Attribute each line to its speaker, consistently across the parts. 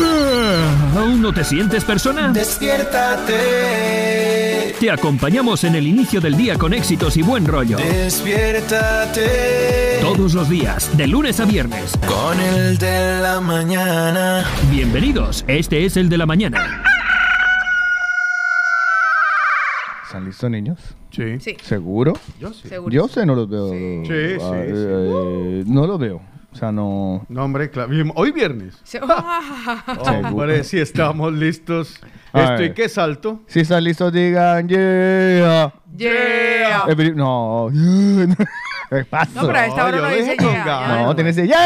Speaker 1: Ah, no te sientes persona?
Speaker 2: Despiértate.
Speaker 1: Te acompañamos en el inicio del día con éxitos y buen rollo.
Speaker 2: Despiértate.
Speaker 1: Todos los días, de lunes a viernes.
Speaker 2: Con el de la mañana.
Speaker 1: Bienvenidos, este es el de la mañana.
Speaker 3: ¿Están listos, niños?
Speaker 4: Sí.
Speaker 5: Sí,
Speaker 3: ¿Seguro?
Speaker 4: Yo sí.
Speaker 5: seguro.
Speaker 3: Yo sé, no los veo.
Speaker 5: Sí.
Speaker 4: Sí,
Speaker 3: eh,
Speaker 4: sí,
Speaker 3: eh, no los veo. O sea, no.
Speaker 4: No, hombre, claro. Hoy viernes.
Speaker 5: Se-
Speaker 3: Seguro.
Speaker 4: Hombre, sí estamos listos.
Speaker 3: A
Speaker 4: Estoy
Speaker 3: ver.
Speaker 4: que salto.
Speaker 3: Si están listos, digan yeah.
Speaker 5: Yeah.
Speaker 3: Eh, pero- No. yeah. ¿Qué pasa?
Speaker 5: No, pero a esta hora
Speaker 4: yo
Speaker 5: no
Speaker 4: dejé
Speaker 5: dice
Speaker 4: con
Speaker 5: yeah,
Speaker 4: ganas.
Speaker 5: ya.
Speaker 3: No, tienes que yeah.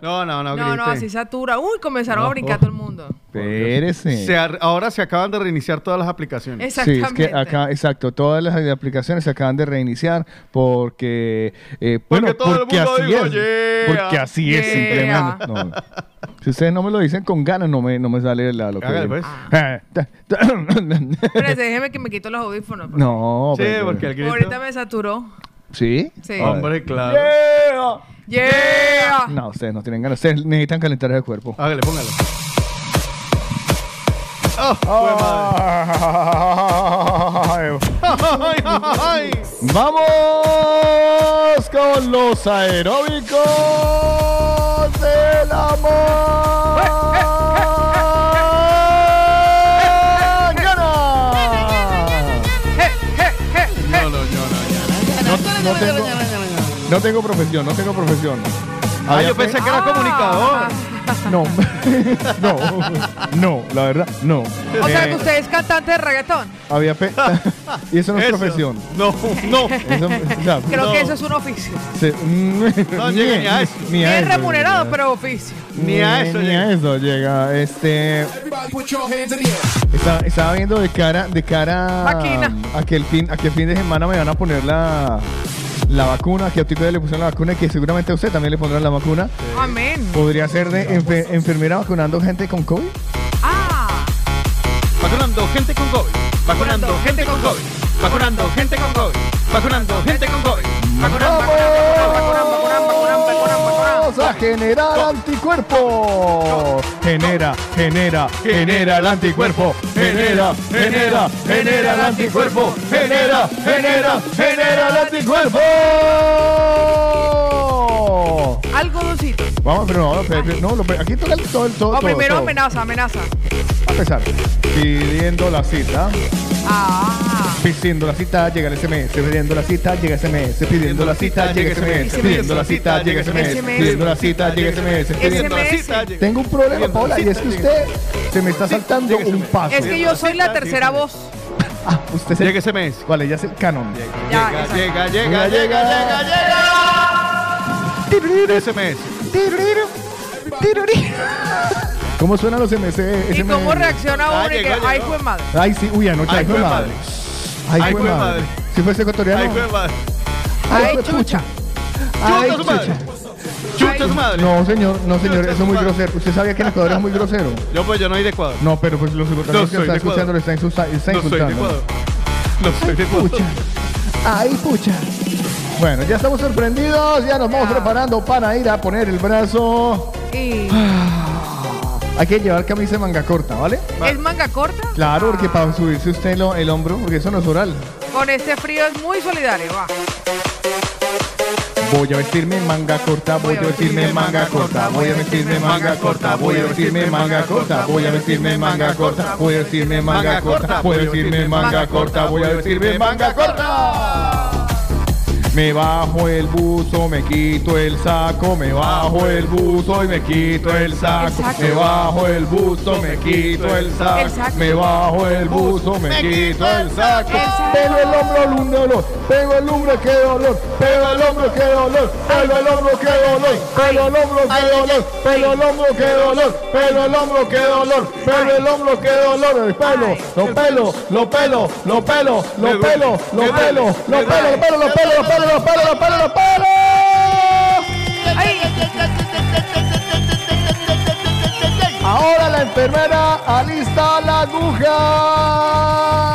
Speaker 4: No, no, no,
Speaker 5: No, no,
Speaker 4: grité.
Speaker 5: así satura. Uy, comenzaron a brincar todo el mundo.
Speaker 3: Espérese.
Speaker 4: Se ar- ahora se acaban de reiniciar todas las aplicaciones.
Speaker 3: Sí,
Speaker 5: Exactamente.
Speaker 3: es que acá, exacto, todas las aplicaciones se acaban de reiniciar porque, eh, bueno,
Speaker 4: todo el
Speaker 3: porque
Speaker 4: mundo
Speaker 3: así
Speaker 4: dijo,
Speaker 3: es,
Speaker 4: "Yeah".
Speaker 3: porque así es
Speaker 5: Yeah.
Speaker 3: simplemente. No, no. si ustedes no me lo dicen con ganas, no me, no me sale la lo que
Speaker 4: Hágale,
Speaker 3: digo.
Speaker 4: pues.
Speaker 3: Eh, ta- ta-
Speaker 5: Espérate, déjeme que me quito los audífonos. porque
Speaker 3: no,
Speaker 4: sí,
Speaker 3: pero-
Speaker 4: porque el grito. Ah,
Speaker 5: Ahorita me saturó.
Speaker 3: sí.
Speaker 5: Sí.
Speaker 4: Hombre, claro.
Speaker 5: Yeah.
Speaker 3: No, ustedes no tienen ganas, ustedes necesitan calentar el cuerpo.
Speaker 4: Hágale, póngalo. ¡Oh, fue madre!
Speaker 3: Vamos con los aeróbicos del amor.
Speaker 4: No, no, no, no.
Speaker 3: No tengo profesión, no tengo profesión.
Speaker 4: Ah,
Speaker 3: Había
Speaker 4: yo pensé que era comunicador.
Speaker 3: No, no, no, la verdad, no.
Speaker 5: O sea,
Speaker 3: Eh,
Speaker 5: que usted es cantante de reggaetón.
Speaker 3: había pe- y eso no es
Speaker 4: Eso.
Speaker 3: profesión.
Speaker 4: No, no.
Speaker 3: Eso- o sea,
Speaker 5: Creo
Speaker 4: No.
Speaker 5: que eso es un oficio.
Speaker 3: se-
Speaker 4: No llega ni a eso.
Speaker 3: ni a
Speaker 5: Bien
Speaker 3: eso
Speaker 5: remunerado,
Speaker 3: llega. Eh,
Speaker 5: pero oficio.
Speaker 4: Ni a eso
Speaker 3: ni
Speaker 4: llega.
Speaker 3: a eso llega. Este. Estaba, estaba viendo de cara, de cara
Speaker 5: Máquina.
Speaker 3: a que el fin, a que el fin de semana me van a poner la, la vacuna, que a usted le pusieron la vacuna y que seguramente a usted también le pondrán la vacuna.
Speaker 5: Amén.
Speaker 3: Podría ser de enfe- enfermera vacunando gente con COVID.
Speaker 5: Ah.
Speaker 4: Vacunando gente con COVID. Vacunando gente con COVID. Vacunando gente con COVID. Vacunando gente con COVID. Vacunando, vacunando, vacunando, vacunando, vacunando, vacunando.
Speaker 3: Vamos a generar anticuerpos. Genera, genera, genera el anticuerpo. Genera, genera, genera el anticuerpo. Genera, genera, genera el anticuerpo.
Speaker 5: Algo dulcito.
Speaker 3: Vamos, pero no, pero- pero- no, lo- aquí toca el todo, el todo.
Speaker 5: O
Speaker 3: todo,
Speaker 5: primero
Speaker 3: todo.
Speaker 5: amenaza, amenaza.
Speaker 3: A pesar. Pidiendo la cita,
Speaker 5: Ah.
Speaker 3: pidiendo la cita, llega el SMS, pidiendo la cita, llega SMS, pidiendo la cita, llega SMS, pidiendo la cita, llega SMS, pidiendo la cita, llega SMS, pidiendo
Speaker 4: Pidiendo la cita,
Speaker 5: SMS.
Speaker 4: llega-
Speaker 3: Tengo un problema,
Speaker 4: Bien,
Speaker 3: Paola, y
Speaker 4: sí,
Speaker 3: es que
Speaker 4: sí,
Speaker 3: usted se me está saltando
Speaker 4: sí,
Speaker 3: un
Speaker 4: sí.
Speaker 3: paso.
Speaker 5: Es que yo soy la tercera voz.
Speaker 3: Ah, usted se...
Speaker 4: Llega ese mes.
Speaker 3: Vale, ya es el canon.
Speaker 4: Llega,
Speaker 5: Ya, exacto.
Speaker 4: llega, llega, llega, llega, llega. Ese mes.
Speaker 3: ¿Cómo suenan los MS?
Speaker 5: ¿Y cómo reacciona
Speaker 4: Ah,
Speaker 5: uno? Y que,
Speaker 4: llegó, llegó.
Speaker 5: ay, fue madre.
Speaker 3: Ay, sí, uy, anoche.
Speaker 4: Ay,
Speaker 3: Ay, fue
Speaker 4: jue
Speaker 3: madre.
Speaker 4: madre.
Speaker 3: Ay,
Speaker 4: Ay,
Speaker 3: fue
Speaker 4: jue
Speaker 3: madre.
Speaker 4: madre.
Speaker 3: Si fuese ecuatoriano.
Speaker 4: Ay, fue madre.
Speaker 5: Ay,
Speaker 3: fue
Speaker 5: chucha.
Speaker 3: Ay,
Speaker 4: Chuta su madre.
Speaker 3: chucha.
Speaker 4: Chuta su madre.
Speaker 3: No, señor, no, señor,
Speaker 4: Chucha,
Speaker 3: eso es muy
Speaker 4: madre.
Speaker 3: grosero. Usted sabía que en Ecuador es muy grosero.
Speaker 4: Yo pues yo no soy de Ecuador.
Speaker 3: No, pero pues los
Speaker 4: No
Speaker 3: ecuatorianos que
Speaker 4: soy
Speaker 3: están
Speaker 4: de Ecuador.
Speaker 3: escuchando le están insulta- están
Speaker 4: No soy de
Speaker 3: insultando.
Speaker 4: Ecuador. No soy de Ecuador.
Speaker 3: Ay, pucha. Bueno, ya estamos sorprendidos, ya nos vamos preparando para ir a poner el brazo.
Speaker 5: Y
Speaker 3: Hay que llevar camisa de manga corta, ¿vale?
Speaker 5: es manga corta.
Speaker 3: Claro, porque para subirse usted lo- el hombro, porque eso no es oral.
Speaker 5: Con este frío es muy solidario. Va.
Speaker 3: Voy a vestirme en manga corta, voy a vestirme en manga corta, voy a vestirme en manga corta, voy a vestirme en manga corta, voy a vestirme en manga corta, voy a vestirme en manga corta, voy a vestirme en manga corta, voy a vestirme en manga corta. Me bajo el buzo, me quito el saco, me bajo el buzo y me quito el saco.
Speaker 5: El saco.
Speaker 3: Me bajo el buzo, me quito el
Speaker 5: El
Speaker 3: saco.
Speaker 5: saco.
Speaker 3: Me bajo el buzo, me quito el saco. Pego el hombro, un dolor. Pego el hombro, qué dolor. Pego el hombro, qué dolor. Pego el hombro, qué dolor. Pego el hombro, qué dolor. Pego el hombro, qué dolor. Pego el hombro, qué dolor. Pego el hombro, qué dolor. El pelo, los pelos, los pelos, los pelos, los
Speaker 4: Me duele.
Speaker 3: pelos, los
Speaker 4: Me duele.
Speaker 3: pelos, los
Speaker 4: Me duele.
Speaker 3: pelos, los pelos, los pelos, los pelos, los pelos, los pelos, los pelos.
Speaker 5: Ay,
Speaker 3: Ahora la enfermera alista la aguja.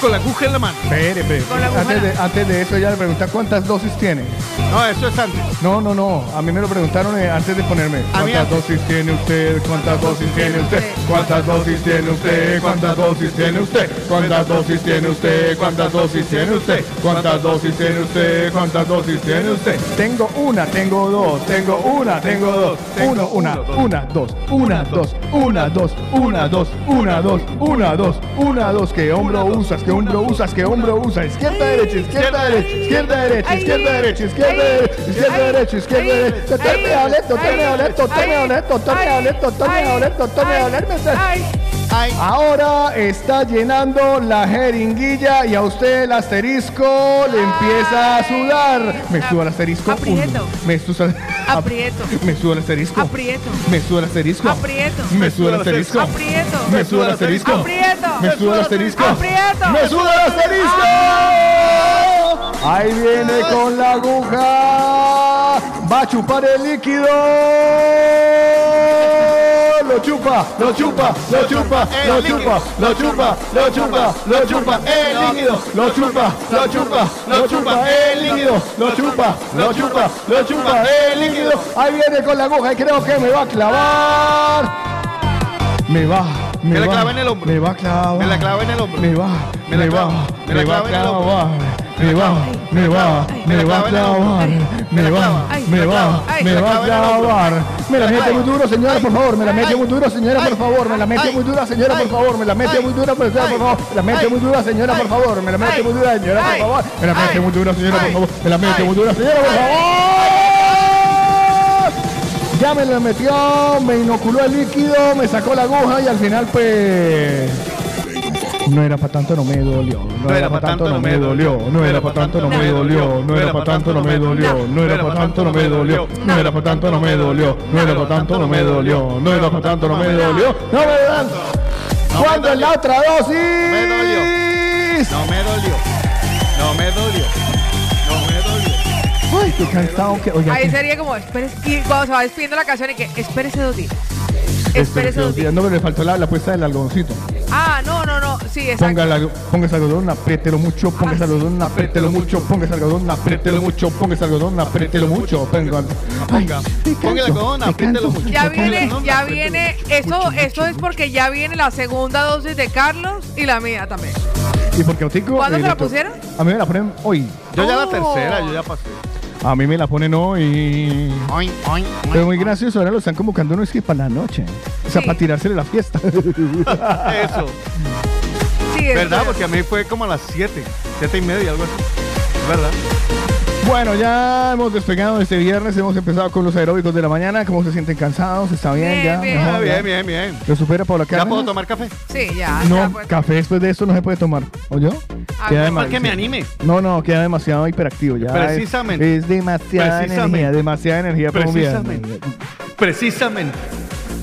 Speaker 6: con la aguja en la mano.
Speaker 3: Espere, espere.
Speaker 5: Con la
Speaker 3: Antes de,
Speaker 5: agujera.
Speaker 3: antes de eso ya le preguntan cuántas dosis tiene.
Speaker 6: No, eso es antes.
Speaker 3: No, no, no. A mí me lo preguntaron eh, antes de ponerme.
Speaker 6: A mí
Speaker 3: ¿Cuántas
Speaker 6: antes.
Speaker 3: dosis tiene usted? ¿Cuántas dosis tiene usted? ¿Cuántas dosis tiene usted? ¿Cuántas dosis tiene usted? ¿Cuántas dosis tiene usted? ¿Cuántas dosis tiene usted? ¿Cuántas dosis tiene usted? ¿Cuántas dosis tiene usted? Tengo una, tengo dos, tengo una, tengo dos. Uno, una, una, dos, una, dos, una, dos, una, dos, una, dos, una, dos, una, dos. ¿Qué hombro usas? ¿Qué hombro usas? ¿Qué hombro usas? Izquierda, derecha, izquierda, derecha, izquierda, derecha, izquierda, derecha, izquierda, derecha, izquierda, derecha, izquierda, derecha. Tome boleto, tome boleto, tome boleto, tome boleto, tome boleto, tome boleto. Ahora está llenando la jeringuilla y a usted el asterisco le empieza a sudar. Me suda el asterisco.
Speaker 5: Aprieto.
Speaker 3: uno. Me suda
Speaker 5: Aprieto.
Speaker 3: Me suda el asterisco.
Speaker 5: Aprieto.
Speaker 3: Me suda el asterisco.
Speaker 5: Aprieto.
Speaker 3: Me suda el asterisco.
Speaker 5: Aprieto.
Speaker 3: Me suda el asterisco.
Speaker 5: Aprieto.
Speaker 3: Me suda el asterisco.
Speaker 5: Aprieto. Ah.
Speaker 3: Me suda el asterisco. Ahí viene con la aguja. Va a chupar el líquido. Lo chupa, lo chupa, lo chupa, lo chupa, lo chupa, lo chupa, lo chupa, el líquido, lo chupa, lo chupa, lo chupa, el líquido, lo chupa, lo chupa, lo chupa, el líquido. Ahí viene con la aguja y creo que me va a clavar. Me va, me
Speaker 6: Me la
Speaker 3: va,
Speaker 6: clava en el hombro.
Speaker 3: Me va a clavar.
Speaker 6: Me la clava en el hombro.
Speaker 3: Me va,
Speaker 6: Me la
Speaker 3: me va,
Speaker 6: clava, me
Speaker 3: me
Speaker 6: la
Speaker 3: va a
Speaker 6: clava en el hombro.
Speaker 3: clavar. Me va, me va, me va a clavar.
Speaker 6: Me
Speaker 3: Me
Speaker 6: la
Speaker 3: va,
Speaker 6: clava,
Speaker 3: me va, me va a clavar. Me la mete
Speaker 6: clava.
Speaker 3: muy duro, señora, por favor. Me la mete
Speaker 6: Ay.
Speaker 3: muy duro, señora, por
Speaker 6: Ay.
Speaker 3: favor. Me la mete
Speaker 6: Ay.
Speaker 3: muy dura, señora, por
Speaker 6: Ay.
Speaker 3: favor. Me la mete
Speaker 6: Ay.
Speaker 3: muy dura, por favor.
Speaker 6: Ay.
Speaker 3: por favor. Me la mete
Speaker 6: Ay.
Speaker 3: muy dura, señora, por
Speaker 6: Ay.
Speaker 3: favor. Me la mete
Speaker 6: Ay.
Speaker 3: muy dura, señora, por
Speaker 6: Ay.
Speaker 3: favor. Me la mete
Speaker 6: Ay.
Speaker 3: muy dura, señora, por
Speaker 6: Ay.
Speaker 3: favor. Me la mete
Speaker 6: Ay.
Speaker 3: muy dura, señora, por
Speaker 6: Ay.
Speaker 3: favor. Ya me la metió, me inoculó el líquido, me sacó la aguja y al final pues... No era para tanto, no me dolió. No era para tanto, no me dolió. No era para tanto, no me dolió. No era para tanto, no me dolió. No era para tanto, no me dolió. No era para tanto, no me dolió. No era para tanto, no me dolió. No era para tanto, no me dolió. No me dan. ¿Cuándo es la otra dosis?
Speaker 6: No me dolió. No me dolió. No me dolió.
Speaker 3: Ay, qué cansado que. Oiga,
Speaker 5: Ahí
Speaker 3: que-
Speaker 5: sería como, espérese, y cuando se va despidiendo la canción y que, espérese dos días. Espérese
Speaker 3: espérese
Speaker 5: dos
Speaker 3: dos días.
Speaker 5: días.
Speaker 3: No, pero le faltó la, la puesta del algodoncito.
Speaker 5: Ah, no, no, no, sí,
Speaker 3: Ponga
Speaker 5: exacto.
Speaker 3: el algo- ponga ese algodón, apriételo mucho, ponga
Speaker 6: Ah,
Speaker 3: ese algodón, apriételo mucho, ponga ese algodón, apriételo mucho, ponga ese algodón, apriételo mucho. Ponga,
Speaker 6: Ponga- ponga el algodón, apriételo mucho.
Speaker 5: Ya
Speaker 6: Ponga el
Speaker 5: viene,
Speaker 6: nombre,
Speaker 5: ya
Speaker 6: apriételo
Speaker 5: viene, eso, eso es porque ya viene la segunda dosis de Carlos y la mía también.
Speaker 3: ¿Y por qué Otico?
Speaker 5: ¿Cuándo
Speaker 3: eh,
Speaker 5: se la
Speaker 3: le to-
Speaker 5: pusieron?
Speaker 3: A mí me la ponen hoy.
Speaker 6: Yo ya la
Speaker 5: Oh.
Speaker 6: tercera, yo ya pasé.
Speaker 3: A mí me la ponen hoy. Pero muy gracioso, ahora lo están convocando no es que para la noche. O sea,
Speaker 5: Sí.
Speaker 3: para tirársele la fiesta.
Speaker 6: Eso.
Speaker 5: Sí, es
Speaker 6: ¿Verdad?
Speaker 5: verdad.
Speaker 6: Porque a mí fue como a las 7, 7 y media, algo así. ¿Verdad?
Speaker 3: Bueno, ya hemos despegado este viernes, hemos empezado con los aeróbicos de la mañana, cómo se sienten cansados, está bien,
Speaker 5: Bien,
Speaker 3: ya.
Speaker 5: bien.
Speaker 3: Mejor,
Speaker 6: Ah,
Speaker 3: ya.
Speaker 6: bien, bien, bien.
Speaker 3: Lo supera Paula
Speaker 6: ¿Ya
Speaker 3: Carmen.
Speaker 6: puedo tomar café?
Speaker 5: Sí, ya. ya,
Speaker 3: No,
Speaker 5: pues.
Speaker 3: café después de eso no se puede tomar, ¿oyó?
Speaker 5: Ah,
Speaker 3: Queda
Speaker 5: no,
Speaker 3: dema-
Speaker 6: Para que me anime.
Speaker 3: No, no, queda demasiado hiperactivo ya. es-
Speaker 6: Precisamente.
Speaker 3: Es, demasiada
Speaker 6: Precisamente.
Speaker 3: energía, demasiada energía para un viernes.
Speaker 6: Precisamente. Precisamente.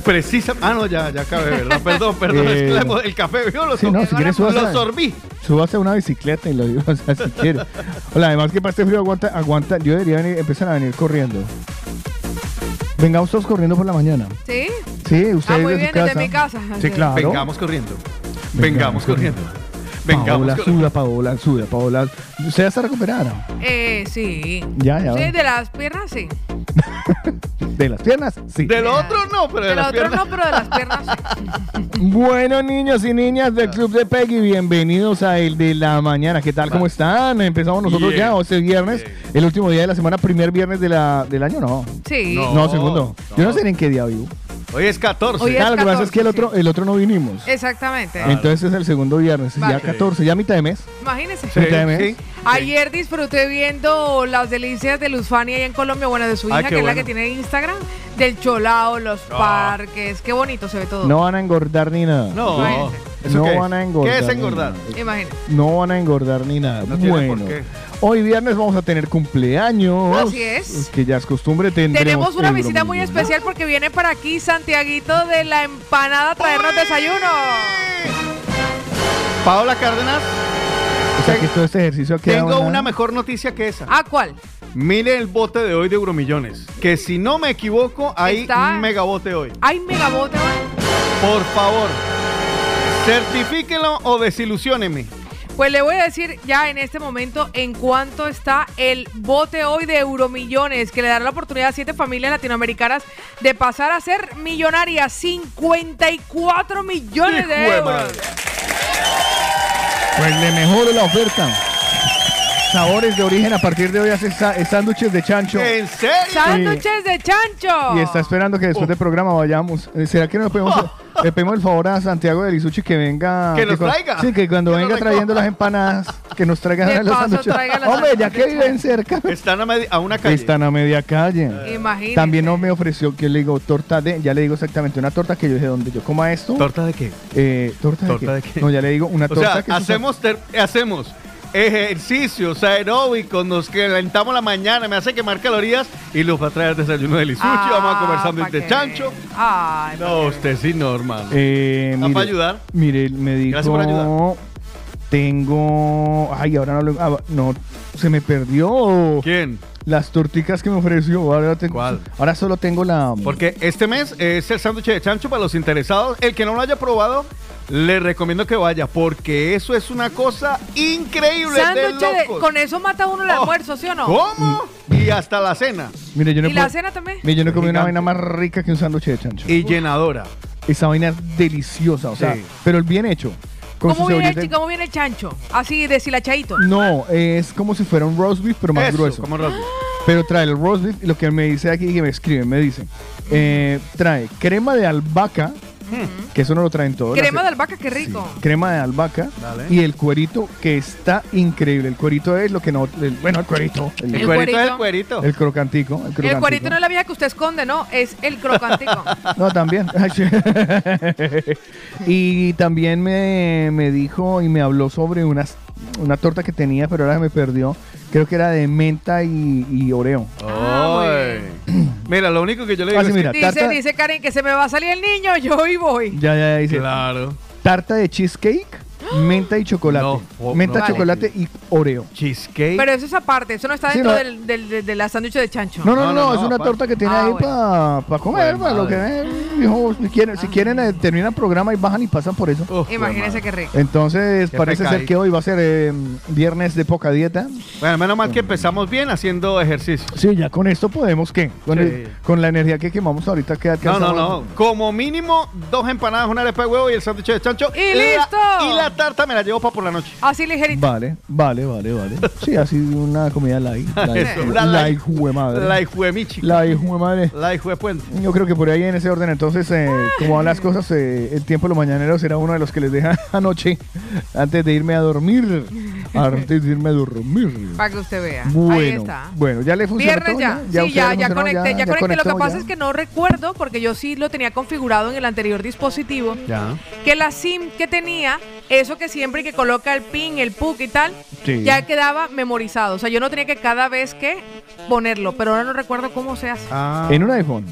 Speaker 6: Precisamente. Ah, no, ya, ya acabé, ¿verdad? Perdón, perdón.
Speaker 3: Eh.
Speaker 6: es que la- el café, yo lo,
Speaker 3: Sí, no, si quieres
Speaker 6: lo
Speaker 3: súbase-
Speaker 6: sorbí.
Speaker 3: Súbase a una bicicleta y lo digo, o sea, si quiere. Hola, además que para este frío aguanta, aguanta. Yo debería venir- empezar a venir corriendo. Vengamos todos corriendo por la mañana.
Speaker 5: Sí.
Speaker 3: Sí, usted
Speaker 5: Ah, muy
Speaker 3: desde
Speaker 5: bien,
Speaker 3: su casa.
Speaker 5: desde mi casa.
Speaker 3: Sí, claro.
Speaker 6: Vengamos corriendo. Vengamos corriendo. Vengamos
Speaker 3: Paola,
Speaker 6: corriendo.
Speaker 3: suda, Paola, suda, Paola. Usted ya está recuperada.
Speaker 5: Eh, sí.
Speaker 3: Ya, ya.
Speaker 5: Sí, de las piernas sí.
Speaker 3: De las piernas, sí.
Speaker 6: Del otro no, pero de,
Speaker 5: De la
Speaker 6: las
Speaker 5: otra
Speaker 6: piernas.
Speaker 5: no, pero de las piernas sí.
Speaker 3: Bueno, niños y niñas del Club de Peggy, bienvenidos a El de la Mañana. ¿Qué tal? ¿Cómo están? Empezamos nosotros
Speaker 6: Bien.
Speaker 3: ya este viernes,
Speaker 6: Bien.
Speaker 3: el último día de la semana, primer viernes de la- del año, no.
Speaker 5: Sí.
Speaker 6: No.
Speaker 3: No, segundo. Yo no sé ni en qué día vivo.
Speaker 6: Hoy es 14.
Speaker 5: Hoy es-
Speaker 3: Claro, lo que pasa es que el
Speaker 5: 14,
Speaker 3: otro, el otro no vinimos.
Speaker 5: Exactamente.
Speaker 6: Ah.
Speaker 3: Entonces es el segundo viernes,
Speaker 5: Vale.
Speaker 3: ya 14, ya mitad de mes.
Speaker 5: Imagínense.
Speaker 3: Sí. mitad de mes.
Speaker 5: Ayer disfruté viendo las delicias de Luzfania allá en Colombia, bueno, de su
Speaker 6: Ah,
Speaker 5: hija, que
Speaker 6: qué
Speaker 5: es la
Speaker 6: bueno.
Speaker 5: que tiene Instagram, del Cholao, los
Speaker 6: Ah.
Speaker 5: parques, qué bonito se ve todo.
Speaker 3: No van a engordar ni nada.
Speaker 6: No,
Speaker 5: Imagínense.
Speaker 6: ¿eso
Speaker 3: No
Speaker 6: qué es?
Speaker 3: van a engordar.
Speaker 6: ¿Qué es
Speaker 3: ni
Speaker 6: engordar?
Speaker 3: nada.
Speaker 5: Imagínense.
Speaker 3: No van a engordar ni nada.
Speaker 6: No tiene por
Speaker 3: bueno,
Speaker 6: qué.
Speaker 3: hoy viernes vamos a tener cumpleaños.
Speaker 5: Así es.
Speaker 3: Que ya es costumbre. Tendremos,
Speaker 5: Tenemos una visita muy
Speaker 3: Euromillonario.
Speaker 5: especial porque viene para aquí Santiaguito de la empanada a traernos desayuno.
Speaker 6: Paola Cárdenas,
Speaker 3: O sea que todo este ejercicio queda
Speaker 6: tengo
Speaker 3: una-
Speaker 6: una mejor noticia que esa.
Speaker 5: ¿A Ah, cuál?
Speaker 6: Mire el bote de hoy de Euromillones. Que si no me equivoco, hay
Speaker 5: Está-
Speaker 6: un megabote hoy.
Speaker 5: Hay megabote. ¿no?
Speaker 6: Por favor, certifíquelo o desilusioneme.
Speaker 5: Pues le voy a decir ya en este momento en cuánto está el bote hoy de Euromillones, que le dará la oportunidad a siete familias latinoamericanas de pasar a ser millonarias. 54 millones de
Speaker 6: Hijo de
Speaker 5: euros.
Speaker 6: madre.
Speaker 3: Pues le mejore la oferta. Sabores de origen a partir de hoy hace sa- eh, sándwiches de chancho.
Speaker 6: ¿En serio? Oh.
Speaker 5: Sándwiches de chancho. Oh,
Speaker 3: Y está esperando que después
Speaker 6: Uf.
Speaker 3: del programa vayamos. Eh, ¿Será que no le pedimos, le pedimos el favor a Santiago de Lisuchi que venga?
Speaker 6: Oh. Que nos
Speaker 3: cuan-
Speaker 6: traiga.
Speaker 3: Sí, que cuando
Speaker 6: Que nos
Speaker 3: venga
Speaker 6: recoja.
Speaker 3: trayendo las empanadas, que nos traiga
Speaker 5: De
Speaker 3: los
Speaker 5: paso,
Speaker 3: sándwiches.
Speaker 5: traiga las
Speaker 3: Hombre, ya
Speaker 5: empanadas
Speaker 3: que
Speaker 5: de
Speaker 3: viven cerca.
Speaker 6: Están a, medi- a una calle.
Speaker 3: Están a media calle.
Speaker 5: Imagínate.
Speaker 3: También no me ofreció que le digo torta de, ya le digo exactamente una torta que yo dije donde yo coma esto.
Speaker 6: ¿Torta de qué?
Speaker 3: eh, torta,
Speaker 6: ¿Torta
Speaker 3: de,
Speaker 6: de
Speaker 3: qué?
Speaker 6: qué?
Speaker 3: No, ya le digo una
Speaker 6: O
Speaker 3: torta
Speaker 6: sea,
Speaker 3: que es-
Speaker 6: hacemos, ter- hacemos ejercicios aeróbicos, nos calentamos la mañana, me hace quemar calorías y los va a traer desayuno de lisuchi,
Speaker 5: Ah,
Speaker 6: vamos a comer
Speaker 5: pa'
Speaker 6: sándwich de
Speaker 5: que
Speaker 6: chancho.
Speaker 5: vean. Ay, pa'
Speaker 6: No,
Speaker 5: que
Speaker 6: usted sí, normal.
Speaker 3: Eh,
Speaker 6: ¿Ah, para ayudar?
Speaker 3: Mire, me dijo.
Speaker 6: Gracias por ayudar.
Speaker 3: Tengo. Ay, ahora no lo. ah, no, se me perdió.
Speaker 6: ¿Quién?
Speaker 3: Las torticas que me ofreció. Ahora tengo-
Speaker 6: ¿Cuál?
Speaker 3: Ahora solo tengo la.
Speaker 6: Porque este mes es el sándwich de chancho para los interesados. El que no lo haya probado, le recomiendo que vaya, porque eso es una cosa increíble.
Speaker 5: Sándwich
Speaker 6: de
Speaker 5: de,
Speaker 6: locos.
Speaker 5: con eso mata uno el
Speaker 6: Oh,
Speaker 5: almuerzo, ¿sí o no?
Speaker 6: ¿Cómo? Y hasta la cena.
Speaker 3: Mire, yo no
Speaker 5: ¿Y la
Speaker 3: puedo-
Speaker 5: cena también?
Speaker 3: Mire, yo no he comido una
Speaker 6: Gigante.
Speaker 3: vaina más rica que un sándwich de chancho.
Speaker 6: Y llenadora.
Speaker 3: Esa vaina es deliciosa, o sea,
Speaker 6: Sí.
Speaker 3: pero el bien hecho. con
Speaker 5: ¿Cómo
Speaker 3: su
Speaker 5: viene, el,
Speaker 3: cebollita-
Speaker 5: chi- cómo viene el chancho? Así, deshilachadito.
Speaker 3: No, es como si fuera un roast beef, pero más
Speaker 6: Eso,
Speaker 3: grueso.
Speaker 6: como Rosby.
Speaker 3: Pero trae el roast beef y lo que me dice aquí que me escriben, me dicen, eh, trae crema de albahaca, que eso no lo traen todos.
Speaker 5: Crema de
Speaker 3: las-
Speaker 5: albahaca, qué rico.
Speaker 3: Crema de albahaca
Speaker 6: Dale.
Speaker 3: y el cuerito que está increíble. El cuerito es lo que no. el- bueno, el cuerito. El,
Speaker 6: El,
Speaker 5: El
Speaker 6: cuerito es el
Speaker 5: cuerito.
Speaker 6: cuerito.
Speaker 3: el crocantico. El,
Speaker 5: El cuerito no
Speaker 3: crocantico.
Speaker 5: es la vieja que usted esconde, no, es el crocantico.
Speaker 3: No, también. Ay, sí. y también me, me dijo y me habló sobre unas, una torta que tenía, pero ahora me perdió. Creo que era de menta y, y oreo.
Speaker 5: Ah,
Speaker 6: Ay. Mira, lo único que yo le digo
Speaker 3: Así,
Speaker 6: es
Speaker 3: mira,
Speaker 5: dice,
Speaker 3: tarta,
Speaker 5: dice Karen que se me va a salir el niño, yo hoy voy.
Speaker 3: Ya, ya, ya,
Speaker 6: que-
Speaker 3: dice.
Speaker 6: claro,
Speaker 3: Tarta de cheesecake, menta y chocolate.
Speaker 6: No, oh,
Speaker 3: menta,
Speaker 6: no.
Speaker 3: chocolate y oreo.
Speaker 6: cheesecake.
Speaker 5: Pero eso es aparte, eso no está
Speaker 3: Sí,
Speaker 5: dentro
Speaker 3: no.
Speaker 5: del, del, del- de la sándwich de chancho.
Speaker 3: No, no,
Speaker 6: No,
Speaker 3: no,
Speaker 6: no,
Speaker 3: es
Speaker 6: no,
Speaker 3: una
Speaker 6: pa- Pues,
Speaker 3: torta que tiene
Speaker 5: Ah,
Speaker 3: ahí
Speaker 5: bueno.
Speaker 3: para comer,
Speaker 6: Joder,
Speaker 3: para lo que ven. hijo, si quieren,
Speaker 5: Ah.
Speaker 3: si quieren eh, terminan programa y bajan y pasan por eso.
Speaker 6: Uf,
Speaker 5: Imagínense
Speaker 6: güey,
Speaker 5: qué rico.
Speaker 3: Entonces
Speaker 6: Qué
Speaker 3: parece ser
Speaker 6: pecadito.
Speaker 3: que hoy va a ser eh, viernes de poca dieta.
Speaker 6: madre. Bueno, menos mal que empezamos bien haciendo ejercicio.
Speaker 3: Sí, ya con esto podemos que con,
Speaker 6: Sí.
Speaker 3: el- con la energía que quemamos ahorita queda
Speaker 6: No, no, no. Como mínimo, dos empanadas, una arepa de huevo y el sándwich de chancho.
Speaker 5: ¡Y
Speaker 6: la-
Speaker 5: listo!
Speaker 6: y la tarta me la llevo para por la noche.
Speaker 5: Así ligerito.
Speaker 3: Vale, vale, vale, vale. Sí, así una comida light.
Speaker 6: Eso,
Speaker 3: light,
Speaker 6: una
Speaker 3: La
Speaker 6: light.
Speaker 3: hijue madre.
Speaker 6: La hijuemichi.
Speaker 3: La hijue madre.
Speaker 6: La hijuepuente.
Speaker 3: Yo creo que por ahí en ese orden, entonces, eh, como van las cosas, eh, el tiempo de los mañaneros era uno de los que les deja anoche antes de irme a dormir. Antes de irme a dormir.
Speaker 5: Para que usted vea. Ahí
Speaker 3: Bueno,
Speaker 5: está.
Speaker 3: bueno, ya le funcionó.
Speaker 5: Viernes
Speaker 3: todo,
Speaker 5: ya. sí,
Speaker 3: usted
Speaker 5: ya,
Speaker 3: le
Speaker 5: ya
Speaker 3: funcionó,
Speaker 5: conecté, ya,
Speaker 3: ya
Speaker 5: conecté. Lo que
Speaker 3: conectó,
Speaker 5: pasa
Speaker 3: ya.
Speaker 5: es que no recuerdo, porque yo sí lo tenía configurado en el anterior dispositivo,
Speaker 6: Ya.
Speaker 5: que la SIM que tenía, eso que siempre que coloca el PIN, el PUC y tal,
Speaker 3: Sí.
Speaker 5: ya quedaba memorizado. O sea, yo no tenía que cada vez que ponerlo, pero ahora no recuerdo cómo se hace.
Speaker 6: Ah.
Speaker 3: En un iPhone.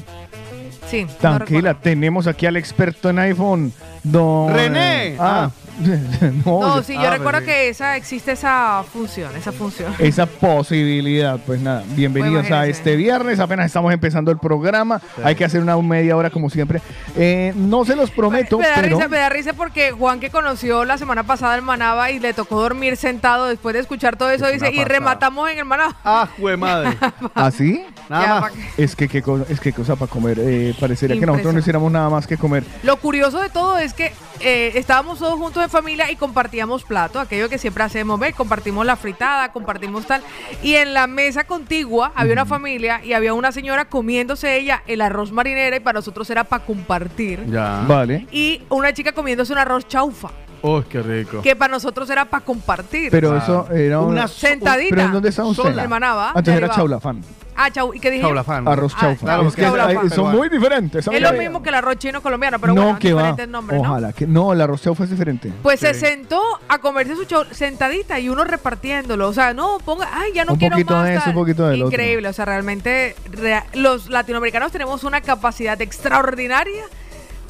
Speaker 5: Sí, no
Speaker 3: Tranquila,
Speaker 5: recuerdo.
Speaker 3: tenemos aquí al experto en iPhone, don...
Speaker 6: ¡René!
Speaker 3: Ah, no,
Speaker 5: No, sí, yo
Speaker 6: Ah,
Speaker 5: recuerdo
Speaker 6: bebé.
Speaker 5: que esa existe esa función, esa función.
Speaker 3: esa posibilidad. Pues nada, bienvenidos
Speaker 5: Bueno,
Speaker 3: a
Speaker 5: Jerez,
Speaker 3: este
Speaker 5: eh.
Speaker 3: viernes. Apenas estamos empezando el programa. Hay que hacer una media hora como siempre. Eh, no se los prometo,
Speaker 5: me, da
Speaker 3: pero...
Speaker 5: risa, me da risa porque Juan que conoció la semana pasada el Manaba y le tocó dormir sentado después de escuchar todo eso,
Speaker 6: Es
Speaker 5: dice,
Speaker 6: una
Speaker 5: y
Speaker 6: pasada".
Speaker 5: rematamos en el Manaba.
Speaker 6: Ah, madre.
Speaker 3: ¿Así?
Speaker 5: Ya,
Speaker 6: Nada
Speaker 5: pa'
Speaker 6: más.
Speaker 5: que-
Speaker 3: ¿Ah, Es que qué cosa, es que qué cosa para comer. Eh, parecería que nosotros no
Speaker 5: Impresionante.
Speaker 3: hiciéramos nada más que comer.
Speaker 5: Lo curioso de todo es que eh, estábamos todos juntos en familia y compartíamos plato, aquello que siempre hacemos, ¿ves? Compartimos la fritada, compartimos tal. Y en la mesa contigua había una familia y había una señora comiéndose ella el arroz marinera y para nosotros era para compartir.
Speaker 6: Ya.
Speaker 3: Vale.
Speaker 5: Y una chica comiéndose un arroz chaufa,
Speaker 6: Uy, qué rico.
Speaker 5: que para nosotros era para compartir.
Speaker 3: Pero eso era un-
Speaker 6: Una
Speaker 5: Sentadita.
Speaker 3: ¿Pero en dónde está usted?
Speaker 5: Sola. En Manaba.
Speaker 3: Antes
Speaker 5: de
Speaker 3: era
Speaker 5: Aribao.
Speaker 3: chaulafán.
Speaker 5: Ah, chau. ¿Y qué dije? yo?
Speaker 6: Chaulafán.
Speaker 3: Arroz
Speaker 5: Ah,
Speaker 3: chaufa.
Speaker 5: claro,
Speaker 3: es que
Speaker 5: chaulafán.
Speaker 3: hay- son muy diferentes.
Speaker 5: Es lo mismo que el arroz chino colombiano, pero bueno, diferentes nombres, ¿no?
Speaker 3: Ojalá que no, el arroz chaufa es diferente.
Speaker 5: Pues se
Speaker 6: Sí.
Speaker 5: sentó a comerse su chau- sentadita y uno repartiéndolo. O sea, no, ponga, ay, ya no
Speaker 3: Un
Speaker 5: quiero
Speaker 3: poquito
Speaker 5: más.
Speaker 3: de eso,
Speaker 5: tal.
Speaker 3: un poquito del otro.
Speaker 5: Increíble, o sea, realmente rea- los latinoamericanos tenemos una capacidad extraordinaria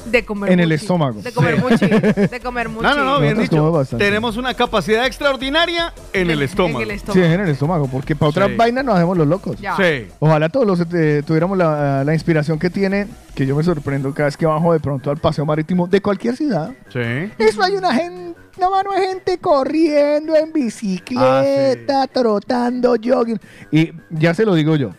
Speaker 5: de comer
Speaker 3: En el
Speaker 5: muchi,
Speaker 3: estómago.
Speaker 5: De comer
Speaker 6: Sí.
Speaker 5: muchi, de comer muchi.
Speaker 6: No, no, no, bien
Speaker 3: Nosotros
Speaker 6: dicho.
Speaker 3: comemos bastante.
Speaker 6: Tenemos una capacidad extraordinaria en el estómago.
Speaker 5: En el
Speaker 3: Sí,
Speaker 5: estómago.
Speaker 3: es en el estómago, porque para otras
Speaker 6: Sí.
Speaker 3: vainas nos hacemos los locos.
Speaker 5: Ya.
Speaker 6: Sí.
Speaker 3: Ojalá todos los eh, tuviéramos la, la inspiración que tiene, que yo me sorprendo cada vez que bajo de pronto al paseo marítimo de cualquier ciudad.
Speaker 6: Sí.
Speaker 3: Eso hay una gente
Speaker 4: No, mano, hay gente corriendo en
Speaker 6: Ah,
Speaker 3: Ah,
Speaker 4: bicicleta, trotando, jogging.
Speaker 3: Y ya se lo digo yo.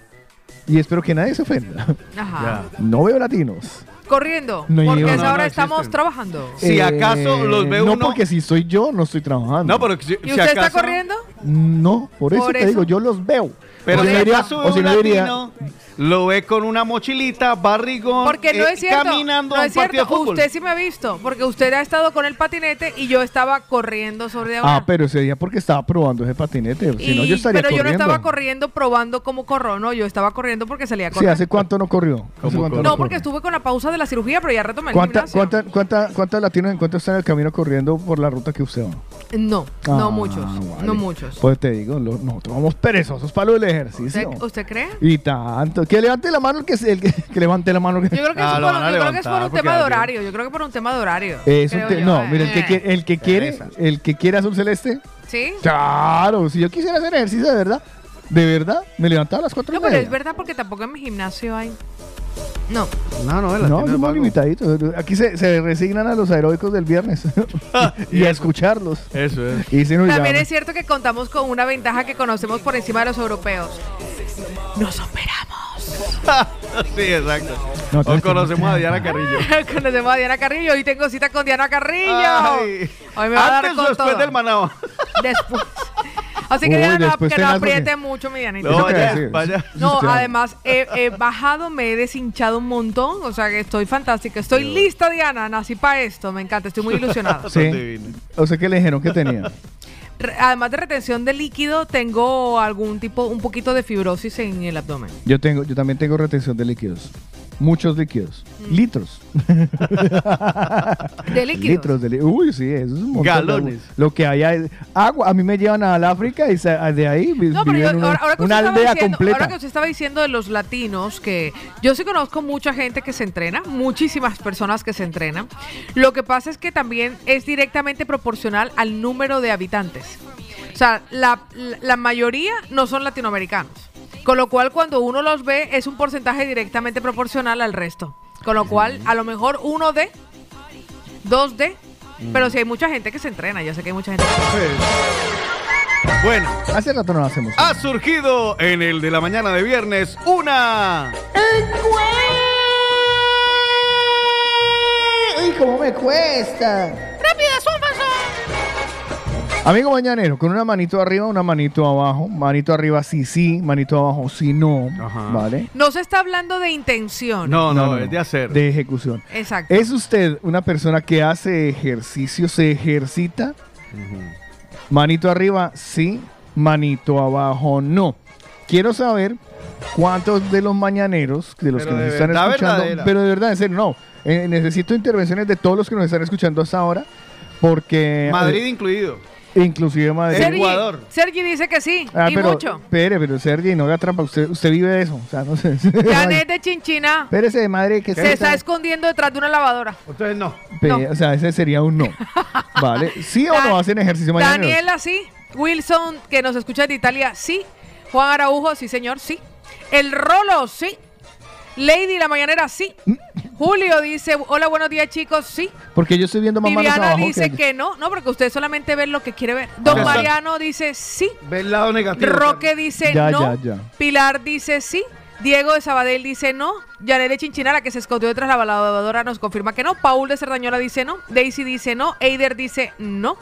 Speaker 3: Y espero que nadie se ofenda.
Speaker 5: Ajá.
Speaker 3: No veo latinos.
Speaker 5: Corriendo.
Speaker 3: No,
Speaker 5: porque
Speaker 3: no,
Speaker 5: a esa
Speaker 3: no,
Speaker 5: hora
Speaker 6: no
Speaker 5: estamos
Speaker 6: existen.
Speaker 5: trabajando.
Speaker 6: Si acaso los ve
Speaker 3: no
Speaker 6: uno-
Speaker 3: porque si soy yo, no estoy trabajando.
Speaker 6: No, pero si,
Speaker 5: ¿Y
Speaker 6: si
Speaker 5: usted está
Speaker 6: acaso-
Speaker 5: corriendo?
Speaker 3: No, por eso
Speaker 5: Por
Speaker 3: te
Speaker 5: eso.
Speaker 3: digo, yo los veo.
Speaker 6: Pero
Speaker 3: O si
Speaker 6: si
Speaker 3: no diría-
Speaker 6: acaso
Speaker 3: o si
Speaker 6: un
Speaker 3: no diría-
Speaker 6: latino lo ve con una mochilita, barrigón,
Speaker 5: Porque no
Speaker 6: eh,
Speaker 5: es cierto.
Speaker 6: caminando
Speaker 5: no
Speaker 6: a
Speaker 5: es
Speaker 6: un partido de
Speaker 5: cierto.
Speaker 6: fútbol.
Speaker 5: Usted sí me ha visto. Porque usted ha estado con el patinete y yo estaba corriendo sobre una.
Speaker 3: Ah, pero ese día porque estaba probando ese patinete. Si no,
Speaker 5: Y-
Speaker 3: yo estaría
Speaker 5: pero yo no
Speaker 3: corriendo.
Speaker 5: estaba corriendo probando cómo corro, no, yo estaba corriendo porque salía a
Speaker 3: Sí,
Speaker 5: correr.
Speaker 3: ¿hace cuánto no corrió? ¿Hace
Speaker 6: ¿Cómo
Speaker 3: cuánto
Speaker 6: corre?
Speaker 5: no,
Speaker 3: corre?
Speaker 5: porque estuve con la pausa de la cirugía, pero ya retomé el
Speaker 3: ¿Cuánta,
Speaker 5: gimnasio.
Speaker 3: cuánta, cuánta, ¿Cuántos latinos encuentra usted en el camino corriendo por la ruta que usted va?
Speaker 5: No, no
Speaker 3: Ah,
Speaker 5: muchos,
Speaker 3: vale.
Speaker 5: no muchos.
Speaker 3: Pues te digo, lo- nosotros vamos perezosos para lo del
Speaker 5: ¿Usted,
Speaker 3: ejercicio.
Speaker 5: usted cree?
Speaker 3: Y tanto. Que levante la mano el que, se- el que, que levante la mano. el
Speaker 5: Yo
Speaker 3: que-
Speaker 5: creo que,
Speaker 6: Ah,
Speaker 5: es,
Speaker 6: lo
Speaker 5: por,
Speaker 6: van a
Speaker 5: yo creo que es
Speaker 6: levantar,
Speaker 5: por un
Speaker 6: porque
Speaker 5: tema de
Speaker 6: Gabriel-
Speaker 5: horario, yo creo que por un tema de horario.
Speaker 3: Es un
Speaker 5: creo
Speaker 3: te-
Speaker 5: yo,
Speaker 3: no,
Speaker 5: eh.
Speaker 3: mira, el que, quiere, el que quiere,
Speaker 6: Pereza.
Speaker 3: el que quiere azul celeste,
Speaker 5: ¿Sí?
Speaker 3: claro, si yo quisiera hacer ejercicio de verdad, de verdad, me levantaba a las cuatro
Speaker 5: No,
Speaker 3: y
Speaker 5: pero
Speaker 3: media.
Speaker 5: es verdad porque tampoco en mi gimnasio hay. No,
Speaker 6: No, no, el
Speaker 3: No,
Speaker 6: latino es
Speaker 3: somos
Speaker 6: vago.
Speaker 3: limitaditos. Aquí se, se resignan a los aeróbicos del viernes y a escucharlos.
Speaker 6: Eso es.
Speaker 3: Y si no, ya,
Speaker 5: también es cierto que contamos con una ventaja que conocemos por encima de los europeos. Nos operamos.
Speaker 6: sí, exacto.
Speaker 3: No,
Speaker 6: o
Speaker 3: entonces
Speaker 6: conocemos a
Speaker 3: tenemos-
Speaker 6: Diana Carrillo.
Speaker 5: Conocemos a Diana Carrillo, hoy tengo cita con Diana Carrillo.
Speaker 6: Ay.
Speaker 5: Hoy me va a dar
Speaker 6: Antes o
Speaker 5: con
Speaker 6: después
Speaker 5: todo.
Speaker 6: del Manao.
Speaker 5: Después. Así que
Speaker 3: Uy,
Speaker 5: Diana, no,
Speaker 3: después
Speaker 5: que no
Speaker 3: tenaz,
Speaker 5: apriete
Speaker 3: porque-
Speaker 5: mucho mi Dianita.
Speaker 3: Eso
Speaker 6: No,
Speaker 3: te iba a
Speaker 6: vaya,
Speaker 3: decir.
Speaker 6: vaya.
Speaker 5: No,
Speaker 3: Usted-
Speaker 5: además he, he bajado, me he deshinchado un montón, o sea que estoy fantástica, estoy lista Diana, nací para esto, me encanta, estoy muy ilusionada.
Speaker 3: Sí.
Speaker 6: Divino.
Speaker 3: O sea, que le dijeron que tenía.
Speaker 5: Re- además de retención de líquido, tengo algún tipo, un poquito de fibrosis en el abdomen.
Speaker 3: Yo tengo, yo también tengo retención de líquidos. Muchos líquidos. Litros.
Speaker 5: Mm. ¿De líquidos?
Speaker 3: Litros de líquidos. Uy, sí, eso es un montón.
Speaker 6: Galones.
Speaker 3: Lo que allá es agua. A mí me llevan al África y sa- de ahí vi-
Speaker 5: No, pero yo,
Speaker 3: viven una,
Speaker 5: ahora, ahora que
Speaker 3: una
Speaker 5: usted estaba
Speaker 3: aldea
Speaker 5: diciendo,
Speaker 3: completa.
Speaker 5: ahora que usted estaba diciendo de los latinos, que yo sí conozco mucha gente que se entrena, muchísimas personas que se entrenan. Lo que pasa es que también es directamente proporcional al número de habitantes. O sea, la, la- la mayoría no son latinoamericanos. Con lo cual, cuando uno los ve, es un porcentaje directamente proporcional al resto. Con lo cual, a lo mejor uno de, dos de,
Speaker 3: Mm.
Speaker 5: pero si hay mucha gente que se entrena, yo sé que hay mucha gente que se entrena.
Speaker 6: Bueno,
Speaker 3: Hace rato no lo hacemos.
Speaker 6: ha surgido en el de la mañana de viernes una.
Speaker 4: ¡Ay, cómo me cuesta!
Speaker 3: Amigo mañanero, con una manito arriba, una manito abajo. Manito arriba sí, sí. Manito abajo sí, no.
Speaker 6: Ajá.
Speaker 3: ¿Vale?
Speaker 5: No se está hablando de intención.
Speaker 6: No, no, Eh, es de hacer.
Speaker 3: De ejecución.
Speaker 5: Exacto.
Speaker 3: ¿Es usted una persona que hace ejercicio, se ejercita? Manito arriba, sí. Manito abajo, no. Quiero saber cuántos de los mañaneros, de los
Speaker 6: Pero
Speaker 3: que
Speaker 6: de
Speaker 3: nos están
Speaker 6: verdad,
Speaker 3: escuchando,
Speaker 6: verdadera.
Speaker 3: pero de verdad, en serio, no. Eh, necesito intervenciones de todos los que nos están escuchando hasta ahora, porque...
Speaker 6: Madrid incluido.
Speaker 3: eh, inclusive Madrid.
Speaker 5: Sergi,
Speaker 6: Ecuador.
Speaker 5: Sergi dice que sí,
Speaker 3: Ah,
Speaker 5: y
Speaker 3: pero,
Speaker 5: mucho.
Speaker 3: Espere, pero Sergi, no haga trampa. Usted, usted vive de eso. O sea, no sé.
Speaker 5: Janet de Chinchina
Speaker 3: Espérese de Madrid que
Speaker 5: se está escondiendo detrás de una lavadora.
Speaker 6: Entonces no.
Speaker 3: Pe-
Speaker 5: No.
Speaker 3: O sea, ese sería un no. ¿Vale? ¿Sí o no
Speaker 5: Dan-
Speaker 3: hacen ejercicio mañana?
Speaker 5: Daniela, sí. Wilson, que nos escucha de Italia, sí. Juan Araujo, sí, señor, sí. El Rolo, sí. Lady La Mañanera, sí. Julio dice, hola, buenos días, chicos, sí.
Speaker 3: Porque yo estoy viendo más manos
Speaker 5: Viviana
Speaker 3: abajo.
Speaker 5: dice
Speaker 3: que-
Speaker 5: que no, no, porque usted solamente ve lo que quiere ver. Don
Speaker 6: Exacto.
Speaker 5: Mariano dice, sí.
Speaker 6: Ve el lado negativo.
Speaker 5: Roque dice
Speaker 3: Ya,
Speaker 5: no.
Speaker 3: ya, ya.
Speaker 5: Pilar dice sí. Diego de Sabadell dice no. Yanet de Chinchina, la que se escondió detrás de la lavadora, nos confirma que no. Paul de Cerdañola dice no. Daisy dice no. Eider dice no.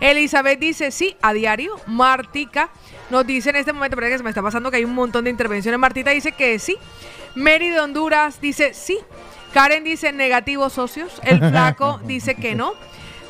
Speaker 5: Elizabeth dice sí a diario. Martica nos dice en este momento, pero que se me está pasando que hay un montón de intervenciones. Martita dice que sí. Mary de Honduras dice sí. Karen dice negativo, socios. El flaco dice que no.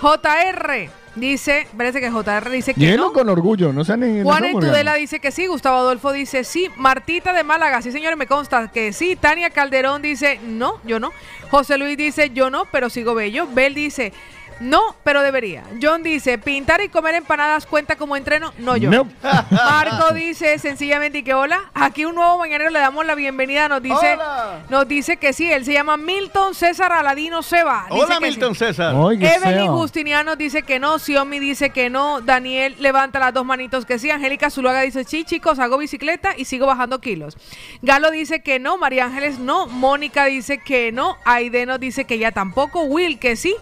Speaker 5: JR dice, parece que JR dice que
Speaker 3: Llévenlo
Speaker 5: no.
Speaker 3: con orgullo, no sean ni- no
Speaker 5: Juan
Speaker 3: sean
Speaker 5: Tudela
Speaker 3: orgánicos.
Speaker 5: dice que sí, Gustavo Adolfo dice sí, Martita de Málaga, sí señores, me consta que sí, Tania Calderón dice no, yo no, José Luis dice yo no, pero sigo bello, Bel dice no, pero debería, John dice pintar y comer empanadas cuenta como entreno, no yo.
Speaker 3: No.
Speaker 5: Marco dice sencillamente y que hola, aquí un nuevo mañanero le damos la bienvenida, nos dice,
Speaker 6: Hola.
Speaker 5: nos dice que sí, él se llama Milton César Aladino Seba. dice
Speaker 6: Hola,
Speaker 5: que sí.
Speaker 6: Milton César.
Speaker 3: Oiga,
Speaker 5: Evelyn
Speaker 3: sea.
Speaker 5: Justiniano dice que no, Xiomi dice que no, Daniel levanta las dos manitos que sí, Angélica Zuluaga dice sí, chicos, hago bicicleta y sigo bajando kilos. Galo dice que no, María Ángeles no, Mónica dice que no, Aide nos dice que ya tampoco, Will que sí,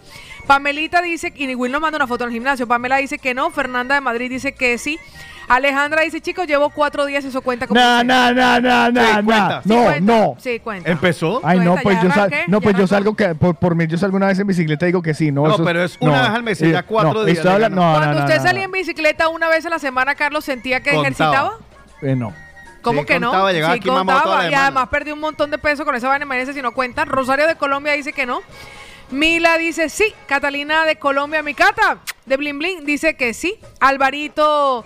Speaker 5: Pamelita dice, y Will nos manda una foto en el gimnasio. Pamela dice que no. Fernanda de Madrid dice que sí. Alejandra dice, chicos, llevo cuatro días, eso cuenta como.
Speaker 3: No,
Speaker 5: un día".
Speaker 3: no, no, no,
Speaker 6: Sí, cuenta.
Speaker 3: no, no.
Speaker 5: Sí,
Speaker 3: No,
Speaker 5: cuenta.
Speaker 3: no.
Speaker 5: Sí, cuenta.
Speaker 6: ¿Empezó?
Speaker 3: Ay, no,
Speaker 5: Cuenta,
Speaker 3: pues
Speaker 5: ya
Speaker 3: yo, sal-
Speaker 5: arranqué,
Speaker 3: no,
Speaker 5: ya
Speaker 3: pues yo
Speaker 5: arranqué.
Speaker 3: salgo, que, por, por mí, yo salgo una vez en bicicleta y digo que sí, no.
Speaker 6: No,
Speaker 3: eso
Speaker 6: pero es una vez al mes, y ya cuatro
Speaker 3: no,
Speaker 6: días
Speaker 3: estoy
Speaker 6: le
Speaker 3: habla-
Speaker 6: ganan.
Speaker 3: no, no,
Speaker 5: Cuando
Speaker 3: no,
Speaker 5: usted
Speaker 3: no,
Speaker 5: salía en bicicleta una vez a la semana, Carlos sentía que
Speaker 6: Contaba.
Speaker 5: ejercitaba.
Speaker 3: no. Eh, no.
Speaker 5: ¿Cómo
Speaker 6: Sí,
Speaker 5: que
Speaker 6: contaba,
Speaker 5: no?
Speaker 6: llegaba
Speaker 5: sí,
Speaker 6: aquí mamado toda la
Speaker 5: contaba. Y
Speaker 6: semana.
Speaker 5: además perdió un montón de peso con esa vaina imagínense si no cuenta. Rosario de Colombia dice que no. Mila dice sí. Catalina de Colombia, mi cata de Blin Blin, dice que sí. Alvarito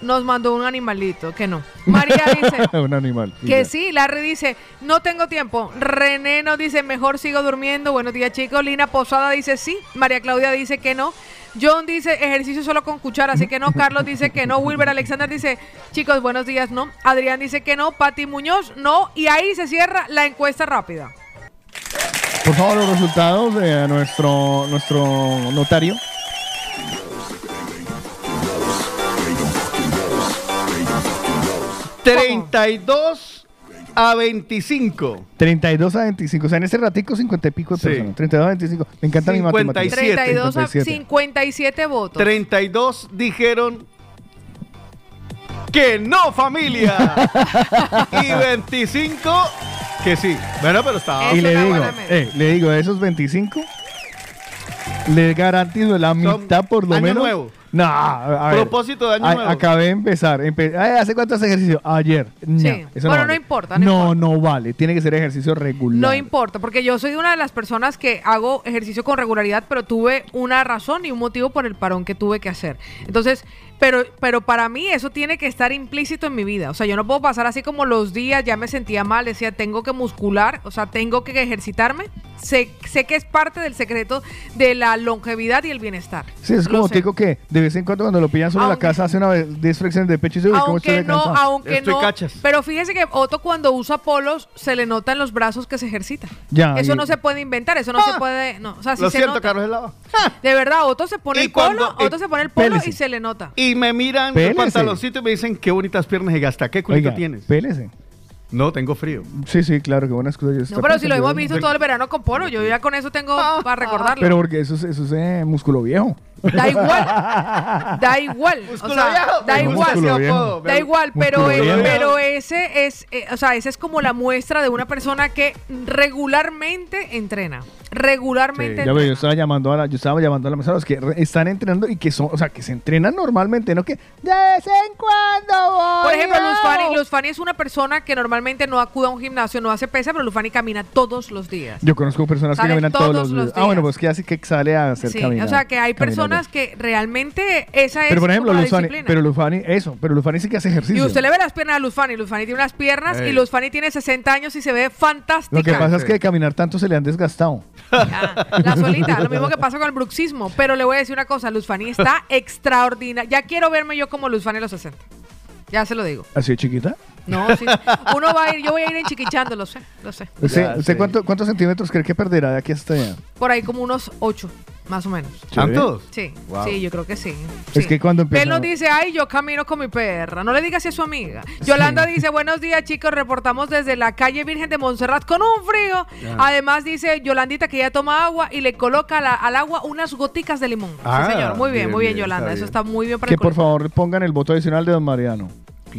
Speaker 5: nos mandó un animalito, que no. María dice
Speaker 3: un animal. y ya.
Speaker 5: que sí. Larry dice, no tengo tiempo. René nos dice, mejor sigo durmiendo. Buenos días, chicos. Lina Posada dice sí. María Claudia dice que no. John dice ejercicio solo con cuchara, así que no. Carlos dice que no. Wilber Alexander dice, chicos, buenos días, no. Adrián dice que no. Pati Muñoz, no. Y ahí se cierra la encuesta rápida.
Speaker 3: Por favor, los resultados de nuestro, nuestro notario.
Speaker 6: ¿Cómo? 32 a 25.
Speaker 3: 32 a 25. O sea, en ese ratico 50 y pico de
Speaker 6: Sí.
Speaker 3: personas. 32 a 25. Me encanta mi matemática.
Speaker 6: 57.
Speaker 5: 32 a
Speaker 3: 57.
Speaker 5: 57 votos.
Speaker 6: 32 dijeron que no, familia. y 25 que sí. Bueno, pero estaba.
Speaker 3: Ah, Y
Speaker 5: Eso
Speaker 3: le
Speaker 5: está
Speaker 3: digo,
Speaker 5: buenamente.
Speaker 3: eh, le digo, de esos 25, le garantizo la
Speaker 6: Son
Speaker 3: mitad por lo
Speaker 6: año
Speaker 3: menos.
Speaker 6: nuevo.
Speaker 3: No, a a ver.
Speaker 6: Propósito de año
Speaker 3: A-
Speaker 6: nuevo.
Speaker 3: Acabé de empezar. empe- Ay, ¿Hace cuánto hace ejercicio? Ayer. No,
Speaker 5: Sí.
Speaker 3: eso
Speaker 5: Bueno, no
Speaker 3: vale.
Speaker 5: importa,
Speaker 3: No,
Speaker 5: no
Speaker 3: no vale. Tiene que ser ejercicio regular.
Speaker 5: No importa, porque yo soy una de las personas que hago ejercicio con regularidad, pero tuve una razón y un motivo por el parón que tuve que hacer. Entonces, pero, pero para mí eso tiene que estar implícito en mi vida. O sea, yo no puedo pasar así como los días, ya me sentía mal, decía, tengo que muscular, o sea, tengo que ejercitarme. Sé, sé que es parte del secreto de la longevidad y el bienestar.
Speaker 3: Sí, es
Speaker 5: Lo
Speaker 3: como
Speaker 5: sé.
Speaker 3: te digo que de vez en cuando cuando lo pillan sobre
Speaker 5: Aunque-
Speaker 3: la casa hace una vez 10 flexiones de pecho y se ve como
Speaker 5: Aunque
Speaker 3: estoy
Speaker 5: no,
Speaker 3: cansado.
Speaker 5: aunque
Speaker 6: Estoy
Speaker 5: no.
Speaker 6: cachas.
Speaker 5: Pero fíjese que Otto cuando usa polos se le nota en los brazos que se ejercita.
Speaker 3: Ya, y-
Speaker 5: eso
Speaker 3: Ah.
Speaker 5: no se puede inventar, eso no se puede. No, o sea, sí
Speaker 6: Lo
Speaker 5: se
Speaker 6: siento,
Speaker 5: nota.
Speaker 6: Carlos Helado.
Speaker 5: De verdad, Otto se pone
Speaker 6: Y
Speaker 5: el polo,
Speaker 6: cuando- y-
Speaker 5: Otto se pone el polo
Speaker 3: Pélese.
Speaker 5: y se le nota.
Speaker 6: Y me miran el
Speaker 3: Pélese.
Speaker 6: pantaloncito y me dicen qué bonitas piernas y gasta. ¿Qué culito
Speaker 3: Oiga,
Speaker 6: tienes?
Speaker 3: pélese.
Speaker 6: No, tengo frío.
Speaker 3: Sí, sí, claro, qué buena excusa. Yo
Speaker 5: No,
Speaker 3: estaba
Speaker 5: pero si lo
Speaker 3: pensando,
Speaker 5: hemos
Speaker 3: yo-
Speaker 5: visto todo el verano con polo, yo ya con eso tengo
Speaker 6: Ah.
Speaker 5: para recordarlo.
Speaker 3: Pero porque eso es, eso es eh, músculo viejo.
Speaker 5: da igual, da igual, o sea, da
Speaker 6: me gusta
Speaker 5: igual.
Speaker 6: ese
Speaker 3: Músculo bien.
Speaker 6: apodo, me-
Speaker 5: Da igual, pero,
Speaker 3: Músculo
Speaker 5: eh,
Speaker 3: bien.
Speaker 5: pero ese es, eh, o sea, ese es como la muestra de una persona que regularmente entrena. Regularmente
Speaker 3: Ya veo, yo
Speaker 5: entrena.
Speaker 3: estaba llamando a la, yo estaba llamando a la mesa, los que re- están entrenando y que son, o sea, que se entrenan normalmente, no que de vez en cuando voy.
Speaker 5: Por ejemplo,
Speaker 3: no".
Speaker 5: Luz Fanny, Luz Fanny es una persona que normalmente no acude a un gimnasio, no hace pesa, pero Luz Fanny camina todos los días.
Speaker 3: Yo conozco personas que
Speaker 5: Salen
Speaker 3: caminan todos, los, días. Ah, bueno,
Speaker 5: días.
Speaker 3: pues que hace que sale a hacer
Speaker 5: Sí,
Speaker 3: caminar,
Speaker 5: o sea que hay
Speaker 3: caminando.
Speaker 5: personas que realmente esa es
Speaker 3: Pero por ejemplo,
Speaker 5: como la
Speaker 3: Luz Fanny,
Speaker 5: disciplina.
Speaker 3: pero Luz Fanny, eso, pero Luz Fanny sí que hace ejercicio.
Speaker 5: y usted le ve las piernas a Luz Fanny, Luz Fanny tiene unas piernas
Speaker 6: Ey.
Speaker 5: y Luz Fanny tiene 60 años y se ve fantástica.
Speaker 3: Lo que pasa es
Speaker 6: Sí.
Speaker 3: que de caminar tanto se le han desgastado.
Speaker 5: Ya, la solita, lo mismo que pasa con el bruxismo, pero le voy a decir una cosa, Luz Fanny está extraordinaria. Ya quiero verme yo como Luz Fanny a los 60. Ya se lo digo.
Speaker 3: ¿Así de chiquita?
Speaker 5: No, sí. Uno va a ir, yo voy a ir enchiquichando, lo sé, lo sé.
Speaker 3: ¿Usted,
Speaker 6: Ya
Speaker 3: usted
Speaker 6: sé.
Speaker 3: cuánto- cuántos centímetros cree que perderá de aquí hasta allá?
Speaker 5: Por ahí como unos 8, más o menos.
Speaker 6: ¿Tantos?
Speaker 5: Sí,
Speaker 6: Wow.
Speaker 5: sí, yo creo que sí.
Speaker 3: Es
Speaker 5: sí.
Speaker 3: que cuando empieza-
Speaker 5: Él nos dice, ay, yo camino con mi perra. No le digas si es su amiga. Yolanda dice, buenos días, chicos. Reportamos desde la calle Virgen de Montserrat con un frío. Además, dice Yolandita que ya toma agua y le coloca a la- al agua unas goticas de limón.
Speaker 6: Ah,
Speaker 5: sí, señor. Muy bien,
Speaker 6: bien,
Speaker 5: muy bien,
Speaker 6: bien,
Speaker 5: Yolanda.
Speaker 6: está
Speaker 5: Eso
Speaker 6: bien.
Speaker 5: está muy bien para
Speaker 3: Que
Speaker 5: el
Speaker 3: por
Speaker 5: corazón.
Speaker 3: favor pongan el voto adicional de don Mariano.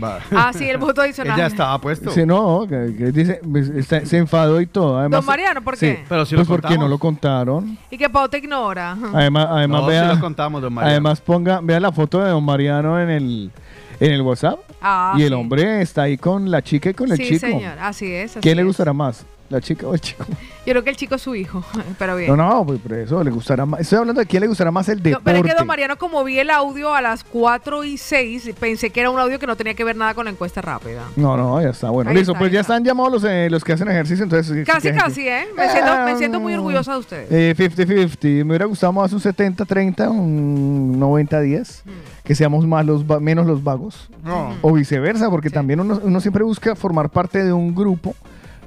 Speaker 6: Va.
Speaker 5: Ah, sí, el voto adicional.
Speaker 6: Ella estaba puesto.
Speaker 3: Sí, no, que, que dice, pues, está- se enfadó y todo. Además,
Speaker 5: Don Mariano, ¿por qué?
Speaker 6: Pero si lo
Speaker 3: pues porque
Speaker 6: contamos.
Speaker 3: no lo contaron.
Speaker 5: Y que Pau te ignora.
Speaker 3: Además, además
Speaker 6: No, sí
Speaker 3: vea,
Speaker 6: lo contamos, don Mariano.
Speaker 3: además ponga, vea la foto de don Mariano en el, en el WhatsApp.
Speaker 5: Ah,
Speaker 3: y el
Speaker 5: sí.
Speaker 3: hombre está ahí con la chica y con el
Speaker 5: sí,
Speaker 3: chico.
Speaker 5: señor. Así es. así
Speaker 3: ¿Quién le
Speaker 5: es.
Speaker 3: gustará más? ¿La chica o el chico?
Speaker 5: Yo creo que el chico es su hijo, pero bien.
Speaker 3: No, no, pues por eso le gustará más. Estoy hablando de quién le gustará más el
Speaker 5: No,
Speaker 3: deporte.
Speaker 5: pero es que don Mariano, como vi el audio a las 4 y 6, pensé que era un audio que no tenía que ver nada con la encuesta rápida.
Speaker 3: No, no, ya está bueno.
Speaker 5: Ahí
Speaker 3: Listo,
Speaker 5: está, ahí
Speaker 3: pues ya
Speaker 5: está.
Speaker 3: están llamados los, eh, los que hacen ejercicio, entonces.
Speaker 5: Casi,
Speaker 3: ¿qué gente?
Speaker 5: casi, ¿eh? Me siento, me siento
Speaker 3: Ah.
Speaker 5: muy orgullosa de ustedes.
Speaker 3: Eh, 50-50. Me hubiera gustado más un 70-30, un 90-10.
Speaker 5: Mm.
Speaker 3: Que seamos más los va- menos los vagos.
Speaker 6: No.
Speaker 3: O viceversa, porque
Speaker 5: Sí.
Speaker 3: también uno, uno siempre busca formar parte de un grupo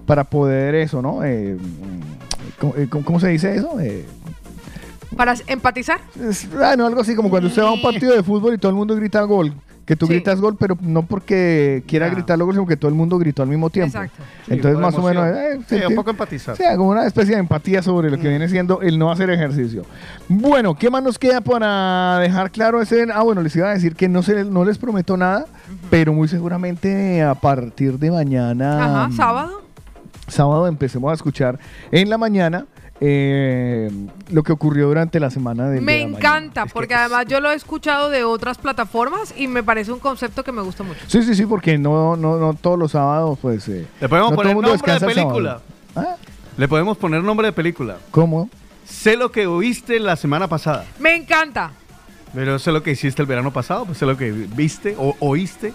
Speaker 3: para poder eso, ¿no? Eh, mm, ¿cómo, eh, cómo- cómo se dice eso? Eh,
Speaker 5: Para empatizar,
Speaker 3: es- ah, no, algo así como cuando usted va a un partido de fútbol y todo el mundo grita gol. Que tú
Speaker 5: Sí.
Speaker 3: gritas gol, pero no porque quiera
Speaker 6: Ya.
Speaker 3: gritarlo, sino que todo el mundo gritó al mismo tiempo.
Speaker 5: Exacto.
Speaker 6: Sí,
Speaker 3: Ah, Entonces,
Speaker 6: un
Speaker 3: más
Speaker 6: poco
Speaker 3: o
Speaker 6: de
Speaker 3: menos.
Speaker 6: emoción.
Speaker 3: eh,
Speaker 6: Sí,
Speaker 3: sentí-
Speaker 6: un poco empatizar.
Speaker 3: o sea, como una especie de empatía sobre
Speaker 5: Mm.
Speaker 3: lo que viene siendo el no hacer ejercicio. Bueno, ¿qué más nos queda para dejar claro ese? Ah, bueno, les iba a decir que no, se, no les prometo nada, pero muy seguramente a partir de mañana. mm,
Speaker 5: Ajá, sábado.
Speaker 3: sábado empecemos a escuchar en la mañana eh, lo que ocurrió durante la semana del de
Speaker 5: Me
Speaker 3: la mañana.
Speaker 5: encanta,
Speaker 3: Es que
Speaker 5: porque
Speaker 3: es-
Speaker 5: además yo lo he escuchado de otras plataformas y me parece un concepto que me gusta mucho.
Speaker 3: Sí, sí, sí, porque no, no, no todos los sábados, pues. eh,
Speaker 6: Le podemos
Speaker 3: no todo
Speaker 6: poner
Speaker 3: el mundo
Speaker 6: nombre de
Speaker 3: descansa el sábado.
Speaker 6: película.
Speaker 3: ¿Ah?
Speaker 6: Le podemos poner nombre de película.
Speaker 3: ¿Cómo?
Speaker 6: Sé lo que oíste la semana pasada,
Speaker 5: Me encanta.
Speaker 6: pero sé lo que hiciste el verano pasado, pues sé lo que viste o oíste.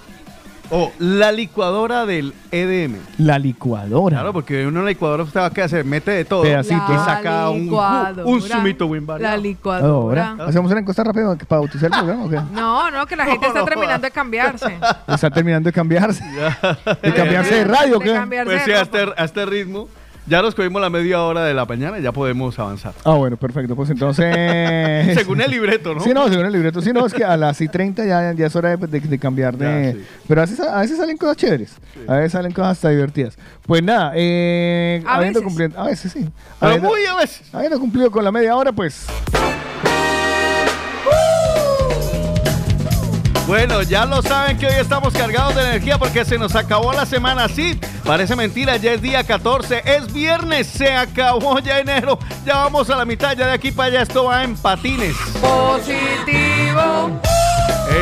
Speaker 6: O la licuadora del EDM.
Speaker 3: La licuadora.
Speaker 6: Claro, porque uno en la licuadora usted va a qué hacer, mete de todo.
Speaker 3: Pedacito. Así que-
Speaker 5: La
Speaker 6: Y saca un ju-
Speaker 5: licuadora,
Speaker 6: un zumito bien variado.
Speaker 5: La
Speaker 3: Ahora,
Speaker 5: licuadora.
Speaker 3: Ah, ¿Hacemos una encuesta rápida para bautizar el programa o qué?
Speaker 5: No, no, que la gente
Speaker 6: No,
Speaker 5: está
Speaker 6: no.
Speaker 5: terminando de cambiarse.
Speaker 3: Está terminando de cambiarse. De cambiarse de
Speaker 5: De
Speaker 3: radio, ¿qué?
Speaker 5: cambiarse
Speaker 6: Pues sí,
Speaker 5: de
Speaker 6: a
Speaker 5: ropa.
Speaker 6: este, a este ritmo. Ya nos comimos la media hora de la mañana, ya podemos avanzar.
Speaker 3: Ah, bueno, perfecto. Pues entonces.
Speaker 6: Según el libreto, ¿no?
Speaker 3: Sí, no, según el libreto. Sí, no, es que a las y 30 ya, ya es hora de, de- de cambiar de.
Speaker 6: Ya, sí.
Speaker 3: Pero a veces, a veces salen cosas chéveres. A veces salen cosas hasta divertidas. Pues nada, eh,
Speaker 5: A
Speaker 3: habiendo
Speaker 5: veces.
Speaker 3: cumplido. A veces sí.
Speaker 6: Pero
Speaker 3: Habiendo,
Speaker 6: muy a veces.
Speaker 3: habiendo cumplido con la media hora, pues.
Speaker 6: Bueno, ya lo saben que hoy estamos cargados de energía porque se nos acabó la semana, sí. Parece mentira, ya es día 14, es viernes, se acabó ya enero. Ya vamos a la mitad, ya de aquí para allá esto va en patines.
Speaker 5: Positivo.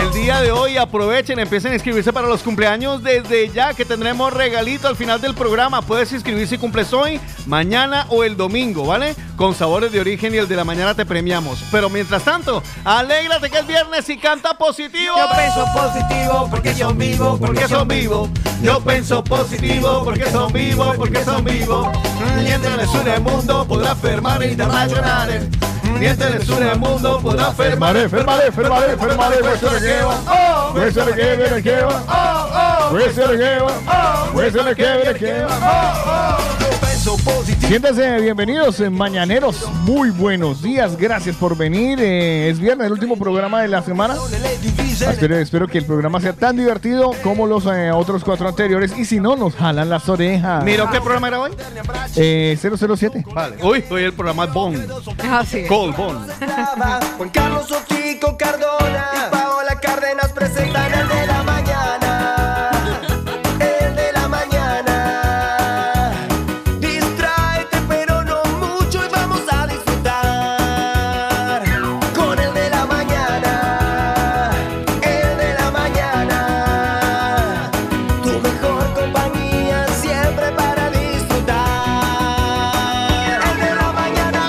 Speaker 6: El día de hoy aprovechen, empiecen a inscribirse para los cumpleaños desde ya que tendremos regalito al final del programa. Puedes inscribir si cumples hoy, mañana o el domingo, ¿vale? Con sabores de origen y el de la mañana te premiamos. Pero mientras tanto, alégrate que es viernes y canta positivo.
Speaker 5: Yo pienso
Speaker 6: positivo porque son vivos, porque son vivos. Yo pienso positivo porque son vivos, porque son vivos. Mientras sur el mundo podrás firmar internacionales. Mientras sur el mundo podrás firmar
Speaker 3: Fermaré, fermaré, fermaré, fermaré. Pues se le lleva. Pues se le lleva, le lleva. Pues se le lleva. Pues se le lleva, le lleva. Siéntense bienvenidos, eh, mañaneros. Muy buenos días, gracias por venir. eh, es viernes, el último programa de la semana. Espero, espero que el programa sea tan divertido como los eh, otros cuatro anteriores. Y si no, nos jalan las orejas.
Speaker 6: Mira, ¿qué programa era hoy?
Speaker 3: Eh, 007.
Speaker 6: Vale. Uy, hoy el programa es Bond.
Speaker 5: Así es.
Speaker 6: Cold Bond.
Speaker 7: Juan Carlos Otico Cardona y Paola Cárdenas presentan el de la mañana. El de la mañana. Distráete, pero no mucho y vamos a disfrutar. Con el de la mañana. El de la mañana. Tu mejor compañía siempre para disfrutar. El de la mañana.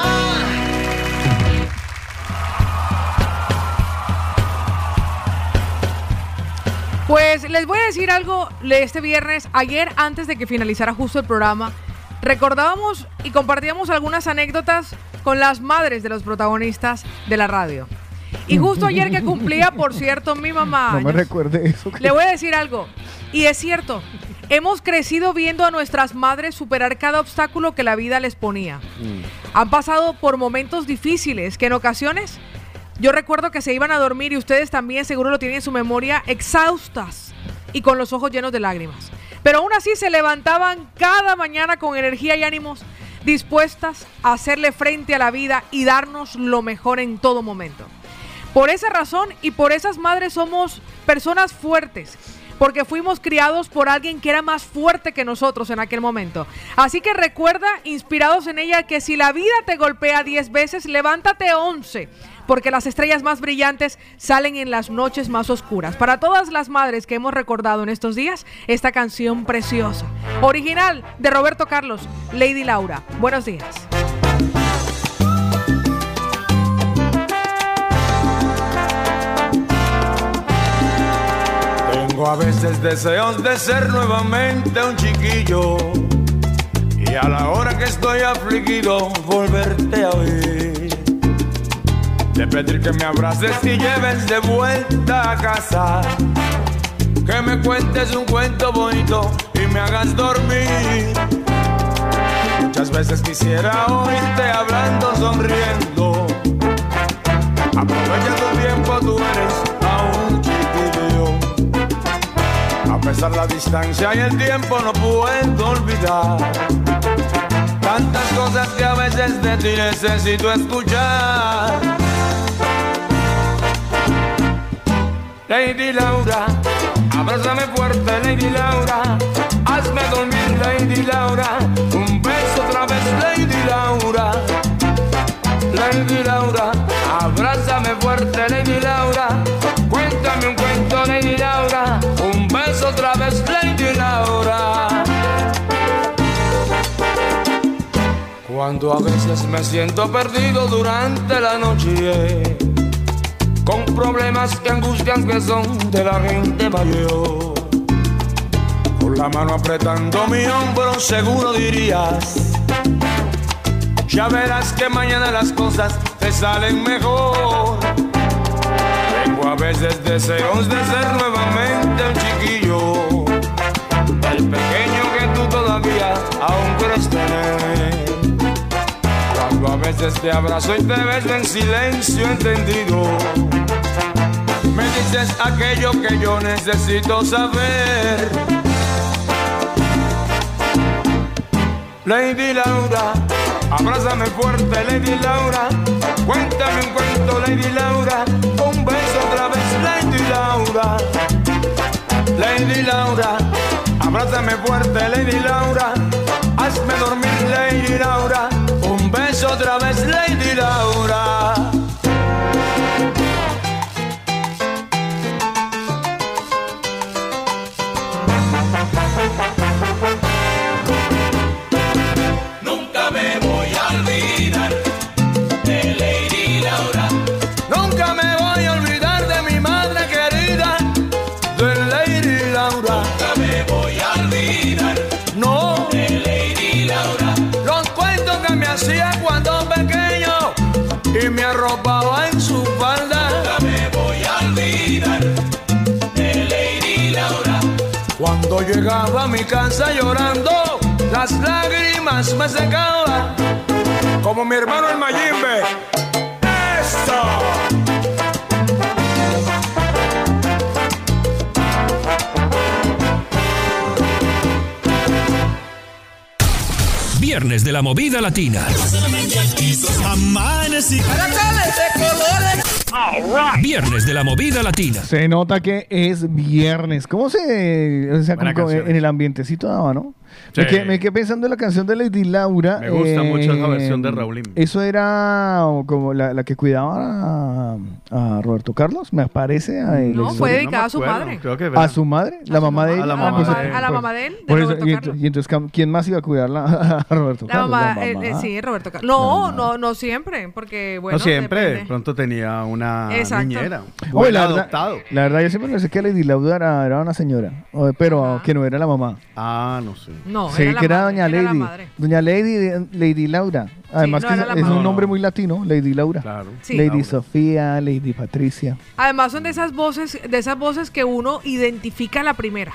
Speaker 5: Pues les voy a decir algo de este viernes. Ayer, antes de que finalizara justo el programa, recordábamos y compartíamos algunas anécdotas con las madres de los protagonistas de la radio. Y justo ayer que cumplía, por cierto, mi mamá.
Speaker 3: No me
Speaker 5: años,
Speaker 3: recuerde eso.
Speaker 5: le voy a decir algo. Y es cierto, hemos crecido viendo a nuestras madres superar cada obstáculo que la vida les ponía. Han pasado por momentos difíciles que en ocasiones yo recuerdo que se iban a dormir y ustedes también seguro lo tienen en su memoria exhaustas y con los ojos llenos de lágrimas. Pero aún así se levantaban cada mañana con energía y ánimos dispuestas a hacerle frente a la vida y darnos lo mejor en todo momento. Por esa razón y por esas madres somos personas fuertes, porque fuimos criados por alguien que era más fuerte que nosotros en aquel momento. Así que recuerda, inspirados en ella, que si la vida te golpea 10 veces, levántate 11. Porque las estrellas más brillantes salen en las noches más oscuras. Para todas las madres que hemos recordado en estos días, esta canción preciosa. Original de Roberto Carlos, Lady Laura. Buenos días.
Speaker 8: Tengo a veces deseos de ser nuevamente un chiquillo y a la hora que estoy afligido volverte a ver. De pedir que me abraces y lleves de vuelta a casa. Que me cuentes un cuento bonito y me hagas dormir. Muchas veces quisiera oírte hablando sonriendo. Aprovecha tu tiempo, tú eres aún chiquillo.
Speaker 9: pesar la distancia y el tiempo no puedo olvidar. Tantas cosas que a veces de ti necesito escuchar. Lady Laura, abrázame fuerte, Lady Laura, hazme dormir, Lady Laura, un beso otra vez, Lady Laura, Lady Laura, abrázame fuerte, Lady Laura, cuéntame un cuento, Lady Laura, un beso otra vez, Lady Laura. Cuando a veces me siento perdido durante la noche con problemas que angustian que son de la gente mayor. Con la mano apretando mi hombro, seguro dirías: Ya verás que mañana las cosas te salen mejor. Tengo a veces deseos de ser nuevamente un chiquillo, el pequeño que tú todavía aún crees tener. Cuando a veces te abrazo y te beso en silencio entendido. Me dices aquello que yo necesito saber. Lady Laura, abrázame fuerte, Lady Laura. Cuéntame un cuento, Lady Laura. Un beso otra vez, Lady Laura. Lady Laura, abrázame fuerte, Lady Laura. Hazme dormir, Lady Laura. Un beso otra vez, Lady Laura. Nunca me voy a olvidar de mi madre querida, de Lady Laura. Nunca me voy a olvidar, no, de Lady Laura. Los cuentos que me hacía cuando pequeño y me arropaba en su falda. Nunca me voy a olvidar de Lady Laura. Cuando llegaba a mi casa llorando, las lágrimas me secaban. Como mi hermano el Mayimbe. ¡Eso!
Speaker 4: Viernes de la movida latina. Viernes de la movida latina.
Speaker 3: Se nota que es viernes. ¿Cómo se.? O sea, como
Speaker 6: Buena
Speaker 3: que
Speaker 6: canción.
Speaker 3: en el ambientecito daba, ¿no?
Speaker 6: Sí.
Speaker 3: Me, quedé, me quedé pensando en la canción de Lady Laura.
Speaker 6: Me
Speaker 3: eh,
Speaker 6: gusta mucho esa versión de Raulín.
Speaker 3: Eso era como la, la que cuidaba a, a Roberto Carlos, me parece. a él.
Speaker 5: No,
Speaker 3: Eso-
Speaker 5: fue
Speaker 6: me
Speaker 5: dedicada a su
Speaker 6: acuerdo,
Speaker 5: padre.
Speaker 6: Creo que
Speaker 3: A su madre, la mamá de él.
Speaker 6: A la
Speaker 5: A
Speaker 3: Ah,
Speaker 5: la
Speaker 6: mamá
Speaker 5: mamá,
Speaker 6: de él.
Speaker 5: a la mamá de él, de
Speaker 3: Por eso,
Speaker 5: Roberto
Speaker 3: y, ent-
Speaker 5: Carlos.
Speaker 3: y entonces, ¿cam- ¿quién más iba a cuidarla a Roberto
Speaker 5: La
Speaker 3: Carlos?
Speaker 5: mamá,
Speaker 3: La
Speaker 5: eh, eh,
Speaker 3: mamá.
Speaker 5: sí, Roberto Carlos. No, no, no siempre, porque bueno.
Speaker 6: no siempre, de
Speaker 5: depende.
Speaker 6: pronto tenía una
Speaker 5: Exacto.
Speaker 6: niñera. O
Speaker 3: Oye,
Speaker 6: era
Speaker 3: la, verdad,
Speaker 6: adoptado.
Speaker 3: la verdad, yo siempre pensé que Lady Laura era, era una señora, o- pero
Speaker 5: Ajá.
Speaker 3: que no era la mamá.
Speaker 6: Ah, no sé.
Speaker 5: No,
Speaker 3: sí,
Speaker 5: la
Speaker 3: que era
Speaker 5: madre,
Speaker 3: Doña
Speaker 5: era la
Speaker 3: Lady.
Speaker 5: madre.
Speaker 3: Doña Lady, de- Lady Laura. Además
Speaker 5: no
Speaker 3: que
Speaker 5: era
Speaker 3: es,
Speaker 5: la
Speaker 3: es
Speaker 5: madre.
Speaker 3: un nombre muy latino, Lady Laura.
Speaker 6: Claro.
Speaker 5: Sí.
Speaker 3: Lady
Speaker 6: Laura.
Speaker 3: Sofía, Lady Patricia.
Speaker 5: Además son de esas voces, de esas voces que uno identifica a la primera.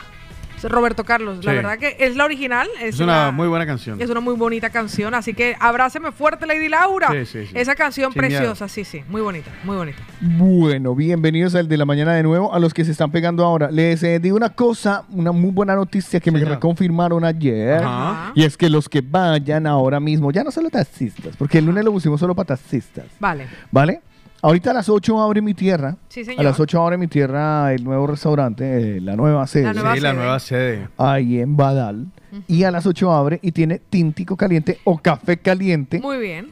Speaker 5: Es Roberto Carlos, la
Speaker 6: Sí.
Speaker 5: verdad que es la original. Es,
Speaker 6: Es una
Speaker 5: la-
Speaker 6: muy buena canción.
Speaker 5: Es una muy bonita canción, así que abráceme fuerte, Lady Laura.
Speaker 6: Sí, sí, sí.
Speaker 5: Esa canción
Speaker 6: Sin
Speaker 5: preciosa, sí, sí, muy bonita, muy bonita.
Speaker 3: Bueno, bienvenidos al de la mañana de nuevo, a los que se están pegando ahora. Les eh, digo una cosa, una muy buena noticia que me
Speaker 6: Señor.
Speaker 3: reconfirmaron ayer.
Speaker 6: Ajá.
Speaker 5: Ajá.
Speaker 3: Y es que los que vayan ahora mismo, ya no solo taxistas, porque el lunes lo pusimos solo para taxistas,
Speaker 5: Vale.
Speaker 3: ¿vale? Ahorita a las 8 abre mi tierra.
Speaker 5: Sí,
Speaker 3: A
Speaker 5: señor.
Speaker 3: las 8 abre mi tierra el nuevo restaurante, eh, la nueva sede.
Speaker 5: La nueva
Speaker 6: sí, la
Speaker 5: sede.
Speaker 6: nueva sede.
Speaker 3: Ahí en Badal. Y a las 8 abre y tiene tintico caliente o café caliente
Speaker 5: Muy bien.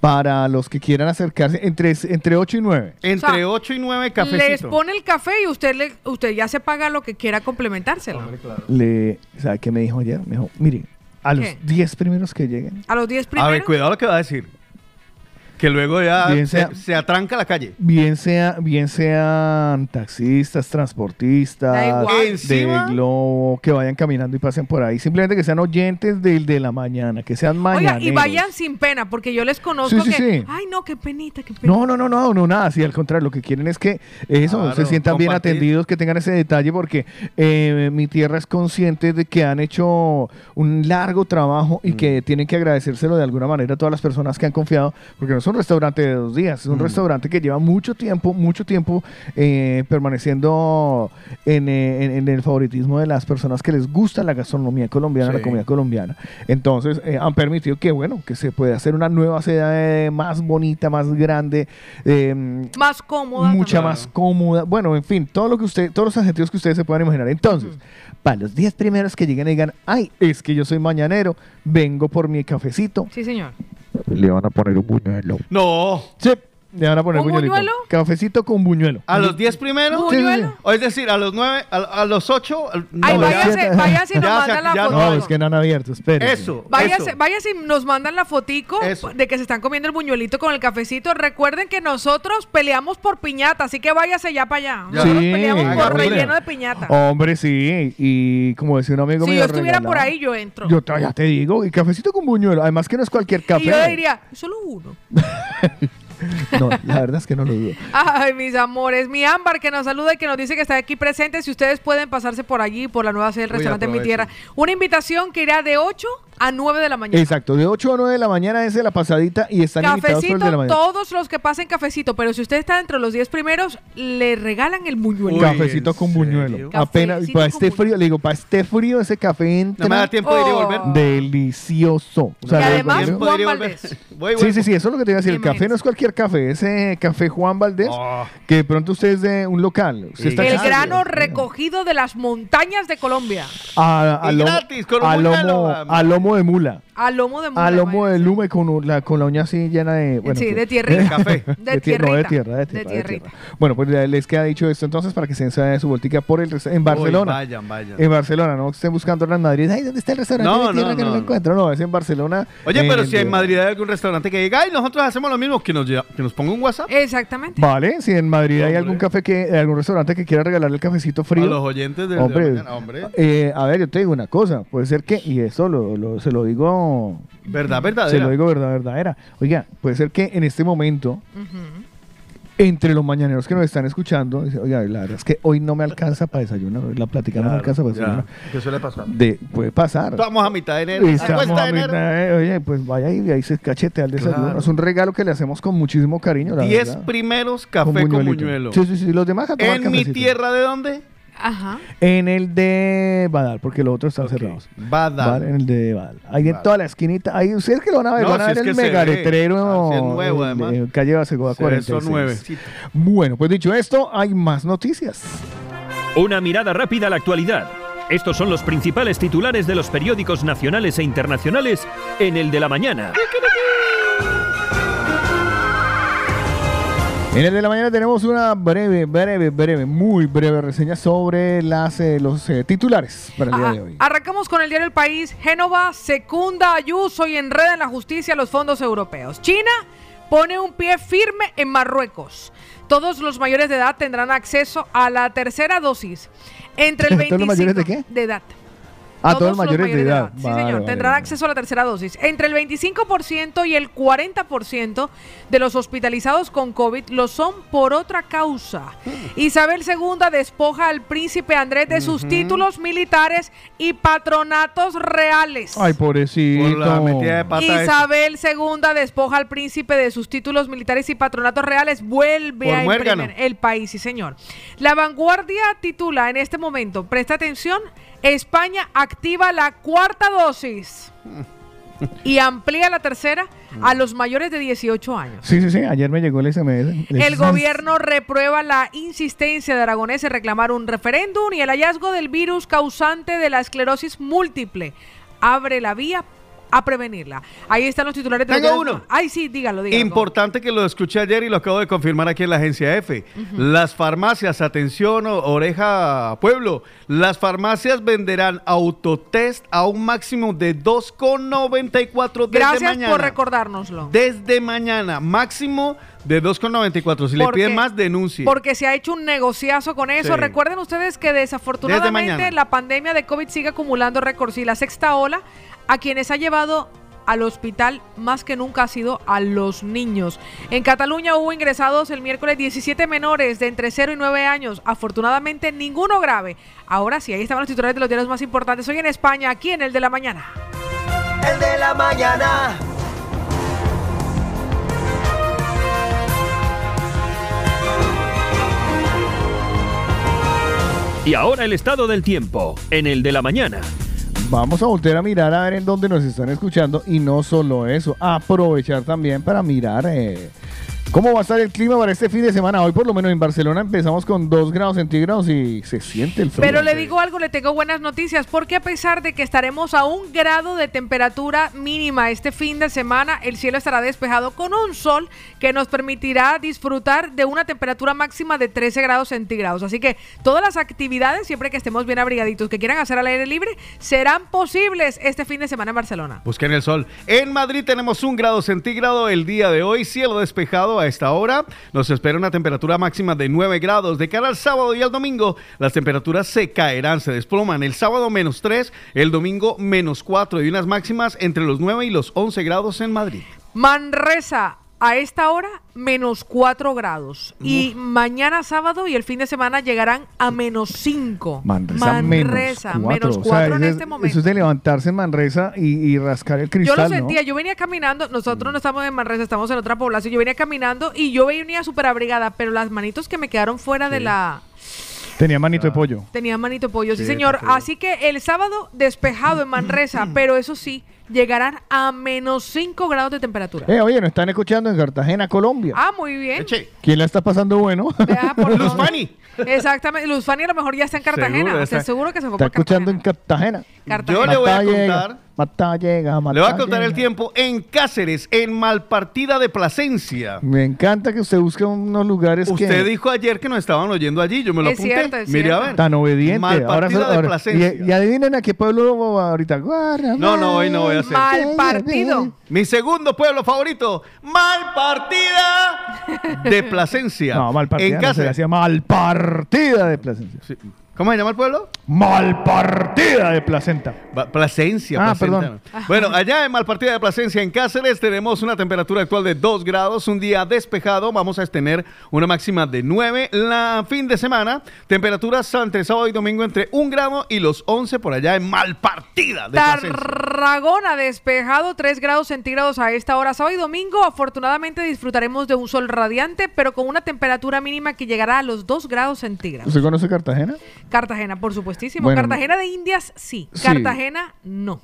Speaker 3: para los que quieran acercarse entre, entre 8 y 9.
Speaker 6: Entre
Speaker 5: O sea,
Speaker 6: 8 y 9
Speaker 5: Les
Speaker 6: cafecitos.
Speaker 5: pone el café y usted le, usted ya se paga lo que quiera complementárselo.
Speaker 3: Le, ¿Sabe qué me dijo ayer? Me dijo, mire, a los
Speaker 5: ¿Qué?
Speaker 3: 10 primeros que lleguen,
Speaker 5: A los 10
Speaker 6: A ver,
Speaker 5: primeros.
Speaker 6: cuidado lo que va a decir. Que luego ya
Speaker 3: Bien,
Speaker 6: se,
Speaker 3: sea-
Speaker 6: se atranca la calle.
Speaker 3: bien, sea, bien sean taxistas,
Speaker 5: Da
Speaker 3: transportistas,
Speaker 5: igual.
Speaker 3: de
Speaker 6: Encima-
Speaker 3: globo, que vayan caminando y pasen por ahí. Simplemente que sean oyentes del de la mañana, que sean mañaneros.
Speaker 5: Oiga, y vayan sin pena, porque yo les conozco
Speaker 3: Sí, sí,
Speaker 5: que.
Speaker 3: sí.
Speaker 5: Ay, no, qué penita, qué penita.
Speaker 3: No, no, no, no, no, nada, sí, al contrario, lo que quieren es que eso,
Speaker 6: Claro,
Speaker 3: se sientan bien
Speaker 6: compartir.
Speaker 3: atendidos, que tengan ese detalle, porque eh, mi tierra es consciente de que han hecho
Speaker 6: Mm.
Speaker 3: un largo trabajo y que tienen que agradecérselo de alguna manera a todas las personas que han confiado, porque no un restaurante de dos días, es
Speaker 6: Mm.
Speaker 3: un restaurante que lleva mucho tiempo, mucho tiempo eh, permaneciendo en, eh, en- en el favoritismo de las personas que les gusta la gastronomía colombiana, la
Speaker 4: Sí.
Speaker 3: comida colombiana. Entonces eh, han permitido que, bueno, que se pueda hacer una nueva sede eh, más bonita, más grande, eh,
Speaker 5: Más cómoda.
Speaker 3: mucha
Speaker 5: también.
Speaker 3: más cómoda. Bueno, en fin, todo lo que usted, todos los adjetivos que ustedes se puedan imaginar. Entonces, para los 10 primeros que lleguen y digan, ay, es que yo soy mañanero, vengo por mi cafecito,
Speaker 5: Sí, señor.
Speaker 3: le van a poner un buñuelo.
Speaker 6: No.
Speaker 3: Sí, le van a poner
Speaker 5: ¿Un
Speaker 3: buñuelito.
Speaker 5: buñuelo?
Speaker 3: Cafecito con buñuelo.
Speaker 6: A los 10 primeros.
Speaker 3: Sí, sí, sí.
Speaker 5: ¿Buñuelo?
Speaker 6: O es decir, a los 9, a, a los 8.
Speaker 5: Ay,
Speaker 3: No,
Speaker 5: váyase,
Speaker 3: ya-
Speaker 5: váyase y nos
Speaker 6: Ya se-
Speaker 5: manda la
Speaker 6: ya no,
Speaker 5: fotico.
Speaker 3: No, es que no han abierto, espere.
Speaker 6: Eso.
Speaker 5: Váyase,
Speaker 6: eso.
Speaker 5: váyase y nos mandan la fotico
Speaker 6: Eso.
Speaker 5: de que se están comiendo el buñuelito con el cafecito. Recuerden que nosotros peleamos por piñata, así que váyase ya para allá.
Speaker 6: Ya.
Speaker 5: Nosotros
Speaker 3: Sí,
Speaker 5: peleamos por
Speaker 6: hombre.
Speaker 5: relleno de piñata.
Speaker 3: Hombre, sí, y como decía un amigo
Speaker 5: si
Speaker 3: mío,
Speaker 5: yo estuviera
Speaker 3: regalado.
Speaker 5: por ahí, yo entro.
Speaker 3: Yo te- ya te digo, y cafecito con buñuelo, además que no es cualquier café.
Speaker 5: y yo diría, solo uno.
Speaker 3: No, la verdad es que no lo dudo.
Speaker 5: Ay, mis amores, mi Ámbar que nos saluda y que nos dice que está aquí presente. Si ustedes pueden pasarse por allí, por la nueva sede del
Speaker 6: Uy,
Speaker 5: restaurante Mi
Speaker 6: aprovechen.
Speaker 5: Tierra. Una invitación que irá de 8 a 9 de la mañana.
Speaker 3: Exacto, de 8 a 9 de la mañana es de la pasadita y están invitados por el de la
Speaker 5: Cafecito,
Speaker 3: mañana.
Speaker 5: todos los que pasen cafecito, pero si usted está entre los 10 primeros, le regalan el
Speaker 6: Uy,
Speaker 5: buñuelo.
Speaker 3: Cafecito
Speaker 6: ¿en
Speaker 3: con
Speaker 6: serio?
Speaker 3: buñuelo.
Speaker 5: Cafecito
Speaker 3: Apenas, para
Speaker 5: con
Speaker 3: este
Speaker 5: buñuelo.
Speaker 3: frío, le digo, para este frío ese café entra
Speaker 6: No me da tiempo de ir y
Speaker 5: Oh.
Speaker 6: volver.
Speaker 3: delicioso. O
Speaker 5: Y
Speaker 3: le-
Speaker 5: además,
Speaker 3: le-
Speaker 6: Tiempo de ir
Speaker 5: Juan
Speaker 6: y volver.
Speaker 5: Valdés.
Speaker 6: Voy, voy.
Speaker 3: Sí, sí, sí, eso es lo que te iba a decir. El
Speaker 5: Imagínense.
Speaker 3: café no es cualquier café, ese café Juan Valdés,
Speaker 6: Oh.
Speaker 3: que de pronto usted es de un local. Usted
Speaker 6: Y-
Speaker 3: está
Speaker 5: El
Speaker 6: Gracias.
Speaker 5: grano recogido de las montañas de Colombia.
Speaker 3: a, a
Speaker 6: Y
Speaker 3: lomo,
Speaker 6: gratis, con un
Speaker 3: a
Speaker 6: buñuelo,
Speaker 3: lomo,
Speaker 6: am.
Speaker 3: a lomo de mula.
Speaker 5: A lomo de mula.
Speaker 3: A lomo
Speaker 5: vaya.
Speaker 3: de luma y con, un- la, con la uña así llena de... bueno,
Speaker 5: Sí,
Speaker 3: en
Speaker 5: de
Speaker 3: fin.
Speaker 5: tierrita.
Speaker 6: De café.
Speaker 5: De
Speaker 3: De tierra, no, de
Speaker 5: tierrita.
Speaker 3: tierra, de
Speaker 5: De
Speaker 3: tierra, de
Speaker 5: tierrita.
Speaker 3: tierra. Bueno, pues ya les queda dicho esto entonces para que se den su voltica por el resta- en Barcelona.
Speaker 6: Uy, vayan, vayan.
Speaker 3: En Barcelona, no estén buscando en Madrid. Ay, ¿dónde está el restaurante
Speaker 6: No,
Speaker 3: de tierra
Speaker 6: no,
Speaker 3: que no,
Speaker 6: no,
Speaker 3: lo
Speaker 6: no.
Speaker 3: encuentro? No, es en Barcelona.
Speaker 6: Oye, pero si
Speaker 3: en
Speaker 6: en Madrid hay algún restaurante que diga, ay, nosotros hacemos lo mismo, que nos, lleva- que nos ponga un WhatsApp.
Speaker 5: Exactamente.
Speaker 3: Vale, si en Madrid hay
Speaker 6: Hombre.
Speaker 3: algún café que, algún restaurante que quiera regalar el cafecito frío.
Speaker 6: A los oyentes de, de
Speaker 3: hombre,
Speaker 6: mañana, hombre.
Speaker 3: eh, a ver, yo te digo una cosa, puede ser que, y eso lo, lo- se lo digo,
Speaker 6: Verdad,
Speaker 3: se
Speaker 6: verdadera.
Speaker 3: lo digo verdad, verdadera. Oiga, puede ser que en este momento, entre los mañaneros que nos están escuchando, dice, oiga, la verdad es que hoy no me alcanza para desayunar, hoy la plática no me alcanza para desayunar.
Speaker 6: ¿Qué suele pasar?
Speaker 3: pues, De, puede pasar.
Speaker 6: Estamos a mitad de enero.
Speaker 3: Estamos
Speaker 6: Cuesta
Speaker 3: a
Speaker 6: de enero.
Speaker 3: mitad de- oye, pues vaya y ahí se cachete al desayuno.
Speaker 6: Claro.
Speaker 3: Es un regalo que le hacemos con muchísimo cariño. La
Speaker 6: 10
Speaker 3: verdad.
Speaker 6: primeros café con,
Speaker 3: buñuelito.
Speaker 6: buñuelo.
Speaker 3: Sí, sí, sí. Los demás a tomar
Speaker 6: ¿En mi
Speaker 3: cafecito.
Speaker 6: tierra de dónde?
Speaker 5: Ajá.
Speaker 3: En el de Badal, porque los otros están cerrados.
Speaker 6: Badal.
Speaker 3: Vale, en el de Badal. Ahí en toda la esquinita. Ahí ustedes que lo van a ver.
Speaker 6: No,
Speaker 3: van a
Speaker 6: si
Speaker 3: ver
Speaker 6: es
Speaker 3: el
Speaker 6: que se ve.
Speaker 3: megaretrero.
Speaker 6: Ah, si es nuevo,
Speaker 3: en-
Speaker 6: además.
Speaker 3: en calle Basegoa
Speaker 6: Se ve
Speaker 3: 46.
Speaker 6: Eso nueve.
Speaker 3: Bueno, pues dicho esto, hay más noticias.
Speaker 1: Una mirada rápida a la actualidad. Estos son los principales titulares de los periódicos nacionales e internacionales en el de la mañana.
Speaker 3: En el de la mañana tenemos una breve, breve, breve, muy breve reseña sobre las, eh, los eh, titulares para el día
Speaker 5: Ajá.
Speaker 3: de hoy.
Speaker 5: Arrancamos con el diario El País. Génova secunda a Ayuso y enreda en la justicia los fondos europeos. China pone un pie firme en Marruecos. Todos los mayores de edad tendrán acceso a la tercera dosis. Entre el
Speaker 3: ¿Todos
Speaker 5: 25
Speaker 3: los mayores de qué?
Speaker 5: De edad.
Speaker 3: A todos, mayores, de edad.
Speaker 5: Sí,
Speaker 3: Vale,
Speaker 5: señor.
Speaker 3: vale,
Speaker 5: Tendrán
Speaker 3: vale.
Speaker 5: acceso a la tercera dosis. Entre el 25% y el 40% de los hospitalizados con COVID lo son por otra causa.
Speaker 3: Mm.
Speaker 5: Isabel II despoja al príncipe Andrés de sus títulos militares y patronatos reales.
Speaker 3: Ay, pobrecito.
Speaker 6: Por la metida de pata. esa.
Speaker 5: Isabel II despoja al príncipe de sus títulos militares y patronatos reales. Vuelve
Speaker 6: Por
Speaker 5: a
Speaker 6: muérgano.
Speaker 5: imprimir el país, sí, señor. La vanguardia titula en este momento, presta atención, España activa la cuarta dosis y amplía la tercera a los mayores de 18 años.
Speaker 3: Sí, sí, sí. Ayer me llegó el SMS.
Speaker 5: El gobierno reprueba la insistencia de Aragonés en reclamar un referéndum y el hallazgo del virus causante de la esclerosis múltiple abre la vía a prevenirla. Ahí están los titulares. de los
Speaker 6: Tengo
Speaker 5: diarios-
Speaker 6: uno.
Speaker 5: Ay, sí, dígalo, dígalo.
Speaker 6: Importante que lo escuché ayer y lo acabo de confirmar aquí en la agencia F. Las farmacias, atención, o- oreja pueblo, las farmacias venderán autotest a un máximo de 2,94 desde
Speaker 5: Gracias
Speaker 6: mañana.
Speaker 5: por recordárnoslo.
Speaker 6: Desde mañana, máximo de 2,94. Si le
Speaker 5: ¿Por
Speaker 6: piden
Speaker 5: qué?
Speaker 6: más, denuncie.
Speaker 5: Porque se ha hecho un negociazo con eso.
Speaker 6: Sí.
Speaker 5: Recuerden ustedes que desafortunadamente
Speaker 6: mañana.
Speaker 5: la pandemia de COVID sigue acumulando récords y la sexta ola a quienes ha llevado al hospital más que nunca ha sido a los niños. En Cataluña hubo ingresados el miércoles 17 menores de entre 0 y 9 años. Afortunadamente ninguno grave. Ahora sí, ahí estaban los titulares de los diarios más importantes. Hoy en España, aquí en el de la mañana.
Speaker 7: El de la mañana.
Speaker 1: Y ahora el estado del tiempo, en el de la mañana.
Speaker 3: Vamos a volver a mirar a ver en dónde nos están escuchando y no solo eso, aprovechar también para mirar eh, cómo va a estar el clima para este fin de semana. Hoy por lo menos en Barcelona empezamos con 2 grados centígrados y se siente el frío.
Speaker 5: Pero le digo algo, le tengo buenas noticias, porque a pesar de que estaremos a un grado de temperatura mínima este fin de semana, el cielo estará despejado con un sol que nos permitirá disfrutar de una temperatura máxima de 13 grados centígrados. Así que todas las actividades, siempre que estemos bien abrigaditos, que quieran hacer al aire libre, serán posibles este fin de semana en Barcelona.
Speaker 6: Busquen el sol. En Madrid tenemos un grado centígrado el día de hoy, cielo despejado a esta hora. Nos espera una temperatura máxima de 9 grados. De cara al sábado y al domingo, las temperaturas se caerán, se desploman. El sábado menos 3, el domingo menos 4 y unas máximas entre los 9 y los 11 grados en Madrid.
Speaker 5: Manresa, a esta hora, menos 4 grados. Y mañana sábado y el fin de semana llegarán a menos 5.
Speaker 3: Manresa, menos 4
Speaker 5: menos 4 en
Speaker 3: es,
Speaker 5: este momento.
Speaker 3: Eso es de levantarse en Manresa y, y rascar el
Speaker 5: Yo
Speaker 3: cristal,
Speaker 5: lo
Speaker 3: ¿no? Mm.
Speaker 5: sentía, yo venía caminando, nosotros no estamos en Manresa, estamos en otra población, yo venía caminando y yo venía súper abrigada, pero las manitos que me quedaron fuera de la...
Speaker 3: Tenía manito de pollo.
Speaker 5: Tenía manito de pollo, sí, señor. Así que el sábado despejado en Manresa, pero eso sí, llegarán a menos 5 grados de temperatura.
Speaker 3: Eh, oye, nos están escuchando en Cartagena, Colombia.
Speaker 5: Ah, muy bien.
Speaker 6: Eche.
Speaker 3: ¿Quién la está pasando bueno?
Speaker 5: Vea por
Speaker 6: Luz
Speaker 5: dónde.
Speaker 6: Fanny.
Speaker 5: Exactamente. Luz Fanny a lo mejor ya está en Cartagena.
Speaker 6: Seguro,
Speaker 5: o sea,
Speaker 6: está-
Speaker 5: seguro que se fue
Speaker 3: está
Speaker 5: para
Speaker 3: escuchando en
Speaker 5: Cartagena.
Speaker 3: Cartagena.
Speaker 5: Cartagena.
Speaker 6: Yo le voy a
Speaker 3: Matá llega,
Speaker 6: contar-
Speaker 3: Matá llega,
Speaker 6: Le voy a
Speaker 3: Matá
Speaker 6: contar el
Speaker 3: llega.
Speaker 6: tiempo en Cáceres, en Malpartida de Plasencia.
Speaker 3: Me encanta que usted busque unos lugares que...
Speaker 6: Usted dijo ayer que nos estaban oyendo allí, yo me lo
Speaker 5: Es
Speaker 6: apunté.
Speaker 5: cierto, es
Speaker 6: Mire a
Speaker 5: cierto.
Speaker 6: ver.
Speaker 3: Tan obediente. Ahora,
Speaker 6: Malpartida de
Speaker 3: ahora-
Speaker 6: Plasencia.
Speaker 3: y, y adivinen a qué pueblo va ahorita. Guarda,
Speaker 6: No, no, hoy no voy a hacer.
Speaker 5: Mal partido.
Speaker 6: Mi segundo pueblo favorito, Malpartida de Plasencia.
Speaker 3: No, mal partida.
Speaker 6: En
Speaker 3: no se le
Speaker 6: Cáceres.
Speaker 3: hacía mal partida de Plasencia.
Speaker 6: Sí. ¿Cómo se llama el pueblo?
Speaker 3: Mal partida de placenta.
Speaker 6: Ba- Plasencia,
Speaker 3: Ah,
Speaker 6: Placenta. Bueno, allá en Malpartida de Plasencia, en Cáceres, tenemos una temperatura actual de 2 grados, un día despejado, vamos a tener una máxima de 9 la fin de semana, temperaturas entre sábado y domingo entre 1 grado y los 11 por allá en Malpartida de Plasencia.
Speaker 5: Tarragona despejado, 3 grados centígrados a esta hora. Sábado y domingo, afortunadamente disfrutaremos de un sol radiante, pero con una temperatura mínima que llegará a los 2 grados centígrados.
Speaker 3: ¿Usted conoce Cartagena?
Speaker 5: Cartagena, por supuestísimo.
Speaker 3: Bueno,
Speaker 5: Cartagena de Indias, sí.
Speaker 3: Sí.
Speaker 5: Cartagena, no.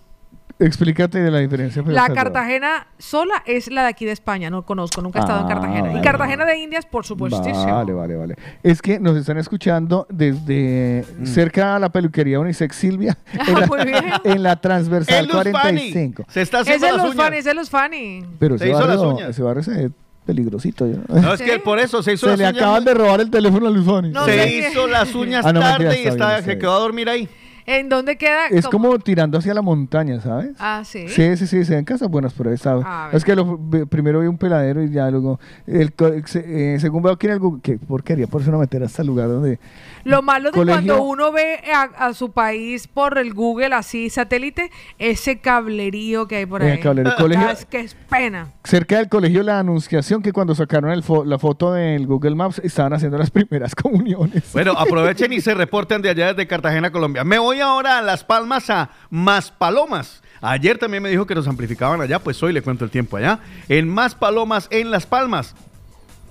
Speaker 3: Explícate de la diferencia. pues,
Speaker 5: La
Speaker 3: Salvador.
Speaker 5: Cartagena sola es la de aquí de España, no conozco, nunca he estado en
Speaker 3: Ah,
Speaker 5: Cartagena.
Speaker 3: vale.
Speaker 5: Y Cartagena de Indias, por supuestísimo.
Speaker 3: Vale, vale, vale. Es que nos están escuchando desde
Speaker 6: Mm.
Speaker 3: cerca a la peluquería Unisex Silvia. En la,
Speaker 5: Muy bien.
Speaker 3: en la
Speaker 6: El
Speaker 3: transversal
Speaker 6: Luz Fanny
Speaker 3: 45.
Speaker 6: se está
Speaker 5: Ese
Speaker 6: haciendo
Speaker 5: es
Speaker 6: las
Speaker 5: los
Speaker 6: uñas.
Speaker 5: Fanny, ese es los Fanny.
Speaker 3: Pero
Speaker 6: Se
Speaker 3: ese
Speaker 6: hizo las
Speaker 3: barrio,
Speaker 6: uñas.
Speaker 3: ese barrio es peligrosito. yo-
Speaker 6: No, es que
Speaker 5: Sí.
Speaker 6: por eso se hizo
Speaker 3: Se
Speaker 6: las
Speaker 3: le
Speaker 6: uñas.
Speaker 3: acaban de robar el teléfono a Luz Fanny.
Speaker 5: No,
Speaker 6: se
Speaker 5: sé qué.
Speaker 6: hizo las uñas
Speaker 3: Ah, no, mentira,
Speaker 6: tarde y
Speaker 3: está
Speaker 6: está,
Speaker 3: bien, está
Speaker 6: se
Speaker 3: bien.
Speaker 6: quedó a dormir ahí.
Speaker 5: ¿En dónde queda?
Speaker 3: Es como tirando hacia la montaña, ¿sabes?
Speaker 5: Ah, sí.
Speaker 3: Sí, sí, sí, se dan casas buenas por ahí, ¿sabes?
Speaker 5: A ver.
Speaker 3: Es que lo- ve- primero vi un peladero y ya luego. El, co- se- eh, según veo aquí en el Google. Qué porquería, por eso no meter hasta el lugar donde.
Speaker 5: Lo malo de
Speaker 3: Colegio-
Speaker 5: cuando uno ve a, a su país por el Google así satélite, ese cablerío que hay por
Speaker 3: Eh,
Speaker 5: ahí.
Speaker 3: cablerío.
Speaker 5: Ah,
Speaker 3: Colegio-
Speaker 5: Es que es pena.
Speaker 3: Cerca del colegio La Anunciación, que cuando sacaron el fo- la foto del Google Maps, estaban haciendo las primeras comuniones.
Speaker 6: Bueno, aprovechen y se reporten de allá desde Cartagena, Colombia. Me voy ahora a Las Palmas a Más Palomas. Ayer también me dijo que nos amplificaban allá, pues hoy le cuento el tiempo allá. En Más Palomas, en Las Palmas.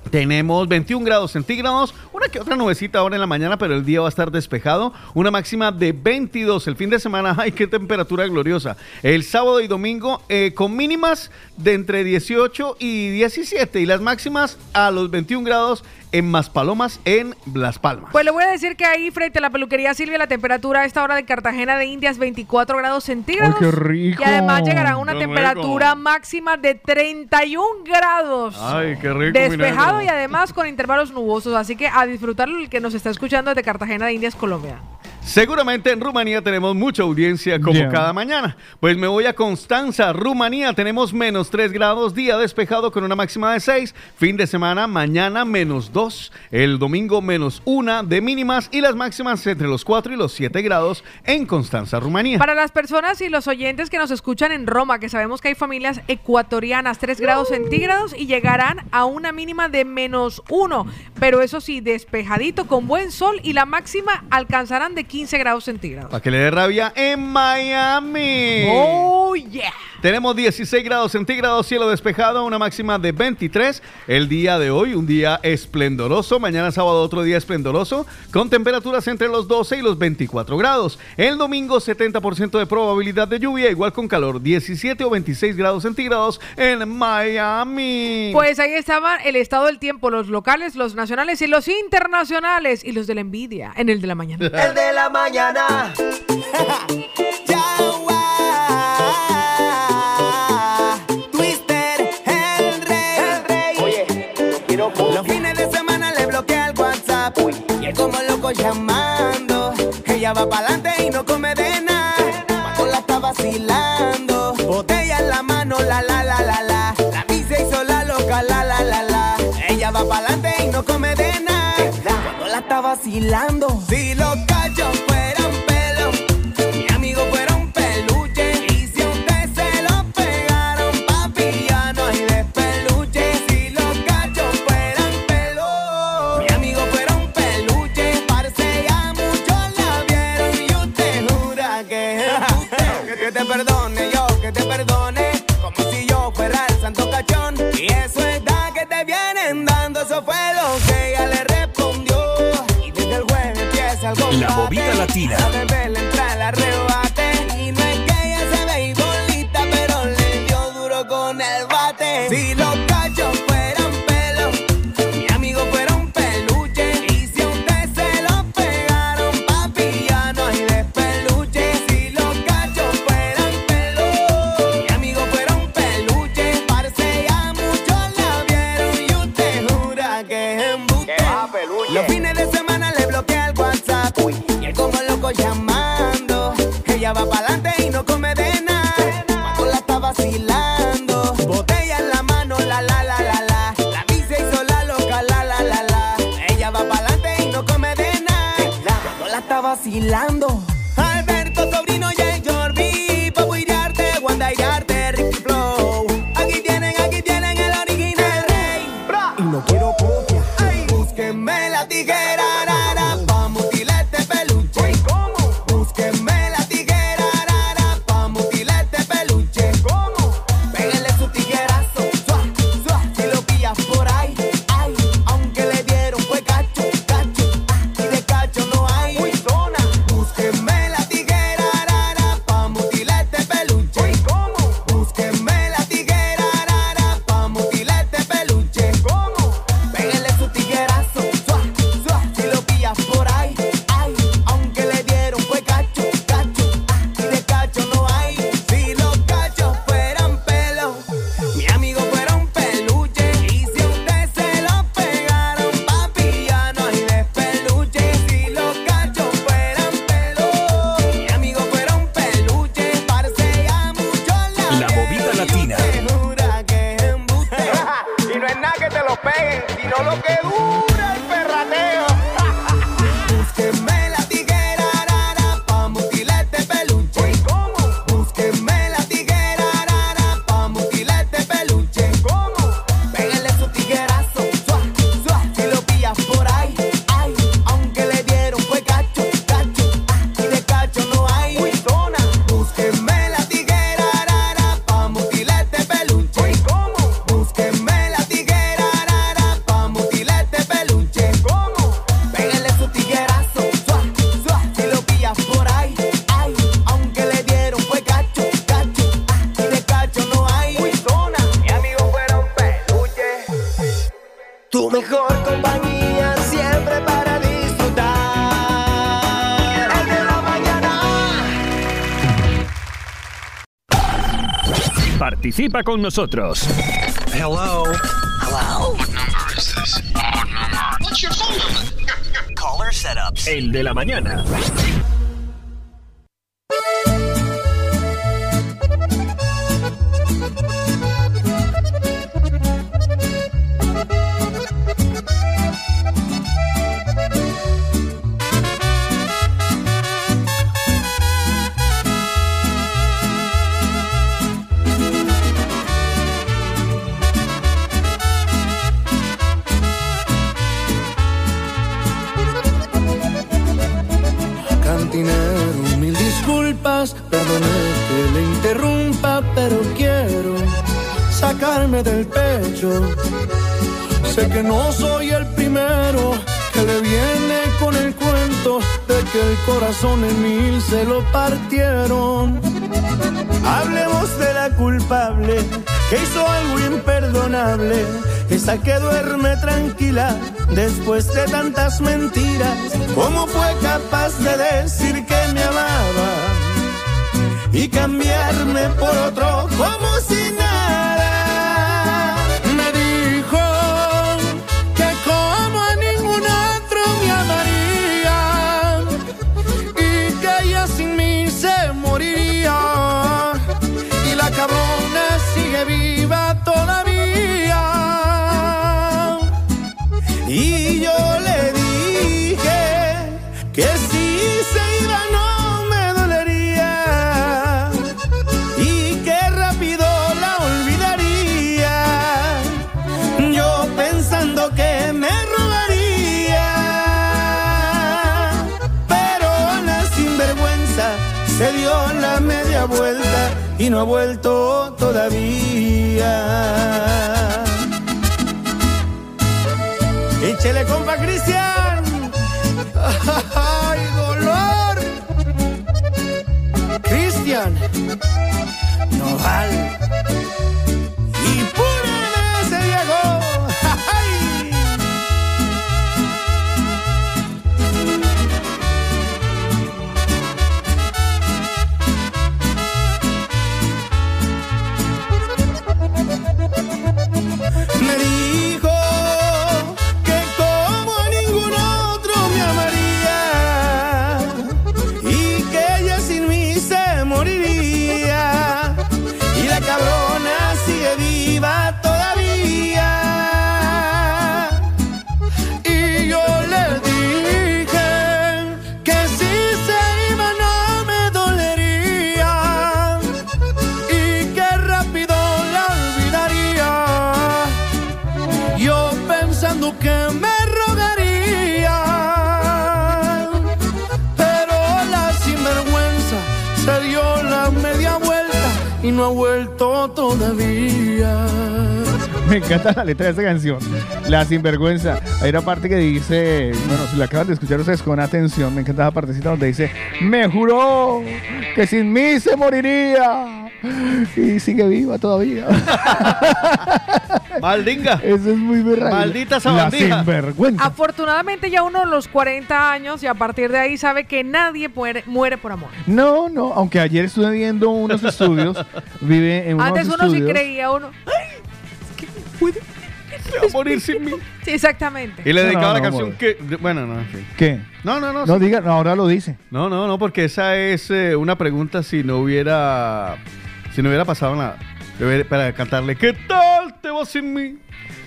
Speaker 6: Tenemos 21 grados centígrados, una que otra nubecita ahora en la mañana, pero el día va a estar despejado. Una máxima de 22 el fin de semana. ¡Ay, qué temperatura gloriosa! El sábado y domingo eh, con mínimas de entre 18 y 17 y las máximas a los 21 grados en Maspalomas, en Las Palmas.
Speaker 5: Pues le voy a decir que ahí frente a la peluquería Silvia la temperatura a esta hora de Cartagena de Indias 24 grados centígrados.
Speaker 3: ¡Ay, qué rico!
Speaker 5: Y además llegará a una
Speaker 6: Qué
Speaker 5: temperatura
Speaker 6: rico.
Speaker 5: máxima de 31 grados.
Speaker 6: Ay, qué rico.
Speaker 5: Despejado y
Speaker 6: milagro.
Speaker 5: además con intervalos nubosos, así que a disfrutarlo el que nos está escuchando desde Cartagena de Indias, Colombia.
Speaker 6: Seguramente en Rumanía tenemos mucha audiencia como
Speaker 3: Ya.
Speaker 6: cada mañana. Pues me voy a Constanza, Rumanía. Tenemos menos 3 grados, día despejado con una máxima de 6. Fin de semana, mañana menos 2. El domingo menos 1 de mínimas y las máximas entre los 4 y los 7 grados en Constanza, Rumanía.
Speaker 5: Para las personas y los oyentes que nos escuchan en Roma, que sabemos que hay familias ecuatorianas, 3 grados centígrados y llegarán a una mínima de menos 1, pero eso sí, despejadito, con buen sol y la máxima alcanzarán de 15 grados centígrados.
Speaker 6: Para que le dé rabia en Miami.
Speaker 5: ¡Oh, yeah!
Speaker 6: Tenemos 16 grados centígrados, cielo despejado, una máxima de 23. El día de hoy, un día esplendoroso. Mañana sábado, otro día esplendoroso, con temperaturas entre los 12 y los 24 grados. El domingo, 70% de probabilidad de lluvia, igual con calor, 17 o 26 grados centígrados en Miami.
Speaker 5: Pues ahí estaba el estado del tiempo, los locales, los nacionales y los internacionales y los de la envidia en el de la mañana.
Speaker 7: El de la mañana. Yawa. Twister, el rey. Oye, Los fines de semana le bloquea el WhatsApp. Y es como loco llamando. Ella va para adelante y no come de nada. Con la está vacilando. Botella en la mano, la la la la la. La misa hizo la loca, la la la la. Ella va para adelante y no come de nada. Cuando la está vacilando. Si los cachos fueran pelos, mi amigo fuera un peluche. Y si a usted se lo pegaron, papi, ya no hay despeluche. Si los cachos fueran pelos, mi amigo fuera un peluche. Parce, ya muchos la vieron y usted jura que que, que te perdone yo, que te perdone. Como si yo fuera el santo cachón. Y eso es da que te vienen dando, eso fue lo que ella le respondió. Y desde el jueves empieza el combate.
Speaker 1: La movida latina.
Speaker 7: A beberle entra el arrebate. Y no es que ella se ve bolita, pero le dio duro con el bate. Si los cachos fueran pelos, mi amigo fuera un peluche. Y si a usted se lo pegaron, papi, ya no hay despeluche. Si los cachos fueran pelos, mi amigo fuera un peluche. Parce, ya muchos la vieron y usted jura que es embuste. Los fines de semana le bloquea el WhatsApp y el como loco llamando. Ella va para adelante y no come de nada. Paco la está vacilando. Botella en la mano, la la la la la. La misa hizo la loca, la la la la. Ella va para adelante y no come de nada. Paco la está vacilando. Alberto, sobrino y el Jordi, pa' guiarte, guandairarte, Ricky Flow. Aquí tienen, aquí tienen el original rey. Y no quiero copia. Ay, búsquenme la tijera, rara, pa' mutilar este peluche. ¿Cómo? Búsquenme la tijera, rara, pa' mutilar este peluche. ¿Cómo? Péguenle su tijerazo, suá, suá, si lo pillas por ahí, ay, aunque le dieron fue cacho, cacho, ah, y de cacho no hay. Uy, zona. Búsquenme la tijera, rara, pa' mutilar este peluche. ¿Cómo? Búsquenme la tijera, rara, pa' mutilar este peluche. ¿Cómo? Péguenle su tijerazo, suá, suá, si lo pillas por ahí, ay, aunque le dieron fue cacho, cacho, ah, y de cacho no hay. Si los cachos fueran pelos, mi amigo fuera un peluche, y si a usted se lo pegaron, papi, ya no hay despeluche. Si los cachos fueran pelos, mi amigo fuera un peluche, parce, ya mucho la
Speaker 1: La movida
Speaker 7: vieron y
Speaker 1: latina.
Speaker 7: usted jura que es embuste.
Speaker 6: y no es nada que te lo peguen, sino lo que dura el perrateo.
Speaker 7: Búsquenme la tijera, rara, pa' mutilar este peluche. ¿Cómo? Búsquenme la tijera, rara, pa' mutilar este peluche. ¿Cómo? Péguenle su tijerazo, suá, suá, si lo pillas por ahí, ay, aunque le dieron fue cacho, cacho, ah, y de cacho no hay. Uy, zona. Búsquenme la tijera, rara, pa' mutilar este peluche. ¿Cómo? Búsquenme la tijera, rara, pa' mutilar este peluche. ¿Cómo? Péguenle su tijerazo, suá, suá, si lo pillas por ahí, ay, aunque le dieron fue cacho, cacho, ah, y de cacho no hay. Uy, zona. Mi amigo fuera un peluche. Tu mejor compañía siempre para disfrutar. El de la mañana.
Speaker 1: Participa con nosotros.
Speaker 10: Hello? Hello? What number is this? Odd number. What's your phone number? Caller setups.
Speaker 1: El de la mañana.
Speaker 11: Cantinflas
Speaker 12: que le interrumpa, pero quiero sacarme del pecho. Sé que no soy el primero que le viene con el cuento de que el corazón en mil se lo partieron.
Speaker 4: Hablemos de la culpable que hizo algo imperdonable, esa que duerme tranquila después de tantas mentiras. ¿Cómo fue capaz de decir que me amaba y cambiarme por otro como si nada? Me dijo que como a ningún otro me amaría y que ella sin mí se moriría. Y la cabrona sigue viva todavía. Y yo le dije que si se iba no me dolería y que rápido la olvidaría. Yo pensando que me robaría, pero la sinvergüenza se dio la media vuelta y no ha vuelto todavía. Échele compa Cristian. ¡Ay, dolor! Cristian. No vale. Y pura ese Diego. ¡Ay! Me dijo que como a ningún otro me amaría y que ella sin mí se moriría y la cabrona sigue viva todavía y yo le dije que si se iba no me dolería y que rápido la olvidaría. Yo pensando que me rogaría, pero la sinvergüenza se dio la media vuelta y no ha vuelto todavía.
Speaker 3: Me encanta la letra de esta canción. La sinvergüenza. Hay una parte que dice, bueno, si la acaban de escuchar ustedes con atención, me encanta la partecita donde dice, me juró que sin mí se moriría. Y sigue viva todavía.
Speaker 6: Maldinga.
Speaker 3: Eso es muy verdad.
Speaker 6: Maldita
Speaker 3: La
Speaker 6: sabandija.
Speaker 3: sinvergüenza.
Speaker 5: Afortunadamente ya uno a los 40 años y a partir de ahí sabe que nadie muere, muere por amor.
Speaker 3: No, no, aunque ayer estuve viendo unos estudios, vive en unos
Speaker 5: Antes uno
Speaker 3: estudios.
Speaker 5: sí creía, uno... "Ay, es que no puede".
Speaker 6: Se va a morir sin mí.
Speaker 5: Sí, exactamente.
Speaker 6: Y le
Speaker 3: No,
Speaker 6: dedicaba
Speaker 3: no,
Speaker 6: la
Speaker 3: no,
Speaker 6: canción
Speaker 3: amor.
Speaker 6: que. Bueno, no, en fin.
Speaker 3: ¿Qué?
Speaker 6: No, no, no.
Speaker 3: No diga, no, ahora lo dice.
Speaker 6: No, no, no, porque esa es eh, una pregunta si no hubiera. Si no hubiera pasado nada. Deber- para cantarle, ¿qué tal te va sin mí?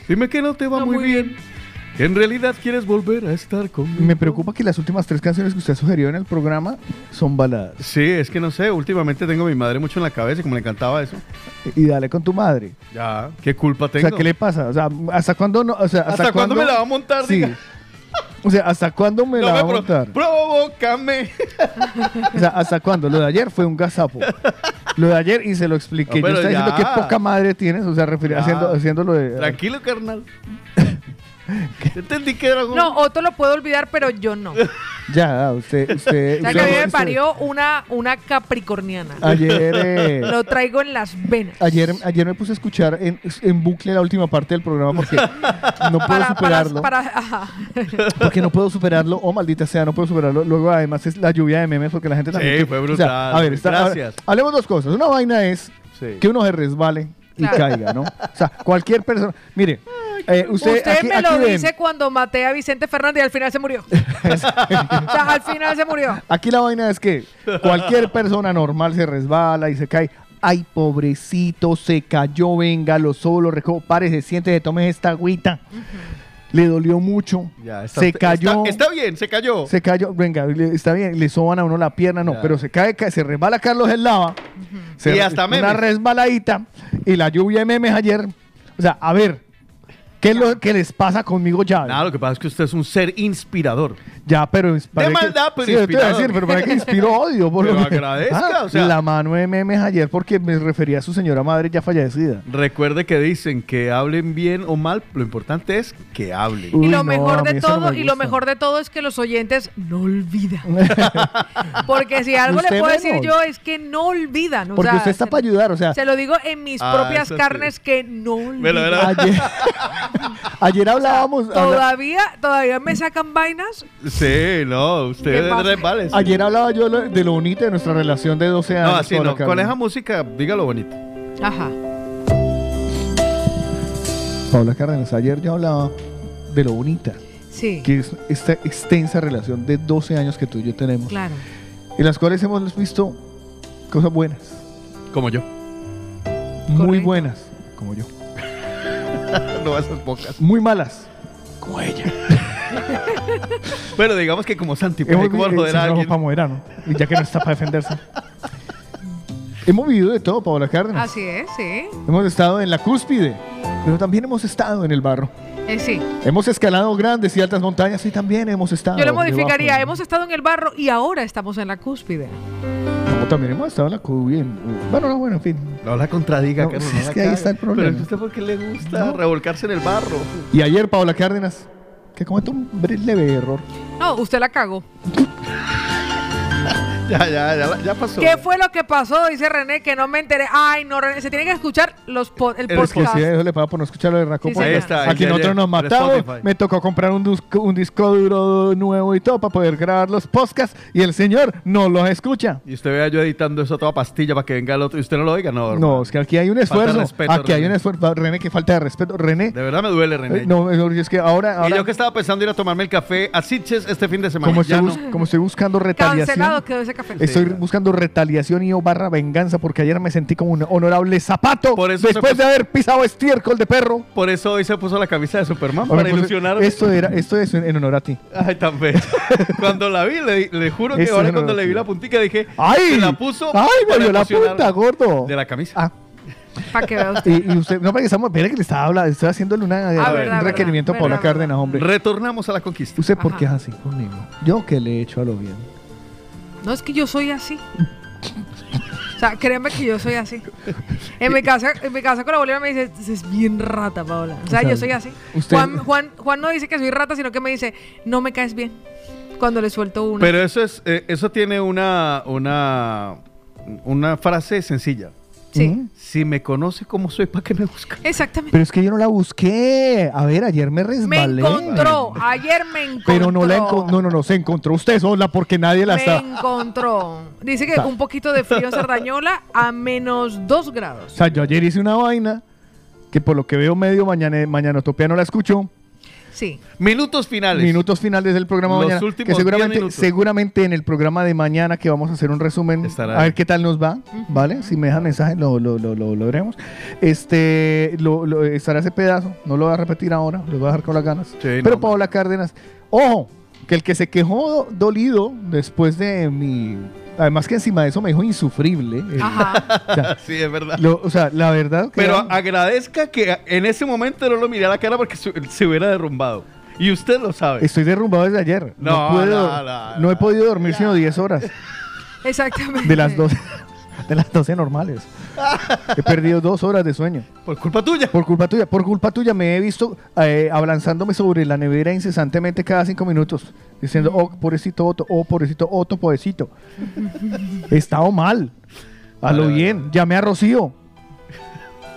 Speaker 6: Dime que no te va
Speaker 5: No,
Speaker 6: muy
Speaker 5: muy
Speaker 6: bien. Que en realidad quieres volver a estar conmigo.
Speaker 3: Me preocupa que las últimas tres canciones que usted sugirió en el programa son baladas.
Speaker 6: Sí, es que no sé, últimamente tengo a mi madre mucho en la cabeza y como le encantaba eso.
Speaker 3: Y dale con tu madre.
Speaker 6: Ya, ¿qué culpa
Speaker 3: O
Speaker 6: tengo?
Speaker 3: sea, ¿qué le pasa? O sea, ¿hasta cuándo no? O sea, ¿hasta,
Speaker 6: ¿Hasta cuándo me la va a montar?
Speaker 3: Sí.
Speaker 6: Diga.
Speaker 3: O sea, ¿hasta cuándo me
Speaker 6: No
Speaker 3: la va
Speaker 6: me
Speaker 3: a
Speaker 6: pro-
Speaker 3: montar?
Speaker 6: provócame.
Speaker 3: O sea, ¿hasta cuándo? Lo de ayer fue un gazapo. Lo de ayer, y se lo expliqué.
Speaker 6: No,
Speaker 3: Yo
Speaker 6: pero
Speaker 3: estaba
Speaker 6: ya.
Speaker 3: diciendo qué poca madre tienes. O sea, refiri-
Speaker 6: Ya.
Speaker 3: haciendo, haciendo lo de.
Speaker 6: Tranquilo, carnal. Yo Entendí que era como-
Speaker 5: No, otro lo puede olvidar, pero yo no. O
Speaker 3: Ya, usted. usted,
Speaker 5: sea,
Speaker 3: usted-
Speaker 5: que a mí me
Speaker 3: usted-
Speaker 5: parió una, una capricorniana.
Speaker 3: Ayer. eh,
Speaker 5: Lo traigo en las venas.
Speaker 3: Ayer, ayer me puse a escuchar en, en bucle la última parte del programa porque no puedo
Speaker 5: Para, para,
Speaker 3: superarlo.
Speaker 5: para, ajá.
Speaker 3: Porque no puedo superarlo. Oh, maldita sea, no puedo superarlo. Luego, además, es la lluvia de memes porque la gente
Speaker 6: Sí,
Speaker 3: también.
Speaker 6: fue
Speaker 3: o sea,
Speaker 6: brutal.
Speaker 3: a ver, está-
Speaker 6: Gracias.
Speaker 3: ha- hablemos dos cosas. Una vaina es
Speaker 6: Sí.
Speaker 3: que uno se resbale y
Speaker 5: Claro.
Speaker 3: caiga, ¿no? O sea, cualquier persona. Mire, eh, usted.
Speaker 5: Usted,
Speaker 3: aquí-
Speaker 5: me
Speaker 3: aquí
Speaker 5: lo
Speaker 3: ven.
Speaker 5: dice cuando maté a Vicente Fernández y al final se murió. o sea, al final se murió.
Speaker 3: Aquí la vaina es que cualquier persona normal se resbala y se cae. Ay, pobrecito, se cayó, venga, lo solo, recojo, párese, siéntese, tome esta agüita. Le dolió mucho.
Speaker 6: Ya, está-
Speaker 3: se
Speaker 6: está-
Speaker 3: cayó.
Speaker 6: Está, bien, se cayó.
Speaker 3: Se cayó, venga, le- está bien, le soban a uno la pierna, no,
Speaker 6: Ya.
Speaker 3: pero se cae, cae- se resbala Carlos el lava. se
Speaker 6: Y
Speaker 3: re-
Speaker 6: hasta
Speaker 3: Una
Speaker 6: memes.
Speaker 3: resbaladita y la lluvia de memes ayer. O sea, a ver, ¿Qué es lo que les pasa conmigo ya?
Speaker 6: Nada, lo que pasa es que usted es un ser inspirador.
Speaker 3: Ya, pero es- parece
Speaker 6: maldad, pero
Speaker 3: sí, yo te iba a
Speaker 6: inspirador.
Speaker 3: decir, pero para que inspiró odio. Por
Speaker 6: Pero
Speaker 3: lo que- Ah,
Speaker 6: agradezca, o sea.
Speaker 3: La mano de memes ayer porque me refería a su señora madre ya fallecida.
Speaker 6: Recuerde que dicen que hablen bien o mal, lo importante es que hablen.
Speaker 5: Y
Speaker 3: Uy,
Speaker 5: lo
Speaker 3: no,
Speaker 5: mejor
Speaker 3: a mí
Speaker 5: de
Speaker 3: eso no
Speaker 5: todo,
Speaker 3: me
Speaker 5: y lo
Speaker 3: gusta.
Speaker 5: mejor de todo es que los oyentes no olvidan. Porque si algo le
Speaker 3: Usted
Speaker 5: puedo decir
Speaker 3: menos.
Speaker 5: yo es que no olvidan. o
Speaker 3: Porque
Speaker 5: sea,
Speaker 3: usted está
Speaker 5: se-
Speaker 3: para ayudar, o sea.
Speaker 5: Se lo digo en mis
Speaker 6: Ah,
Speaker 5: propias
Speaker 6: eso sí.
Speaker 5: carnes que no olvidan.
Speaker 6: Velo, velo.
Speaker 3: Ayer, ayer hablábamos. habla-
Speaker 5: Todavía, todavía me sacan vainas.
Speaker 6: Sí, no, usted
Speaker 5: ¿Qué
Speaker 6: es
Speaker 5: pasa?
Speaker 6: resbales.
Speaker 3: Ayer hablaba yo lo- de lo bonito de nuestra relación de 12 años.
Speaker 6: No, así
Speaker 3: con la
Speaker 6: no. Con
Speaker 3: Carmen.
Speaker 6: esa música, dígalo bonito.
Speaker 5: Ajá.
Speaker 3: Paula Cárdenas, ayer yo hablaba de lo bonita
Speaker 5: Sí.
Speaker 3: que es esta extensa relación de 12 años que tú y yo tenemos,
Speaker 5: Claro.
Speaker 3: en las cuales hemos visto cosas buenas,
Speaker 6: Como yo.
Speaker 3: muy
Speaker 5: Correcto.
Speaker 3: buenas, como yo,
Speaker 6: no esas pocas.
Speaker 3: muy malas.
Speaker 6: Pero digamos que como Santi, pues, ¿cómo
Speaker 3: vi-
Speaker 6: joder
Speaker 3: eh,
Speaker 6: a
Speaker 3: sí,
Speaker 6: alguien?
Speaker 3: no, para moderar, ¿no? Y ya que no está para defenderse. hemos vivido de todo, Paula Cárdenas.
Speaker 5: Así es, sí.
Speaker 3: Hemos estado en la cúspide, pero también hemos estado en el barro.
Speaker 5: Eh, sí.
Speaker 3: Hemos escalado grandes y altas montañas y también hemos estado.
Speaker 5: Yo lo
Speaker 3: debajo de-
Speaker 5: modificaría. Hemos estado en el barro y ahora estamos en la cúspide.
Speaker 3: No, también hemos estado en la cúspide. Bueno, no, bueno, en fin.
Speaker 6: No la contradiga,
Speaker 3: No,
Speaker 6: Carlos,
Speaker 3: si
Speaker 6: no
Speaker 3: es
Speaker 6: la
Speaker 3: que ahí
Speaker 6: cague.
Speaker 3: está el problema.
Speaker 6: Pero usted por qué le gusta revolcarse en el barro.
Speaker 3: Y ayer, Paula Cárdenas, que comete un bre- leve error.
Speaker 5: No, usted la cagó.
Speaker 6: Ya, ya, ya, ya pasó.
Speaker 5: ¿Qué fue lo que pasó? Dice René, que no me enteré. Ay, no, René, se tiene que escuchar los po- el
Speaker 6: Es que
Speaker 3: Que
Speaker 5: podcast.
Speaker 3: si a eso le paga por no escuchar lo de Raco.
Speaker 5: Sí,
Speaker 3: porque
Speaker 5: Ahí está,
Speaker 6: ahí
Speaker 3: Aquí
Speaker 6: ya,
Speaker 3: nosotros
Speaker 6: ya,
Speaker 3: nos
Speaker 6: por
Speaker 3: matamos.
Speaker 6: Spotify.
Speaker 3: Me tocó comprar un, disco- un disco duro nuevo y todo para poder grabar los podcasts y el señor no los escucha.
Speaker 6: Y usted vea yo editando eso a toda pastilla para que venga el otro. Y usted no lo oiga, no.
Speaker 3: No,
Speaker 6: hermano.
Speaker 3: es que aquí hay un
Speaker 6: Falta de
Speaker 3: esfuerzo.
Speaker 6: respeto,
Speaker 3: aquí hay
Speaker 6: René.
Speaker 3: un esfuerzo. René, que falta de respeto. René,
Speaker 6: De verdad me duele, René.
Speaker 3: eh, no, es que ahora,
Speaker 6: y
Speaker 3: ahora
Speaker 6: yo que estaba pensando ir a tomarme el café a Sitges este fin de semana.
Speaker 3: como,
Speaker 6: ya
Speaker 3: estoy
Speaker 6: no.
Speaker 3: bus- como estoy buscando retaliación.
Speaker 5: Cancelado quedó ese café.
Speaker 3: Estoy
Speaker 6: Sí, ya.
Speaker 3: buscando retaliación y o barra venganza porque ayer me sentí como un honorable zapato
Speaker 6: Por eso se
Speaker 3: después de
Speaker 6: puso-
Speaker 3: haber pisado estiércol de perro.
Speaker 6: Por eso hoy se puso la camisa de Superman,
Speaker 3: Ahora
Speaker 6: para
Speaker 3: puse-
Speaker 6: ilusionar.
Speaker 3: Esto, era, esto es en en honor a ti.
Speaker 6: Ay, tan bello. cuando la vi, le, le juro que
Speaker 3: Eso
Speaker 6: ahora
Speaker 3: no
Speaker 6: cuando
Speaker 3: lo
Speaker 6: le vi
Speaker 3: hacía.
Speaker 6: la puntica dije,
Speaker 3: ¡Ay!
Speaker 6: se la puso
Speaker 3: ¡Ay, me
Speaker 6: para
Speaker 3: dio la
Speaker 6: emocionar
Speaker 3: punta, gordo!
Speaker 6: de la camisa.
Speaker 3: Ah,
Speaker 5: Para que vea usted.
Speaker 3: y, y usted, no, para que estamos, espera que le estaba hablando, estoy haciéndole una-
Speaker 5: verdad,
Speaker 3: un
Speaker 5: verdad,
Speaker 3: requerimiento a Paula
Speaker 5: verdad,
Speaker 3: Cárdenas,
Speaker 5: verdad.
Speaker 3: hombre.
Speaker 6: Retornamos a la conquista.
Speaker 3: ¿Usted por
Speaker 5: Ajá.
Speaker 3: qué es así conmigo? Yo que le he hecho a lo bien.
Speaker 5: No es que yo soy así. O sea, créeme que yo soy así. En mi casa, en mi casa con la Bolivia me dice, es bien rata, Paola. O sea,
Speaker 3: O sea,
Speaker 5: yo soy así.
Speaker 3: usted-
Speaker 5: Juan, Juan, Juan no dice que soy rata, sino que me dice, no me caes bien. Cuando le suelto una.
Speaker 6: Pero eso es, eh, eso tiene una, una, una frase sencilla.
Speaker 5: sí.
Speaker 3: Ujú.
Speaker 6: Si me conoce como soy, ¿para qué me busca?
Speaker 5: Exactamente.
Speaker 3: Pero es que yo no la busqué. A ver, ayer me
Speaker 5: Me
Speaker 3: resbalé.
Speaker 5: encontró. Ayer me encontró.
Speaker 3: Pero no la encontró. No, no, no, se encontró usted sola porque nadie la
Speaker 5: Me
Speaker 3: está.
Speaker 5: encontró. Dice que
Speaker 3: Está.
Speaker 5: un poquito de frío en Cerdañola a menos 2
Speaker 3: O
Speaker 5: grados.
Speaker 3: sea, yo ayer hice una vaina que por lo que veo medio mañana, mañana no la escucho.
Speaker 5: Sí.
Speaker 6: Minutos finales.
Speaker 3: Minutos finales del programa
Speaker 6: Los
Speaker 3: mañana.
Speaker 6: últimos
Speaker 3: Que
Speaker 6: 10
Speaker 3: seguramente,
Speaker 6: minutos.
Speaker 3: seguramente en el programa de mañana que vamos a hacer un resumen.
Speaker 6: Estará
Speaker 3: a
Speaker 6: ahí.
Speaker 3: ver qué tal nos va, ¿vale? Si me dejan mensajes lo, lo, lo, lo, lo veremos. Este, lo, lo- estará ese pedazo, no lo voy a repetir ahora, lo voy a dejar con las ganas. Pero
Speaker 6: no,
Speaker 3: Paola Cárdenas, ojo, que el que se quejó do- dolido después de mi... Además que encima de eso me dijo insufrible. eh,
Speaker 5: Ajá.
Speaker 3: o sea,
Speaker 6: Sí, es verdad.
Speaker 3: lo- o sea, la verdad... que
Speaker 6: Pero
Speaker 3: era-
Speaker 6: agradezca que en ese momento no lo miré a la cara porque se, se hubiera derrumbado. Y usted lo sabe.
Speaker 3: Estoy derrumbado desde ayer. No,
Speaker 6: No,
Speaker 3: pude
Speaker 6: no,
Speaker 3: dor-
Speaker 6: no,
Speaker 3: no he
Speaker 6: no.
Speaker 3: podido dormir sino 10 horas
Speaker 5: Exactamente.
Speaker 3: de las 12, de las 12 normales. He perdido dos horas de sueño.
Speaker 6: Por culpa tuya.
Speaker 3: Por culpa tuya, por culpa tuya me he visto eh, abalanzándome sobre la nevera incesantemente cada cinco minutos, diciendo, oh, pobrecito Otto, oh, pobrecito Otto, pobrecito. He estado mal. A
Speaker 6: Vale,
Speaker 3: lo
Speaker 6: vale,
Speaker 3: bien, llamé a Rocío.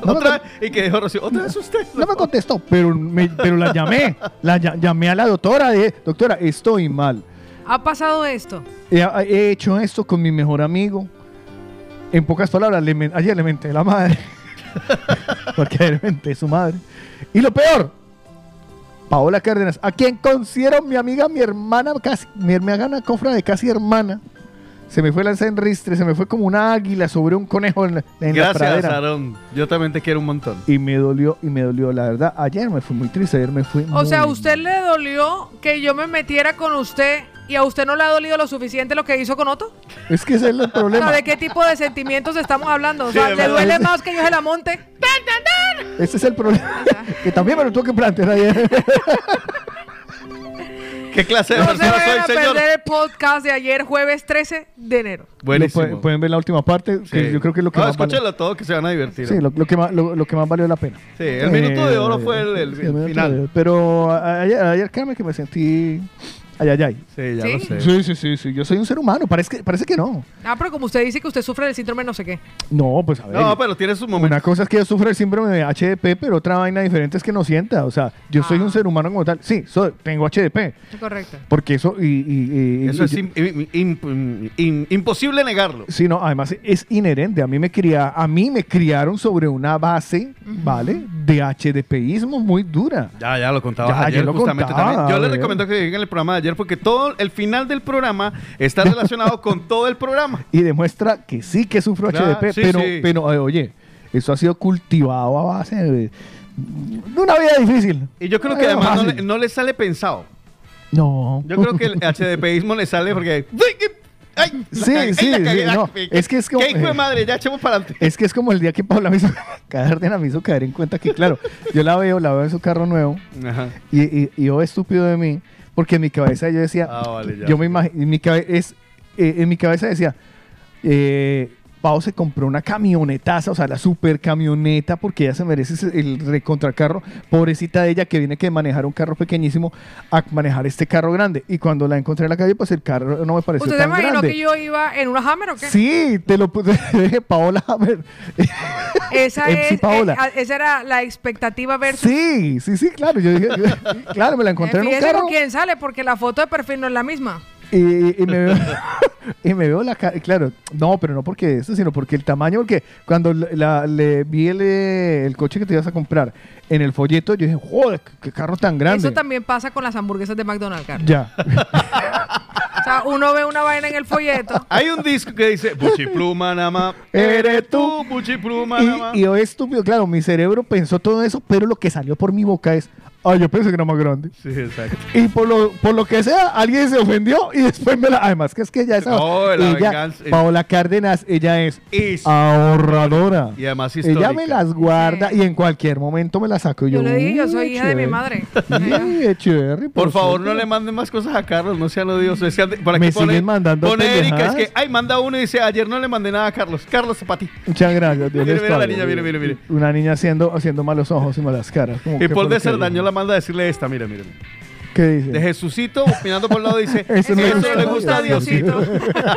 Speaker 3: No me,
Speaker 6: Otra
Speaker 3: con-
Speaker 6: vez. Y que dijo Rocío, otra vez usted.
Speaker 3: no me contestó, pero, me- pero la llamé. La lla- llamé a la doctora. De, doctora, estoy mal.
Speaker 5: Ha pasado esto.
Speaker 3: He, he hecho esto con mi mejor amigo. En pocas palabras, le men- ayer le menté la madre. Porque ayer menté su madre. Y lo peor, Paola Cárdenas, a quien considero mi amiga, mi hermana, casi, mi hermana cofra de casi hermana. Se me fue la enristre, se me fue como una águila sobre un conejo en, la- en la
Speaker 6: Gracias,
Speaker 3: pradera.
Speaker 6: Aarón. Yo también te quiero un montón.
Speaker 3: Y me dolió, y me dolió, la verdad. Ayer me fue muy triste, ayer me fue
Speaker 5: O sea, ¿a
Speaker 3: muy
Speaker 5: usted
Speaker 3: mal.
Speaker 5: le dolió que yo me metiera con usted y a usted no le ha dolido lo suficiente lo que hizo con Otto?
Speaker 3: Es que ese es el
Speaker 5: O sea,
Speaker 3: problema.
Speaker 5: ¿de qué tipo de sentimientos estamos hablando? O sea,
Speaker 6: Sí, es
Speaker 5: ¿le
Speaker 6: verdad.
Speaker 5: duele más que yo se la monte? ¡Tan, tan, tan!
Speaker 3: Ese es el problema. que también me lo tuve que plantear ayer.
Speaker 6: ¿Qué clase de
Speaker 5: No se
Speaker 6: persona
Speaker 5: vayan a
Speaker 6: soy, señor?
Speaker 5: perder el podcast de ayer, jueves 13 de enero.
Speaker 6: Buenísimo.
Speaker 3: Pueden, pueden ver la última parte, que
Speaker 6: Sí.
Speaker 3: yo creo que es lo que
Speaker 6: No,
Speaker 3: más vale-
Speaker 6: escúchelo todo, que se van a divertir.
Speaker 3: Sí, lo, lo que más, lo, lo que más valió la pena. Eh,
Speaker 6: Sí, el minuto de oro fue el- el
Speaker 3: minuto
Speaker 6: final.
Speaker 3: de oro. Pero a- ayer, ayer créame que me sentí... Ay, ay, ay.
Speaker 6: Sí, ya
Speaker 5: ¿Sí?
Speaker 6: lo sé.
Speaker 3: Sí, sí, sí, sí. Yo soy un ser humano. Parece que, parece que no.
Speaker 5: Ah, pero como usted dice que usted sufre del síndrome no sé qué.
Speaker 3: No, pues a ver.
Speaker 6: No, pero tiene sus
Speaker 3: Una
Speaker 6: momentos.
Speaker 3: cosa es que yo sufro el síndrome de HDP, pero otra vaina diferente es que no sienta. O sea, yo soy
Speaker 5: Ah.
Speaker 3: un ser humano como tal. Sí, soy, tengo HDP.
Speaker 5: Correcto.
Speaker 3: Porque eso... Y, y- y-
Speaker 6: Eso
Speaker 3: y
Speaker 6: es
Speaker 3: yo-
Speaker 6: im- im- im- im- imposible negarlo.
Speaker 3: Sí, no, además es inherente. A mí me, cría, a mí me criaron sobre una base, ¿vale? De HDPismo muy dura.
Speaker 6: Ya, ya lo contabas
Speaker 3: Ya,
Speaker 6: ayer
Speaker 3: ya lo
Speaker 6: justamente
Speaker 3: contaba,
Speaker 6: también. Yo les
Speaker 3: güey.
Speaker 6: recomiendo que lleguen el programa de ayer porque todo el final del programa está relacionado con todo el programa.
Speaker 3: Y demuestra que sí que sufro
Speaker 6: Claro,
Speaker 3: HDP,
Speaker 6: sí,
Speaker 3: pero,
Speaker 6: sí.
Speaker 3: pero eh, oye, eso ha sido cultivado a base de, de una vida difícil.
Speaker 6: Y yo creo
Speaker 3: Una
Speaker 6: que
Speaker 3: vida
Speaker 6: además no le,
Speaker 3: fácil.
Speaker 6: no le sale pensado.
Speaker 3: No.
Speaker 6: Yo creo que el HDPismo le sale porque. ¡Ay! la
Speaker 3: Sí,
Speaker 6: cagué, ay,
Speaker 3: sí,
Speaker 6: la cagué,
Speaker 3: sí,
Speaker 6: la-
Speaker 3: no, es que es como-
Speaker 6: ¡Qué hijo de madre! Ya echemos para adelante.
Speaker 3: Es que es como el día que Paula me hizo caer de me hizo caer en cuenta que, claro, yo la veo, la veo en su carro nuevo,
Speaker 6: Ajá.
Speaker 3: Y, y- y yo estúpido de mí, porque en mi cabeza yo decía,
Speaker 6: Ah, vale, ya.
Speaker 3: yo me imagino, en, mi cabe- es- eh, en mi cabeza decía, eh, Pau se compró una camionetaza, o sea, la super camioneta, porque ella se merece ese- el recontracarro, pobrecita de ella que viene que manejar un carro pequeñísimo a manejar este carro grande. Y cuando la encontré en la calle, pues el carro no me pareció
Speaker 5: ¿Usted se
Speaker 3: tan
Speaker 5: imaginó
Speaker 3: grande.
Speaker 5: que yo iba en una Hammer o qué?
Speaker 3: Sí, te lo puse, Paola, a ver.
Speaker 5: Esa,
Speaker 3: MC
Speaker 5: es,
Speaker 3: Paola.
Speaker 5: eh, a- esa era la expectativa versus.
Speaker 3: Sí, sí, sí, claro. Yo dije, yo- claro, me la encontré
Speaker 5: Eh,
Speaker 3: en un
Speaker 5: fíjese
Speaker 3: carro.
Speaker 5: con quién sale, porque la foto de perfil no es la misma.
Speaker 3: Y, y me veo, y me veo la cara, claro, no, pero no porque eso, sino porque el tamaño, porque cuando la, la- le vi el, eh, el coche que te ibas a comprar en el folleto, yo dije, joder, qué, qué carro tan grande.
Speaker 5: Eso también pasa con las hamburguesas de McDonald's, Carlos.
Speaker 3: Ya.
Speaker 5: O sea, uno ve una vaina en el folleto.
Speaker 6: Hay un disco que dice Buchipluma nada más.
Speaker 3: Eres tú.
Speaker 6: Buchipluma nada más.
Speaker 3: y, y yo estúpido, claro, mi cerebro pensó todo eso, pero lo que salió por mi boca es, ay, yo pensé que era más grande.
Speaker 6: Sí, exacto.
Speaker 3: Y por lo, por lo que sea, alguien se ofendió y después me la... Además, que es que ya esa...
Speaker 6: No, la
Speaker 3: ella,
Speaker 6: venganza- eh.
Speaker 3: Paola Cárdenas, ella es
Speaker 6: Es-
Speaker 3: ahorradora.
Speaker 6: Y además histórica.
Speaker 3: Ella me las guarda y en cualquier momento me las saco. Y
Speaker 5: Yo le dije, yo
Speaker 3: "Uy,
Speaker 5: soy hija de mi
Speaker 3: chévere".
Speaker 5: madre.
Speaker 3: Sí, chévere,
Speaker 6: Por favor,
Speaker 3: suerte.
Speaker 6: no le manden más cosas a Carlos, no sean odiosos. Sean de- por
Speaker 3: Me siguen mandando
Speaker 6: pone Erika, es
Speaker 3: pendejadas.
Speaker 6: que, ay, manda uno y dice, ayer no le mandé nada a Carlos. Carlos, para ti.
Speaker 3: Muchas gracias.
Speaker 6: Mire,
Speaker 3: Dios les
Speaker 6: mire la
Speaker 3: pague.
Speaker 6: niña, mire, mire, mire.
Speaker 3: Una niña haciendo, haciendo malos ojos y malas caras. como
Speaker 6: Y
Speaker 3: que
Speaker 6: Paul
Speaker 3: por
Speaker 6: de
Speaker 3: lo que-
Speaker 6: Cerdaño la manda a decirle esta, mira, mira. mira.
Speaker 3: ¿Qué dice?
Speaker 6: De Jesucito, opinando por un lado, dice, eso,
Speaker 3: Eso no le gusta
Speaker 6: le
Speaker 3: a
Speaker 6: gusta a Diosito.
Speaker 3: Diosito.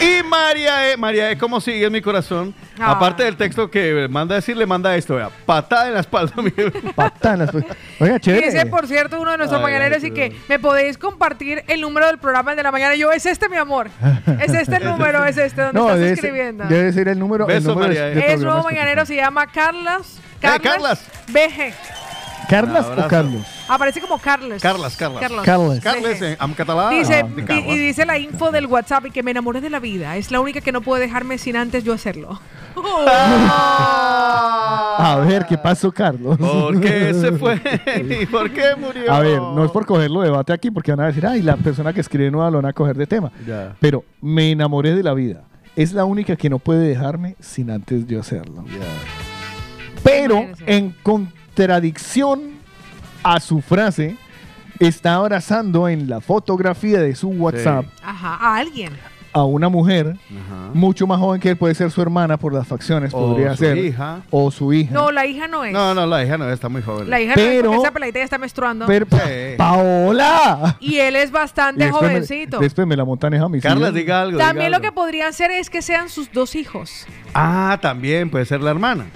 Speaker 6: y María E, María E, ¿cómo sigue en mi corazón?
Speaker 5: Ah.
Speaker 6: Aparte del texto que manda a decir, le manda esto, vea, patada en la espalda, mire.
Speaker 3: Patanas. pues. Oiga,
Speaker 5: Y
Speaker 3: chévere.
Speaker 5: ese, por cierto, uno de nuestros
Speaker 6: Ay,
Speaker 5: mañaneros y
Speaker 6: ay,
Speaker 5: que
Speaker 6: ay.
Speaker 5: me podéis compartir el número del programa el de la mañana. Y Yo, es este, mi amor. Es este el número, es este donde estás
Speaker 3: debe ser-
Speaker 5: escribiendo.
Speaker 3: Debe ser el número.
Speaker 6: Beso,
Speaker 3: el número
Speaker 6: María.
Speaker 3: de- de
Speaker 5: Es nuevo
Speaker 3: programas que-
Speaker 5: mañanero, se llama Carlas.
Speaker 6: Ah,
Speaker 5: Carlas.
Speaker 6: Carlas.
Speaker 5: BG.
Speaker 3: ¿Carlas
Speaker 6: Un
Speaker 3: o
Speaker 6: abrazo.
Speaker 3: Carlos?
Speaker 5: Aparece como Carles.
Speaker 6: Carlas, Carlas.
Speaker 3: Carlas.
Speaker 6: Carles, eh, am catalán.
Speaker 5: Dice,
Speaker 6: am de
Speaker 5: y,
Speaker 6: Carlas.
Speaker 5: y dice la info del WhatsApp y que me enamoré de la vida. Es la única que no puede dejarme sin antes yo hacerlo.
Speaker 3: A ver, ¿qué pasó, Carlos?
Speaker 6: ¿Por qué se fue? ¿Y por qué murió?
Speaker 3: A ver, no es por cogerlo debate aquí porque van a decir, ay, la persona que escribe no lo van a coger de tema.
Speaker 6: Ya.
Speaker 3: Pero me enamoré de la vida. Es la única que no puede dejarme sin antes yo hacerlo. Pero
Speaker 5: Interesante.
Speaker 3: en contradicción a su frase, está abrazando en la fotografía de su WhatsApp
Speaker 5: Ajá, a alguien.
Speaker 3: a una mujer
Speaker 6: Ajá.
Speaker 3: mucho más joven que él, puede ser su hermana por las facciones,
Speaker 6: O
Speaker 3: podría
Speaker 6: su
Speaker 3: ser.
Speaker 6: hija.
Speaker 3: O su hija.
Speaker 5: No, la hija no es.
Speaker 6: No, no, la hija no, está muy joven.
Speaker 5: La hija no es
Speaker 3: Pero-
Speaker 5: porque esa peladita ya está menstruando.
Speaker 3: Pero,
Speaker 6: Sí.
Speaker 3: ¡Paola!
Speaker 5: y él es
Speaker 3: Y
Speaker 5: bastante
Speaker 3: después me- este
Speaker 5: jovencito.
Speaker 3: después me la montan es a mis
Speaker 6: Carlas,
Speaker 3: hijos.
Speaker 6: diga algo.
Speaker 5: También
Speaker 6: diga
Speaker 5: lo que
Speaker 6: algo.
Speaker 5: podrían ser es que sean sus dos hijos.
Speaker 6: Ah, también puede ser la hermana.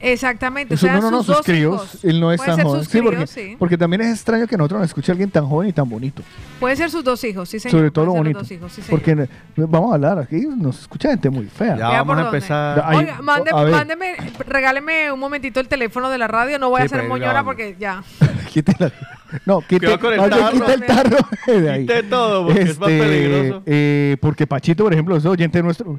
Speaker 5: Exactamente,
Speaker 3: Eso,
Speaker 5: sean
Speaker 3: no, no, no,
Speaker 5: "Ah, sus,
Speaker 3: sus,
Speaker 5: dos
Speaker 3: críos.
Speaker 5: hijos.
Speaker 3: Él no es
Speaker 5: Pueden
Speaker 3: tan
Speaker 5: ser
Speaker 3: joven.
Speaker 5: sus
Speaker 3: Sí,
Speaker 5: críos,
Speaker 3: porque,
Speaker 5: sí.
Speaker 3: porque también es extraño que nosotros no escuche a alguien tan joven y tan bonito.
Speaker 5: Pueden ser sus dos hijos, sí, señor.
Speaker 3: sobre todo lo
Speaker 5: Pueden ser
Speaker 3: bonito.
Speaker 5: los dos hijos, sí, señor.
Speaker 3: porque eh, vamos a hablar aquí, nos escucha gente muy fea.
Speaker 6: Ya
Speaker 5: Vea
Speaker 6: vamos
Speaker 5: por
Speaker 6: a
Speaker 5: dónde.
Speaker 6: empezar.
Speaker 3: Ay,
Speaker 5: Oiga, mande-
Speaker 3: a ver.
Speaker 5: mándeme, regáleme un momentito el teléfono de la radio. No voy
Speaker 6: Sí,
Speaker 5: a hacer
Speaker 6: pero ahí
Speaker 5: moñona
Speaker 6: grabamos.
Speaker 5: porque ya.
Speaker 3: Quítela. No,
Speaker 6: Cuidado
Speaker 3: quita,
Speaker 6: con el
Speaker 3: no, yo
Speaker 6: tarro.
Speaker 3: quita el tarro de ahí. Este,
Speaker 6: Quite todo, porque es más peligroso.
Speaker 3: eh, porque Pachito, por ejemplo, es oyente nuestro.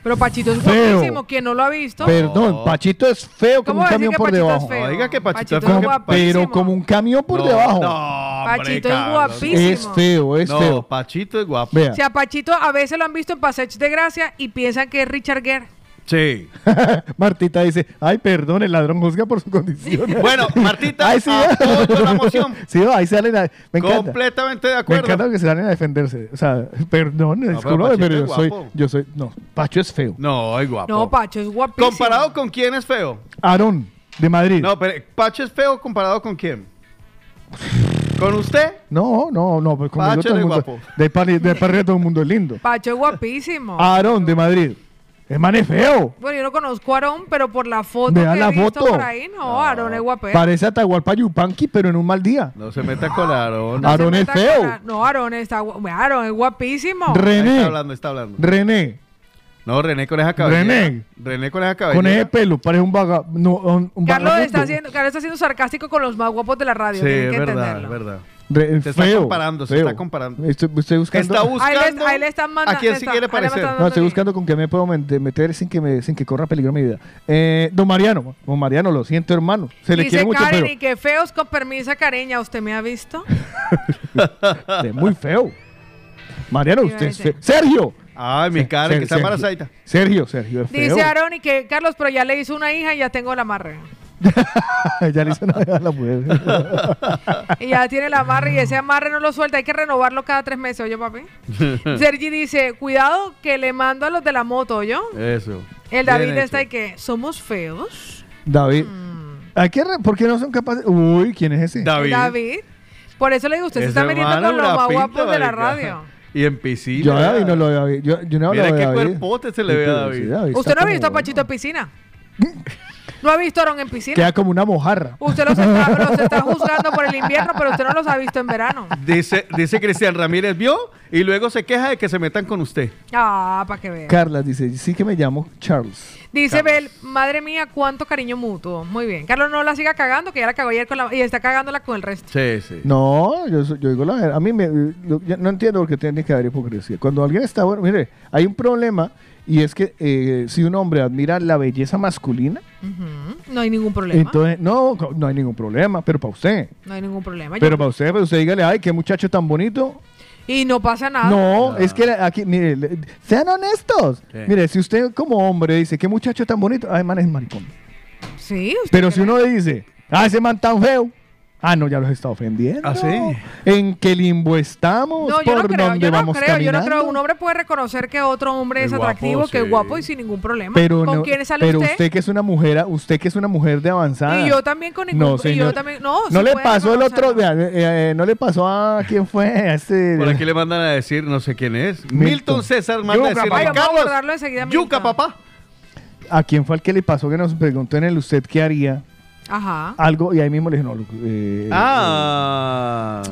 Speaker 5: Pero Pachito es
Speaker 3: Feo.
Speaker 5: guapísimo. ¿Quién no lo ha visto?
Speaker 3: Perdón, Pachito es feo como
Speaker 5: ¿Cómo
Speaker 3: un
Speaker 5: decir
Speaker 3: camión
Speaker 5: que
Speaker 3: por
Speaker 5: Pachito es
Speaker 3: debajo.
Speaker 5: feo?
Speaker 6: No, diga que Pachito es
Speaker 5: Pachito es
Speaker 6: feo.
Speaker 5: guapísimo.
Speaker 3: Pero como un camión por debajo.
Speaker 6: No, hombre,
Speaker 5: Pachito es
Speaker 6: Carlos.
Speaker 5: guapísimo.
Speaker 3: es feo, es
Speaker 6: no,
Speaker 3: feo.
Speaker 6: Pachito es guapo.
Speaker 3: Vea.
Speaker 5: O sea, Pachito a veces lo han visto en Passage de Gracia y piensan que es Richard Gere.
Speaker 6: Sí.
Speaker 3: Martita dice, ay, perdón, el ladrón juzga por su condición.
Speaker 6: Bueno, Martita,
Speaker 3: ahí sí,
Speaker 6: apoyo la moción.
Speaker 3: sí, va, ahí salen a... Me encanta.
Speaker 6: Completamente de
Speaker 3: Me
Speaker 6: acuerdo.
Speaker 3: encanta que se salen a defenderse. O sea, perdón, discúlpame,
Speaker 6: Pachito
Speaker 3: pero yo
Speaker 6: es
Speaker 3: soy,
Speaker 6: guapo.
Speaker 3: yo soy... No, Pacho es feo.
Speaker 6: No, es guapo.
Speaker 5: No, Pacho, es guapísimo.
Speaker 6: ¿Comparado con quién es feo?
Speaker 3: Aarón, de Madrid.
Speaker 6: No, pero Pacho es feo comparado con quién. ¿Con usted?
Speaker 3: No, no, no, pues como
Speaker 6: Pacho
Speaker 3: yo todo el
Speaker 6: era
Speaker 3: mundo.
Speaker 6: guapo.
Speaker 3: De parre, de parre todo el mundo es lindo.
Speaker 5: Pacho es guapísimo.
Speaker 3: Aarón de Madrid. El man es Ah, feo.
Speaker 5: Bueno, yo no conozco a Aarón, pero por la foto
Speaker 3: Vea
Speaker 5: que
Speaker 3: la
Speaker 5: he visto
Speaker 3: foto.
Speaker 5: por ahí, no, Aarón es guapé.
Speaker 3: Parece Atahualpa Yupanqui, pero en un mal día.
Speaker 6: No se meta con Aarón.
Speaker 5: No se
Speaker 3: Aarón es
Speaker 5: meta
Speaker 3: feo.
Speaker 5: con la- Ah, No, Aarón está gu- Aarón es guapísimo.
Speaker 6: Ahí
Speaker 3: René.
Speaker 6: Está hablando, está hablando.
Speaker 3: René,
Speaker 6: No, René con esa cabellera.
Speaker 3: René.
Speaker 6: René con esa cabellera.
Speaker 3: con ese pelo, parece un vaga. no, un, un
Speaker 5: Carlos
Speaker 3: vagabundo.
Speaker 5: está siendo, Carlos está siendo sarcástico con los más guapos de la radio.
Speaker 6: Sí,
Speaker 5: tienen
Speaker 6: es
Speaker 5: que
Speaker 6: verdad, es
Speaker 5: entenderlo.
Speaker 6: verdad.
Speaker 3: Re-
Speaker 6: Se está
Speaker 3: feo,
Speaker 6: comparando, se
Speaker 3: feo.
Speaker 6: está comparando.
Speaker 3: Estoy, estoy buscando.
Speaker 6: Está buscando
Speaker 5: Ahí le, ahí le están mandando.
Speaker 6: a quién
Speaker 5: le
Speaker 6: se
Speaker 5: está-
Speaker 6: quiere
Speaker 5: ahí le
Speaker 6: parecer.
Speaker 5: están
Speaker 3: No, estoy
Speaker 5: dando-
Speaker 3: buscando con qué me puedo men- de meter sin que, me, sin que corra peligro mi vida. Eh, don Mariano, don Mariano, lo siento, hermano. Se le
Speaker 5: Dice
Speaker 3: quiere mucho,
Speaker 5: Karen,
Speaker 3: pero
Speaker 5: y que feos con permisa careña, ¿usted me ha visto?
Speaker 3: es muy feo. Mariano,
Speaker 5: Iba a
Speaker 3: usted es
Speaker 5: decir.
Speaker 3: feo. ¡Sergio!
Speaker 6: Ay, mi cara, que está embarazadita.
Speaker 3: Sergio, Sergio, es feo.
Speaker 5: Dice Aaron y que Carlos, pero ya le hizo una hija y ya tengo la amarre.
Speaker 3: ya le hizo nada a la mujer.
Speaker 5: Y ya tiene la amarre y ese amarre no lo suelta, hay que renovarlo cada tres meses, oye papi. Sergi dice, cuidado que le mando a los de la moto, yo.
Speaker 6: Eso.
Speaker 5: El David
Speaker 6: Bien
Speaker 5: está y
Speaker 6: hecho.
Speaker 5: que, ¿somos feos?
Speaker 3: David,
Speaker 5: Mm.
Speaker 3: ¿a qué re- ¿por qué no son capaces? Uy, ¿quién es ese?
Speaker 6: David.
Speaker 5: David. Por eso le digo, usted se
Speaker 6: Ese
Speaker 5: está metiendo
Speaker 6: hermano,
Speaker 5: con los
Speaker 6: una
Speaker 5: más
Speaker 6: pinta,
Speaker 5: guapos de la
Speaker 6: marica.
Speaker 5: radio.
Speaker 6: Y en piscina.
Speaker 3: Yo a David no lo veo a David. Yo, yo no lo
Speaker 6: Mira
Speaker 3: veo
Speaker 6: qué
Speaker 3: a David.
Speaker 6: cuerpote se le ve a David.
Speaker 3: está
Speaker 5: Usted no ha
Speaker 3: como-
Speaker 5: visto a Pachito en piscina. ¿No ha visto a Aaron en piscina?
Speaker 3: Queda como una mojarra.
Speaker 5: Usted los está, los está juzgando por el invierno, pero usted no los ha visto en verano.
Speaker 6: Dice, dice Cristian Ramírez, vio, y luego se queja de que se metan con usted.
Speaker 5: Ah, para que vea.
Speaker 3: Carla dice, sí que me llamo Charles.
Speaker 5: Dice Bel, madre mía, cuánto cariño mutuo. Muy bien. Carlos, no la siga cagando, que ya la cagó ayer con la... Y está cagándola con el resto.
Speaker 6: Sí, sí.
Speaker 3: No, yo, so- yo digo la verdad. A mí me, lo- yo no entiendo por qué tiene que haber hipocresía. Cuando alguien está bueno, mire, hay un problema y es que eh, si un hombre admira la belleza masculina,
Speaker 5: Ujú. No hay ningún problema.
Speaker 3: entonces no, co- no hay ningún problema, pero para usted.
Speaker 5: no hay ningún problema. Yo-
Speaker 3: Pero para usted, pues usted dígale, ay, qué muchacho tan bonito.
Speaker 5: y no pasa nada.
Speaker 3: No, es que la- aquí, mire, le- sean honestos.
Speaker 6: Sí.
Speaker 3: Mire, si usted como hombre dice, qué muchacho tan bonito, ay, man, es maricón.
Speaker 5: Sí, usted
Speaker 3: Pero
Speaker 5: cree.
Speaker 3: si uno dice, ah, ese man tan feo. Ah, no, ya los está ofendiendo.
Speaker 6: Ah, ¿sí?
Speaker 3: ¿En qué limbo estamos?
Speaker 5: No,
Speaker 3: ¿Por
Speaker 5: yo no creo,
Speaker 3: dónde
Speaker 5: yo no
Speaker 3: vamos
Speaker 5: creo, yo no creo.
Speaker 3: caminando?
Speaker 5: Un hombre puede reconocer que otro hombre
Speaker 6: Es
Speaker 5: es
Speaker 6: guapo,
Speaker 5: atractivo, que es
Speaker 6: sí.
Speaker 5: guapo y sin ningún problema.
Speaker 3: Pero
Speaker 5: ¿Con
Speaker 3: no-
Speaker 5: quién sale
Speaker 3: pero
Speaker 5: usted?
Speaker 3: que es una mujer, usted que es una mujer de avanzada.
Speaker 5: Y yo también con ningún-
Speaker 3: no,
Speaker 5: y yo
Speaker 3: señor.
Speaker 5: también- no,
Speaker 3: no
Speaker 5: se
Speaker 3: le
Speaker 5: puede
Speaker 3: pasó el otro,
Speaker 5: reconocer,
Speaker 3: vea, eh, eh, no le pasó a quién fue, a este
Speaker 6: Por aquí le mandan a decir, no sé quién es. Milton,
Speaker 3: Milton.
Speaker 6: César manda a
Speaker 3: Yuca,
Speaker 6: decir,
Speaker 5: papá. Vamos a
Speaker 6: Carlos,
Speaker 5: abordarlo enseguida,
Speaker 6: yuca,
Speaker 5: Milton".
Speaker 6: papá.
Speaker 3: a quién fue al que le pasó que nos preguntó en el usted qué haría
Speaker 5: Ajá.
Speaker 3: algo y ahí mismo le dije, no, lo- eh,
Speaker 6: Ah.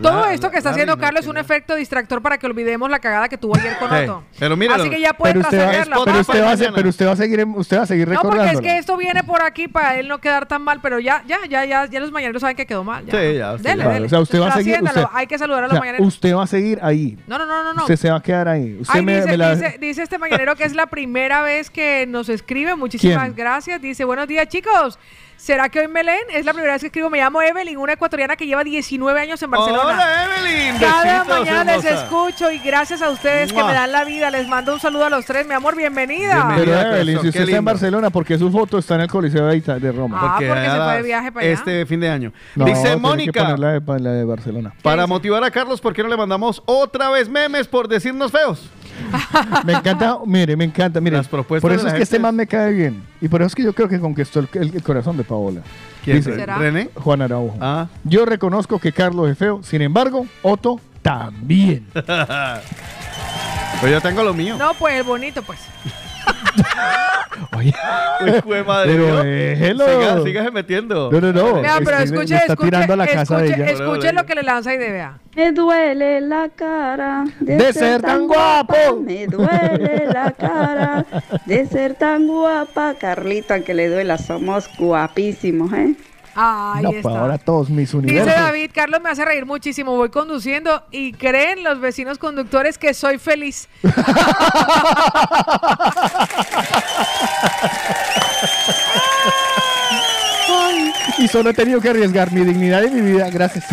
Speaker 5: Todo esto que está haciendo Carlos es un
Speaker 6: efecto
Speaker 5: efecto distractor para que olvidemos la cagada que tuvo ayer con
Speaker 6: Sí,
Speaker 5: Otto.
Speaker 6: pero míralo.
Speaker 5: Así que ya puede
Speaker 3: pero usted, va,
Speaker 5: trasegarla.
Speaker 3: pero
Speaker 5: papá.
Speaker 3: usted va a se-
Speaker 6: mañana.
Speaker 3: pero usted va a seguir, en- usted va a seguir
Speaker 5: No, porque es
Speaker 3: recordándola.
Speaker 5: que esto viene por aquí para él no quedar tan mal, pero ya, ya, ya, ya, ya los mañaneros saben que quedó mal. Ya.
Speaker 6: Sí, ya, usted
Speaker 5: Dele,
Speaker 6: ya.
Speaker 5: dele.
Speaker 3: O sea, usted va a seguir.
Speaker 5: Trasciéndalo.
Speaker 3: Usted,
Speaker 5: Hay que saludar
Speaker 3: o
Speaker 5: a los
Speaker 3: sea,
Speaker 5: mañaneros.
Speaker 3: usted va a seguir ahí.
Speaker 5: No, no, no, no, no.
Speaker 3: Usted se va a quedar ahí. Usted
Speaker 5: Ahí
Speaker 3: me,
Speaker 5: dice,
Speaker 3: me la-
Speaker 5: dice, dice este mañanero que es la primera vez que nos escribe. Muchísimas
Speaker 3: ¿Quién?
Speaker 5: gracias. Dice, buenos días, chicos. ¿Será que hoy me leen? Es la primera vez que escribo. Me llamo Evelyn, una ecuatoriana que lleva 19 años en Barcelona.
Speaker 6: Hola, Evelyn.
Speaker 5: Cada
Speaker 6: Besitos,
Speaker 5: mañana les
Speaker 6: hermosa.
Speaker 5: escucho y gracias a ustedes que
Speaker 6: Mua.
Speaker 5: me dan la vida. Les mando un saludo a los tres, mi amor, bienvenida.
Speaker 6: Bienvenida.
Speaker 3: Pero
Speaker 6: Mira,
Speaker 3: Evelyn,
Speaker 6: corazón, qué
Speaker 3: si usted está en
Speaker 6: lindo.
Speaker 3: Barcelona, porque su foto está en el Coliseo de, Ita- de Roma.
Speaker 5: Ah, porque se
Speaker 6: ahora
Speaker 5: fue de viaje para allá.
Speaker 6: Este fin de año.
Speaker 3: No, tiene
Speaker 6: Dice
Speaker 3: que
Speaker 6: Mónica,
Speaker 3: poner La de, pa- la de Barcelona.
Speaker 6: para motivar a Carlos, ¿por qué no le mandamos otra vez memes por decirnos feos?
Speaker 3: Me encanta, mire, me encanta, mire.
Speaker 6: Las propuestas
Speaker 3: por
Speaker 6: de
Speaker 3: eso
Speaker 6: la
Speaker 3: es que este
Speaker 6: gente
Speaker 3: man me cae bien. Y por eso es que yo creo que conquistó el, el- el corazón de Paola.
Speaker 6: ¿Quién?
Speaker 3: Dice
Speaker 5: ¿Será?
Speaker 6: ¿René?
Speaker 3: Juan Araujo.
Speaker 6: Ah.
Speaker 3: Yo reconozco que Carlos es feo, sin embargo, Otto también.
Speaker 6: Pues yo tengo lo mío.
Speaker 5: No, pues el bonito, pues.
Speaker 3: Oye,
Speaker 6: Uy, jue madre,
Speaker 3: pero
Speaker 6: ¿no?
Speaker 3: déjelo.
Speaker 6: Siga- sígase metiendo.
Speaker 3: No, no, no.
Speaker 5: Vea,
Speaker 3: Es que
Speaker 5: pero
Speaker 3: le- le
Speaker 5: escuche,
Speaker 3: Oh, este, está
Speaker 5: escuche,
Speaker 3: tirando a la casa de
Speaker 5: escuche,
Speaker 3: ella.
Speaker 5: escuche lo que le lanza y de vea.
Speaker 13: Me duele la cara de,
Speaker 3: De ser tan guapo.
Speaker 13: guapa. Me duele la cara de ser tan guapa. Carlito, aunque le duela, somos guapísimos, ¿eh?
Speaker 5: Ahí
Speaker 3: No,
Speaker 5: está.
Speaker 3: pues ahora todos mis
Speaker 5: Dice
Speaker 3: universos.
Speaker 5: David, Carlos me hace reír muchísimo. Voy conduciendo y creen los vecinos conductores que soy feliz.
Speaker 3: Y solo he tenido que arriesgar mi dignidad y mi vida. Gracias.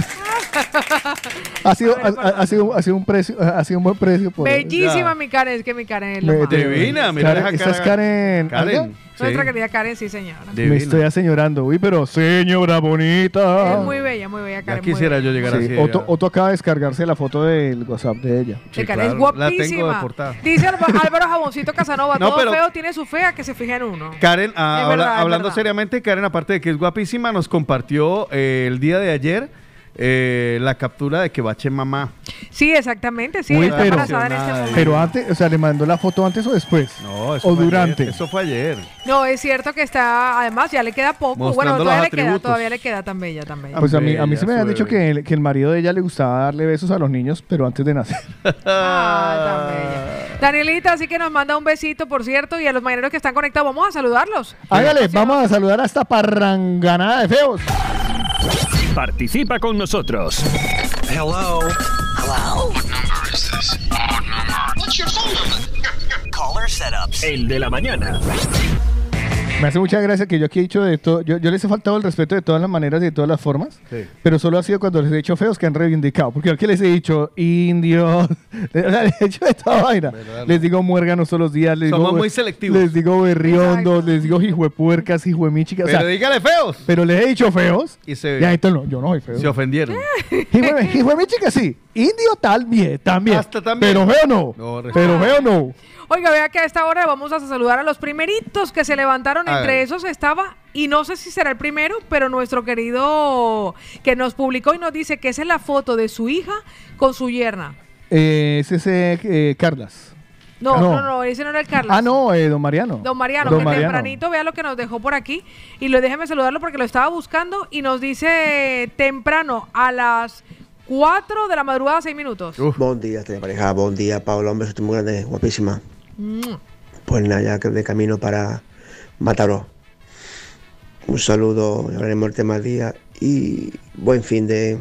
Speaker 3: Ha sido, ha, ha- ha sido, ha sido un precio, ha sido un buen precio. Por,
Speaker 5: Bellísima mi Karen, es que mi Karen es lo
Speaker 3: Me-
Speaker 5: más.
Speaker 6: Divina, mira
Speaker 3: Karen,
Speaker 6: esa
Speaker 3: ¿Estás
Speaker 6: cara-
Speaker 3: Karen? Alga?
Speaker 6: Karen.
Speaker 5: Nuestra
Speaker 6: sí.
Speaker 5: querida Karen, sí, señora.
Speaker 3: Me estoy aseñorando, uy, pero señora bonita.
Speaker 5: Es muy bella, muy bella Karen. muy
Speaker 6: quisiera
Speaker 5: bella.
Speaker 6: yo llegar
Speaker 3: Sí,
Speaker 6: así.
Speaker 3: Otto, Otto acaba de descargarse la foto del WhatsApp de ella.
Speaker 5: Mi Karen es
Speaker 6: claro, la tengo de
Speaker 5: guapísima.
Speaker 6: portada.
Speaker 5: Dice Alba- Álvaro Jaboncito Casanova,
Speaker 6: No,
Speaker 5: todo
Speaker 6: pero-
Speaker 5: feo tiene su fea que se fija en uno.
Speaker 6: Karen, ah,
Speaker 5: Es
Speaker 6: habla-
Speaker 5: verdad, es
Speaker 6: hablando
Speaker 5: verdad.
Speaker 6: seriamente, Karen, aparte de que es guapísima, nos compartió eh, el día de ayer eh, la captura de que bache mamá.
Speaker 5: Sí, exactamente, sí.
Speaker 3: Uy,
Speaker 5: está
Speaker 3: pero-
Speaker 5: embarazada en este
Speaker 6: Nada,
Speaker 5: momento.
Speaker 3: Pero antes, o sea, le mandó la foto antes o después.
Speaker 6: No,
Speaker 3: o
Speaker 6: fue
Speaker 3: durante.
Speaker 6: ayer, eso fue ayer.
Speaker 5: No, es cierto que está, además ya le queda poco.
Speaker 6: Mostrando
Speaker 5: bueno, todavía
Speaker 6: los
Speaker 5: le queda,
Speaker 6: atributos.
Speaker 5: todavía le queda tan bella, tan bella.
Speaker 3: Pues a mí, a mí
Speaker 6: Bella,
Speaker 3: se me habían
Speaker 6: su
Speaker 3: dicho
Speaker 6: bebé.
Speaker 3: que el, que el marido de ella le gustaba darle besos a los niños, pero antes de nacer.
Speaker 5: Ah, tan bella. Danielita, así que nos manda un besito, por cierto, y a los mañaneros que están conectados, vamos a saludarlos.
Speaker 3: Hágale, vamos a saludar a esta parranganada de feos.
Speaker 1: Participa con nosotros.
Speaker 10: Hello? Hello? What number is this? Odd number. What's your phone number? Caller setups.
Speaker 1: El de la mañana.
Speaker 3: Me hace mucha gracia que yo aquí he dicho de todo. Yo, yo les he faltado el respeto de todas las maneras y de todas las formas,
Speaker 6: Sí.
Speaker 3: pero solo ha sido cuando les he dicho feos que han reivindicado. Porque aquí les he dicho indios, les, he dicho de toda vaina. Les digo muérganos todos los días. Les
Speaker 6: Somos
Speaker 3: digo,
Speaker 6: muy selectivos.
Speaker 3: Les digo berriondos,
Speaker 5: Exacto.
Speaker 3: les digo hijuepuercas, hijuemichicas. o sea,
Speaker 6: Pero dígale feos.
Speaker 3: pero les he dicho feos.
Speaker 6: Y se-
Speaker 3: y a esto no, yo no soy feo.
Speaker 6: Se ofendieron.
Speaker 3: Hijue- hijuemichica sí. Indio tal, bien, también.
Speaker 6: Hasta también.
Speaker 3: Pero feo no.
Speaker 6: No, respeto.
Speaker 3: pero feo no.
Speaker 5: Oiga, vea que a esta hora vamos a saludar a los primeritos que se levantaron.
Speaker 6: A
Speaker 5: Entre
Speaker 6: ver.
Speaker 5: esos estaba, y no sé si será el primero, pero nuestro querido que nos publicó y nos dice que esa es la foto de su hija con su yerna.
Speaker 3: Eh, ese es eh, eh, Carlas.
Speaker 5: No, no,
Speaker 3: No.
Speaker 5: no, ese no era el Carlos.
Speaker 3: Ah, no, eh, don Mariano.
Speaker 5: Don Mariano, que tempranito vea lo que nos dejó por aquí. Y lo déjeme saludarlo porque lo estaba buscando y nos dice temprano a las 4 de la madrugada, 6 minutos.
Speaker 14: Buen día, estrella pareja. Buen día, Paola. Un beso muy grande, guapísima.
Speaker 5: Mm.
Speaker 14: Pues nada, ya que de camino para Mataró. Un saludo, ya hablaremos el tema del día y buen fin de.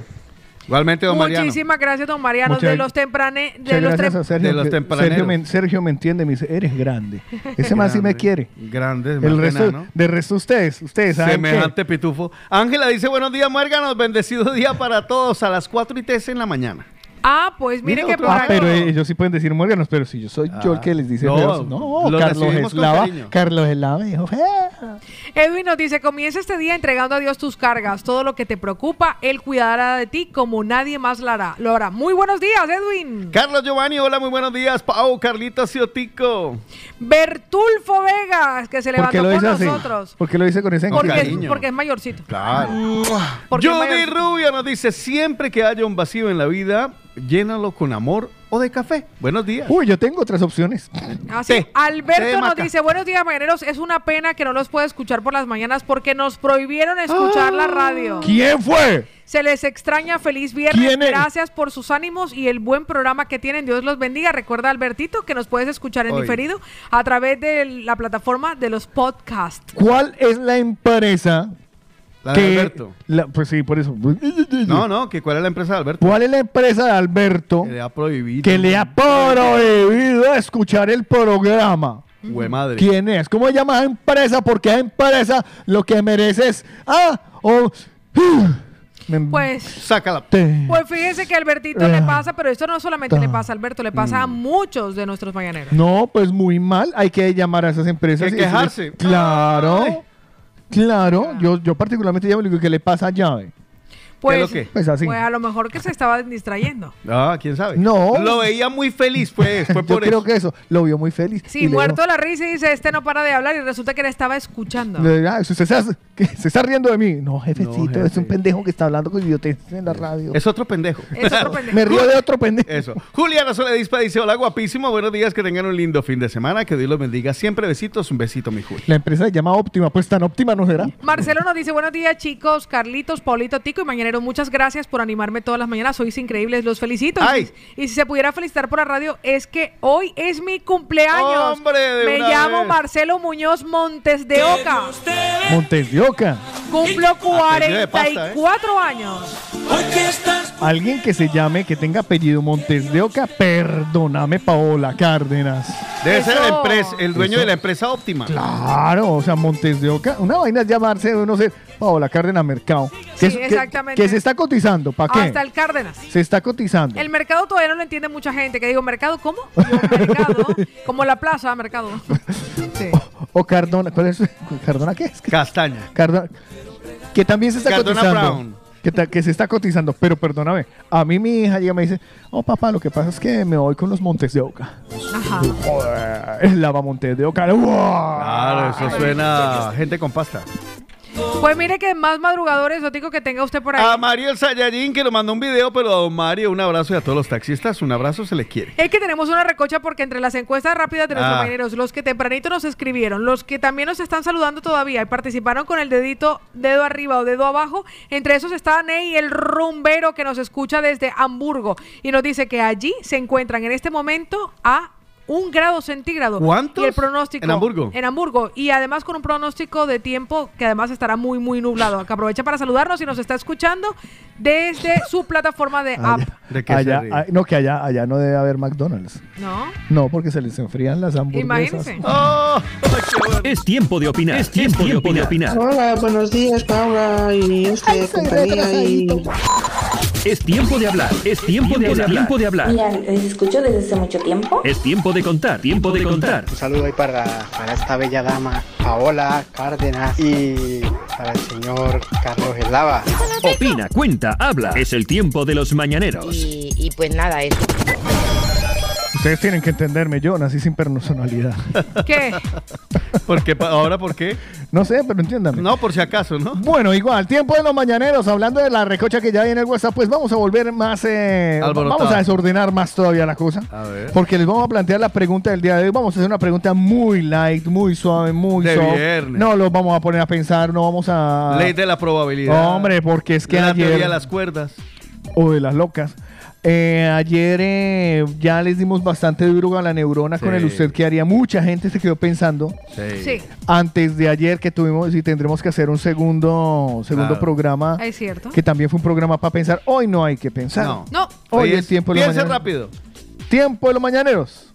Speaker 6: Igualmente, don Mariano.
Speaker 5: Muchísimas gracias, don Mariano.
Speaker 3: Muchas-
Speaker 5: de los temprane, de
Speaker 3: Muchas
Speaker 5: los
Speaker 3: gracias a
Speaker 5: tem-
Speaker 3: Sergio.
Speaker 6: de los
Speaker 3: que-
Speaker 6: tempraneros.
Speaker 3: Sergio me, Sergio me entiende, me dice, eres grande. Ese man sí me
Speaker 6: Grande,
Speaker 3: quiere.
Speaker 6: Grande.
Speaker 3: El resto,
Speaker 6: ¿no?
Speaker 3: de resto ustedes, ustedes saben
Speaker 6: Semejante pitufo. Ángela dice, buenos días, muérganos. Bendecido día para todos. A las 4 y 3 en la mañana.
Speaker 5: Ah, pues mire
Speaker 6: Mira
Speaker 5: que
Speaker 6: otro-
Speaker 3: que-
Speaker 5: por
Speaker 3: Ah,
Speaker 5: acá-
Speaker 3: pero ellos sí pueden decir muérganos, pero si yo soy yo el que les dice
Speaker 6: Ah, No,
Speaker 3: feos. No,
Speaker 6: lo
Speaker 3: Carlos
Speaker 6: recibimos con
Speaker 3: Eslava,
Speaker 6: cariño.
Speaker 3: Carlos Eslava dijo feo.
Speaker 5: Edwin nos dice, comienza este día entregando a Dios tus cargas, todo lo que te preocupa, Él cuidará de ti como nadie más lo hará. Lo hará. Muy buenos días, Edwin.
Speaker 6: Carlos Giovanni, hola, muy buenos días. Pau, Carlitos y Otico.
Speaker 5: Bertulfo Vegas, que se
Speaker 3: ¿Por
Speaker 5: levantó
Speaker 3: qué lo
Speaker 5: con
Speaker 3: dice así?
Speaker 5: nosotros.
Speaker 3: ¿Por qué lo dice con ese
Speaker 6: Porque-
Speaker 3: cariño?
Speaker 5: Porque,
Speaker 6: cariño.
Speaker 5: porque es mayorcito.
Speaker 6: Claro.
Speaker 5: Porque es
Speaker 6: Judy
Speaker 5: mayorcito.
Speaker 6: Rubio nos dice, siempre que haya un vacío en la vida, llénalo con amor o de café. Buenos días.
Speaker 3: Uy, yo tengo otras opciones.
Speaker 5: Así,
Speaker 6: Té.
Speaker 5: Ah, Alberto
Speaker 6: Té de
Speaker 5: nos
Speaker 6: maca.
Speaker 5: dice, buenos días, mañaneros. Es una pena que no los pueda escuchar por las mañanas porque nos prohibieron escuchar
Speaker 3: Ah.
Speaker 5: la radio.
Speaker 3: ¿Quién fue?
Speaker 5: Se les extraña. Feliz viernes.
Speaker 3: ¿Quién es?
Speaker 5: Gracias por sus ánimos y el buen programa que tienen. Dios los bendiga. Recuerda, Albertito, que nos puedes escuchar en
Speaker 6: Oye.
Speaker 5: diferido a través de la plataforma de los podcasts.
Speaker 3: ¿Cuál es la empresa
Speaker 6: La
Speaker 3: que
Speaker 6: de Alberto.
Speaker 3: la- pues sí, por eso.
Speaker 6: No, no, que cuál es la empresa de Alberto.
Speaker 3: ¿Cuál es la empresa de Alberto
Speaker 6: Que le ha prohibido.
Speaker 3: que le ha prohibido escuchar el programa?
Speaker 6: Hue madre.
Speaker 3: ¿Quién es? ¿Cómo se llama esa empresa? Porque esa empresa lo que merece es ah o Me-
Speaker 5: Pues...
Speaker 6: Sácala.
Speaker 3: te-
Speaker 5: Pues fíjense que a Albertito le
Speaker 3: Ah.
Speaker 5: pasa, pero esto no solamente
Speaker 6: Ah.
Speaker 3: Ta.
Speaker 5: le pasa a Alberto, le pasa a
Speaker 6: Mm.
Speaker 5: muchos de nuestros mañaneros.
Speaker 3: No, pues muy mal. Hay que llamar a esas empresas.
Speaker 6: Hay
Speaker 3: y
Speaker 6: que
Speaker 3: decirle,
Speaker 6: quejarse.
Speaker 3: Claro.
Speaker 6: Ay.
Speaker 3: Claro. Yo, yo particularmente llamo y le digo que le pasa a llave.
Speaker 5: Pues,
Speaker 6: lo que?
Speaker 3: Pues así.
Speaker 5: pues a lo mejor que se estaba distrayendo.
Speaker 6: Ah, quién sabe.
Speaker 3: No.
Speaker 6: Lo veía muy feliz, pues. Fue
Speaker 3: yo
Speaker 6: por
Speaker 3: creo
Speaker 6: eso.
Speaker 3: que eso lo vio muy feliz.
Speaker 5: Sí, muerto de la risa y dice, este no para de hablar y resulta que le estaba escuchando.
Speaker 3: Le- ah, se, se está, que se está riendo de mí. No, jefecito,
Speaker 6: jefe.
Speaker 3: es un pendejo que está hablando con idioteces en la radio.
Speaker 6: Es otro pendejo.
Speaker 5: Es otro pendejo.
Speaker 3: Me río de otro pendejo.
Speaker 6: Eso. Juliana Soledispa dice, hola guapísimo, buenos días, que tengan un lindo fin de semana, que Dios los bendiga. Siempre besitos, un besito, mi Juli.
Speaker 3: La empresa se llama Óptima, pues tan óptima no será.
Speaker 5: Marcelo nos dice, buenos días chicos, Carlitos, Paulito, Tico y Mañanero, muchas gracias por animarme todas las mañanas, sois increíbles, los felicito.
Speaker 6: ¡Ay!
Speaker 5: Y si se pudiera felicitar por la radio, es que hoy es mi cumpleaños.
Speaker 6: ¡Hombre, de
Speaker 5: Me
Speaker 6: una
Speaker 5: llamo
Speaker 6: vez!
Speaker 5: Marcelo Muñoz Montes de Oca,
Speaker 3: Montes de Oca.
Speaker 5: cumplo
Speaker 6: Ah, Apellido de pasta, ¿eh?
Speaker 5: 44 años.
Speaker 3: Alguien que se llame, que tenga apellido Montes de Oca, perdóname Paola Cárdenas.
Speaker 6: Debe ser la empresa, el dueño de la empresa óptima.
Speaker 3: Claro, o sea, Montes de Oca. Una vaina es llamarse, no sé, Paola Cárdenas Mercado.
Speaker 5: Sí,
Speaker 3: es-
Speaker 5: exactamente.
Speaker 3: Que, se está cotizando, ¿para qué?
Speaker 5: Hasta el Cárdenas.
Speaker 3: Se está cotizando.
Speaker 5: El mercado todavía no lo entiende mucha gente. Que digo, ¿mercado cómo? Yo, mercado, ¿no? Como la plaza, mercado. Sí.
Speaker 3: O Cardona, ¿cuál es? ¿Cardona qué es?
Speaker 6: Castaña.
Speaker 3: Cardona. Que también se está
Speaker 6: Cardona
Speaker 3: cotizando.
Speaker 6: Brown.
Speaker 3: Que, ta- que se está cotizando, pero perdóname. A mí mi hija llega y me dice, oh papá, lo que pasa es que me voy con los Montes de Oca.
Speaker 5: Ajá.
Speaker 3: Joder, el lava Montes de Oca. ¡Wow!
Speaker 6: Claro, eso suena a gente con pasta.
Speaker 5: Pues mire que más madrugador exótico que tenga usted por ahí.
Speaker 6: A Mario el Sayayin que nos mandó un video, pero a don Mario un abrazo y a todos los taxistas un abrazo se le quiere.
Speaker 5: Es que tenemos una recocha porque entre las encuestas rápidas de nuestros
Speaker 6: Ah.
Speaker 5: mañaneros, los que tempranito nos escribieron, los que también nos están saludando todavía y participaron con el dedito, dedo arriba o dedo abajo, entre esos está Ney, el rumbero que nos escucha desde Hamburgo y nos dice que allí se encuentran en este momento a un grado centígrado.
Speaker 6: ¿Cuántos?
Speaker 5: Y el pronóstico.
Speaker 6: ¿En Hamburgo?
Speaker 5: En Hamburgo. Y además con un pronóstico de tiempo que además estará muy, muy nublado. Que aprovecha para saludarnos y nos está escuchando desde su plataforma
Speaker 6: Ah,
Speaker 5: de app.
Speaker 6: ¿De qué se
Speaker 3: Allá,
Speaker 6: ríe?
Speaker 3: ah, no, que allá, allá no debe haber McDonald's.
Speaker 5: ¿No?
Speaker 3: No, porque se les enfrían las hamburguesas.
Speaker 5: Imagínense.
Speaker 1: Es tiempo de opinar. Es tiempo, de opinar.
Speaker 15: Hola, buenos días, Paula y este compañía y
Speaker 1: Es tiempo de hablar. Es tiempo, de, hablar. tiempo de hablar.
Speaker 15: Mira, les escucho desde hace mucho tiempo.
Speaker 1: Es tiempo de contar. Tiempo de contar.
Speaker 16: Un saludo ahí para, para esta bella dama, Paola Cárdenas, y para el señor Carlos Elava.
Speaker 1: Opina, cuenta, habla. Es el tiempo de los mañaneros.
Speaker 17: Y, y pues nada, eso.
Speaker 3: Ustedes tienen que entenderme, yo nací sin personalidad.
Speaker 5: ¿Qué?
Speaker 6: ¿Por qué? pa- ¿Ahora por qué?
Speaker 3: No sé, pero entiéndame.
Speaker 6: No, por si acaso, ¿no?
Speaker 3: Bueno, igual, tiempo de los mañaneros, hablando de la recocha que ya hay en el WhatsApp, pues vamos a volver más, eh,
Speaker 6: Alborotado.
Speaker 3: vamos a desordenar más todavía la cosa,
Speaker 6: A ver.
Speaker 3: porque les vamos a plantear la pregunta del día de hoy, vamos a hacer una pregunta muy light, muy suave, muy
Speaker 6: De
Speaker 3: soft.
Speaker 6: viernes.
Speaker 3: No los vamos a poner a pensar, no vamos a...
Speaker 6: Ah. Ley de la probabilidad.
Speaker 3: Hombre, porque es que
Speaker 6: la
Speaker 3: ayer-
Speaker 6: teoría de las cuerdas.
Speaker 3: o de las locas. Eh, ayer eh, ya les dimos bastante duro a la neurona con
Speaker 6: Sí.
Speaker 3: el usted que haría. Mucha gente se quedó pensando
Speaker 5: Sí.
Speaker 3: antes de ayer que tuvimos y tendremos que hacer un segundo, segundo
Speaker 6: Claro.
Speaker 3: programa
Speaker 5: Es cierto.
Speaker 3: que también fue un programa para pensar. Hoy no hay que pensar.
Speaker 6: No.
Speaker 5: No.
Speaker 3: Hoy
Speaker 6: Oye,
Speaker 3: es tiempo de los
Speaker 6: Piense
Speaker 3: mañaneros.
Speaker 6: rápido.
Speaker 3: Tiempo de los mañaneros.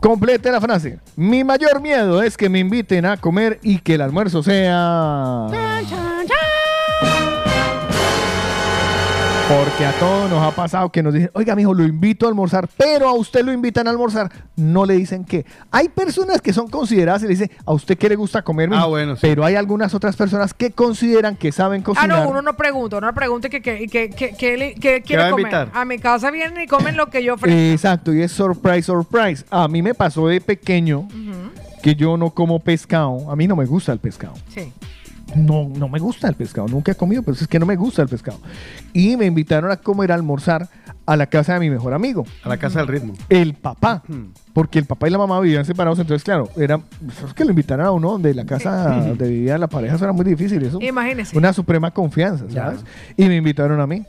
Speaker 3: Complete la frase. Mi mayor miedo es que me inviten a comer y que el almuerzo sea. Porque a todos nos ha pasado que nos dicen, oiga, mijo, lo invito a almorzar, pero a usted lo invitan a almorzar. No le dicen qué. Hay personas que son consideradas y le dicen, a usted que le gusta comer, mijo?".
Speaker 6: Ah, bueno, sí.
Speaker 3: pero hay algunas otras personas que consideran que saben
Speaker 5: Ah,
Speaker 3: cocinar.
Speaker 5: no, uno no pregunta, uno pregunta que, que, que, que, que le- que quiere
Speaker 3: va a
Speaker 5: comer.
Speaker 3: invitar?
Speaker 5: A mi casa vienen y comen lo que yo ofrezco.
Speaker 3: Exacto, y es surprise, surprise. A mí me pasó de pequeño que yo no como pescado. A mí no me gusta el pescado.
Speaker 5: Sí.
Speaker 3: No, no me gusta el pescado. Nunca he comido, pero es que no me gusta el pescado. Y me invitaron a comer, a almorzar a la casa de mi mejor amigo.
Speaker 6: A la casa del ritmo. Hmm.
Speaker 3: El papá. Porque el papá y la mamá vivían separados, entonces claro, era es que lo invitaran a uno de la casa
Speaker 6: Hmm.
Speaker 5: Sí.
Speaker 3: donde vivía la pareja, eso era muy difícil, eso.
Speaker 5: Imagínese.
Speaker 3: Una suprema confianza, ¿sabes? Y me invitaron a mí.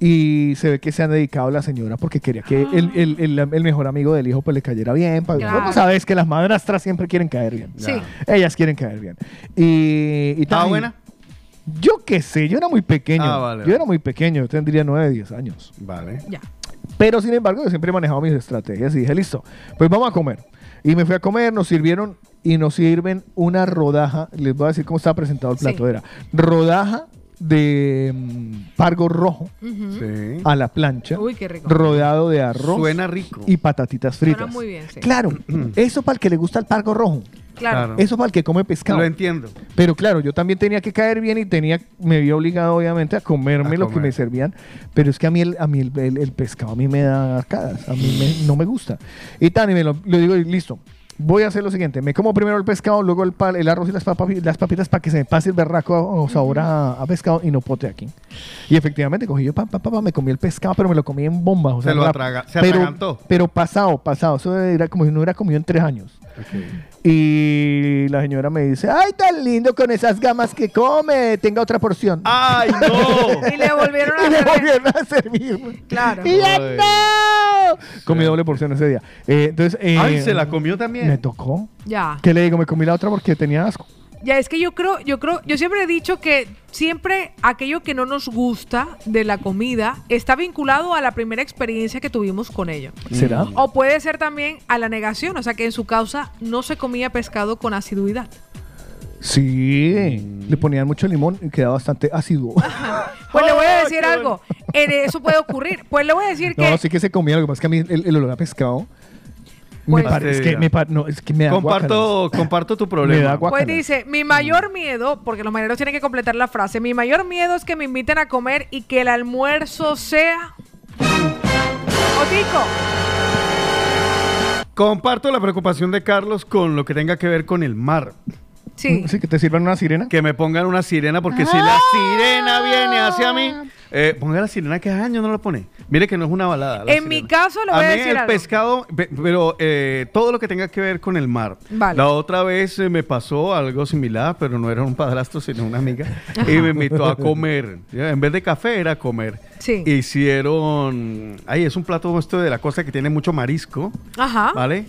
Speaker 3: Y se ve que se han dedicado a la señora porque quería que el, el- el- el mejor amigo del hijo pues le cayera bien. Pues,
Speaker 5: Ah. Claro.
Speaker 3: ¿cómo sabes que las madrastras siempre quieren caer bien?
Speaker 5: Sí.
Speaker 3: Ellas quieren caer bien. Y, y
Speaker 6: ¿Estaba
Speaker 3: tal, y-
Speaker 6: Ah, buena?
Speaker 3: Yo qué sé, yo era muy pequeño.
Speaker 6: Ah, vale,
Speaker 3: Yo
Speaker 6: vale.
Speaker 3: era muy pequeño, yo tendría 9, 10 años.
Speaker 6: Vale.
Speaker 5: Ya.
Speaker 3: Pero sin embargo, yo siempre he manejado mis estrategias y dije, listo, pues vamos a comer. Y me fui a comer, nos sirvieron y nos sirven una rodaja. Les voy a decir cómo estaba presentado el plato.
Speaker 5: Sí.
Speaker 3: Era rodaja de mm, pargo rojo
Speaker 5: Ujú.
Speaker 3: a la plancha,
Speaker 5: Uy, qué rico.
Speaker 3: rodeado de arroz
Speaker 6: Suena rico.
Speaker 3: y patatitas fritas.
Speaker 5: Suena muy bien, sí.
Speaker 3: Claro, eso para el que le gusta el pargo rojo.
Speaker 5: Claro.
Speaker 3: Eso para el que come pescado.
Speaker 6: Lo entiendo.
Speaker 3: Pero claro, yo también tenía que caer bien y tenía, me vi obligado obviamente a comerme
Speaker 6: A
Speaker 3: lo que
Speaker 6: comer.
Speaker 3: me servían. Pero es que a mí el, a mí el, el- el pescado a mí me da arcadas, a mí me- no me gusta. Y tan, y me lo, lo digo, y listo. Voy a hacer lo siguiente, me como primero el pescado, luego el, pal- el arroz y las, papas, las papitas para que se me pase el berraco o sabor a, a pescado y no pote aquí. Y efectivamente cogí yo, pa, pa, pa, pa, me comí el pescado, pero me lo comí en bombas. O
Speaker 6: Se
Speaker 3: sea,
Speaker 6: lo
Speaker 3: rap-
Speaker 6: atraga- se
Speaker 3: pero,
Speaker 6: atragantó.
Speaker 3: pero pasado, pasado. Eso era como si no hubiera comido en tres años. Y la señora me dice, ay, tan lindo con esas gamas que come, tenga otra porción.
Speaker 6: ¡Ay, no!
Speaker 5: Y le volvieron a
Speaker 3: y le
Speaker 5: hacer-
Speaker 3: volvieron a servir.
Speaker 5: Claro.
Speaker 3: Y ya
Speaker 6: Ay.
Speaker 3: no. Comí doble porción ese día. Eh, entonces, eh,
Speaker 6: Ay, se la comió
Speaker 3: Me
Speaker 6: también.
Speaker 3: tocó.
Speaker 5: Ya.
Speaker 3: ¿Qué le digo? Me comí la otra porque tenía asco.
Speaker 5: Ya es que yo creo, yo creo, yo siempre he dicho que siempre aquello que no nos gusta de la comida está vinculado a la primera experiencia que tuvimos con ello.
Speaker 17: ¿Será?
Speaker 5: O puede ser también a la negación, o sea que en su causa no se comía pescado con asiduidad.
Speaker 3: Sí, le ponían mucho limón y quedaba bastante ácido.
Speaker 5: Pues le voy a decir algo, en eso puede ocurrir. Pues le voy a decir que
Speaker 3: No, sí que se comía, lo que pasa es que a mí el, el olor a pescado.
Speaker 5: Pues-
Speaker 3: me parece es que me, pa- no, es que me da
Speaker 6: Comparto,
Speaker 3: guácaras.
Speaker 6: comparto tu
Speaker 3: Me da
Speaker 6: problema.
Speaker 3: guácaras.
Speaker 5: Pues dice, mi mayor miedo, porque los mañaneros tienen que completar la frase, mi mayor miedo es que me inviten a comer y que el almuerzo sea... Otico,
Speaker 6: Comparto la preocupación de Carlos con lo que tenga que ver con el mar.
Speaker 5: Sí.
Speaker 3: Mm, que te sirvan una sirena.
Speaker 6: Que me pongan una sirena, porque si
Speaker 5: Ah,
Speaker 6: la sirena viene hacia mí. Eh, ponga la sirena que año no la pone. Mire que no es una balada. la
Speaker 5: en mi caso le Em, voy a,
Speaker 6: a mí
Speaker 5: decir
Speaker 6: el
Speaker 5: algo.
Speaker 6: pescado, pe- pero eh, todo lo que tenga que ver con el mar.
Speaker 5: Vale.
Speaker 6: La otra vez eh, me pasó algo similar, pero no era un padrastro, sino una amiga, y me invitó a comer. Ya, En vez de café era comer.
Speaker 5: Sí.
Speaker 6: Hicieron, ay, es un plato esto de la costa que tiene mucho marisco,
Speaker 3: Ah.
Speaker 5: Ajá.
Speaker 6: ¿vale?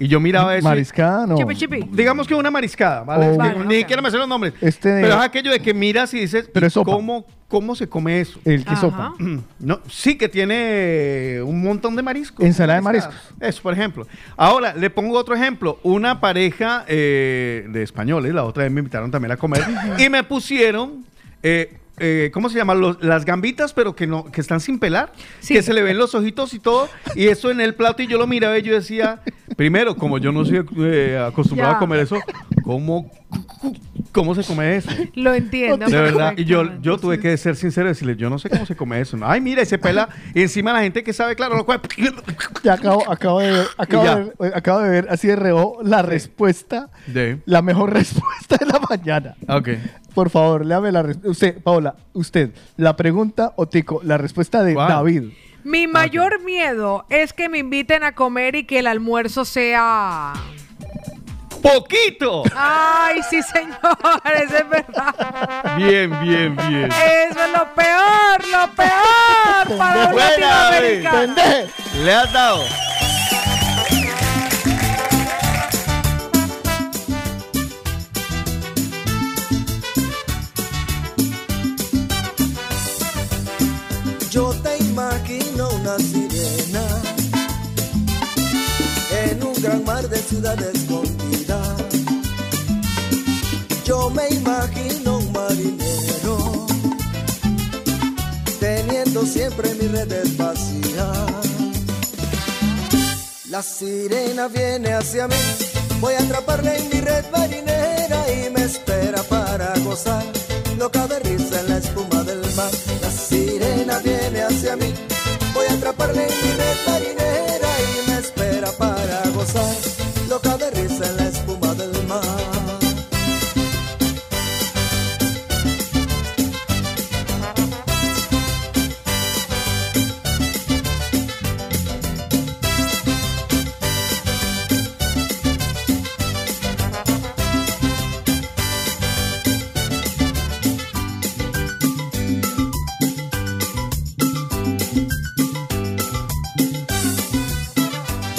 Speaker 6: Y yo miraba eso. y-
Speaker 3: Mariscada, Ah, no.
Speaker 5: Chipi, chipi.
Speaker 6: Digamos que una mariscada, ¿vale?
Speaker 3: Oh.
Speaker 6: Ni-
Speaker 3: Vale,
Speaker 6: Ni quiero me hacer los nombres.
Speaker 3: Este de-
Speaker 6: Pero es aquello de que miras y dices,
Speaker 3: Pero
Speaker 6: ¿y
Speaker 3: es sopa.
Speaker 6: ¿cómo, ¿cómo se come eso?
Speaker 3: El que Ajá. sopa.
Speaker 6: No, sí que tiene un montón de mariscos.
Speaker 3: Ensalada de
Speaker 6: Mariscadas. Eso, por ejemplo. Ahora, le pongo otro ejemplo. Una pareja eh, de españoles, la otra vez me invitaron también a comer, y me pusieron... eh, eh, ¿Cómo se llaman? Los- las gambitas, pero que no, que están sin pelar, que se le ven los ojitos y todo, y eso en el plato, y yo lo miraba y yo decía, primero, como yo no soy eh, acostumbrado
Speaker 5: Ya.
Speaker 6: a comer eso, ¿cómo, cómo se come eso?
Speaker 5: Lo entiendo.
Speaker 6: De verdad, y yo,
Speaker 5: perfectamente.
Speaker 6: yo tuve que ser sincero y decirle, yo no sé cómo se come eso. Ay, mira, y se pela. Y encima la gente que sabe, claro, lo cual...
Speaker 3: Ya acabo, acabo de ver, acabo,
Speaker 6: ya.
Speaker 3: de ver, eh, acabo de ver así de reojo la respuesta,
Speaker 6: De...
Speaker 3: la mejor respuesta de la mañana.
Speaker 6: Ok.
Speaker 3: Por favor, léame la respuesta. Usted, Paola, usted, la pregunta o Tico, la respuesta de David.
Speaker 5: Mi mayor miedo es que me inviten a comer y que el almuerzo sea...
Speaker 6: ¡Poquito!
Speaker 5: Ay, sí, señor, eso es verdad.
Speaker 6: Bien, bien, bien.
Speaker 5: Eso es lo peor, lo peor ¡Ah! para un
Speaker 6: Buena, David.
Speaker 5: latinoamericano.
Speaker 6: Le has dado.
Speaker 10: Yo te imagino una sirena en un gran mar de ciudad escondida. Yo me imagino un marinero teniendo siempre mis redes vacías. La sirena viene hacia mí, voy a atraparla en mi red marinera y me espera para gozar. No cabe risa en la espuma del mar. La sirena viene hacia mí, voy a atraparla en mi red marinera y me espera para gozar. No cabe risa en la espuma del mar.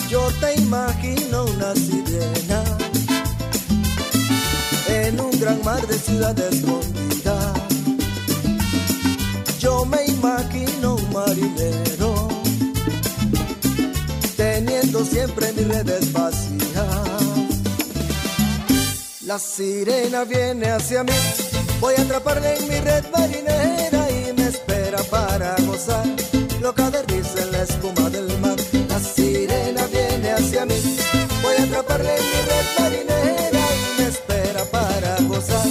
Speaker 10: Yo te imagino una sirena en un gran mar de ciudad escondida. Yo me imagino un marinero teniendo siempre mis redes vacías. La sirena viene hacia mí, voy a atraparla en mi red marinera y me espera para gozar. Loca de risa en la espuma del mar, la sirena viene hacia mí, voy a atraparla en mi red marinera y me espera para gozar.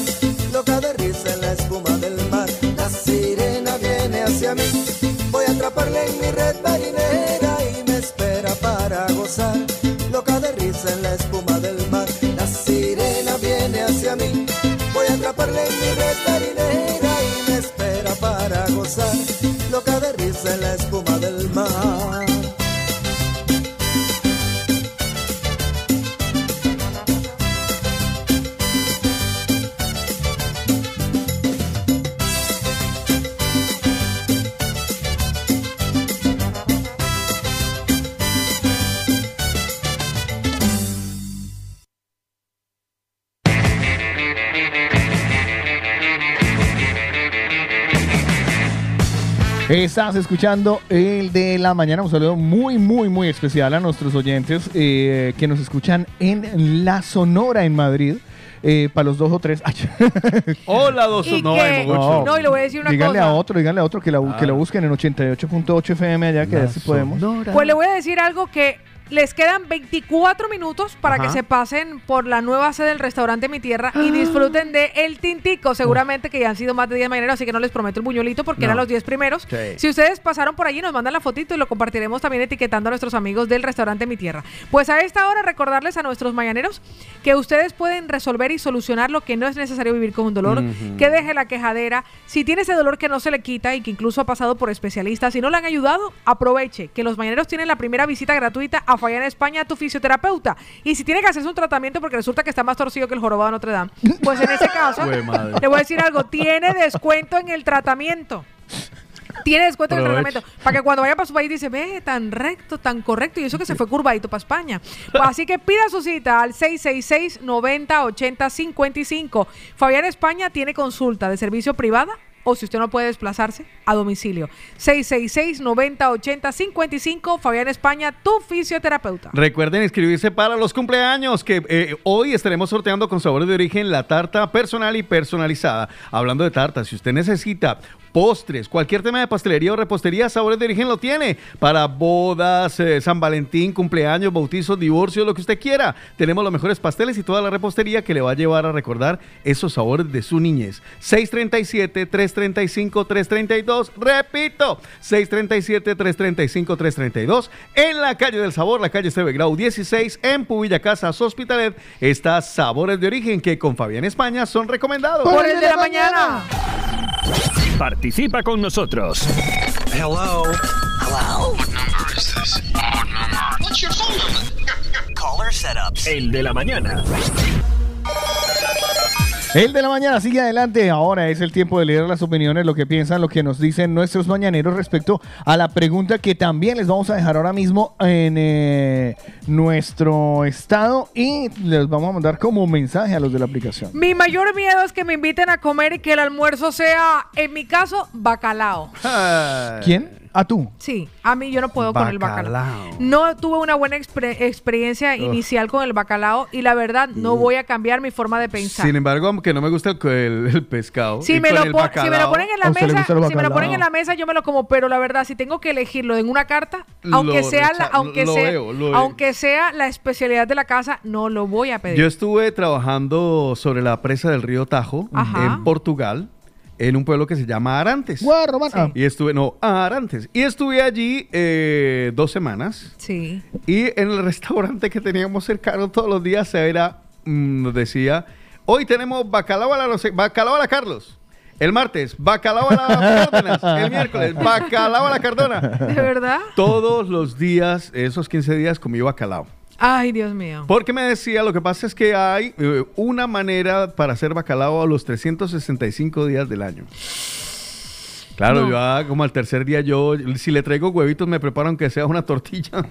Speaker 10: Loca de risa en la espuma del mar, la sirena viene hacia mí, voy a atraparla en mi red marinera y me espera para gozar. Loca de risa en la espuma del mar, la sirena viene hacia mí, voy a atraparla en mi red marinera y me espera para gozar. Loca de risa en la espuma del mar.
Speaker 3: Estás escuchando el de la mañana. Un saludo muy, muy, muy especial a nuestros oyentes eh, que nos escuchan en La Sonora, en Madrid. Eh, para los dos o tres. Ay,
Speaker 6: Hola, dos
Speaker 5: Y
Speaker 6: no,
Speaker 5: que-
Speaker 6: Mogocho.
Speaker 5: no, y le voy a decir una
Speaker 3: díganle
Speaker 5: cosa.
Speaker 3: a otro, díganle a otro que la, bu- que
Speaker 6: Ah.
Speaker 3: la busquen en 88.8 FM allá, que a ver si podemos.
Speaker 5: Pues le voy a decir algo que les quedan 24 minutos para
Speaker 3: Ajá.
Speaker 5: que se pasen por la nueva sede del restaurante Mi Tierra y disfruten de El Tintico. Seguramente que ya han sido más de 10 mañaneros, así que no les prometo el buñuelito porque
Speaker 17: No.
Speaker 5: eran los 10 primeros.
Speaker 17: Sí.
Speaker 5: Si ustedes pasaron por allí, nos mandan la fotito y lo compartiremos también etiquetando a nuestros amigos del restaurante Mi Tierra. Pues a esta hora recordarles a nuestros mañaneros que ustedes pueden resolver y solucionar lo que no es necesario vivir con un dolor,
Speaker 17: Ujú.
Speaker 5: que deje la quejadera. Si tiene ese dolor que no se le quita y que incluso ha pasado por especialistas y no le han ayudado, aproveche que los mañaneros tienen la primera visita gratuita a Fallana España a tu fisioterapeuta. Y si tiene que hacerse un tratamiento porque resulta que está más torcido que el jorobado de Notre Dame, pues en ese caso,
Speaker 17: Jue madre.
Speaker 5: le voy a decir algo, tiene descuento en el tratamiento. Tiene descuento en el
Speaker 17: Aproveche.
Speaker 5: tratamiento. Para que cuando vaya para su país dice, ve, tan recto, tan correcto. Y eso que se fue curvadito para España. Pues así que pida su cita al 666 90 80 55. Fabián España tiene consulta de servicio privada o si usted no puede desplazarse, a domicilio. 666 90 80 55. Fabián España, tu fisioterapeuta.
Speaker 6: Recuerden inscribirse para los cumpleaños, que eh, hoy estaremos sorteando con sabores de origen la tarta personal y personalizada. Hablando de tartas, si usted necesita postres, cualquier tema de pastelería o repostería, sabores de origen lo tiene. Para bodas, eh, San Valentín, cumpleaños, bautizos, divorcios, lo que usted quiera. Tenemos los mejores pasteles y toda la repostería que le va a llevar a recordar esos sabores de su niñez. 637-335-332. Repito, 637-335-332. En la calle del sabor, la calle Esteve Grau 16, en Pubilla Casas Hospitalet, está Sabores de Origen, que con Fabián España son recomendados.
Speaker 5: Por el de la mañana.
Speaker 1: Participa con nosotros.
Speaker 7: Hello. Hello. What number is this? What number? What's your phone number? Caller setups.
Speaker 1: El de la mañana.
Speaker 3: El de la mañana sigue adelante. Ahora es el tiempo de leer las opiniones, lo que piensan, lo que nos dicen nuestros mañaneros respecto a la pregunta que también les vamos a dejar ahora mismo en eh, nuestro estado y les vamos a mandar como mensaje a los de la aplicación.
Speaker 5: Mi mayor miedo es que me inviten a comer y que el almuerzo sea, en mi caso, bacalao.
Speaker 3: ¿Quién? ¿A tú?
Speaker 5: Sí, a mí yo no puedo con el bacalao.
Speaker 3: Bacalao.
Speaker 5: No tuve una buena expre- experiencia
Speaker 6: Uf.
Speaker 5: inicial con el bacalao y la verdad no voy a cambiar mi forma de pensar.
Speaker 6: Mm. Sin embargo, aunque no me gusta el, el- el pescado.
Speaker 5: Si
Speaker 6: y
Speaker 5: me,
Speaker 6: con
Speaker 5: lo
Speaker 6: el
Speaker 5: pon- si me lo
Speaker 6: bacalao-
Speaker 5: ponen en la mesa, si me lo ponen en la mesa, yo me lo como, pero la verdad, si tengo que elegirlo en una carta,
Speaker 6: Lo
Speaker 5: aunque sea la,
Speaker 6: recha-
Speaker 5: aunque
Speaker 6: lo
Speaker 5: sea,
Speaker 6: veo, lo veo.
Speaker 5: aunque sea la especialidad de la casa, no lo voy a pedir.
Speaker 6: Yo estuve trabajando sobre la presa del río Tajo
Speaker 5: Ajá.
Speaker 6: en Portugal, en un pueblo que se llama Arantes.
Speaker 3: Román.
Speaker 6: Y estuve, no, ah, Arantes. Y estuve allí eh, dos semanas.
Speaker 5: Sí.
Speaker 6: Y en el restaurante que teníamos cercano todos los días era, mm, nos decía, hoy tenemos bacalao a la, no sé- bacalao a la Carlos. El martes, bacalao a la Cárdenas. El miércoles, bacalao a la Cardona.
Speaker 5: ¿De verdad?
Speaker 6: Todos los días, esos 15 días, comí bacalao.
Speaker 5: Ay, Dios mío.
Speaker 6: Porque me decía, lo que pasa es que hay eh, una manera para hacer bacalao a los 365 días del año. Claro,
Speaker 5: No.
Speaker 6: yo ah, como al tercer día yo, si le traigo huevitos me preparo aunque sea una tortilla.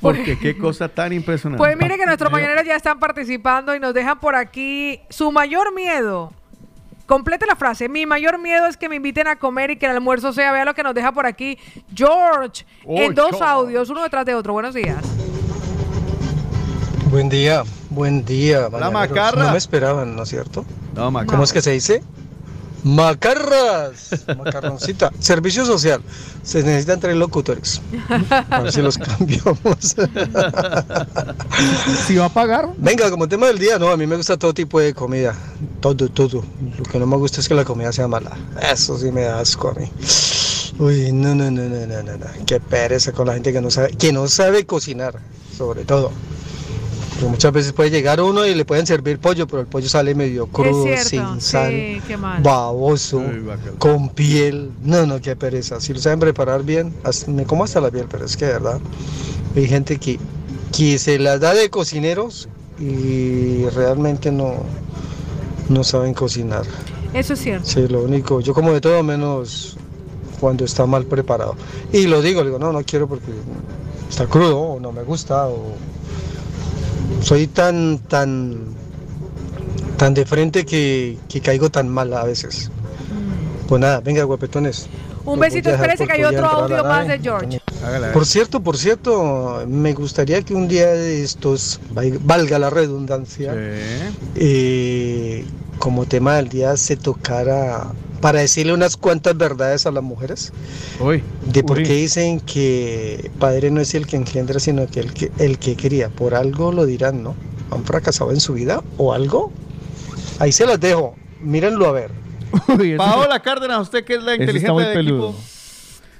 Speaker 6: Porque qué cosa tan impresionante.
Speaker 5: Pues mire que nuestros mañaneros ya están participando y nos dejan por aquí su mayor miedo. Complete la frase. Mi mayor miedo es que me inviten a comer y que el almuerzo sea. Vea lo que nos deja por aquí George
Speaker 18: Uy,
Speaker 5: en dos
Speaker 18: George.
Speaker 5: audios, uno detrás de otro. Buenos días.
Speaker 18: Buen día, buen día. mañaneros.
Speaker 6: macarra.
Speaker 18: No me esperaban, ¿no es cierto?
Speaker 6: No,
Speaker 18: ¿Cómo es que se dice? Macarras. Macarroncita. Servicio social. Se necesitan tres locutores. A ver si los cambiamos.
Speaker 3: ¿Si va a pagar?
Speaker 18: Venga, como tema del día, no, a mí me gusta todo tipo de comida. Todo, todo. Lo que no me gusta es que la comida sea mala. Eso sí me da asco a mí. Uy, no, no, no, no, no, no, no. Qué pereza con la gente que no sabe, que no sabe cocinar, sobre todo. Porque muchas veces puede llegar uno y le pueden servir pollo, pero el pollo sale medio crudo,
Speaker 5: es cierto.
Speaker 18: sin sal
Speaker 5: Sí, qué mal.
Speaker 18: baboso, con piel. No, no, qué pereza. Si lo saben preparar bien, hasta- me como hasta la piel, pero es que de verdad. Hay gente que, que se las da de cocineros y realmente no, no saben cocinar.
Speaker 5: Eso es cierto.
Speaker 18: Sí, lo único, yo como de todo menos cuando está mal preparado. Y lo digo, le digo, no, no quiero porque está crudo o no me gusta o soy tan, tan, tan de frente que, que caigo tan mal a veces. Pues nada, venga, guapetones.
Speaker 5: Un besito, espérese que hay otro audio más de George.
Speaker 18: Por cierto, por cierto, me gustaría que un día de estos, vai- valga la redundancia, eh, como tema del día se tocara para decirle unas cuantas verdades a las mujeres. De por qué dicen que padre no es el que engendra, sino que el que, el que cría. Por algo lo dirán, ¿no? ¿Han fracasado en su vida o algo? Ahí se las dejo. Mírenlo a ver.
Speaker 6: Paola Cárdenas, usted que es la
Speaker 18: Ese está
Speaker 6: inteligente
Speaker 18: muy
Speaker 6: del
Speaker 18: peludo.
Speaker 6: equipo.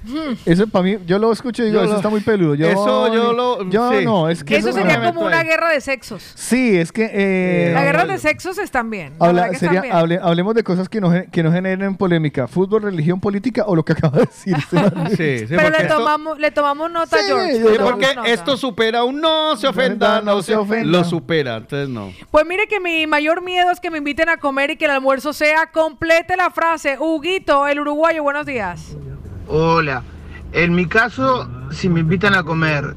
Speaker 5: Hmm.
Speaker 3: Eso para mí, yo lo escucho y digo,
Speaker 6: Yo
Speaker 3: eso
Speaker 6: lo-
Speaker 3: está muy peludo. Yo,
Speaker 6: Eso yo lo-
Speaker 3: Yo
Speaker 6: sí.
Speaker 3: no, es que.
Speaker 5: Eso
Speaker 3: no-
Speaker 5: sería como una guerra de sexos.
Speaker 3: Sí, es que. eh,
Speaker 5: Las guerras de sexos están bien. la
Speaker 3: habla-
Speaker 5: verdad que
Speaker 3: sería-
Speaker 5: están bien.
Speaker 3: hable- hablemos de cosas que no, gen- que no generen polémica. Fútbol, religión, política o lo que acaba de decir. este man.
Speaker 6: Sí, sí,
Speaker 5: Pero
Speaker 6: porque
Speaker 5: le
Speaker 6: esto-
Speaker 5: tomamos, le tomamos nota, George.
Speaker 6: Sí,
Speaker 5: le tomamos
Speaker 6: porque
Speaker 5: nota.
Speaker 6: esto supera un no se ofenda, no, se ofenda. Lo supera, entonces no.
Speaker 5: Pues mire que mi mayor miedo es que me inviten a comer y que el almuerzo sea complete la frase. Huguito, el uruguayo, buenos días.
Speaker 17: Hola. En mi caso, si me invitan a comer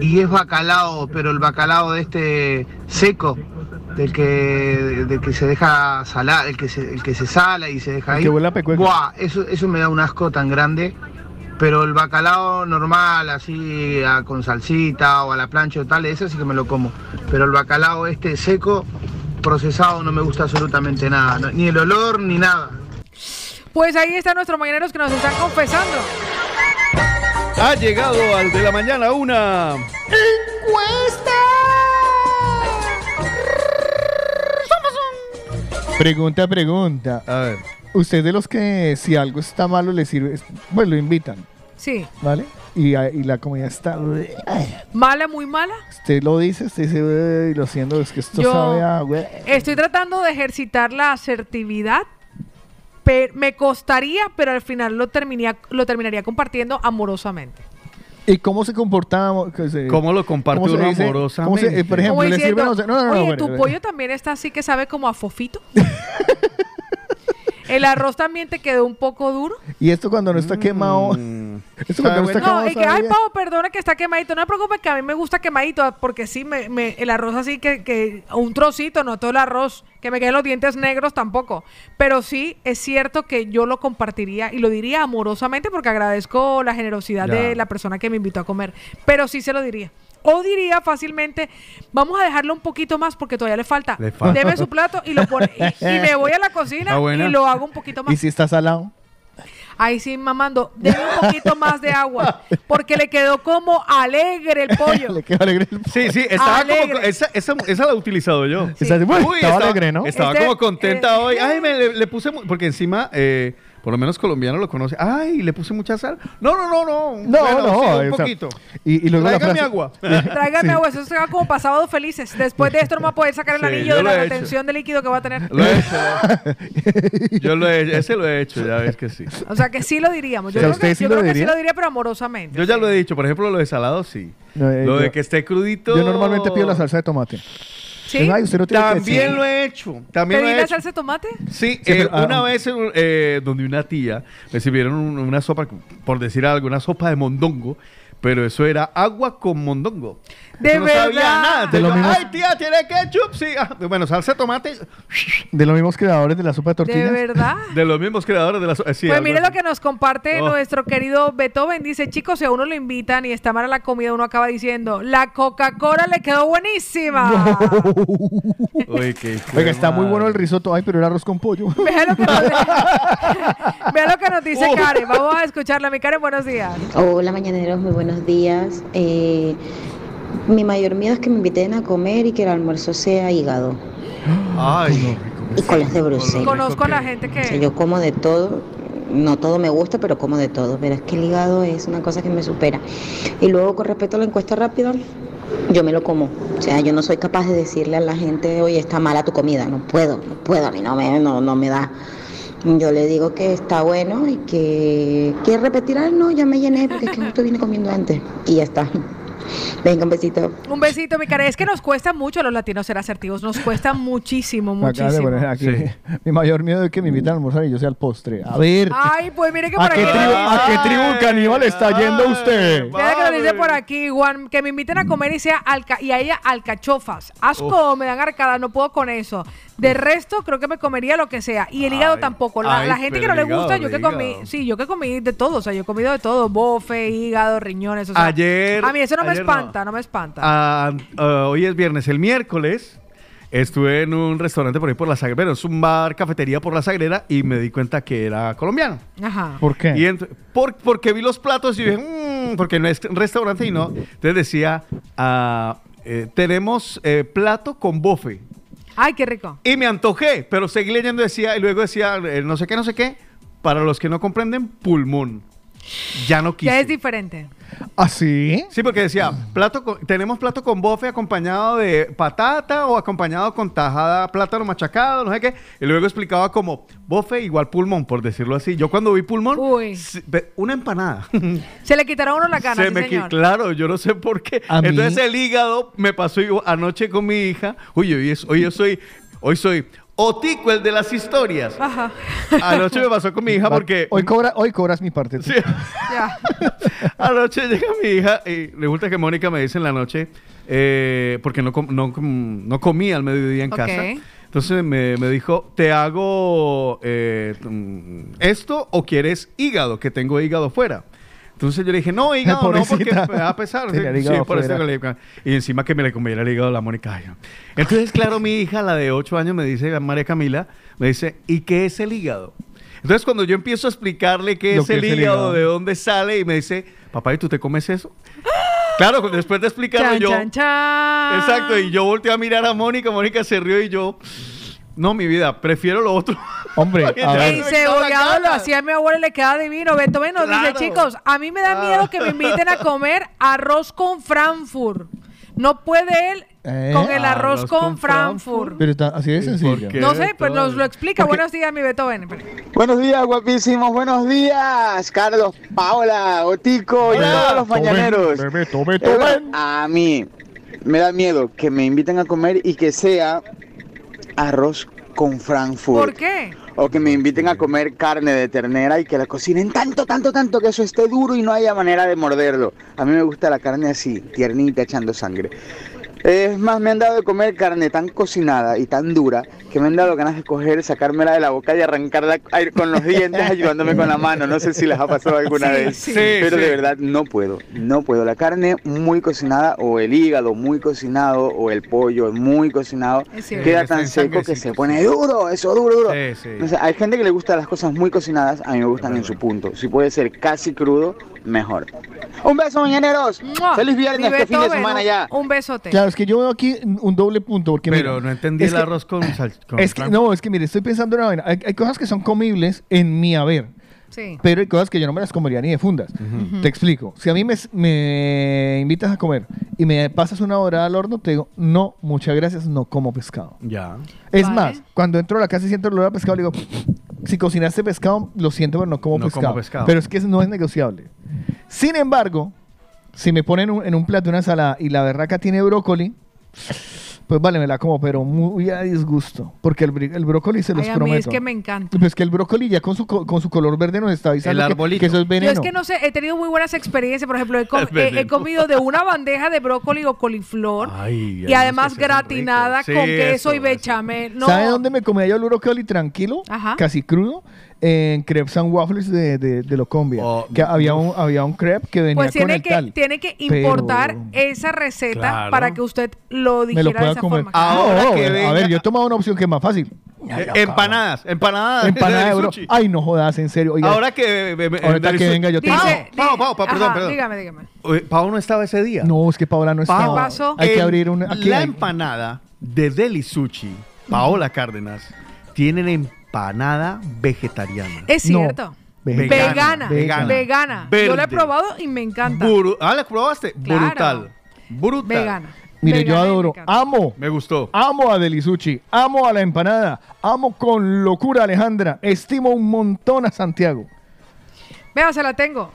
Speaker 17: y es bacalao, pero el bacalao de este seco, del que, del que se deja salar, el que se, el que se sala y se deja
Speaker 3: El
Speaker 17: ahí.
Speaker 3: que huele a pecueca.
Speaker 17: Buah, eso, eso me da un asco tan grande. Pero el bacalao normal, así a- con salsita o a la plancha o tal, ese sí que me lo como. Pero el bacalao este seco, procesado, no me gusta absolutamente nada. no- ni el olor, ni nada.
Speaker 5: Pues ahí están nuestros mañaneros que nos están confesando.
Speaker 6: Ha llegado al de la mañana una.
Speaker 3: Pregunta, pregunta.
Speaker 6: A ver.
Speaker 3: Usted de los que si algo está malo le sirve, es- pues lo invitan,
Speaker 5: Sí.
Speaker 3: ¿vale? Y, a- y la comida está... ah,
Speaker 5: ¿Mala, muy mala?
Speaker 3: Usted lo dice, usted dice, "Uy, lo siento, es que esto
Speaker 5: Yo-
Speaker 3: sabe a... güey".
Speaker 5: Estoy tratando de ejercitar la asertividad. pero me costaría, pero al final lo, terminia- lo terminaría compartiendo amorosamente.
Speaker 3: ¿Y cómo se comportamos? Que se-
Speaker 6: ¿Cómo lo comparte
Speaker 3: se
Speaker 6: uno
Speaker 3: dice? ¿Cómo se- eh,
Speaker 6: amorosamente?
Speaker 3: por ejemplo,
Speaker 5: Como
Speaker 3: le
Speaker 5: diciendo,
Speaker 3: sirven los- No, no, no,
Speaker 5: Oye,
Speaker 3: bueno,
Speaker 5: tu
Speaker 3: bueno.
Speaker 5: pollo también está así que sabe como a fofito. El arroz también te quedó un poco duro.
Speaker 3: Y esto cuando no
Speaker 6: Mm.
Speaker 3: está quemado... Esto cuando no está quemado...
Speaker 5: No, y que,
Speaker 3: sabe
Speaker 5: ay,
Speaker 3: bien.
Speaker 5: Pau, perdona que está quemadito. No te preocupes, que a mí me gusta quemadito, porque sí, me, me- el arroz así que, que un trocito, no todo el arroz, que me queden los dientes negros tampoco. Pero sí, es cierto que yo lo compartiría y lo diría amorosamente porque agradezco la generosidad
Speaker 19: Ya.
Speaker 5: de la persona que me invitó a comer. Pero sí se lo diría. O diría fácilmente, vamos a dejarlo un poquito más porque todavía le falta.
Speaker 3: Le falta. Ah,
Speaker 5: Deme su plato y lo pone. Y, y me voy a la
Speaker 3: Está
Speaker 5: cocina
Speaker 3: buena.
Speaker 5: y lo hago un poquito más.
Speaker 3: ¿Y si está salado?
Speaker 5: Ahí sí, mamando, deme un poquito más de agua, porque le quedó como alegre el pollo.
Speaker 3: Le quedó alegre.
Speaker 6: Sí, sí, estaba
Speaker 5: Alegre.
Speaker 6: como. Esa, esa, esa la he utilizado yo.
Speaker 3: Esa- uy, estaba alegre, ¿no?
Speaker 6: Estaba
Speaker 3: Este-
Speaker 6: como contenta
Speaker 5: eh,
Speaker 6: hoy. Ay, me, le, le puse. mu- Porque encima, eh, por lo menos colombiano lo conoce. Ay, le puse mucha sal. No, no, no, no.
Speaker 3: No,
Speaker 6: Bueno,
Speaker 3: no.
Speaker 6: sí,
Speaker 3: o
Speaker 6: un
Speaker 3: sea,
Speaker 6: poquito.
Speaker 3: y, y luego la
Speaker 6: Tráigame
Speaker 3: frase-
Speaker 6: agua.
Speaker 5: Tráigame agua, eso será como pasados felices. Después de esto no va a poder sacar el
Speaker 6: Sí,
Speaker 5: anillo
Speaker 6: yo
Speaker 5: de
Speaker 6: lo
Speaker 5: la
Speaker 6: he hecho.
Speaker 5: retención de líquido que va a tener.
Speaker 6: Lo he hecho. lo- Yo lo he hecho. Ese lo he hecho, ya ves que sí.
Speaker 5: O sea que sí lo diríamos.
Speaker 6: O sea,
Speaker 5: Yo creo, que,
Speaker 6: ¿usted sí
Speaker 5: yo
Speaker 6: lo
Speaker 5: creo que sí
Speaker 6: diría?
Speaker 5: lo diría, pero amorosamente.
Speaker 6: Yo ya lo he dicho. Por ejemplo, lo de salado, sí.
Speaker 3: No, eh,
Speaker 6: lo de
Speaker 3: yo-
Speaker 6: que esté crudito.
Speaker 3: Yo normalmente pido la salsa de tomate.
Speaker 5: ¿Sí?
Speaker 3: Ay, usted no tiene que
Speaker 6: También
Speaker 3: decir.
Speaker 6: lo he hecho. También lo
Speaker 5: ¿Pedí
Speaker 6: he
Speaker 5: la
Speaker 6: hecho.
Speaker 5: salsa de tomate?
Speaker 6: Sí,
Speaker 3: Sí,
Speaker 6: eh,
Speaker 3: pero, ah,
Speaker 6: una vez en un- eh, donde una tía me sirvieron un- una sopa, por decir algo, una sopa de mondongo, pero eso era agua con mondongo.
Speaker 5: De
Speaker 6: Eso no sabía
Speaker 5: verdad.
Speaker 6: nada.
Speaker 3: De
Speaker 6: Yo,
Speaker 3: lo mismo-
Speaker 6: Ay, tía, ¿tiene ketchup? Sí. ah, bueno, salsa de tomate.
Speaker 3: De los mismos creadores de la sopa de
Speaker 5: De
Speaker 3: tortillas.
Speaker 5: verdad.
Speaker 6: De los mismos creadores de la eh, sopa.
Speaker 5: pues mire lo que nos comparte
Speaker 6: Oh.
Speaker 5: nuestro querido Beethoven. Dice, chicos, si a uno lo invitan y está mala la comida, uno acaba diciendo, la Coca-Cola le quedó buenísima.
Speaker 3: Oiga, está muy bueno el risotto. Ay, pero el arroz con pollo.
Speaker 5: Vea lo que nos, Vea lo que nos dice
Speaker 3: Oh.
Speaker 5: Karen. Vamos a escucharla. Mi Karen, buenos días.
Speaker 20: Hola mañaneros, muy buenos días. Eh, mi mayor miedo es que me inviten a comer y que el almuerzo sea hígado
Speaker 6: Ay,
Speaker 20: y colas de Bruselas.
Speaker 5: Conozco a la gente
Speaker 20: O sea,
Speaker 5: que...
Speaker 20: yo como de todo, no todo me gusta, pero como de todo. Verás que el hígado es una cosa que me supera. Y luego con respecto a la encuesta rápida, yo me lo como. O sea, yo no soy capaz de decirle a la gente, oye, está mala tu comida. No puedo, no puedo, a mí no me, no, no me da. Yo le digo que está bueno y que quiere repetir, ah, no, ya me llené porque es que justo vine comiendo antes. Y ya está. Venga, un besito.
Speaker 5: Un besito, mi Karen. Es que nos cuesta mucho a los latinos ser asertivos. Nos cuesta muchísimo,
Speaker 3: Me acaba de
Speaker 5: muchísimo.
Speaker 3: poner aquí. Mi mayor miedo es que me invitan a almorzar y yo sea el postre. A ver.
Speaker 5: Ay, pues mire que
Speaker 3: ¿A
Speaker 5: por aquí...
Speaker 3: qué, tribu, ¿A qué tribu caníbal está yendo usted?
Speaker 5: Vea que Jonathan dice por aquí, Juan, que me inviten a comer y sea alca y haya alcachofas. Asco, me dan arcada, no puedo con eso. De resto, creo que me comería lo que sea. Y el hígado tampoco. La,
Speaker 6: ay,
Speaker 5: la gente que no
Speaker 6: pero
Speaker 5: le
Speaker 6: el
Speaker 5: gusta,
Speaker 6: hígado,
Speaker 5: yo que
Speaker 6: el
Speaker 5: comí,
Speaker 6: hígado.
Speaker 5: sí, yo que comí de todo, o sea, yo he comido de todo, bofe, hígado, riñones, o sea,
Speaker 6: Ayer-
Speaker 5: A mí eso no me
Speaker 6: ayer no.
Speaker 5: espanta, no, me espanta.
Speaker 6: Ah, ah, hoy es viernes, el miércoles estuve en un restaurante por ahí por la Sagrera, bueno, es un bar, cafetería por la Sagrera y me di cuenta que era colombiano.
Speaker 5: Ajá.
Speaker 3: ¿Por qué?
Speaker 6: Y ent- por- porque vi los platos y dije, "Mm", porque no es un restaurante y no. Entonces decía, ah, eh, tenemos eh, plato con bofe.
Speaker 5: Ay, qué rico.
Speaker 6: Y me antojé, pero seguí leyendo decía, y luego decía, eh, no sé qué, no sé qué, para los que no comprenden, pulmón. Ya no quise.
Speaker 5: Ya es diferente.
Speaker 3: ¿Ah, sí? Ah.
Speaker 6: Sí, porque decía, plato con- tenemos plato con bofe acompañado de patata o acompañado con tajada plátano machacado, no sé qué. Y luego explicaba como bofe igual pulmón, por decirlo así. Yo cuando vi pulmón, se- ve- una empanada.
Speaker 5: Se le quitaron a uno la gana,
Speaker 6: Se
Speaker 5: sí,
Speaker 6: me qui-
Speaker 5: señor.
Speaker 6: claro, yo no sé por qué.
Speaker 3: A mí-
Speaker 6: Entonces el hígado me pasó igual- anoche con mi hija. Uy, hoy, es- hoy yo soy, hoy soy Otico, el de las historias.
Speaker 5: Ajá.
Speaker 6: Anoche me pasó con mi hija
Speaker 3: Va-
Speaker 6: porque
Speaker 3: Hoy, cobra, hoy cobras mi parte. tú.
Speaker 6: Anoche llega mi hija y resulta que Mónica me dice en la noche, eh, porque no, com- no, com- no comía al mediodía en
Speaker 5: Ok.
Speaker 6: casa. Entonces me, me dijo, ¿te hago eh, mm, esto o quieres hígado? Que tengo hígado fuera. Entonces yo le dije, no, hígado no, porque ah,
Speaker 3: Pobrecita.
Speaker 6: me va a pesar.
Speaker 3: Tenía el hígado
Speaker 6: por este eso
Speaker 3: fuera.
Speaker 6: que le- y encima que me le comiera el hígado a la Mónica. ay, no. Entonces, claro, mi hija, la de 8 años, me dice, María Camila, me dice, ¿y qué es el hígado? Entonces, cuando yo empiezo a explicarle qué
Speaker 3: Lo
Speaker 6: es, el, hígado, de dónde sale, y me dice, papá, ¿y tú te comes eso? claro, después de explicarlo
Speaker 5: Chan,
Speaker 6: yo.
Speaker 5: chan, chan.
Speaker 6: Exacto, y yo volteé a mirar a Mónica, Mónica se rió y yo, no, mi vida, prefiero lo otro.
Speaker 3: Hombre, a ver.
Speaker 5: El cebollado lo hacía mi abuela y le quedaba divino. Beto Menos dice, chicos, a mí me da miedo que me inviten a comer arroz con Frankfurt. No puede él
Speaker 3: ¿Eh?
Speaker 5: con el arroz, con, Frankfurt.
Speaker 3: Pero está- así de sencillo.
Speaker 5: No sé, pues nos lo explica. Buenos días, mi Beto Ven.
Speaker 19: Buenos días, guapísimos. Buenos días, Carlos, Paola, Otico y todos los mañaneros. Eh, bueno, a mí me da miedo que me inviten a comer y que sea arroz con Frankfurt.
Speaker 5: ¿Por qué?
Speaker 19: O que me inviten a comer carne de ternera y que la cocinen tanto, tanto, tanto que eso esté duro y no haya manera de morderlo. A mí me gusta la carne así, tiernita, echando sangre. Es más, me han dado de comer carne tan cocinada y tan dura que me han dado ganas de coger, sacármela de la boca y arrancarla a- con los dientes ayudándome con la mano. No sé si les ha pasado alguna
Speaker 21: Sí,
Speaker 19: vez.
Speaker 21: sí.
Speaker 19: pero
Speaker 21: Sí,
Speaker 19: de
Speaker 21: sí.
Speaker 19: verdad no puedo, no puedo. La carne muy cocinada o el hígado muy cocinado o el pollo muy cocinado
Speaker 21: Es cierto.
Speaker 19: queda
Speaker 21: Que está
Speaker 19: tan
Speaker 21: en
Speaker 19: seco que
Speaker 21: sangrecito,
Speaker 19: se pone
Speaker 21: sí.
Speaker 19: duro, eso duro, duro.
Speaker 21: Sí, sí.
Speaker 19: No sé, hay gente que le gusta las cosas muy cocinadas, a mí me gustan en su punto. Si puede ser casi crudo, mejor. Un beso, mañaneros.
Speaker 5: ¡Mua!
Speaker 19: Feliz viernes,
Speaker 5: Mi
Speaker 19: este fin de
Speaker 5: Beethoven,
Speaker 19: semana
Speaker 5: un-
Speaker 19: ya.
Speaker 5: Un besote.
Speaker 3: Claro, es que yo veo aquí un doble punto. Porque,
Speaker 6: Pero
Speaker 3: mira,
Speaker 6: no entendí
Speaker 3: es
Speaker 6: el
Speaker 3: que-
Speaker 6: arroz con sal. con
Speaker 3: Es que,
Speaker 6: Frankfurt.
Speaker 3: no, es que mire, estoy pensando en una vaina. Hay, hay cosas que son comibles en mi haber.
Speaker 5: Sí.
Speaker 3: Pero hay cosas que yo no me las comería ni de fundas.
Speaker 5: Ujú.
Speaker 3: Te explico. Si a mí me, me invitas a comer y me pasas una hora al horno, te digo, no, muchas gracias, no como pescado.
Speaker 6: Ya.
Speaker 3: Es
Speaker 6: Vale.
Speaker 3: más, cuando entro a la casa y siento el olor a pescado, le digo, si cocinaste pescado, lo siento, pero no como,
Speaker 6: No como
Speaker 3: pescado.
Speaker 6: pescado.
Speaker 3: Pero es que no es negociable. Sin embargo, si me ponen un- en un plato una ensalada y la berraca tiene brócoli, pues vale, me la como, pero muy a disgusto. Porque el, bri- el brócoli se los
Speaker 5: Ay, a mí
Speaker 3: prometo.
Speaker 5: es que me encanta.
Speaker 3: Pues que el brócoli ya con su, co- con su color verde nos está avisando
Speaker 6: El
Speaker 3: que- que,
Speaker 6: arbolito.
Speaker 3: eso es
Speaker 5: Yo
Speaker 3: veneno.
Speaker 5: es que no sé, he tenido muy buenas experiencias. Por ejemplo, he, com-
Speaker 3: El
Speaker 5: he- he
Speaker 3: veneno.
Speaker 5: comido de una bandeja de brócoli o coliflor
Speaker 3: Ay,
Speaker 5: y además gratinada
Speaker 3: ricos.
Speaker 5: con
Speaker 3: Sí,
Speaker 5: queso
Speaker 3: eso,
Speaker 5: y bechamel. No,
Speaker 3: ¿Sabe dónde me comía yo el brócoli tranquilo?
Speaker 5: Ajá.
Speaker 3: Casi crudo. En crepes and waffles de, de, de Locombia.
Speaker 6: Oh,
Speaker 3: que había un, había un crepe que venía
Speaker 5: Pues
Speaker 3: con
Speaker 5: tiene
Speaker 3: el
Speaker 5: que,
Speaker 3: tal.
Speaker 5: tiene que
Speaker 3: Pero-
Speaker 5: importar esa receta
Speaker 3: Claro.
Speaker 5: para que usted
Speaker 3: me
Speaker 5: lo digiera
Speaker 3: lo
Speaker 5: de
Speaker 3: pueda
Speaker 5: esa
Speaker 3: comer.
Speaker 5: forma. Ah,
Speaker 6: Ahora
Speaker 3: No,
Speaker 6: que
Speaker 3: bueno,
Speaker 6: venga-
Speaker 3: A ver, yo he tomado una opción que es más fácil.
Speaker 6: Eh, empanadas, empanadas.
Speaker 3: Empanada de
Speaker 6: de
Speaker 3: bro.
Speaker 6: Ah, sushi.
Speaker 3: Ay, no jodas, en serio. Oiga,
Speaker 6: Ahora que, eh, eh,
Speaker 3: ahorita
Speaker 6: del
Speaker 3: que
Speaker 6: sushi.
Speaker 3: venga yo te
Speaker 6: Pao,
Speaker 3: digo.
Speaker 6: Pao, Pao, Pao, perdón,
Speaker 5: Ajá,
Speaker 6: perdón.
Speaker 5: Dígame, dígame.
Speaker 6: Oye, Pao eh, no estaba ese día. Eh,
Speaker 3: No, es que Paola no estaba.
Speaker 6: Pao,
Speaker 3: Hay que
Speaker 6: el-
Speaker 3: abrir una. aquí
Speaker 6: la
Speaker 3: hay-
Speaker 6: empanada de Deli Sushi, Paola Cárdenas, tienen empanada vegetariana.
Speaker 5: Es cierto. Vegana, vegana. Yo la he
Speaker 6: Verde.
Speaker 5: probado y me encanta.
Speaker 6: Bru- ah, la probaste.
Speaker 5: Claro.
Speaker 6: Brutal. Brutal.
Speaker 5: Vegana.
Speaker 3: Mire, yo
Speaker 5: Vegana y
Speaker 3: adoro, amo.
Speaker 6: Me gustó.
Speaker 3: Amo a Delisuchi, amo a la empanada, amo con locura a Alejandra, estimo un montón a Santiago.
Speaker 5: Vea, se la tengo.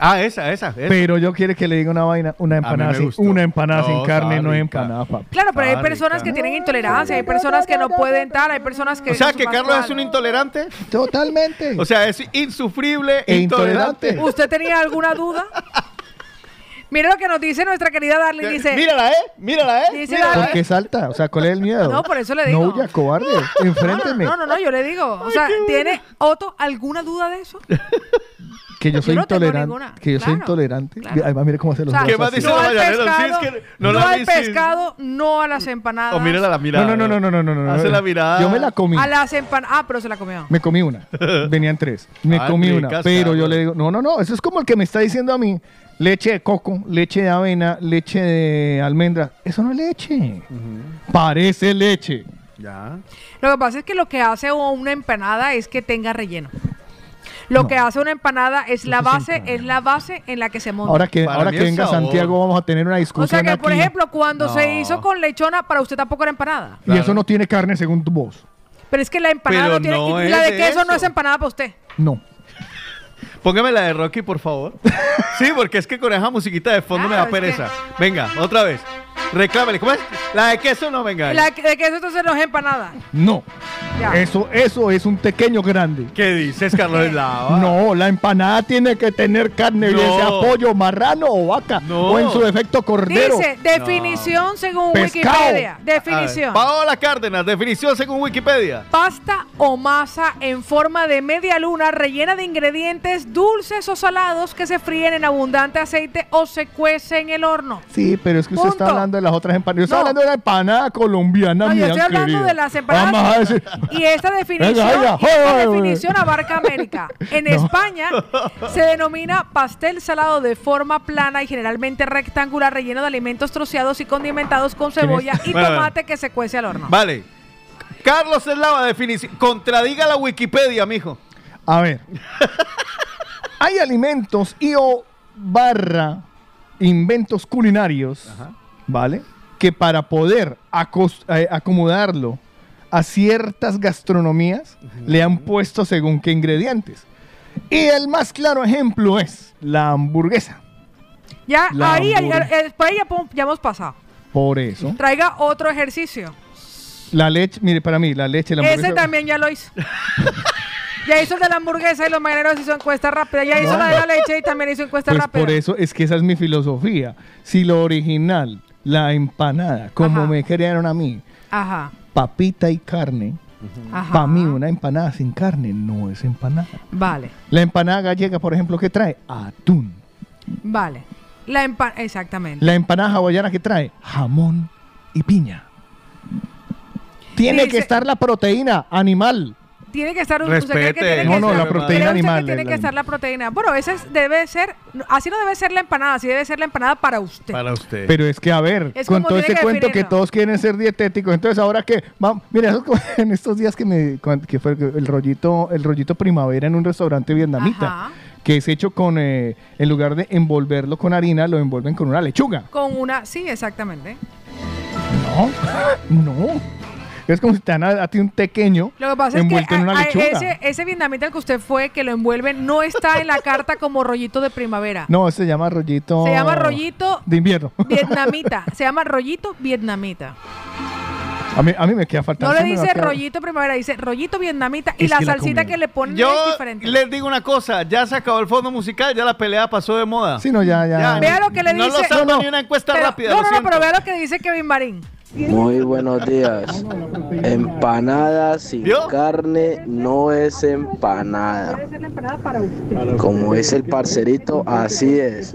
Speaker 6: Ah, esa, esa. esa.
Speaker 3: Pero yo quiero que le diga una vaina, una empanada
Speaker 6: me
Speaker 3: sin,
Speaker 6: gustó.
Speaker 3: una empanada sin
Speaker 6: No,
Speaker 3: carne,
Speaker 6: está
Speaker 3: no
Speaker 6: rica.
Speaker 3: empanada, papi.
Speaker 5: Claro, pero
Speaker 6: Ah,
Speaker 5: hay
Speaker 3: Está
Speaker 5: personas que tienen intolerancia, hay personas que no pueden tal, hay personas que.
Speaker 6: O sea,
Speaker 5: son
Speaker 6: que
Speaker 5: más
Speaker 6: Carlos es
Speaker 5: tal.
Speaker 6: un intolerante.
Speaker 3: Totalmente.
Speaker 6: O sea, es insufrible,
Speaker 3: E
Speaker 6: intolerante.
Speaker 5: ¿Usted tenía alguna duda? Mira lo que nos dice nuestra querida Darling. Dice,
Speaker 6: mírala, ¿eh? Mírala, ¿eh?
Speaker 5: Dice
Speaker 6: Mírala,
Speaker 5: Darling-
Speaker 3: ¿Por qué salta? O sea, ¿cuál es el miedo?
Speaker 5: No, por eso le digo.
Speaker 3: No huya, cobarde. Enfrénteme.
Speaker 5: No, no, no, yo le digo. O sea, ¿tiene Otto alguna duda de eso?
Speaker 3: Que yo soy
Speaker 5: no tengo
Speaker 3: intolerante.
Speaker 5: ninguna.
Speaker 3: Que yo soy
Speaker 5: Claro,
Speaker 3: intolerante.
Speaker 5: claro.
Speaker 3: Además, mire cómo se los
Speaker 5: O sea,
Speaker 3: brazos así.
Speaker 5: no al
Speaker 6: mañanera? Sí,
Speaker 5: pescado,
Speaker 6: es que no
Speaker 5: no,
Speaker 6: la
Speaker 5: al
Speaker 6: viste.
Speaker 5: pescado, no a las empanadas.
Speaker 6: O mírala la mirada.
Speaker 3: No, no, no, no, no, no, no, no.
Speaker 6: Hace la mirada.
Speaker 3: Yo me la comí.
Speaker 5: A las empanadas. Ah, pero se la comió.
Speaker 3: Me comí una. Venían tres. Me
Speaker 6: Ah,
Speaker 3: comí
Speaker 6: qué
Speaker 3: una.
Speaker 6: casado.
Speaker 3: Pero yo le digo, no, no, no. Eso es como el que me está diciendo a mí. Leche de coco, leche de avena, leche de almendra. Eso no es leche. Parece leche.
Speaker 6: Ya.
Speaker 5: Lo que pasa es que lo que hace una empanada es que tenga relleno. Lo que hace una empanada es la base, es la base en la que se monta.
Speaker 3: Ahora que,
Speaker 6: Para
Speaker 3: ahora
Speaker 6: mí
Speaker 3: que
Speaker 6: es
Speaker 3: venga
Speaker 6: sabor.
Speaker 3: Santiago vamos a tener una discusión
Speaker 5: o sea que, por
Speaker 3: aquí.
Speaker 5: ejemplo, cuando se
Speaker 3: No.
Speaker 5: hizo con lechona, para usted tampoco era empanada.
Speaker 3: Y eso no tiene carne según tu voz.
Speaker 5: Pero es que la empanada
Speaker 6: Pero
Speaker 5: no tiene.
Speaker 6: no
Speaker 5: y la
Speaker 6: es
Speaker 5: de queso
Speaker 6: eso.
Speaker 5: no es empanada para usted.
Speaker 3: No.
Speaker 6: Póngame la de Rocky, por favor. sí, porque es que con esa musiquita de fondo me da pereza. Venga, otra vez. Reclámale. ¿Cómo es? La de queso no, venga.
Speaker 5: La que- de queso entonces no es empanada.
Speaker 3: No.
Speaker 5: Ya.
Speaker 3: Eso, eso es un pequeño grande.
Speaker 6: ¿Qué dices, Carlos Lava?
Speaker 3: No, la empanada tiene que tener carne, bien
Speaker 6: No.
Speaker 3: sea pollo, marrano o vaca, o en su defecto cordero.
Speaker 5: Dice, definición según
Speaker 3: Pescado.
Speaker 5: Wikipedia.
Speaker 6: A ver,
Speaker 5: Definición.
Speaker 6: Paola Cárdenas, definición según Wikipedia.
Speaker 5: Pasta o masa en forma de media luna rellena de ingredientes dulces o salados que se fríen en abundante aceite o se cuece en el horno.
Speaker 3: Sí, pero es que usted está
Speaker 5: Punto.
Speaker 3: hablando de las otras empanadas. Yo estoy
Speaker 5: No.
Speaker 3: hablando de la empanada colombiana,
Speaker 5: No, yo
Speaker 3: mi
Speaker 5: estoy
Speaker 3: gran
Speaker 5: hablando
Speaker 3: querida.
Speaker 5: de las empanadas.
Speaker 3: Vamos a decir-
Speaker 5: Y esta definición,
Speaker 3: Venga, venga,
Speaker 5: y esta
Speaker 3: joder, güey.
Speaker 5: definición abarca América. En España se denomina pastel salado de forma plana y generalmente rectangular, relleno de alimentos troceados y condimentados con cebolla y
Speaker 6: Bueno,
Speaker 5: tomate que se cuece al horno.
Speaker 6: Vale. Carlos Eslava, definición. Contradiga la Wikipedia, mijo.
Speaker 3: A ver. Hay alimentos y o barra inventos culinarios, ¿vale? Que para poder acos- eh, acomodarlo a ciertas gastronomías le han puesto según qué ingredientes. Y el más claro ejemplo es la hamburguesa.
Speaker 5: Ya
Speaker 3: La
Speaker 5: ahí, ahí,
Speaker 3: hamburguesa.
Speaker 5: eh, por ahí ya, pum, ya hemos pasado.
Speaker 3: Por eso.
Speaker 5: Traiga otro ejercicio.
Speaker 3: La leche, mire, para mí, la leche, la hamburguesa.
Speaker 5: Ese también ya lo hizo. ya hizo el de la hamburguesa y los mañaneros hizo encuesta rápida. Ya hizo
Speaker 3: No.
Speaker 5: la de la leche y también hizo encuesta
Speaker 3: Pues
Speaker 5: rápida.
Speaker 3: por eso es que esa es mi filosofía. Si lo original, la empanada, como me crearon a mí,
Speaker 5: Ajá.
Speaker 3: papita y carne,
Speaker 5: Ajá.
Speaker 3: para mí una empanada sin carne no es empanada.
Speaker 5: Vale,
Speaker 3: La empanada gallega, por ejemplo, ¿qué trae? Atún.
Speaker 5: vale. La empa- exactamente.
Speaker 3: La empanada hawaiana que trae jamón y piña. Tiene
Speaker 5: Dice-
Speaker 3: que estar la proteína animal.
Speaker 5: Tiene que estar un
Speaker 3: Respete.
Speaker 5: usted cree que tiene que
Speaker 3: No,
Speaker 5: estar-
Speaker 3: no, la
Speaker 5: cree
Speaker 3: proteína
Speaker 5: usted
Speaker 3: animal,
Speaker 5: Que tiene
Speaker 3: la-
Speaker 5: que estar la proteína. Bueno, a veces debe ser, no, así no debe ser la empanada, así debe ser la empanada para usted.
Speaker 6: Para usted.
Speaker 3: Pero es que, a ver,
Speaker 5: Es
Speaker 3: con
Speaker 5: como
Speaker 3: todo
Speaker 5: tiene
Speaker 3: ese
Speaker 5: que
Speaker 3: cuento que
Speaker 5: definirlo.
Speaker 3: todos quieren ser dietéticos, entonces ahora que, vamos, mira, eso como en estos días que me, cuan- que fue el rollito, el rollito primavera en un restaurante vietnamita,
Speaker 5: Ajá.
Speaker 3: que es hecho con, eh, en lugar de envolverlo con harina, lo envuelven con una lechuga.
Speaker 5: Con una, sí, exactamente.
Speaker 3: No, no. Es como si te dan a, a ti un pequeño
Speaker 5: Lo que pasa
Speaker 3: envuelto
Speaker 5: es que
Speaker 3: en una
Speaker 5: a- a-
Speaker 3: lechuga.
Speaker 5: ese, ese vietnamita al que usted fue, que lo envuelve, no está en la carta como rollito de primavera.
Speaker 3: No, se llama rollito.
Speaker 5: Se llama rollito
Speaker 3: de invierno.
Speaker 5: vietnamita. Se llama rollito vietnamita.
Speaker 3: A mí, a mí me queda falta.
Speaker 5: No le
Speaker 3: siempre me va a
Speaker 5: dice
Speaker 3: quedar-
Speaker 5: rollito primavera, dice rollito vietnamita y
Speaker 3: Es
Speaker 5: la
Speaker 3: que la
Speaker 5: salsita
Speaker 3: comida-
Speaker 5: que le ponen
Speaker 6: Yo
Speaker 5: es diferente.
Speaker 6: les digo una cosa, ya se acabó el fondo musical, ya la pelea pasó de moda.
Speaker 3: Sí, no, ya, ya.
Speaker 5: Vea lo que le
Speaker 6: No
Speaker 5: dice.
Speaker 6: lo salva No, no. ni una encuesta
Speaker 5: Pero-
Speaker 6: rápida,
Speaker 5: No,
Speaker 6: lo
Speaker 5: no, no,
Speaker 6: siento.
Speaker 5: pero vea lo que dice Kevin Marín.
Speaker 21: Muy buenos días. Empanada sin carne no es empanada. Como es el parcerito, así es.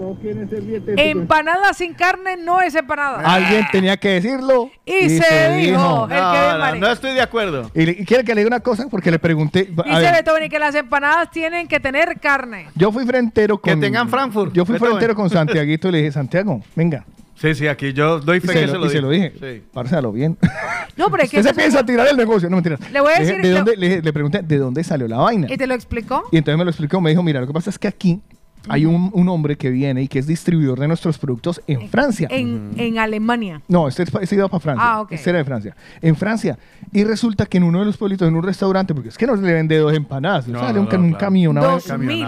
Speaker 5: Empanada sin carne no es empanada.
Speaker 3: Ah. Alguien tenía que decirlo.
Speaker 5: Ah. Y se dijo, el que
Speaker 6: No,
Speaker 5: ve
Speaker 6: no,
Speaker 5: Marín.
Speaker 6: no estoy de acuerdo.
Speaker 3: Y, le- y quiere que le diga una cosa porque le pregunté. a
Speaker 5: Dice
Speaker 3: ver,
Speaker 5: Beethoven que las empanadas tienen que tener carne.
Speaker 3: Yo fui frentero con.
Speaker 6: tengan Frankfurt,
Speaker 3: Yo fui
Speaker 6: Beethoven.
Speaker 3: frentero con Santiaguito y le dije, Santiago, venga.
Speaker 6: Sí, sí, aquí yo doy
Speaker 3: Y
Speaker 6: fe
Speaker 3: se
Speaker 6: que
Speaker 3: lo-
Speaker 6: se lo
Speaker 3: y se lo dije.
Speaker 6: Sí.
Speaker 3: Pársalo bien.
Speaker 5: No, pero es que
Speaker 3: Usted se
Speaker 5: eso-
Speaker 3: piensa tirar el negocio. No, mentira.
Speaker 5: Le voy a
Speaker 3: dije,
Speaker 5: decir-
Speaker 3: ¿de
Speaker 5: lo-
Speaker 3: dónde, le, dije- le pregunté, ¿de dónde salió la vaina?
Speaker 5: ¿Y te lo explicó?
Speaker 3: Y entonces me lo explicó, me dijo, mira, lo que pasa es que aquí hay un, un hombre que viene y que es distribuidor de nuestros productos en Francia.
Speaker 5: En, en Alemania.
Speaker 3: No, este, es pa- este iba para Francia.
Speaker 5: Ah, ok.
Speaker 3: Este era de Francia. En Francia. Y resulta que en uno de los pueblitos, en un restaurante, porque es que no le vende dos empanadas, no,
Speaker 6: No,
Speaker 3: sale
Speaker 6: no,
Speaker 3: un, ca-
Speaker 6: no,
Speaker 3: un
Speaker 6: claro.
Speaker 3: camión, una
Speaker 5: Dos
Speaker 3: vaina
Speaker 5: mil.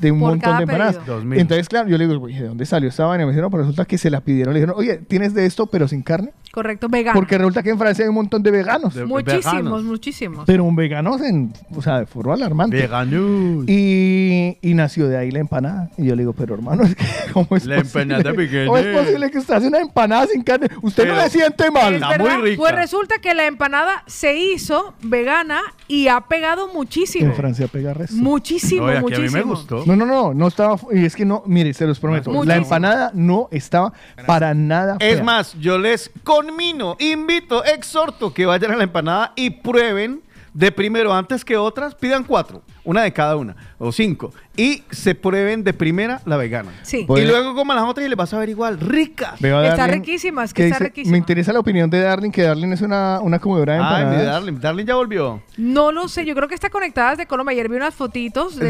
Speaker 3: de un
Speaker 5: por
Speaker 3: montón
Speaker 5: cada
Speaker 3: de empanadas.
Speaker 5: pedido.
Speaker 6: Dos mil.
Speaker 3: Entonces, claro, yo le digo, "Oye, ¿de dónde salió esta vaina? Y Me dijeron, pero resulta que se la pidieron. Le dijeron, oye, ¿tienes de esto pero sin carne?
Speaker 5: Correcto, vegano.
Speaker 3: Porque resulta que en Francia hay un montón de veganos.
Speaker 5: muchísimos, muchísimos.
Speaker 3: Pero un vegano, en, o sea, de forma alarmante.
Speaker 6: Veganos.
Speaker 3: Y eh, y nació de ahí la empanada. Y yo le digo, pero hermano, es que, ¿cómo es
Speaker 6: La empanada
Speaker 3: posible?
Speaker 6: pequeña.
Speaker 3: ¿Cómo es posible que usted hace una empanada sin carne? Usted no
Speaker 6: Pero
Speaker 3: le siente mal.
Speaker 5: Es verdad, Pues resulta que la empanada se hizo vegana y ha pegado muchísimo.
Speaker 3: En Francia pega resto.
Speaker 5: Muchísimo,
Speaker 6: Oye, aquí a mí me
Speaker 5: muchísimo.
Speaker 6: gustó.
Speaker 3: No, no, no, no estaba. Y es que no, mire, se los prometo.
Speaker 6: Muchísimo.
Speaker 3: La empanada no estaba para nada.
Speaker 6: Es
Speaker 3: fea.
Speaker 6: más, yo les conmino, invito, exhorto que vayan a la empanada y prueben de primero antes que otras, pidan cuatro, una de cada una, o cinco, y se prueben de primera la vegana.
Speaker 5: Sí.
Speaker 6: Y luego coman las otras y les vas a ver igual, ricas.
Speaker 3: Veo a
Speaker 5: Está
Speaker 3: Darlene,
Speaker 5: riquísima, es
Speaker 3: que
Speaker 5: que está
Speaker 3: dice,
Speaker 5: riquísima.
Speaker 3: Me interesa la opinión de Darling, que Darling es una, una comedora de
Speaker 6: Ay, mi
Speaker 3: empanadas.
Speaker 6: Ah, Darling, Darling ya volvió.
Speaker 5: No lo sé, yo creo que está conectada desde Colombia. Ayer vi unas fotitos. de-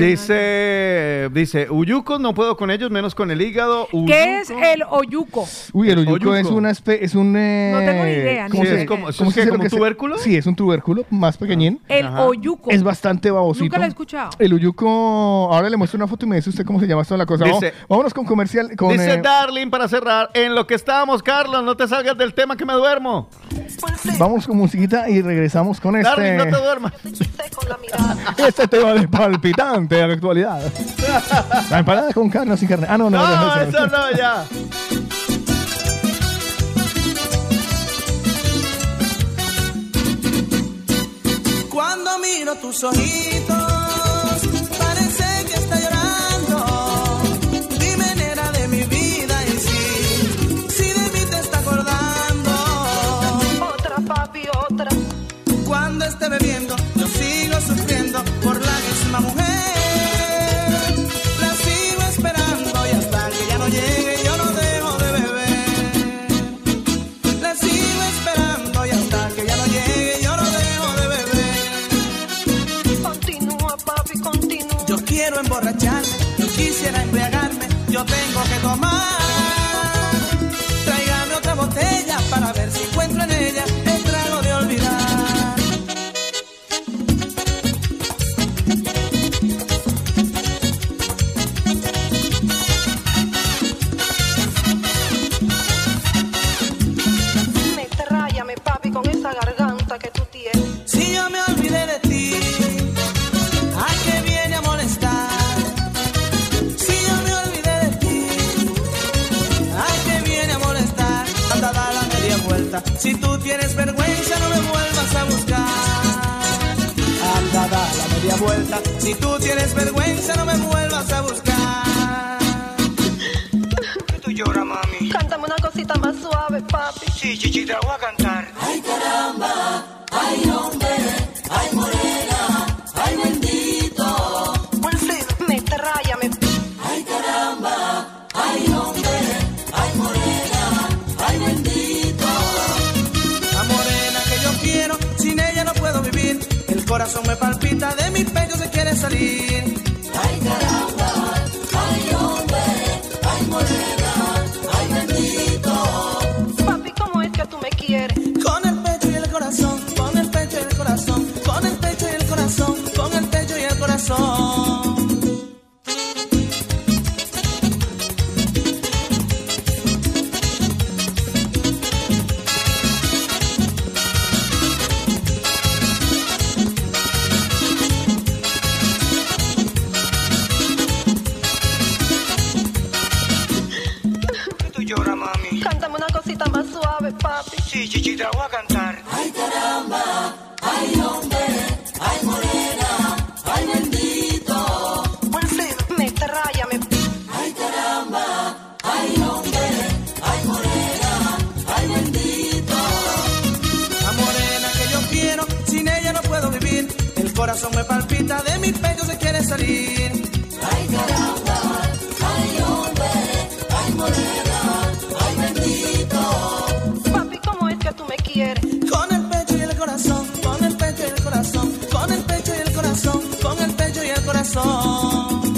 Speaker 6: Dice, dice, Uyucos no puedo con ellos, menos con el hígado.
Speaker 5: ¿Qué es el oyuco?
Speaker 3: Uy, el oyuco,
Speaker 6: Oyuco.
Speaker 3: es una espe- es un eh,
Speaker 5: No tengo ni idea, ni
Speaker 3: ¿cómo
Speaker 5: idea.
Speaker 3: se-
Speaker 5: Sí, es como-
Speaker 3: cómo
Speaker 6: ¿eso es
Speaker 3: se
Speaker 6: qué,
Speaker 3: dice
Speaker 6: como
Speaker 3: lo
Speaker 6: un
Speaker 3: se-
Speaker 6: tubérculo?
Speaker 3: Sí, es un tubérculo más pequeñín.
Speaker 5: Ah. El oyuco.
Speaker 3: Es bastante babosito.
Speaker 5: Nunca lo he escuchado.
Speaker 3: El oyuco, ahora le muestro una foto y me dice usted cómo se llama esto la cosa.
Speaker 6: Dice-
Speaker 3: Vamos- vámonos con comercial con
Speaker 6: Dice
Speaker 3: eh,
Speaker 6: Darling, para cerrar, en lo que estábamos, Carlos, no te salgas del tema que me duermo.
Speaker 3: vamos con musiquita y regresamos con este
Speaker 6: Darling, no te duermas.
Speaker 3: este tema de palpitante de la actualidad. La empanada con carne o sin carne. Ah, no, no,
Speaker 6: No, eso no, ya.
Speaker 22: Cuando miro tus ojitos, parece que está llorando. Dime, nena, de mi vida y sí, si de mí te está acordando. Otra, papi, otra. Cuando esté bebiendo, yo sigo sufriendo por la misma mujer. La sigo esperando y hasta que ya no llegue, yo no dejo de beber. La sigo esperando y hasta que ya no llegue, yo no dejo de beber. Continúa, papi, continúa. Yo quiero emborracharme, yo quisiera embriagarme, yo tengo que tomar. Tráigame otra botella para ver si encuentro en ella el trago de olvidar. Me tráyame, este papi, con esa garganta que tú tienes. Si yo me olvidé de ti, ¿a qué viene a molestar? Si yo me olvidé de ti, ¿a qué viene a molestar? Anda, da la media vuelta. Si tú tienes vergüenza, no me vuelvas a buscar. Anda, da la media vuelta. Si tú tienes vergüenza, no me vuelvas a buscar. ¿Qué tú lloras, mami? Cántame una cosita más suave, papi. Sí, chichi, te voy a cantar. Ay, caramba, ay, hombre, ay, morena, ay, bendito. Wilfrido, me tráyame. Ay, caramba, ay, hombre, ay, morena, ay, bendito. La morena que yo quiero, sin ella no puedo vivir. El corazón me palpita, de mi pecho se quiere salir. Ay, caramba, ay, hombre, ay, morena. Ay, bendito. Papi, ¿cómo es que tú me quieres? Con el pecho y el corazón, con el pecho y el corazón, con el pecho y el corazón, con el pecho y el corazón.
Speaker 23: ¿Qué tú lloras, mami?
Speaker 22: Cántame una cosita más suave, papi.
Speaker 23: Sí, chichi, te la voy a cantar.
Speaker 22: Ay, caramba, ay, hombre, ay, morena, ay, bendito. Wilfrido, me tráyame. Ay, caramba, ay, hombre, ay, morena, ay, bendito. La morena que yo quiero, sin ella no puedo vivir. El corazón me palpita, de mi pecho se quiere salir. Ay, caramba, ay, hombre, ay, morena, ay, bendito. Papi, ¿cómo es que tú me quieres? Con el pecho y el corazón, con el pecho y el corazón, con el pecho y el corazón, con el pecho y el corazón.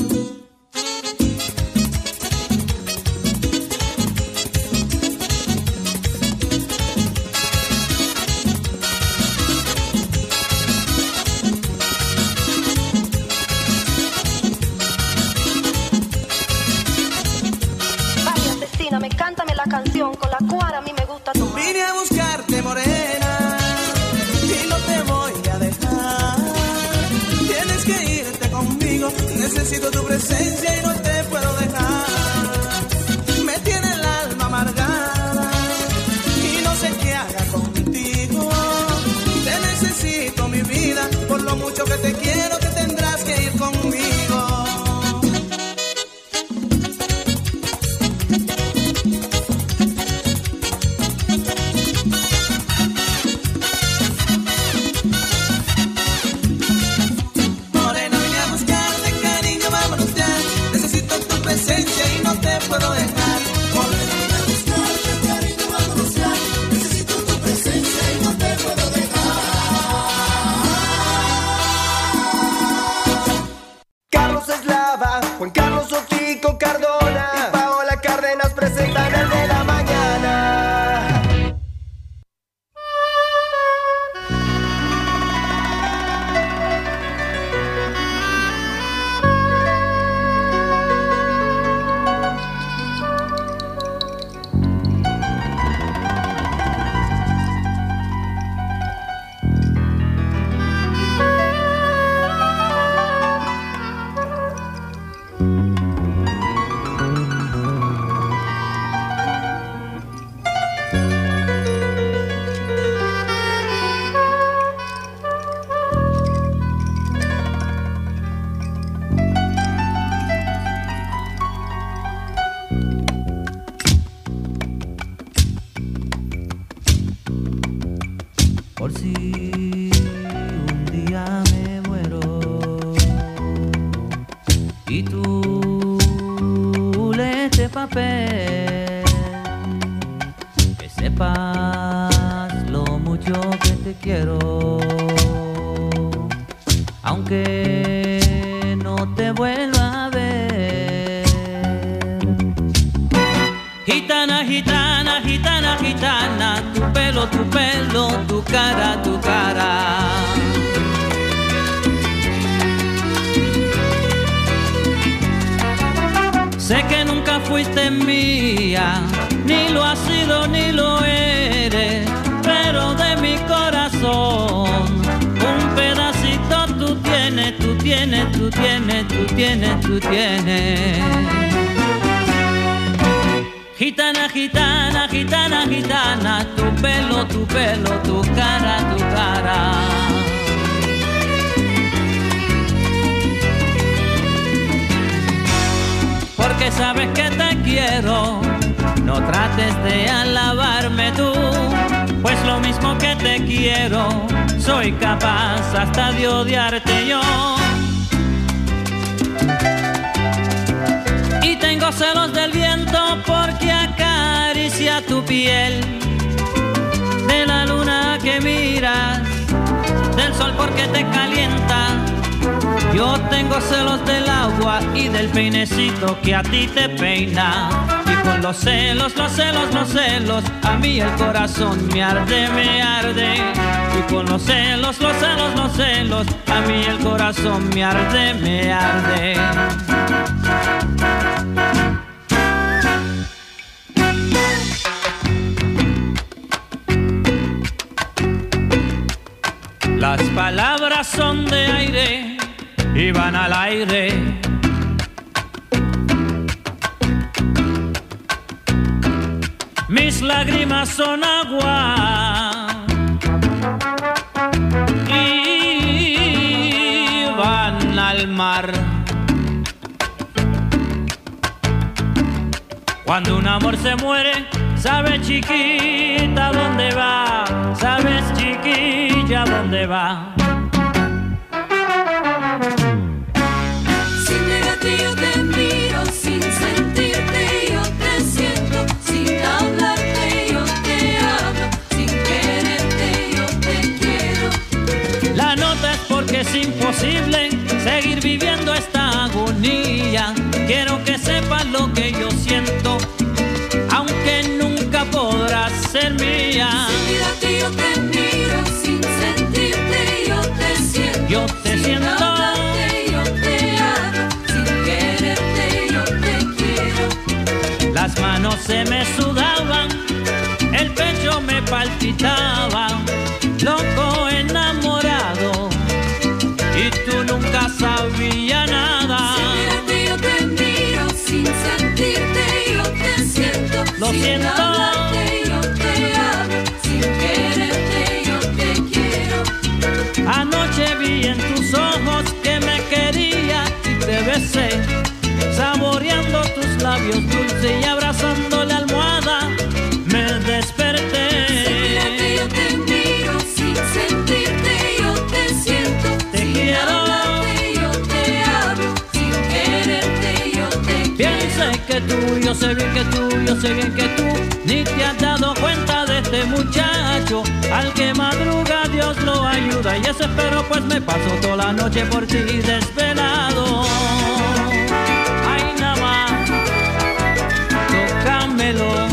Speaker 22: Necesito tu presencia y no te puedo dejar. Me tiene el alma amargada y no sé qué haga contigo. Te necesito mi vida, por lo mucho que te quiero que tendrás que ir conmigo. Morena, vine a buscarte, cariño, vámonos ya. Necesito tu presencia y no te puedo dejar. Morena, vine a buscarte, cariño, vámonos ya. Necesito tu presencia y no te puedo dejar.
Speaker 7: Carlos Eslava, Juan Carlos Otico Cardona y Paola Cárdenas presentan el de la mañana.
Speaker 8: Por si un día me muero y tú este papel, que sepas lo mucho que te quiero, aunque no te vuelva a ver. Gitana, gitana, gitana, gitana, tu pelo, tu pelo, tu cara, tu cara. Sé que nunca fuiste mía, ni lo has sido ni lo eres, pero de mi corazón un pedacito tú tienes, tú tienes, tú tienes, tú tienes, tú tienes. Gitana, gitana, gitana, gitana, tu pelo, tu pelo, tu cara, tu cara. Porque sabes que te quiero, no trates de alabarme tú, pues lo mismo que te quiero, soy capaz hasta de odiarte yo. Y tengo celos del viento porque acaricia tu piel, de la luna que miras, del sol porque te calienta. Yo tengo celos del agua y del peinecito que a ti te peina. Y con los celos, los celos, los celos, a mí el corazón me arde, me arde. Y con los celos, los celos, los celos, a mí el corazón me arde, me arde. Las palabras son de aire y van al aire. Mis lágrimas son agua y van al mar. Cuando un amor se muere, sabes chiquita dónde va, sabes chiquilla dónde va.
Speaker 22: Sin mirarte yo te miro, sin sentirte yo te siento, sin hablarte yo te hablo, sin quererte yo te quiero.
Speaker 8: La nota es porque es imposible seguir viviendo esta agonía. Quiero que sepas lo que yo siento, aunque nunca podrás ser mía.
Speaker 22: Sin mirarte yo te miro, sin sentirte yo te siento,
Speaker 8: Yo te
Speaker 22: sin
Speaker 8: siento.
Speaker 22: hablarte yo te hablo, sin quererte yo te quiero.
Speaker 8: Las manos se me sudaban, el pecho me palpitaba, loco enamorado, y tú nunca sabías nada. que tú, yo sé bien que tú, yo sé bien que tú, ni te has dado cuenta de este muchacho. Al que madruga Dios lo ayuda y eso espero pues me paso toda la noche por ti desvelado. Ay, nada más, tócamelo.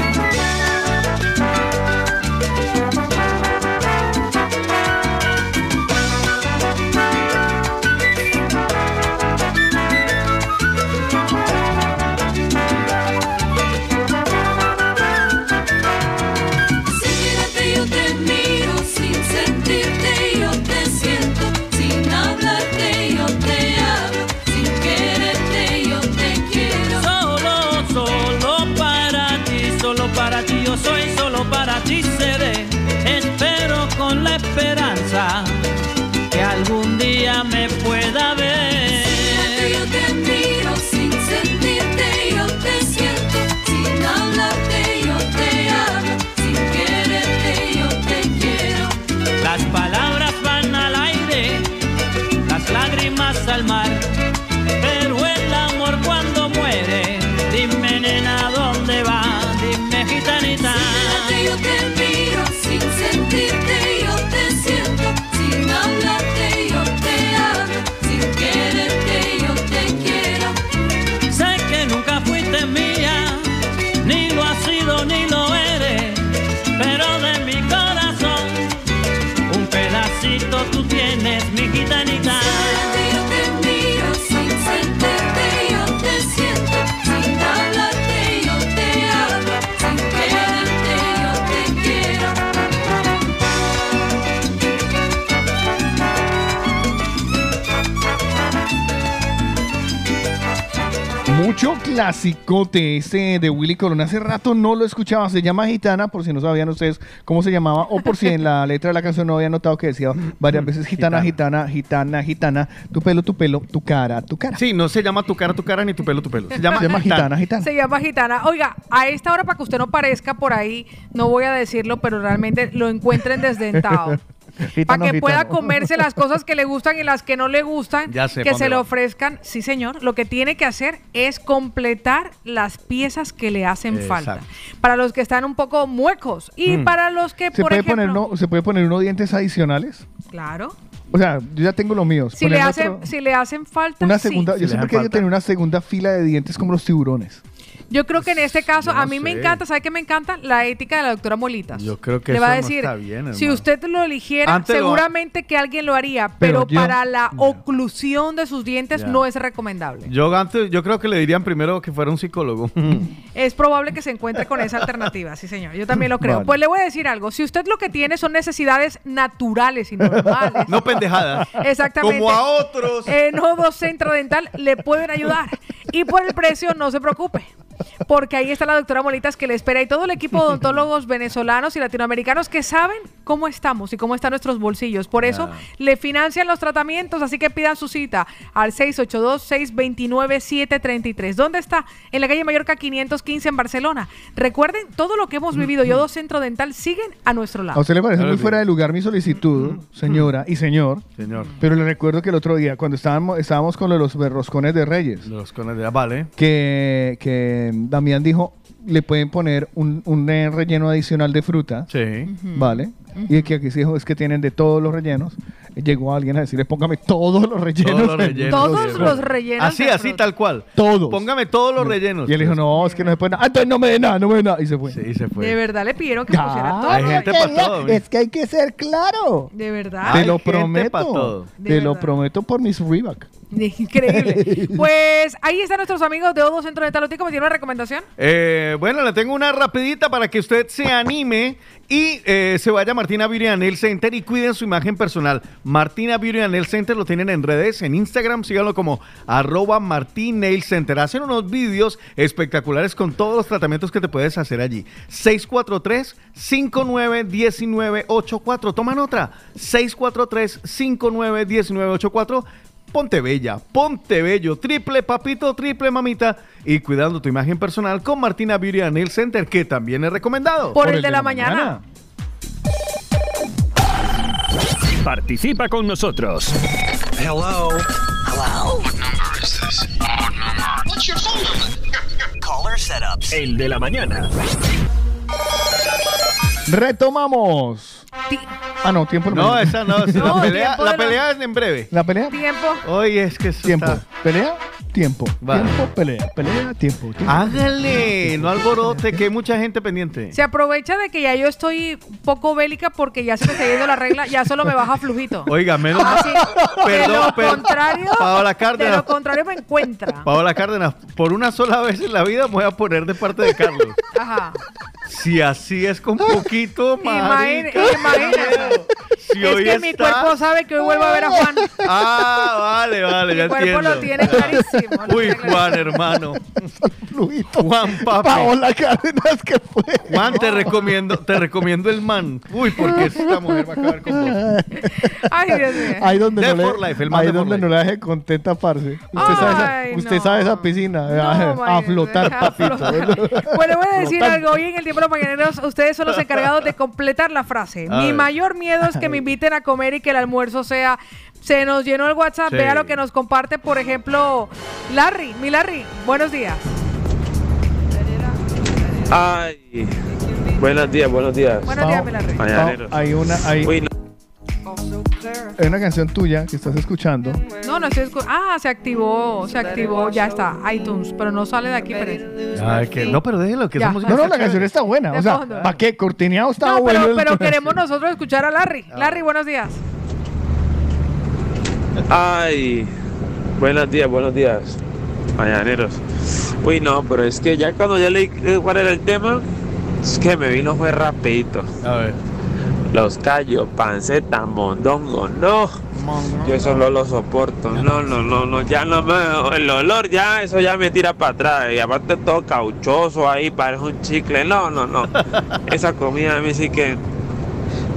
Speaker 4: Sinceramente yo te miro, sin sentirte yo te siento, sin hablarte yo te hablo, sin quererte yo te quiero.
Speaker 8: Solo, solo para ti, solo para ti, yo soy solo para ti, seré. Espero con la esperanza que algún día me pueda ver.
Speaker 4: Yo te miro, sin sentirte yo te siento, sin hablarte yo te hablo, sin quererte yo te quiero.
Speaker 8: Las palabras van al aire, las lágrimas al mar, pero el amor cuando muere, dime nena dónde va, dime gitanita.
Speaker 4: Sinceramente yo te miro, sin sentirte yo te siento, sin hablarte yo te hablo, sin quererte yo te quiero.
Speaker 8: Sé que nunca fuiste mía, ni lo has sido ni lo eres, pero de mi corazón un pedacito tú tienes, mi gitanita.
Speaker 4: Yo te miro sin sentirte, yo te siento, sin hablarte yo te hablo, sin quererte yo te quiero.
Speaker 3: Mucho clasicote este de Willy Colón. Hace rato no lo escuchaba. Se llama Gitana, por si no sabían ustedes cómo se llamaba, o por si en la letra de la canción no habían notado que decía varias veces gitana, gitana, gitana, gitana, tu pelo, tu pelo, tu cara, tu cara.
Speaker 6: Sí, no se llama tu cara, tu cara, ni tu pelo, tu pelo. Se llama,
Speaker 3: Se llama gitana, gitana.
Speaker 5: Se llama Gitana. Oiga, a esta hora, para que usted no parezca por ahí, no voy a decirlo, pero realmente lo encuentren desdentado.
Speaker 3: Ah,
Speaker 5: para que pueda comerse las cosas que le gustan y las que no le gustan,
Speaker 6: Ya sé
Speaker 5: que
Speaker 6: pa'
Speaker 5: se
Speaker 6: dónde
Speaker 5: le
Speaker 6: va.
Speaker 5: ofrezcan. Sí, señor, lo que tiene que hacer es completar las piezas que le hacen
Speaker 3: Exacto.
Speaker 5: falta. Para los que están un poco muecos y
Speaker 3: Mm.
Speaker 5: para los que,
Speaker 3: ¿Se
Speaker 5: por
Speaker 3: puede,
Speaker 5: ejemplo,
Speaker 3: poner uno, ¿Se puede poner unos dientes adicionales?
Speaker 5: claro,
Speaker 3: O sea, yo ya tengo los míos.
Speaker 5: si
Speaker 3: Poner
Speaker 5: le hacen
Speaker 3: otro-
Speaker 5: si le hacen falta
Speaker 3: una
Speaker 5: sí.
Speaker 3: segunda, yo siempre quería tener una segunda fila de dientes como los tiburones.
Speaker 5: Yo creo que
Speaker 6: Pues,
Speaker 5: en este caso,
Speaker 3: Yo no
Speaker 5: a mí me
Speaker 3: sé.
Speaker 5: encanta, ¿sabe qué me encanta? La ética de la doctora Molitas.
Speaker 6: Yo creo que
Speaker 5: Le va a
Speaker 6: eso no
Speaker 5: decir,
Speaker 6: está bien,
Speaker 5: si
Speaker 6: hermano.
Speaker 5: usted lo eligiera,
Speaker 6: Antes lo ha-
Speaker 5: seguramente que alguien lo haría, pero,
Speaker 6: Pero yo-
Speaker 5: para la oclusión de sus dientes
Speaker 6: Ya.
Speaker 5: no es recomendable.
Speaker 6: Yo antes, yo creo que le dirían primero que fuera un psicólogo.
Speaker 5: Es probable que se encuentre con esa alternativa, sí señor, yo también lo creo.
Speaker 6: Vale.
Speaker 5: Pues le voy a decir algo, si usted lo que tiene son necesidades naturales y normales,
Speaker 6: no pendejadas.
Speaker 5: Exactamente.
Speaker 6: Como a otros.
Speaker 5: En Nodo Centro Dental le pueden ayudar. Y por el precio, no se preocupe. Porque ahí está la doctora Molitas que le espera y todo el equipo de odontólogos venezolanos y latinoamericanos que saben cómo estamos y cómo están nuestros bolsillos. Por eso
Speaker 24: Ya.
Speaker 5: le financian los tratamientos, así que pidan su cita al 682-629-733. ¿Dónde está? En la calle Mallorca 515 en Barcelona. Recuerden, todo lo que hemos vivido y Odo Centro Dental siguen a nuestro lado.
Speaker 3: A usted le parece
Speaker 6: Mm, Claro,
Speaker 3: muy
Speaker 6: sí.
Speaker 3: fuera de lugar mi solicitud, señora y señor.
Speaker 6: Señor.
Speaker 3: Pero le recuerdo que el otro día, cuando estábamos, estábamos con lo de los roscones de Reyes,
Speaker 6: Los cones de vale.
Speaker 3: que, que Damián dijo, le pueden poner un, un, eh, relleno adicional de fruta.
Speaker 6: Sí.
Speaker 3: ¿Vale? Y el que aquí se dijo es que tienen de todos los rellenos. Llegó alguien a decirle, póngame todos los rellenos.
Speaker 6: Todos los
Speaker 3: de-
Speaker 6: rellenos. Así, así, tal cual.
Speaker 3: Todos.
Speaker 6: Póngame todos los rellenos. pues.
Speaker 3: Y él dijo, no, es que no se puede nada. Ah, entonces no me dé nada, no me dé nada. Y se fue.
Speaker 6: Sí, se
Speaker 5: De verdad le pidieron que pusiera todo.
Speaker 3: Hay gente pa'
Speaker 5: Oiga,
Speaker 3: todo, mira. Es
Speaker 5: que hay que ser claro. De verdad.
Speaker 3: Te lo prometo.
Speaker 5: De
Speaker 3: Te lo
Speaker 5: verdad.
Speaker 3: prometo por mis Reebok.
Speaker 5: Increíble. Pues ahí están nuestros amigos de Odo Centro de Talótico. ¿Me tiene una recomendación?
Speaker 6: Eh, bueno, le tengo una rapidita para que usted se anime y eh, se vaya a Martina Beauty and Nail Center y cuiden su imagen personal. Martina Beauty and Nail Center lo tienen en redes, en Instagram, síganlo como arroba Martin Nail Center. Hacen unos vídeos espectaculares con todos los tratamientos que te puedes hacer allí. 643-591984. Toman otra. 643-591984. Ponte bella, ponte bello, triple papito, triple mamita y cuidando tu imagen personal con Martina Beauty and Nail Center, que también es recomendado.
Speaker 5: Por Por el el de de la la mañana. mañana.
Speaker 1: Participa con nosotros. Hello.
Speaker 25: Hello? What number is this? What number? What's your phone number? Call
Speaker 1: Caller setups. El de la mañana.
Speaker 3: Retomamos. Ah, no, tiempo
Speaker 6: No, esa no, esa- la pelea,
Speaker 5: tiempo
Speaker 6: la
Speaker 5: de la-
Speaker 6: pelea es en breve.
Speaker 3: ¿La pelea?
Speaker 5: Tiempo.
Speaker 6: Oye, es que eso
Speaker 3: Tiempo.
Speaker 6: está-
Speaker 3: Pelea, tiempo.
Speaker 6: Va.
Speaker 3: Tiempo, pelea. Pelea, tiempo. tiempo.
Speaker 6: Hágale, no alborote, que hay mucha gente pendiente.
Speaker 5: Se aprovecha de que ya yo estoy poco bélica porque ya se me está yendo la regla, ya solo me baja flujito.
Speaker 6: Oiga, menos
Speaker 5: Así, de
Speaker 6: Perdón,
Speaker 5: lo
Speaker 6: per-
Speaker 5: contrario,
Speaker 6: Paola
Speaker 5: de
Speaker 6: Cárdenas.
Speaker 5: lo contrario me encuentra.
Speaker 6: Paola Cárdenas, por una sola vez en la vida me voy a poner de parte de Carlos.
Speaker 5: Ajá.
Speaker 6: Si así es con poquito,
Speaker 5: Imagín-
Speaker 6: marica.
Speaker 5: imagínate.
Speaker 6: Si
Speaker 5: es
Speaker 6: hoy
Speaker 5: que
Speaker 6: está...
Speaker 5: mi cuerpo sabe que hoy vuelvo a ver a Juan.
Speaker 6: Ah, vale, vale, ya
Speaker 5: Mi cuerpo
Speaker 6: entiendo.
Speaker 5: lo tiene clarísimo.
Speaker 6: Uy, Juan, hermano. Juan Papi.
Speaker 3: Paola Cárdenas, que fue?
Speaker 6: Juan, te recomiendo, te recomiendo el man. Uy, porque esta mujer va a acabar con vos.
Speaker 5: Ay, Dios mío.
Speaker 3: Ahí donde
Speaker 6: Death
Speaker 3: no le,
Speaker 6: for life, el más
Speaker 3: ahí
Speaker 6: Death for
Speaker 3: donde no le deje contenta, parce. Usted, sabe,
Speaker 5: Ay,
Speaker 3: esa, usted
Speaker 5: no.
Speaker 3: sabe esa piscina. a,
Speaker 5: madre,
Speaker 3: flotar,
Speaker 5: a
Speaker 3: papito.
Speaker 5: Pues le voy a decir
Speaker 3: Flotando.
Speaker 5: algo. Hoy en el tiempo de los mañaneros, ustedes son los encargados de completar la frase.
Speaker 3: A
Speaker 5: Mi
Speaker 3: ver.
Speaker 5: mayor miedo es que me inviten a comer y que el almuerzo sea. Se nos llenó el WhatsApp.
Speaker 11: Sí.
Speaker 5: Vea lo que nos comparte, por ejemplo, Larry. Mi Larry, buenos días.
Speaker 24: Ay, buenos días, buenos días.
Speaker 5: Buenos días, Melarre.
Speaker 24: Mañaneros.
Speaker 3: Pau, hay una- hay-
Speaker 24: Uy, no.
Speaker 3: Hay una canción tuya que estás escuchando.
Speaker 5: No, no estoy escu- Ah, se activó, se activó. Ya está, iTunes, pero no sale de aquí, parece.
Speaker 6: Ay, que no, pero déjelo, que
Speaker 5: Ya.
Speaker 6: esa música
Speaker 3: No, no,
Speaker 6: está
Speaker 3: la canción
Speaker 6: chévere.
Speaker 3: está buena.
Speaker 5: De
Speaker 3: O sea,
Speaker 5: fondo.
Speaker 3: ¿para qué? Cortineado está
Speaker 5: No,
Speaker 3: Ah, bueno. Ah.
Speaker 5: pero,
Speaker 3: el-
Speaker 5: pero queremos nosotros escuchar a Larry. Larry, buenos días.
Speaker 24: Ay, buenos días, buenos días. Mañaneros. Uy, no, pero es que ya cuando ya leí eh, cuál era el tema, es que me vino fue rapidito.
Speaker 6: A ver.
Speaker 24: Los callos, panceta, mondongo, no. Yo eso no lo soporto. No, no, no, no, ya no me. El olor ya, eso ya me tira para atrás. Y aparte todo cauchoso ahí, parece un chicle. No, no, no. Esa comida a mí sí que.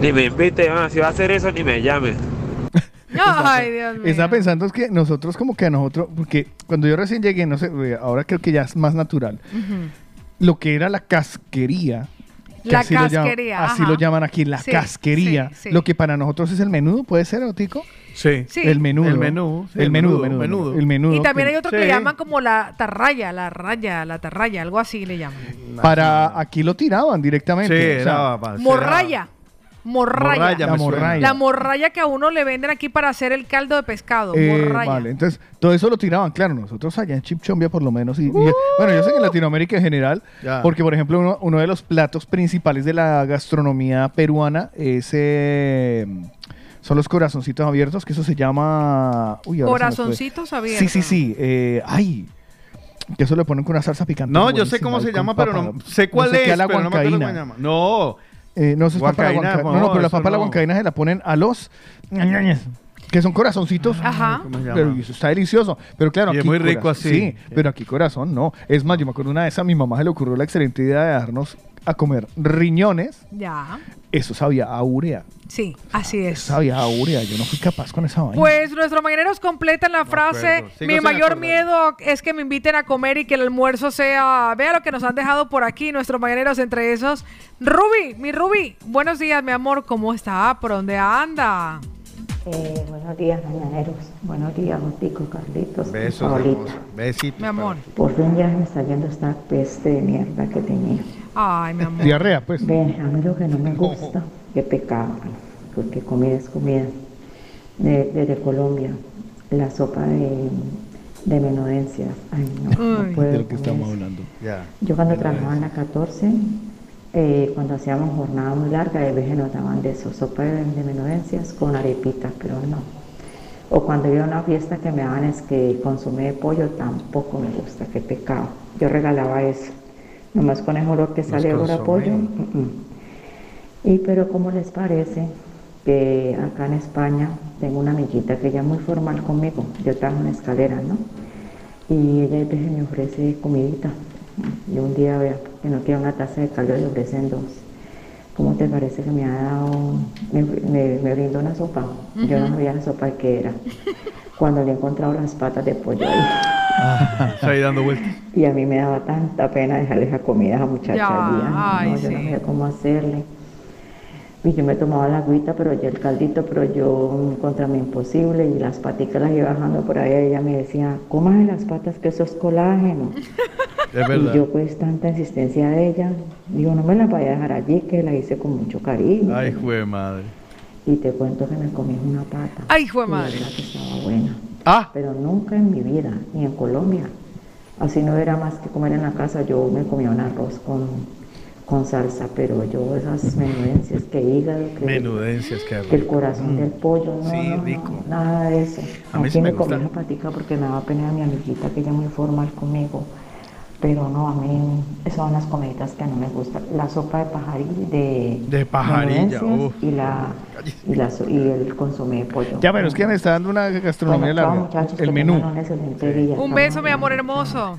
Speaker 24: Ni me invite, ah, si va a hacer eso, ni me llame.
Speaker 5: Ay, Dios mío.
Speaker 3: Está pensando es que nosotros como que a nosotros, porque cuando yo recién llegué, no sé, eh, ahora creo que ya es más natural,
Speaker 5: Ujú.
Speaker 3: lo que era la casquería. que
Speaker 5: La
Speaker 3: lo llaman-
Speaker 5: casquería,
Speaker 3: así
Speaker 5: ajá.
Speaker 3: lo llaman aquí, la
Speaker 5: Sí,
Speaker 3: casquería.
Speaker 5: sí, sí.
Speaker 3: Lo que para nosotros es el menudo, ¿puede ser, Otico?
Speaker 6: Sí.
Speaker 5: Sí.
Speaker 3: El menudo.
Speaker 6: El menú, sí,
Speaker 3: el,
Speaker 6: el
Speaker 3: menudo,
Speaker 6: menudo,
Speaker 3: menudo,
Speaker 6: menudo.
Speaker 3: El menudo.
Speaker 5: Y también
Speaker 3: que-
Speaker 5: hay otro que llaman como la tarraya, la raya, la tarraya, algo así le llaman.
Speaker 3: Para aquí lo tiraban directamente.
Speaker 6: Sí,
Speaker 3: o sea,
Speaker 6: era pa-
Speaker 5: Morraya. Morraya.
Speaker 3: Morralla, La me suena. morralla.
Speaker 5: La morralla que a uno le venden aquí para hacer el caldo de pescado.
Speaker 3: Eh,
Speaker 5: morralla.
Speaker 3: vale, entonces todo eso lo tiraban, claro, nosotros allá en Chipchombia por lo menos. Y, y- bueno, yo sé
Speaker 5: ¡Uh!
Speaker 3: que en Latinoamérica en general,
Speaker 6: Ya.
Speaker 3: porque por ejemplo uno, uno de los platos principales de la gastronomía peruana es, eh, son los corazoncitos abiertos, que eso se llama... uy, ahora se me fue.
Speaker 5: Corazoncitos
Speaker 3: Sí,
Speaker 5: abiertos.
Speaker 3: sí, sí. eh, ay, que eso le ponen con una salsa picante.
Speaker 6: No, yo sé
Speaker 3: buenísima
Speaker 6: cómo
Speaker 3: y
Speaker 6: se
Speaker 3: con
Speaker 6: llama, pero
Speaker 3: papa.
Speaker 6: no sé cuál
Speaker 3: qué
Speaker 6: es,
Speaker 3: a la
Speaker 6: pero no me acuerdo cómo se
Speaker 3: huancaína.
Speaker 6: llama. No.
Speaker 3: Eh, no, eso es papa a la
Speaker 6: Huancaína,
Speaker 3: huancaína.
Speaker 6: no,
Speaker 3: No, no, pero la
Speaker 6: eso
Speaker 3: papa a la
Speaker 6: no.
Speaker 3: huancaína se la ponen a los ñañañas, que son corazoncitos.
Speaker 5: Ajá.
Speaker 6: ¿Cómo se llama?
Speaker 3: Pero eso está delicioso. Pero claro,
Speaker 6: Y es
Speaker 3: aquí
Speaker 6: muy rico
Speaker 3: cora-
Speaker 6: así.
Speaker 3: Sí, pero aquí corazón no. Es más, yo me acuerdo una vez a mi mamá se le ocurrió la excelente idea de darnos a comer riñones.
Speaker 5: Ya.
Speaker 3: Eso sabía a urea.
Speaker 5: Sí, así es.
Speaker 3: Sabía a urea. Yo no fui capaz con esa vaina.
Speaker 5: Pues nuestros mañaneros completan la frase.
Speaker 3: acuerdo. Sigo
Speaker 5: Mi
Speaker 3: sin
Speaker 5: mayor
Speaker 3: acordar.
Speaker 5: miedo es que me inviten a comer y que el almuerzo sea. Vea lo que nos han dejado por aquí nuestros mañaneros, entre esos. Ruby, mi Ruby, buenos días, mi amor, ¿cómo está? ¿Por dónde anda?
Speaker 25: Eh, buenos días, mañaneros. Buenos días, Gotico, Carlitos. y
Speaker 6: Besos,
Speaker 25: Paolita.
Speaker 6: hermosa. Besitos.
Speaker 5: Mi amor.
Speaker 25: Por fin ya me está yendo esta peste de mierda que tenía.
Speaker 5: Ay, mi amor.
Speaker 3: pues.
Speaker 25: Ven, a mí lo que no me gusta, qué pecado, porque comida es comida. De- Desde Colombia, la sopa de, de menudencias. Ay, no, no
Speaker 3: Ay.
Speaker 25: puedo
Speaker 3: De lo que
Speaker 4: pues.
Speaker 25: con
Speaker 3: estamos
Speaker 25: eso.
Speaker 3: hablando. Ya.
Speaker 25: Yo cuando trabajaba en la 14, eh, cuando hacíamos jornada muy larga, de veces nos daban de eso, sopa de, de menudencias con arepitas, pero no. O cuando iba a una fiesta que me daban es que consumé de pollo, tampoco me gusta, qué pecado. Yo regalaba eso. Nomás con el olor que sale ahora a pollo. consomé. mm, mm. Y pero ¿cómo les parece que acá en España tengo una amiguita que ella es muy formal conmigo? Yo trabajo en escalera, ¿no? Y ella a veces me ofrece comidita. Y un día vea que no quiero una taza de caldo y le ofrecen dos. ¿Cómo te parece que me ha dado? Me, me, me brindó una sopa. Yo no
Speaker 26: Ujú.
Speaker 25: sabía la sopa que era. Cuando le he encontrado las patas de pollo ahí.
Speaker 5: Ah.
Speaker 6: Está ahí dando vueltas.
Speaker 25: Y a mí me daba tanta pena dejarle esa comida a esa muchacha
Speaker 5: Ya,
Speaker 25: allí. Ay, no,
Speaker 5: ay,
Speaker 25: yo no
Speaker 5: sí.
Speaker 25: sabía cómo hacerle. Y yo me tomaba la agüita, pero yo el caldito, pero yo mm, contra mi imposible. Y las patitas las iba bajando por ahí. Ella me decía, comas las patas que eso es colágeno.
Speaker 6: Es verdad.
Speaker 25: Y yo pues tanta insistencia de ella, digo, no me la vaya a dejar allí, que la hice con mucho cariño.
Speaker 6: Ay, jue madre.
Speaker 25: Y te cuento que me comí una pata.
Speaker 5: Ay, jue madre.
Speaker 25: Estaba buena. Pero nunca en mi vida, ni en Colombia. Así no era más que comer en la casa. Yo me comía un arroz con, con salsa, pero yo esas menudencias, que hígado, que,
Speaker 6: Menudencias que
Speaker 25: que el corazón del pollo, no,
Speaker 6: Sí,
Speaker 25: no, no,
Speaker 6: rico.
Speaker 25: nada de eso.
Speaker 6: A mí
Speaker 25: Aquí
Speaker 6: sí me
Speaker 25: me comí
Speaker 6: gusta.
Speaker 25: una patica porque me daba pena a mi amiguita que ella es muy formal conmigo. Pero no, a mí esas son las comiditas que no me gustan. La sopa de pajarilla, de,
Speaker 3: De pajarilla,
Speaker 25: menudencias
Speaker 3: uf.
Speaker 25: y, la, y, la so- y el consomé de pollo.
Speaker 3: Ya, pero es que me está dando una gastronomía
Speaker 25: Bueno, chao,
Speaker 3: larga.
Speaker 25: muchachos,
Speaker 3: El
Speaker 25: que
Speaker 3: menú.
Speaker 25: tengan un excelente día.
Speaker 5: Un beso, mi amor hermoso.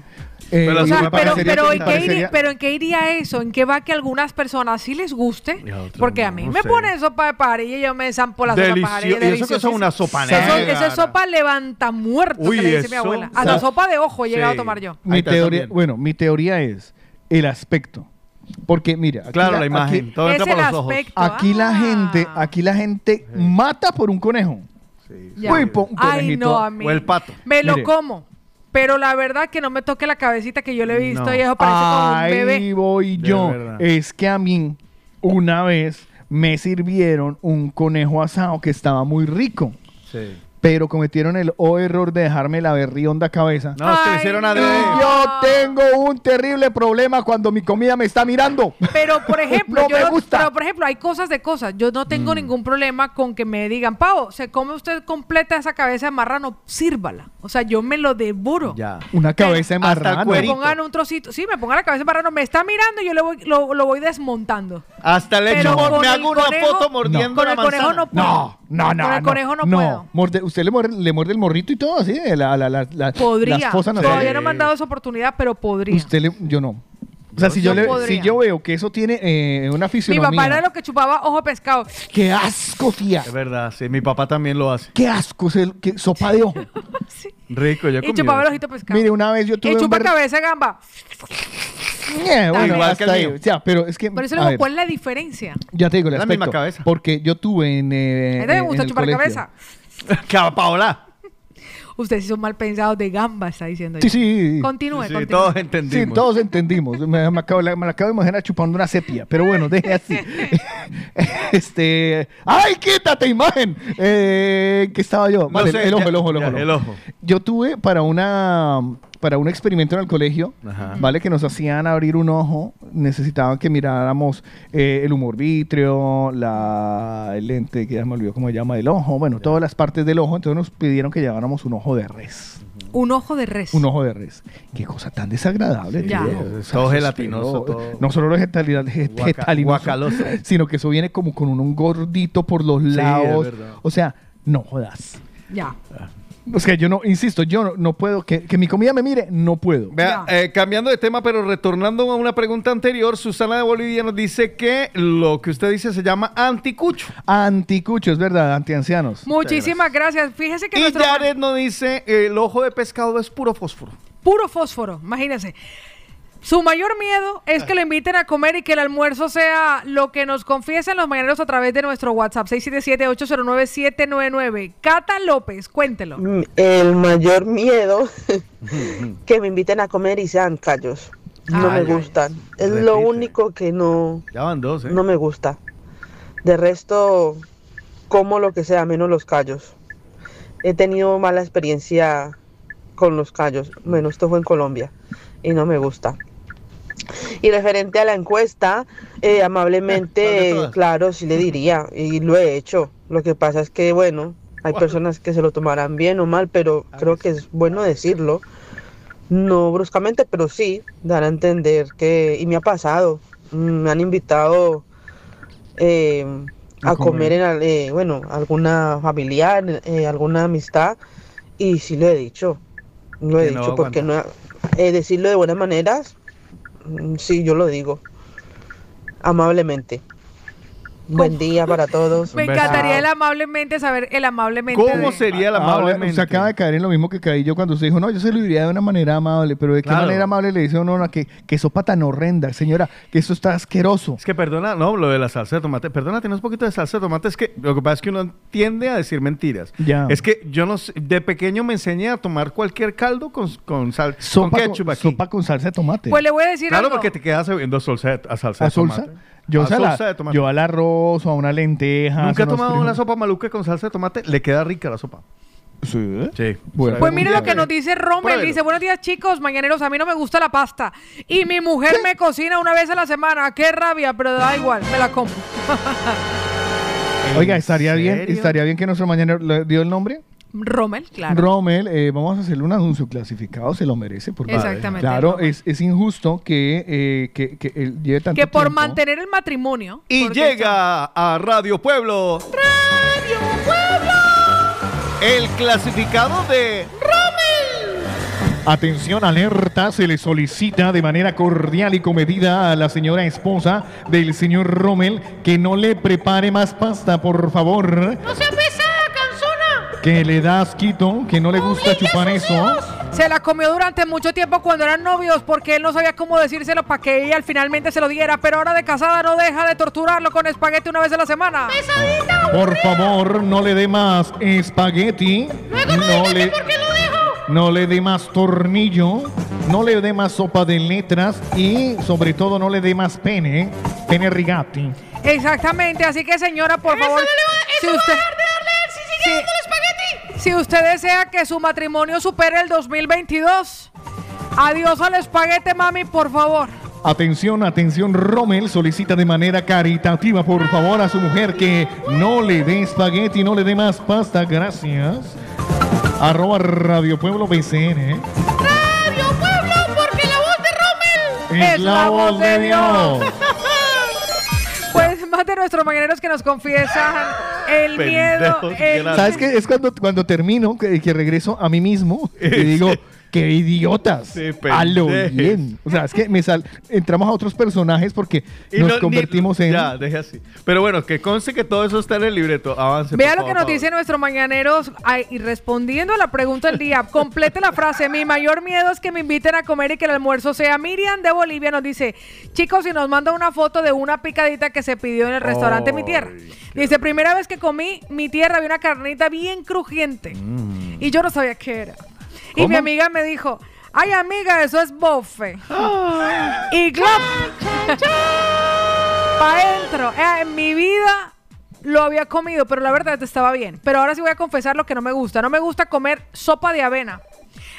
Speaker 3: Eh,
Speaker 5: O sea,
Speaker 3: me
Speaker 5: pero,
Speaker 3: parecería
Speaker 5: pero,
Speaker 3: que-
Speaker 5: ¿en qué
Speaker 3: parecería-
Speaker 5: iría, pero ¿en qué iría eso? ¿En qué va que a algunas personas sí les guste?
Speaker 6: Y a otras
Speaker 5: Porque a
Speaker 6: no,
Speaker 5: mí
Speaker 6: no
Speaker 5: me
Speaker 6: sé.
Speaker 5: ponen sopa de parilla y yo me zampo la sopa de
Speaker 6: Delicio-
Speaker 5: parilla.
Speaker 6: y eso que son una sopa
Speaker 5: Eso,
Speaker 6: negra.
Speaker 5: eso es sopa levanta muerto,
Speaker 3: Uy,
Speaker 5: que le dice mi
Speaker 3: eso-
Speaker 5: abuela. Hasta
Speaker 3: ¿sabes?
Speaker 5: sopa de ojo he llegado a tomar yo.
Speaker 3: Mi teoría, bueno, mi teoría es el aspecto. Porque mira, aquí
Speaker 6: Claro, la imagen,
Speaker 3: aquí-
Speaker 6: todo entra Es por el los ojos. aspecto,
Speaker 3: Aquí la gente,
Speaker 5: Ah.
Speaker 3: aquí la gente mata por un conejo.
Speaker 5: Ya.
Speaker 3: Uy, po- un
Speaker 5: Ay,
Speaker 3: conejito.
Speaker 5: no, a mí. Me lo
Speaker 3: Mire,
Speaker 5: como. Pero la verdad que no me toque la cabecita que yo le he visto
Speaker 3: no.
Speaker 5: y eso parece como un
Speaker 3: Ahí
Speaker 5: bebé.
Speaker 3: voy
Speaker 6: De
Speaker 3: yo.
Speaker 6: verdad.
Speaker 3: Es que a mí una vez me sirvieron un conejo asado que estaba muy rico.
Speaker 6: Sí.
Speaker 3: Pero cometieron el o error de dejarme la berrionda cabeza.
Speaker 6: No, se lo hicieron adrede.
Speaker 3: Yo tengo un terrible problema cuando mi comida me está mirando.
Speaker 5: Pero por ejemplo,
Speaker 3: No
Speaker 5: yo
Speaker 3: me
Speaker 5: no-
Speaker 3: gusta.
Speaker 5: pero por ejemplo, hay cosas de cosas. Yo no
Speaker 6: Mm.
Speaker 5: tengo ningún problema con que me digan, Pavo, se come usted completa esa cabeza de marrano, sírvala. O sea, yo me lo devoro.
Speaker 6: Ya.
Speaker 3: Una cabeza de marrano.
Speaker 5: Me pongan un trocito. Sí, me pongan la cabeza de marrano, me está mirando y yo le voy, lo, lo voy desmontando.
Speaker 6: Hasta el hecho,
Speaker 5: Pero
Speaker 6: mor-
Speaker 5: con
Speaker 6: me
Speaker 5: el
Speaker 6: hago una
Speaker 5: conejo-
Speaker 6: foto mordiendo
Speaker 5: con
Speaker 6: la
Speaker 5: el conejo
Speaker 6: manzana.
Speaker 5: no puedo.
Speaker 3: No, no, no.
Speaker 5: Con el
Speaker 3: no,
Speaker 5: conejo no puedo.
Speaker 3: Morde- usted le muerde, le muerde el morrito y todo así, de la, la, la, la-
Speaker 5: Podría.
Speaker 3: las fosas
Speaker 5: Todavía no me han
Speaker 3: nasales.
Speaker 5: dado esa oportunidad, pero podría.
Speaker 3: Usted le- yo no. O sea, si,
Speaker 5: Yo
Speaker 3: yo le-
Speaker 5: podría.
Speaker 3: si yo veo que eso tiene eh, una
Speaker 5: Mi
Speaker 3: fisionomía.
Speaker 5: papá era lo que chupaba ojo de pescado.
Speaker 3: ¡Qué asco, tía!
Speaker 6: Es verdad, sí, mi papá también lo hace.
Speaker 3: ¡Qué asco! se- qué sopa de ojo.
Speaker 6: Rico, yo
Speaker 5: Y chupaba el ojito de pescado.
Speaker 3: Mire, una vez yo tuve
Speaker 5: Y
Speaker 3: un
Speaker 5: chupa
Speaker 3: berr-
Speaker 5: cabeza de gamba.
Speaker 3: Eh, bueno,
Speaker 6: Igual que
Speaker 3: hasta
Speaker 6: el
Speaker 3: ahí.
Speaker 6: mío.
Speaker 3: O sea, pero es que.
Speaker 5: Por eso
Speaker 3: a
Speaker 5: le digo,
Speaker 3: ver,
Speaker 5: ¿cuál es la diferencia?
Speaker 3: Ya te digo, el
Speaker 6: La
Speaker 3: aspecto.
Speaker 6: misma cabeza.
Speaker 3: Porque yo tuve en. eh,
Speaker 5: A mí Este me
Speaker 3: en
Speaker 5: gusta
Speaker 3: el
Speaker 5: chupar
Speaker 3: colegio.
Speaker 5: cabeza.
Speaker 6: Paola.
Speaker 5: Ustedes sí son mal pensados de gamba, está diciendo.
Speaker 3: Sí,
Speaker 5: yo.
Speaker 3: sí.
Speaker 5: Continúe,
Speaker 3: Sí,
Speaker 5: continúe.
Speaker 3: Sí, todos entendimos. Me, me acabo, la- me la acabo de imaginar chupando una sepia, pero bueno, deje así. este. ¡Ay, quítate, imagen! Eh, ¿Qué estaba yo? Vale,
Speaker 6: sé,
Speaker 3: el ojo,
Speaker 6: ya-
Speaker 3: el ojo, el ojo,
Speaker 6: ya, el ojo.
Speaker 3: Yo tuve para una. Para un experimento en el colegio, ¿vale? Que nos hacían abrir un ojo, necesitaban que miráramos eh, el humor vítreo, la, el lente, que ya me olvidó cómo se llama, el ojo, bueno, todas las partes del ojo, entonces nos pidieron que lleváramos un ojo de res.
Speaker 5: Un ojo de res.
Speaker 3: Un ojo de res. Qué cosa tan desagradable.
Speaker 5: Sí, Ya.
Speaker 3: tío.
Speaker 5: es
Speaker 3: O sea,
Speaker 6: todo
Speaker 3: eso es
Speaker 6: gelatinoso,
Speaker 3: pero-
Speaker 6: todo.
Speaker 3: No solo lo getali- get-
Speaker 6: Guaca-
Speaker 3: getalinoso,
Speaker 6: guacaloso.
Speaker 3: sino que eso viene como con un, un gordito por los
Speaker 6: es
Speaker 3: lados.
Speaker 6: verdad.
Speaker 3: o sea, no jodas.
Speaker 5: Ya.
Speaker 1: Uh,
Speaker 3: O sea, yo no, insisto, yo no, no puedo, que, que mi comida me mire, no puedo.
Speaker 6: Vea, eh, cambiando de tema, pero retornando a una pregunta anterior, Susana de Bolivia nos dice que lo que usted dice se llama anticucho.
Speaker 3: Anticucho, es verdad, antiancianos.
Speaker 5: Muchísimas gracias. Fíjese que
Speaker 6: Y
Speaker 5: nuestro
Speaker 6: Jared nos dice, el ojo de pescado es puro fósforo.
Speaker 5: puro fósforo, imagínense. Su mayor miedo es
Speaker 3: Ah.
Speaker 5: que lo inviten a comer y que el almuerzo sea lo que nos confiesan los mañaneros a través de nuestro WhatsApp 677-809-799. Cata López, cuéntelo.
Speaker 11: Mm, El mayor miedo que me inviten a comer y sean callos. No
Speaker 5: Ah,
Speaker 6: Ay,
Speaker 11: me gustan. Es
Speaker 6: repite.
Speaker 11: lo único que no,
Speaker 6: Ya van dos, ¿eh?
Speaker 11: no me gusta. De resto, como lo que sea, menos los callos. He tenido mala experiencia con los callos. Bueno, esto fue en Colombia y no me gusta. Y referente a la encuesta, eh, amablemente, claro, sí le diría, y lo he hecho. Lo que pasa es que, bueno, hay personas que se lo tomarán bien o mal, pero creo que es bueno decirlo. No bruscamente, pero sí, dar a entender que, y me ha pasado, mm, me han invitado eh, a,
Speaker 27: A comer.
Speaker 11: comer, en, al- eh, bueno, alguna familiar, eh, alguna amistad, y sí lo he dicho, lo he
Speaker 27: Que no
Speaker 11: dicho, porque no, eh, decirlo de buenas maneras, mm, sí, yo lo digo, amablemente. Buen día para todos.
Speaker 5: Me encantaría el amablemente saber el amablemente.
Speaker 3: ¿Cómo
Speaker 5: de-
Speaker 3: sería
Speaker 6: Ah,
Speaker 3: la amablemente? Ah, Se acaba de caer en lo mismo que caí yo cuando se dijo, no, yo se lo diría de una manera amable, pero ¿de qué
Speaker 6: Claro.
Speaker 3: manera amable le dice uno a una que, que sopa tan horrenda, señora, que eso está asqueroso?
Speaker 6: Es que perdona, no, lo de la salsa de tomate. Perdona, tienes un poquito de salsa de tomate. Es que lo que pasa es que uno tiende a decir mentiras.
Speaker 3: Ya.
Speaker 6: Es que yo no sé, de pequeño me enseñé a tomar cualquier caldo con, con sal,
Speaker 3: Sopa
Speaker 6: con
Speaker 3: con,
Speaker 6: ketchup aquí.
Speaker 3: sopa con salsa de tomate.
Speaker 5: Pues le voy a decir
Speaker 6: Claro,
Speaker 5: algo.
Speaker 6: porque te quedas bebiendo salsa de, a salsa
Speaker 3: ¿A
Speaker 6: de tomate.
Speaker 3: salsa? Yo,
Speaker 6: A
Speaker 3: a la-
Speaker 6: salsa de tomate.
Speaker 3: yo al arroz o a una lenteja.
Speaker 6: Nunca he
Speaker 3: unos
Speaker 6: tomado una
Speaker 3: frijoles.
Speaker 6: sopa maluca con salsa de tomate. Le queda rica la sopa.
Speaker 3: Sí.
Speaker 6: Sí.
Speaker 3: Bueno.
Speaker 5: Pues mira lo que nos dice Rommel.
Speaker 6: Pruébelo.
Speaker 5: Dice, buenos días chicos, mañaneros, a mí no me gusta la pasta. Y mi mujer me cocina una vez a la semana. Qué rabia, pero da igual, me la como.
Speaker 3: Oiga, estaría bien,
Speaker 5: serio?
Speaker 3: estaría bien que nuestro mañana le dio el nombre.
Speaker 5: Rommel, claro.
Speaker 3: Rommel, eh, vamos a hacerle un anuncio clasificado, se lo merece. Porque,
Speaker 5: Exactamente,
Speaker 3: Claro, es, es injusto que, eh, que, que él lleve tanto
Speaker 5: que por
Speaker 3: tiempo.
Speaker 5: mantener el matrimonio.
Speaker 6: Y
Speaker 5: porque
Speaker 6: llega a Radio Pueblo. ¡Radio Pueblo! El clasificado de
Speaker 3: Atención, alerta, se le solicita de manera cordial y comedida a la señora esposa del señor Rommel que no le prepare más pasta, por favor.
Speaker 5: ¡No sea pesada, canzona!
Speaker 3: Que le da asquito, que no le gusta chupar eso.
Speaker 5: Se la comió durante mucho tiempo cuando eran novios porque él no sabía cómo decírselo para que ella finalmente se lo diera, pero ahora de casada no deja de torturarlo con espagueti una vez a la semana.
Speaker 3: Por favor, no le dé más espagueti. no le, no le dé más tornillo. No le dé más sopa de letras. Y sobre todo, no le dé más pene. Pene rigati.
Speaker 5: Exactamente, así que señora, por favor, si usted si, si usted desea que su matrimonio supere el 2022, adiós al espaguete, mami, por favor.
Speaker 3: Atención, atención, Rommel solicita de manera caritativa, por favor, a su mujer que no le dé espagueti, no le dé más pasta, gracias. Arroba Radio Pueblo BCN.
Speaker 5: Radio Pueblo, porque la voz de Rommel
Speaker 3: Es la voz de Dios.
Speaker 5: Pues más de nuestros mañaneros que nos confiesan el miedo. eh.
Speaker 3: Pendejos,
Speaker 5: el-
Speaker 3: ¿Sabes qué? Es cuando, cuando termino, que, que regreso a mí mismo y digo, qué idiotas.
Speaker 6: Sí,
Speaker 3: a lo
Speaker 6: pendejes.
Speaker 3: bien. O sea, es que me sal- entramos a otros personajes porque
Speaker 6: Y
Speaker 3: nos
Speaker 6: no- ni-
Speaker 3: convertimos en...
Speaker 6: Ya, deje así. Pero bueno, que conste que todo eso está en el libreto. Avance.
Speaker 5: Vea
Speaker 6: por
Speaker 5: lo que
Speaker 6: favor,
Speaker 5: nos
Speaker 6: por
Speaker 5: dicen nuestros mañaneros ay, y respondiendo a la pregunta del día, complete la frase. Mi mayor miedo es que me inviten a comer y que el almuerzo sea. Miriam de Bolivia nos dice, chicos, y nos manda una foto de una picadita que se pidió en el restaurante Mi Tierra. Dice, primera vez que comí Mi Tierra había una carnita bien crujiente y yo no sabía qué era. Y mi
Speaker 4: ¿Cómo?
Speaker 5: amiga me dijo, ay amiga, eso es bofe. y glop. Pa' dentro. Eh, en mi vida lo había comido, pero la verdad estaba bien. Pero ahora sí voy a confesar lo que no me gusta. No me gusta comer sopa de avena.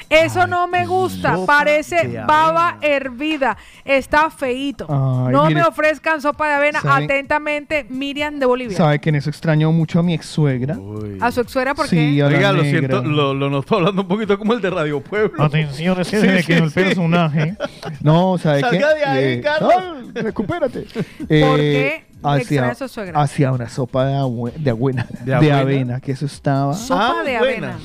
Speaker 5: Eso no me gusta.
Speaker 4: sopa
Speaker 5: Parece
Speaker 4: de
Speaker 5: baba hervida. Está feíto.
Speaker 3: Ay,
Speaker 5: no
Speaker 3: mire.
Speaker 5: me ofrezcan sopa de avena.
Speaker 3: ¿Sabe?
Speaker 5: Atentamente, Miriam de Bolivia.
Speaker 3: ¿Sabe que en eso extrañó mucho a mi ex suegra?
Speaker 5: A su ex suegra porque
Speaker 3: Sí, a la
Speaker 6: Oiga, lo
Speaker 3: negra.
Speaker 6: siento, lo, lo noto hablando un poquito como el de Radio Pueblo.
Speaker 3: Atención, es que
Speaker 6: Sí,
Speaker 3: se me
Speaker 6: sí,
Speaker 3: quedó el
Speaker 6: sí.
Speaker 3: personaje. No, ¿sabe qué?
Speaker 6: Salga de ahí,
Speaker 3: Eh,
Speaker 6: Carlos.
Speaker 3: no, recupérate. Eh, ah,
Speaker 6: qué
Speaker 3: Hacia,
Speaker 5: extraña a su suegra?
Speaker 3: hacia una sopa de, abue- de abuela- de
Speaker 6: abuela?
Speaker 3: avena, que eso estaba...
Speaker 5: Sopa
Speaker 6: Ah, buena.
Speaker 5: de avena.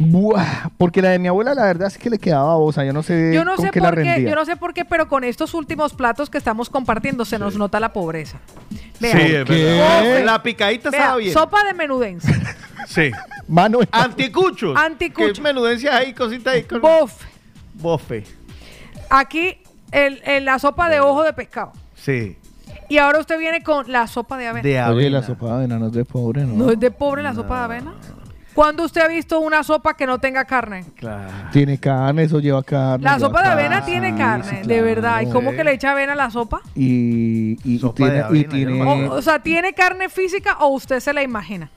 Speaker 3: Buah, porque la de mi abuela, la verdad, sí que le quedaba babosa. Yo no sé,
Speaker 5: Yo no
Speaker 3: con
Speaker 5: sé
Speaker 3: qué la
Speaker 5: por qué,
Speaker 3: rendía.
Speaker 5: yo no sé por qué, pero con estos últimos platos que estamos compartiendo se nos nota la pobreza.
Speaker 6: Sí,
Speaker 5: Vea,
Speaker 6: es verdad. La picadita
Speaker 5: vea,
Speaker 6: estaba bien.
Speaker 5: sopa de menudencia.
Speaker 6: Sí.
Speaker 3: Mano,
Speaker 6: Anticuchos.
Speaker 5: Anticucho.
Speaker 6: Que Pues, menudencia ahí, cosita ahí. Con...
Speaker 5: Bof.
Speaker 6: Bofe.
Speaker 5: Aquí el, el- la sopa de ojo de pescado.
Speaker 6: Sí.
Speaker 5: Y ahora usted viene con la sopa de avena.
Speaker 3: Oye, la sopa de avena no es de pobre, ¿no?
Speaker 5: ¿No es de pobre la sopa de avena? ¿Cuándo usted ha visto una sopa que no tenga carne?
Speaker 3: Tiene carne, eso lleva carne.
Speaker 5: La
Speaker 3: lleva
Speaker 5: sopa de avena
Speaker 3: carne,
Speaker 5: tiene
Speaker 3: Ah, sí,
Speaker 5: carne,
Speaker 3: sí,
Speaker 5: de
Speaker 3: claro.
Speaker 5: verdad. ¿Y cómo
Speaker 3: Sí.
Speaker 5: que le echa avena a la sopa?
Speaker 3: Y, y tiene... y tiene-
Speaker 5: Oh, O, o sea, ¿tiene carne física o usted se la imagina?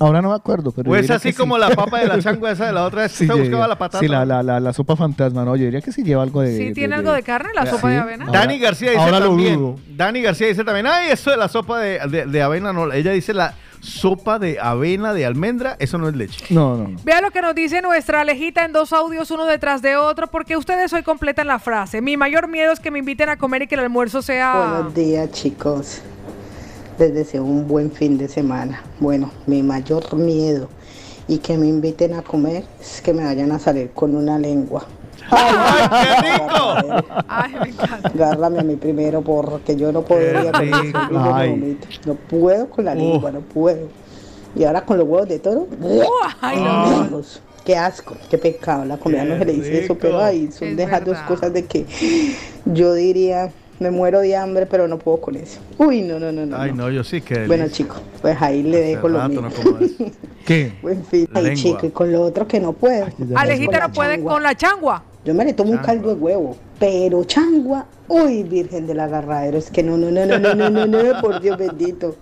Speaker 3: ahora no me acuerdo, pero...
Speaker 6: O
Speaker 3: yo
Speaker 6: es
Speaker 3: diría
Speaker 6: así
Speaker 3: que sí.
Speaker 6: como la papa de la changua esa de la otra vez.
Speaker 3: Sí,
Speaker 6: Se
Speaker 3: yo
Speaker 6: buscaba
Speaker 3: diría-
Speaker 6: la patata.
Speaker 3: Sí, la, la, la, la sopa fantasma, ¿no? Yo diría que sí lleva algo de...
Speaker 5: ¿Sí tiene algo de carne la sopa de
Speaker 3: Sí.
Speaker 5: avena?
Speaker 3: Ahora-
Speaker 6: Dani García dice
Speaker 3: ahora lo
Speaker 6: también.
Speaker 3: dudo.
Speaker 6: Dani García dice también. Ay, eso de la sopa de, de- de avena no. Ella dice la sopa de avena de almendra. Eso no es leche.
Speaker 3: No, no, no.
Speaker 5: Vea lo que nos dice nuestra Alejita en dos audios, uno detrás de otro, porque ustedes hoy completan la frase. Mi mayor miedo es que me inviten a comer y que el almuerzo sea...
Speaker 27: Buenos días, chicos. Les deseo un buen fin de semana. Bueno, mi mayor miedo y que me inviten a comer es que me vayan a salir con una lengua.
Speaker 6: ¡Ay, qué rico!
Speaker 27: Agárrame a mí primero porque yo no podría con eso,
Speaker 6: rico.
Speaker 27: yo no
Speaker 6: Ay.
Speaker 27: vomito. No puedo con la lengua, no puedo. Y ahora con los huevos de toro.
Speaker 5: Ay, no.
Speaker 27: Dios, Qué asco, qué pecado. La comida no se le dice eso, pero ahí son de esas dos cosas de que yo diría, me muero de hambre, pero no puedo con eso. Uy, no, no, no, no.
Speaker 6: Ay,
Speaker 27: no.
Speaker 6: no, yo sí que.
Speaker 27: Bueno, chicos, pues ahí le dejo lo
Speaker 6: rato
Speaker 27: mío.
Speaker 6: no como
Speaker 3: ¿Qué?
Speaker 27: En fin,
Speaker 6: La
Speaker 27: ay,
Speaker 6: lengua.
Speaker 27: chico, y con lo otro que no puedo.
Speaker 5: Alejita no puede con la changua.
Speaker 27: Yo me le tomo un caldo de huevo, pero changua, uy, virgen del agarradero, es que no, no, no, no, no, no, no, no, por Dios bendito.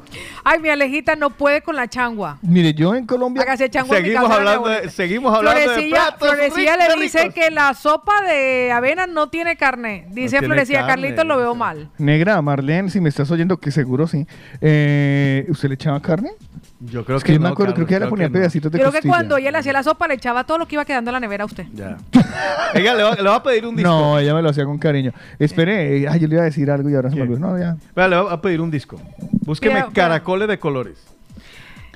Speaker 5: Ay, mi Alejita no puede con la changua.
Speaker 3: Mire, yo en Colombia.
Speaker 5: Hágase changua en mi casa, no le gusta.
Speaker 6: seguimos
Speaker 5: Florecilla, Florecilla
Speaker 6: ricos,
Speaker 5: le dice
Speaker 6: ricos.
Speaker 5: que la sopa de avena no tiene carne. Dice
Speaker 3: tiene
Speaker 5: Florecilla,
Speaker 3: carne,
Speaker 5: Carlitos lo veo mal.
Speaker 3: Negra, Marlene, si me estás oyendo, que seguro sí. Eh, ¿Usted le echaba carne?
Speaker 6: Yo creo
Speaker 3: Es que yo me acuerdo, creo que ella le ponía pedacitos de
Speaker 5: Creo que
Speaker 3: costilla.
Speaker 5: cuando ella le hacía la sopa le echaba todo lo que iba quedando en la nevera a usted.
Speaker 6: Ella le va, le va a pedir un disco.
Speaker 3: No, ella me lo hacía con cariño. Espere, eh, ay, yo le iba a decir algo y ahora se me olvidó. No, ya.
Speaker 6: Vea, le va a pedir un disco. Búsqueme
Speaker 3: Mira, vea.
Speaker 6: caracoles de colores.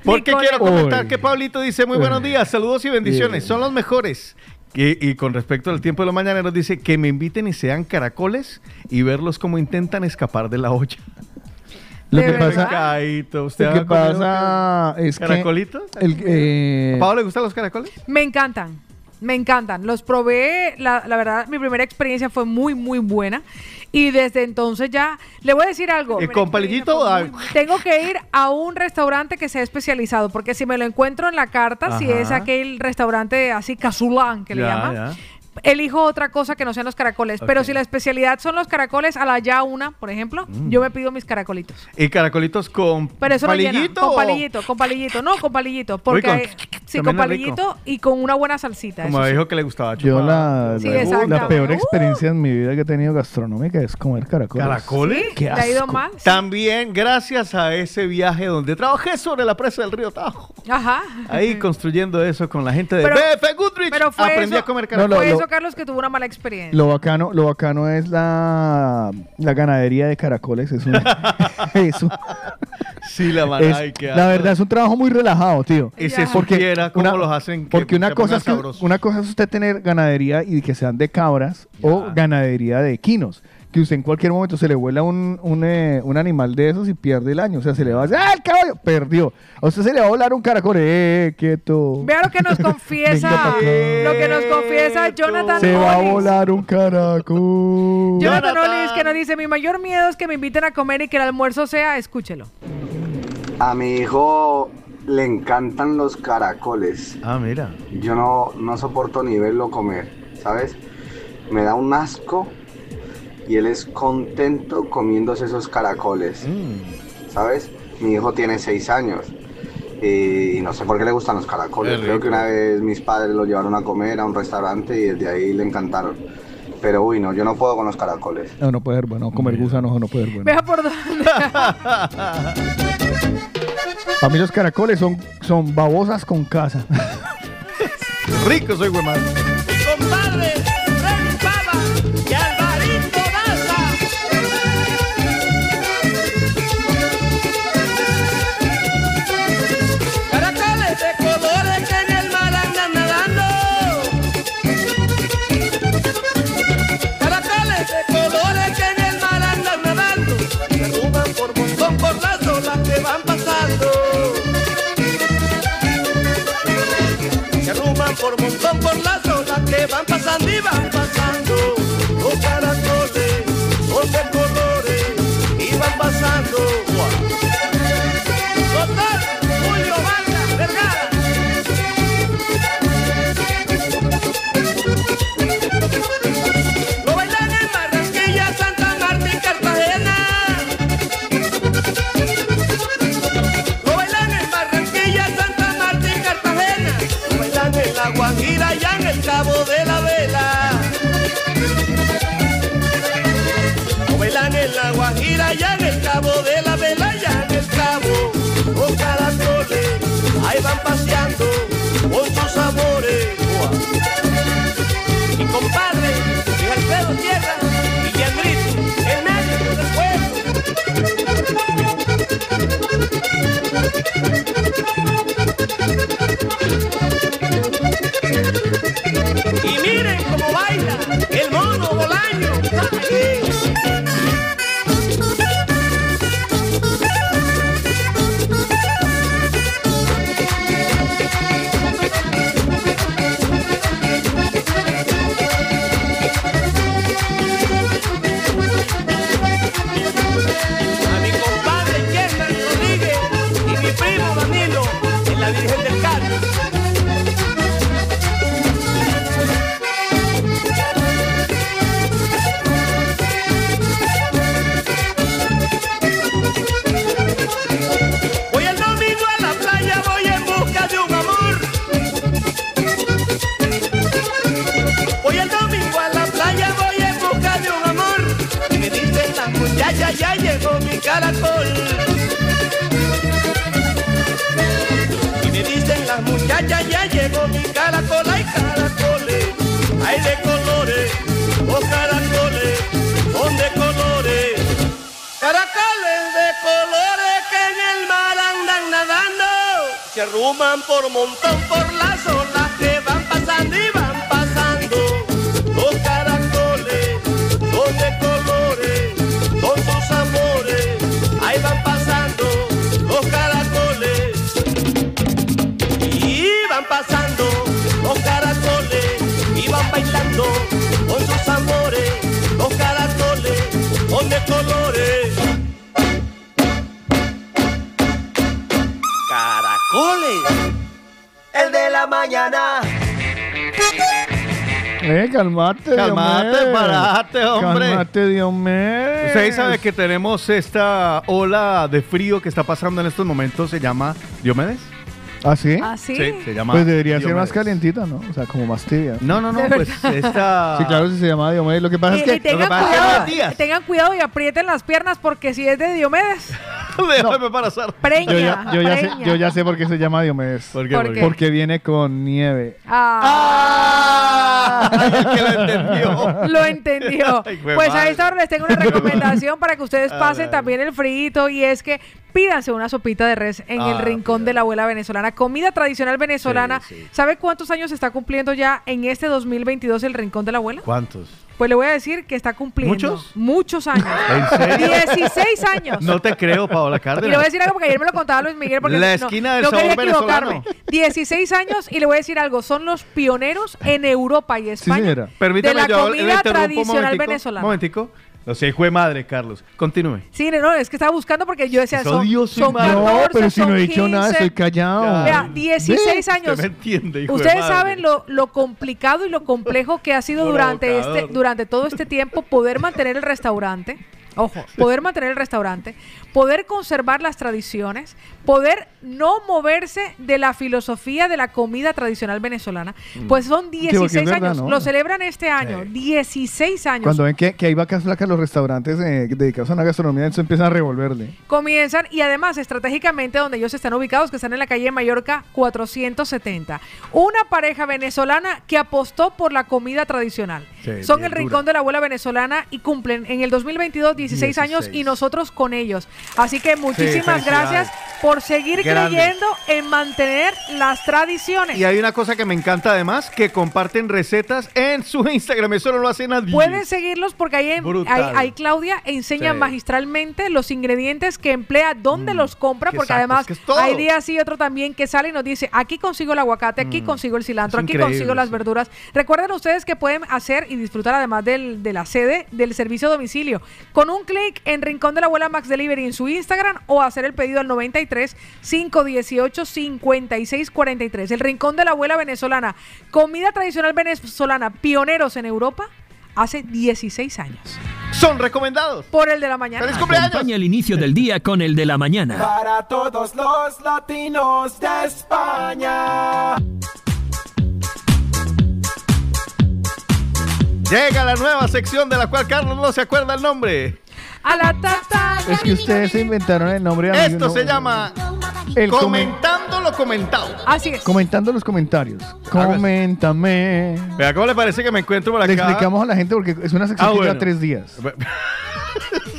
Speaker 6: Porque
Speaker 3: Nicole-
Speaker 6: quiero comentar
Speaker 3: Uy.
Speaker 6: que Pablito dice muy buenos
Speaker 3: Uy.
Speaker 6: días, saludos y bendiciones,
Speaker 3: Sí.
Speaker 6: son los mejores. Y, y con respecto al tiempo de los mañaneros dice que me inviten y sean caracoles y verlos como intentan escapar de la olla.
Speaker 3: Lo que pasa-
Speaker 6: Caíto, usted
Speaker 3: Lo que
Speaker 6: ha comido
Speaker 3: pasa es que.
Speaker 6: ¿Caracolitos?
Speaker 3: el- eh,
Speaker 6: ¿A Pablo le gustan los caracoles?
Speaker 5: Me encantan. Me encantan. Los probé, la, la verdad, mi primera experiencia fue muy, muy buena. Y desde entonces ya, le voy a decir algo.
Speaker 6: Eh, ¿Con palillito? Ay,
Speaker 5: Tengo que ir a un restaurante que sea especializado, porque si me lo encuentro en la carta, si
Speaker 6: Ajá.
Speaker 5: es aquel restaurante así casulán que le
Speaker 6: ya,
Speaker 5: llaman,
Speaker 6: ya.
Speaker 5: elijo otra cosa que no sean los caracoles. Pero
Speaker 6: Ok.
Speaker 5: si la especialidad son los caracoles a la ya una, por ejemplo,
Speaker 6: Mm.
Speaker 5: yo me pido mis caracolitos.
Speaker 6: ¿Y caracolitos con
Speaker 5: Pero eso no llena.
Speaker 6: palillito?
Speaker 5: Con
Speaker 6: o-
Speaker 5: palillito, con palillito. No, con palillito. Porque
Speaker 6: con-
Speaker 5: hay- sí, con
Speaker 6: también es rico.
Speaker 5: palillito y con una buena salsita.
Speaker 6: Como
Speaker 5: eso sí.
Speaker 6: dijo que le gustaba
Speaker 3: Yo la,
Speaker 5: Sí,
Speaker 3: la-
Speaker 5: exacto.
Speaker 3: la peor
Speaker 5: Uh.
Speaker 3: experiencia en mi vida que he tenido gastronómica es comer caracoles.
Speaker 6: ¿Caracoles?
Speaker 3: Qué asco.
Speaker 5: mal?
Speaker 6: También gracias a ese viaje donde trabajé sobre la presa del río Tajo.
Speaker 5: Ajá.
Speaker 6: Ahí construyendo eso con la gente de
Speaker 5: Pero-
Speaker 6: BF Goodrich.
Speaker 5: Pero fue
Speaker 6: Aprendí
Speaker 5: eso,
Speaker 6: a comer
Speaker 3: No, lo-
Speaker 5: fue
Speaker 3: lo-
Speaker 5: eso, Carlos, que tuvo una mala experiencia.
Speaker 3: Lo bacano, lo bacano es la, la ganadería de caracoles. Es un, es un-
Speaker 6: Sí, la mano.
Speaker 3: es-
Speaker 6: ay, qué
Speaker 3: la
Speaker 6: asco.
Speaker 3: verdad es un trabajo muy relajado, tío.
Speaker 6: Y se supiera cómo los hacen. que-
Speaker 3: Porque una
Speaker 6: que
Speaker 3: cosa,
Speaker 6: pongan
Speaker 3: es que-
Speaker 6: sabroso.
Speaker 3: una cosa es usted tener ganadería y que sean de cabras o ganadería de equinos. Que usted en cualquier momento se le vuela un, un, eh, un animal de esos y pierde el año. O sea, se le va a decir, ¡ah, el caballo! Perdió. A usted se le va a volar un caracol. ¡Eh, quieto!
Speaker 5: Vea lo que nos confiesa, lo que nos confiesa Jonathan
Speaker 3: Se va a
Speaker 5: Olis.
Speaker 3: volar un caracol.
Speaker 5: Jonathan Olis que nos dice, mi mayor miedo es que me inviten a comer y que el almuerzo sea, escúchelo.
Speaker 13: A mi hijo le encantan los caracoles.
Speaker 6: Ah, mira.
Speaker 13: Yo no, no soporto ni verlo comer, ¿sabes? Me da un asco y él es contento comiéndose esos caracoles, ¿sabes? Mi hijo tiene seis años y no sé por qué le gustan los caracoles.
Speaker 17: Qué
Speaker 13: Creo
Speaker 17: rico.
Speaker 13: que una vez mis padres lo llevaron a comer a un restaurante y desde ahí le encantaron. Pero uy, no, yo no puedo con los caracoles.
Speaker 3: No, no puede ser bueno. Comer gusanos no puede ser bueno.
Speaker 5: Vea por dónde.
Speaker 3: Para mí los caracoles son, son babosas con casa.
Speaker 6: Rico soy, güey, madre.
Speaker 14: Compadre, Freddy Pava y Alvarito Daza. Caracoles de colores que en el mar andan nadando. Caracoles de colores que en el mar andan nadando. Se ruban por montón por las olas que van pasando. se arruman por montón por las olas que van pasando y van pasando. Los caracoles, los de colores, y van pasando. Total, Julio Vargas Vergara. Lo bailan en Barranquilla, Santa Marta y Cartagena. Lo bailan en Barranquilla, Santa Marta y Cartagena. Lo bailan en la Guajira y en el Cabo de la Vela. Lo bailan en la Guajira y en el Cabo de la Vela y en el Cabo. Los caracoles ahí van paseando con sus sabores. Y compadre, y Alfredo Tierra y Yandrito, el medio del pueblo. Y miren cómo baila. caracol. Y me dicen las muchachas, ya llegó mi caracol, hay caracoles, hay de colores, oh caracoles, son de colores. Caracoles de colores que en el mar andan nadando, se arruman por montón por las olas que van pasando y van pasando. Los caracoles son de colores, con sus amores, ahí van pasando los caracoles. Y van pasando los caracoles, y van bailando con sus amores, los caracoles son de colores. Caracoles,
Speaker 7: El de la mañana.
Speaker 3: Eh, calmate,
Speaker 6: Calmate,
Speaker 3: Diomedes.
Speaker 6: parate, hombre.
Speaker 3: Calmate, Diomedes.
Speaker 6: Ustedes saben que tenemos esta ola de frío que está pasando en estos momentos, se llama Diomedes.
Speaker 3: ¿Ah, sí?
Speaker 5: ¿Ah, sí?
Speaker 6: se llama
Speaker 3: Pues debería ser
Speaker 6: Diomedes.
Speaker 3: más calientita, ¿no? O sea, como más tibia.
Speaker 6: No, no, no,
Speaker 5: ¿De
Speaker 6: pues
Speaker 5: verdad?
Speaker 6: esta...
Speaker 3: Sí, claro, si se llama Diomedes. Lo que pasa
Speaker 5: Y-
Speaker 3: es que...
Speaker 5: y tengan, cuidado, tengan cuidado y aprieten las piernas porque si es de Diomedes,
Speaker 6: Déjame embarazar.
Speaker 5: preña.
Speaker 3: Yo ya, yo, ya sé,
Speaker 5: preña.
Speaker 3: yo ya sé por qué se llama Diomedes.
Speaker 5: qué? ¿Por qué?
Speaker 3: Porque viene con nieve.
Speaker 5: Lo entendió.
Speaker 3: Ay, jue
Speaker 5: pues a
Speaker 3: madre.
Speaker 5: esta hora les tengo una recomendación para que ustedes pasen también el frito y es que pídanse una sopita de res en el
Speaker 15: Ah,
Speaker 5: rincón de la abuela venezolana. Comida tradicional venezolana. ¿Sabe cuántos años está cumpliendo ya en este 2022 el rincón de la abuela?
Speaker 6: ¿Cuántos?
Speaker 5: Pues le voy a decir que está cumpliendo
Speaker 6: ¿Muchos?
Speaker 5: muchos años.
Speaker 6: ¿En serio?
Speaker 5: 16 años.
Speaker 6: No te creo, Paola
Speaker 5: Y le voy a
Speaker 6: Cárdenas.
Speaker 5: decir algo porque ayer me lo contaba Luis Miguel porque
Speaker 6: La
Speaker 5: no-
Speaker 6: esquina del
Speaker 5: no, quería
Speaker 6: sabor venezolano.
Speaker 5: equivocarme. 16 años y le voy a decir algo, son los pioneros en Europa y España de
Speaker 6: Permítame
Speaker 5: la
Speaker 6: yo le
Speaker 5: comida
Speaker 6: interrumpo un
Speaker 5: tradicional
Speaker 6: momentico,
Speaker 5: venezolana.
Speaker 6: Un momentico. No sé, hijo de madre, Carlos. Continúe.
Speaker 5: Sí, no, es que estaba buscando porque yo decía,
Speaker 6: Es
Speaker 5: son,
Speaker 6: odioso y
Speaker 5: son
Speaker 6: malo. No,
Speaker 5: 14,
Speaker 3: pero si no
Speaker 5: son
Speaker 3: he dicho nada,
Speaker 5: 15.
Speaker 3: estoy callado.
Speaker 5: Vea, 16
Speaker 3: Ve,
Speaker 5: años.
Speaker 3: usted me entiende, hijo de
Speaker 5: Ustedes
Speaker 3: madre.
Speaker 5: saben lo, lo complicado y lo complejo que ha sido durante,
Speaker 3: Provocador.
Speaker 5: este, durante todo este tiempo poder mantener el restaurante. Ojo, poder mantener el restaurante, poder conservar las tradiciones, poder no moverse de la filosofía de la comida tradicional venezolana.
Speaker 3: Mm.
Speaker 5: Pues son
Speaker 3: Sí, porque es
Speaker 5: 16
Speaker 3: verdad,
Speaker 5: años,
Speaker 3: ¿no?
Speaker 5: lo celebran este año, 16 años.
Speaker 3: Cuando ven que, que hay vacas flacas, los restaurantes eh, dedicados a la gastronomía, eso empiezan a revolverle.
Speaker 5: comienzan y además estratégicamente donde ellos están ubicados, que están en la calle Mallorca 470. Una pareja venezolana que apostó por la comida tradicional.
Speaker 15: Sí,
Speaker 5: Son
Speaker 15: bien
Speaker 5: el
Speaker 15: dura.
Speaker 5: rincón de la abuela venezolana y cumplen en el 2022 16, años
Speaker 15: 16.
Speaker 5: y nosotros con ellos. Así que muchísimas
Speaker 6: felicidades.
Speaker 5: gracias por seguir
Speaker 6: Grandes.
Speaker 5: creyendo en mantener las tradiciones.
Speaker 6: Y hay una cosa que me encanta además, que comparten recetas en su Instagram. Eso no lo hace nadie.
Speaker 5: Pueden seguirlos porque ahí, en-
Speaker 6: Brutal.
Speaker 5: ahí, ahí Claudia enseña
Speaker 6: Sí.
Speaker 5: magistralmente los ingredientes que emplea, dónde los compra,
Speaker 6: que
Speaker 5: porque
Speaker 6: exacto,
Speaker 5: además
Speaker 6: es que es todo.
Speaker 5: hay días sí, otro también que sale y nos dice, aquí consigo el aguacate, aquí
Speaker 6: Mm.
Speaker 5: consigo el cilantro,
Speaker 6: Es
Speaker 5: aquí
Speaker 6: increíble,
Speaker 5: consigo las
Speaker 6: sí.
Speaker 5: verduras. Recuerden ustedes que pueden hacer y disfrutar además del, de la sede del servicio a domicilio con un clic en Rincón de la Abuela Max Delivery en su Instagram o hacer el pedido al 93 518 5643. El Rincón de la Abuela venezolana, comida tradicional venezolana, pioneros en Europa hace 16 años.
Speaker 6: Son recomendados.
Speaker 5: Por el de la mañana.
Speaker 1: Acompaña el inicio del día con el de la mañana.
Speaker 7: Para todos los latinos de España.
Speaker 6: Llega la nueva sección de la cual Carlos no se acuerda el nombre.
Speaker 5: A la tata.
Speaker 3: Es que ustedes se inventaron el nombre. amigo,
Speaker 6: Esto
Speaker 3: no-
Speaker 6: se llama
Speaker 3: El
Speaker 6: Comentando lo comentado.
Speaker 5: Así es.
Speaker 3: Comentando los comentarios. Coméntame.
Speaker 6: Vea, ¿cómo le parece que me encuentro por acá?
Speaker 3: Le explicamos a la gente porque es una sección
Speaker 6: Ah,
Speaker 3: que
Speaker 6: bueno.
Speaker 3: lleva tres días.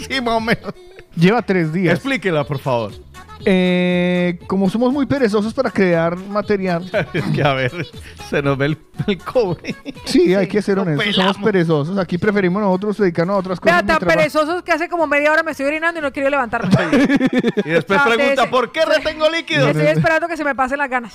Speaker 6: Sí, más o menos.
Speaker 3: Lleva tres días.
Speaker 6: Explíquela, por favor.
Speaker 3: Eh, como somos muy perezosos para crear material.
Speaker 6: Es que a ver, se nos ve el, el cobre.
Speaker 3: Sí, hay que ser honestos. Somos
Speaker 6: pelamos.
Speaker 3: perezosos. Aquí preferimos nosotros dedicarnos a otras cosas.
Speaker 5: Vea, tan
Speaker 3: mientras va-
Speaker 5: perezosos que hace como media hora me estoy orinando y no quiero levantarme.
Speaker 6: Y después
Speaker 5: Ah,
Speaker 6: pregunta,
Speaker 5: ese-
Speaker 6: ¿por qué retengo líquidos?
Speaker 5: Estoy esperando que se me pasen las ganas.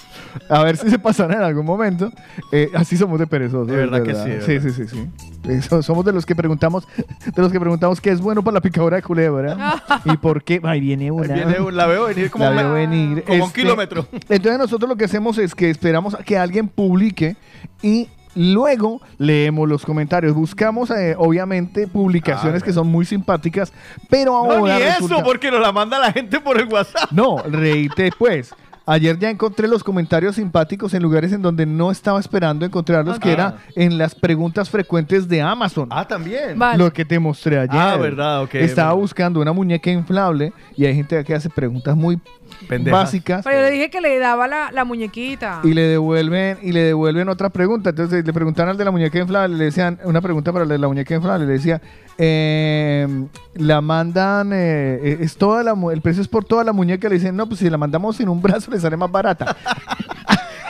Speaker 3: A ver si se pasará en algún momento. Eh, así somos de perezosos.
Speaker 6: De verdad que sí, de
Speaker 3: Sí, sí, sí, sí. Eh, so- somos de los que preguntamos, de los que preguntamos qué es bueno para la picadora de culebra y por qué. Ahí viene una.
Speaker 6: Viene un- la veo venir como
Speaker 3: La
Speaker 6: un-
Speaker 3: veo venir. Este,
Speaker 6: como un kilómetro.
Speaker 3: Entonces nosotros lo que hacemos es que esperamos a que alguien publique y Luego leemos los comentarios, buscamos eh, obviamente publicaciones que son muy simpáticas, pero
Speaker 6: Ah, No, ni
Speaker 3: ahora
Speaker 6: eso,
Speaker 3: resulta-
Speaker 6: porque nos la manda la gente por el WhatsApp.
Speaker 3: no, reíte pues. Ayer ya encontré los comentarios simpáticos en lugares en donde no estaba esperando encontrarlos,
Speaker 6: Ok.
Speaker 3: que era en las preguntas frecuentes de Amazon.
Speaker 6: Ah, también.
Speaker 3: Lo que te mostré ayer.
Speaker 6: Ah, verdad, ok.
Speaker 3: Estaba buscando una muñeca inflable y hay gente que hace preguntas muy
Speaker 6: Pendejas.
Speaker 3: básicas
Speaker 5: Pero yo le dije que le daba la, la muñequita.
Speaker 3: y le devuelven y le devuelven otra pregunta. Entonces le preguntaron al de la muñeca inflable, le decían una pregunta para el de la muñeca inflable, le decía, eh, la mandan, eh, eh, es toda la, mu- el precio es por toda la muñeca, le dicen, no, pues si la mandamos sin un brazo le sale más barata.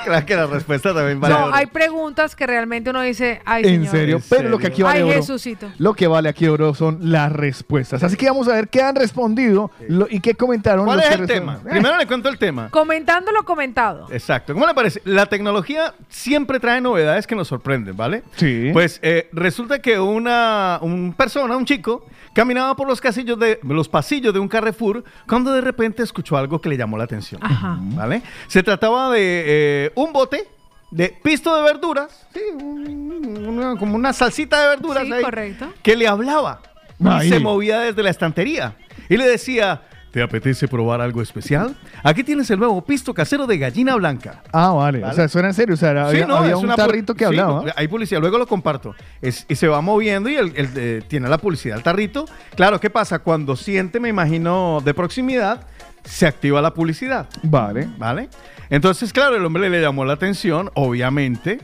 Speaker 6: Claro que la respuesta también vale.
Speaker 5: No,
Speaker 6: oro.
Speaker 5: hay preguntas que realmente uno dice, ay,
Speaker 3: en
Speaker 5: señor.
Speaker 3: serio, pero lo que aquí vale
Speaker 5: Ay,
Speaker 3: oro,
Speaker 5: Jesucito.
Speaker 3: lo que vale aquí oro son las respuestas. Así que vamos a ver qué han respondido lo- y qué comentaron.
Speaker 6: ¿Cuál
Speaker 3: los
Speaker 6: es
Speaker 3: que
Speaker 6: el tema?
Speaker 3: respondieron.
Speaker 6: Primero le cuento el tema.
Speaker 5: Comentando lo comentado.
Speaker 6: Exacto. ¿Cómo le parece? La tecnología siempre trae novedades que nos sorprenden, ¿vale? Sí. Pues eh, resulta que una un persona, un chico, caminaba por los casillos de los pasillos de un Carrefour cuando de repente escuchó algo que le llamó la atención.
Speaker 5: Ajá.
Speaker 6: ¿Vale? Se trataba de eh, un bote de pisto de verduras, sí, un- una- como una salsita de verduras
Speaker 5: Sí,
Speaker 6: ahí,
Speaker 5: correcto.
Speaker 6: que le hablaba
Speaker 3: Ahí.
Speaker 6: y se movía desde la estantería y le decía. ¿Te apetece probar algo especial? Aquí tienes el nuevo pisto casero de gallina blanca.
Speaker 3: Ah, vale.
Speaker 6: Vale.
Speaker 3: O sea, eso era en serio. O sea, era-
Speaker 6: Sí,
Speaker 3: había,
Speaker 6: no,
Speaker 3: había
Speaker 6: es
Speaker 3: un
Speaker 6: una pu-
Speaker 3: tarrito que
Speaker 6: sí,
Speaker 3: hablaba.
Speaker 6: no, hay publicidad, luego lo comparto. Es- y se va moviendo y el, el, eh, tiene la publicidad el tarrito. Claro, ¿qué pasa? Cuando siente, me imagino, de proximidad, se activa la publicidad.
Speaker 3: Vale.
Speaker 6: ¿Vale? Entonces, claro, el hombre le llamó la atención, obviamente.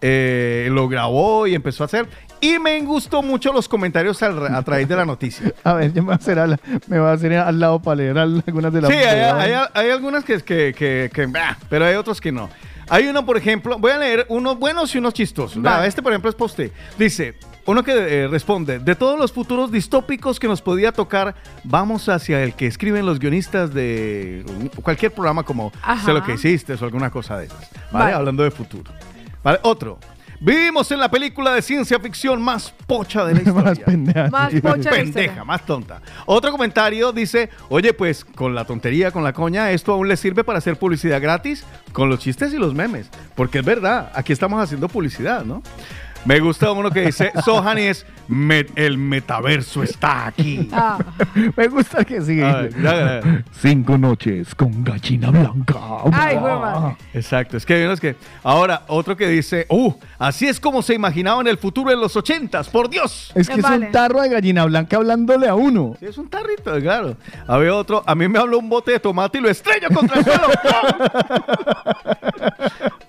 Speaker 6: eh, lo grabó y empezó a hacer. Y me gustó mucho los comentarios al- a través de la noticia.
Speaker 3: A ver, yo me voy a hacer al, me voy a hacer al lado para leer al- algunas de las.
Speaker 6: Sí, eh, hay,
Speaker 3: de las-
Speaker 6: hay- hay algunas que, que, que- que, bah, pero hay otros que no. Hay uno, por ejemplo, voy a leer unos buenos y unos chistosos. Vea,
Speaker 3: Vale.
Speaker 6: Este, por ejemplo, es para usted. Dice, uno que eh, responde, de todos los futuros distópicos que nos podía tocar, vamos hacia el que escriben los guionistas de cualquier programa como
Speaker 14: Ajá.
Speaker 6: Sé lo que hiciste o alguna cosa de esas. ¿vale?
Speaker 14: Vale.
Speaker 6: Hablando de futuro. ¿Vale? Otro. Vivimos en la película de ciencia ficción más pocha de la historia. más
Speaker 3: pendeja.
Speaker 5: Más pocha de la
Speaker 6: pendeja,
Speaker 5: historia.
Speaker 6: más tonta. Otro comentario dice, oye, pues con la tontería, con la coña, esto aún le sirve para hacer publicidad gratis con los chistes y los memes. Porque es verdad, aquí estamos haciendo publicidad, ¿no? Me gusta uno que dice, Sohan es, "Me- el metaverso está aquí.
Speaker 5: Ah.
Speaker 3: Me gusta que sigue.
Speaker 6: Ah. A ver, ya, ya.
Speaker 3: Cinco noches con gallina blanca.
Speaker 5: Ay, güey, madre.
Speaker 6: Exacto, es que hay unos que... Ahora, otro que dice, uh, así es como se imaginaban el futuro en los ochentas, por Dios.
Speaker 3: Es que es un tarro de gallina blanca hablándole a uno.
Speaker 6: Sí, es un tarrito, claro. Había otro, a mí me habló un bote de tomate y lo estrello contra el suelo.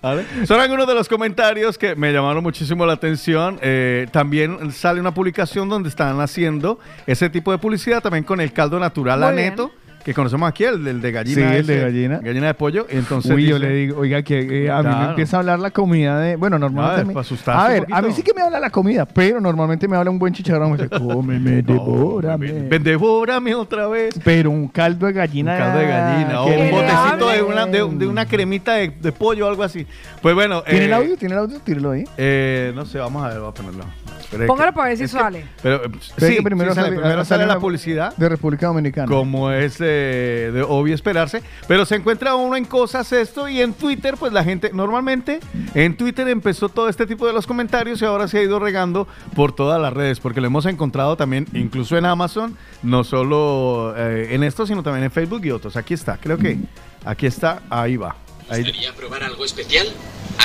Speaker 6: ¿Vale? Son algunos de los comentarios que me llamaron muchísimo la atención. Eh, también sale una publicación donde están haciendo ese tipo de publicidad también con el caldo natural
Speaker 3: Muy
Speaker 6: aneto. Que conocemos aquí, el, del de gallina.
Speaker 3: Sí, el de
Speaker 6: ese,
Speaker 3: gallina.
Speaker 6: Gallina de pollo. Entonces
Speaker 3: Uy, yo
Speaker 6: dice-
Speaker 3: le digo, oiga, que eh, a mí me
Speaker 6: Claro.
Speaker 3: empieza a hablar la comida de. Bueno,
Speaker 6: Ah,
Speaker 3: normalmente.
Speaker 6: para
Speaker 3: me-
Speaker 6: asustarse
Speaker 3: a
Speaker 6: un
Speaker 3: ver, a mí
Speaker 6: poquito.
Speaker 3: sí que me habla la comida, pero normalmente me habla un buen chicharrón. Me dice, cómeme, devórame.
Speaker 6: Ven, devórame otra vez.
Speaker 3: Pero un caldo de gallina.
Speaker 6: Un caldo de gallina. O
Speaker 3: que
Speaker 6: un
Speaker 3: le
Speaker 6: botecito de
Speaker 3: hablen.
Speaker 6: una, de, de una cremita de, de pollo o algo así. Pues bueno.
Speaker 3: ¿Tiene el
Speaker 6: eh,
Speaker 3: audio? ¿Tiene el audio? Tíralo ahí.
Speaker 6: Eh, no sé, vamos a ver, voy a ponerlo. Pero es
Speaker 5: Póngalo
Speaker 6: que-
Speaker 5: para ver si
Speaker 6: es que-
Speaker 5: sale.
Speaker 6: Pero, eh,
Speaker 3: Pero
Speaker 6: sí,
Speaker 3: que primero
Speaker 6: sí sale,
Speaker 3: sale-
Speaker 6: primero sale
Speaker 3: ah, sale
Speaker 6: la
Speaker 3: la-
Speaker 6: publicidad,
Speaker 3: De República Dominicana.
Speaker 6: como es eh, de obvio esperarse. Pero se encuentra uno en cosas esto y en Twitter, pues la gente, normalmente en Twitter empezó todo este tipo de los comentarios y ahora se ha ido regando por todas las redes, porque lo hemos encontrado también, incluso en Amazon, no solo eh, en esto, sino también en Facebook y otros. Aquí está, creo que aquí está, ahí va. Ahí,
Speaker 10: ¿Quería probar algo especial?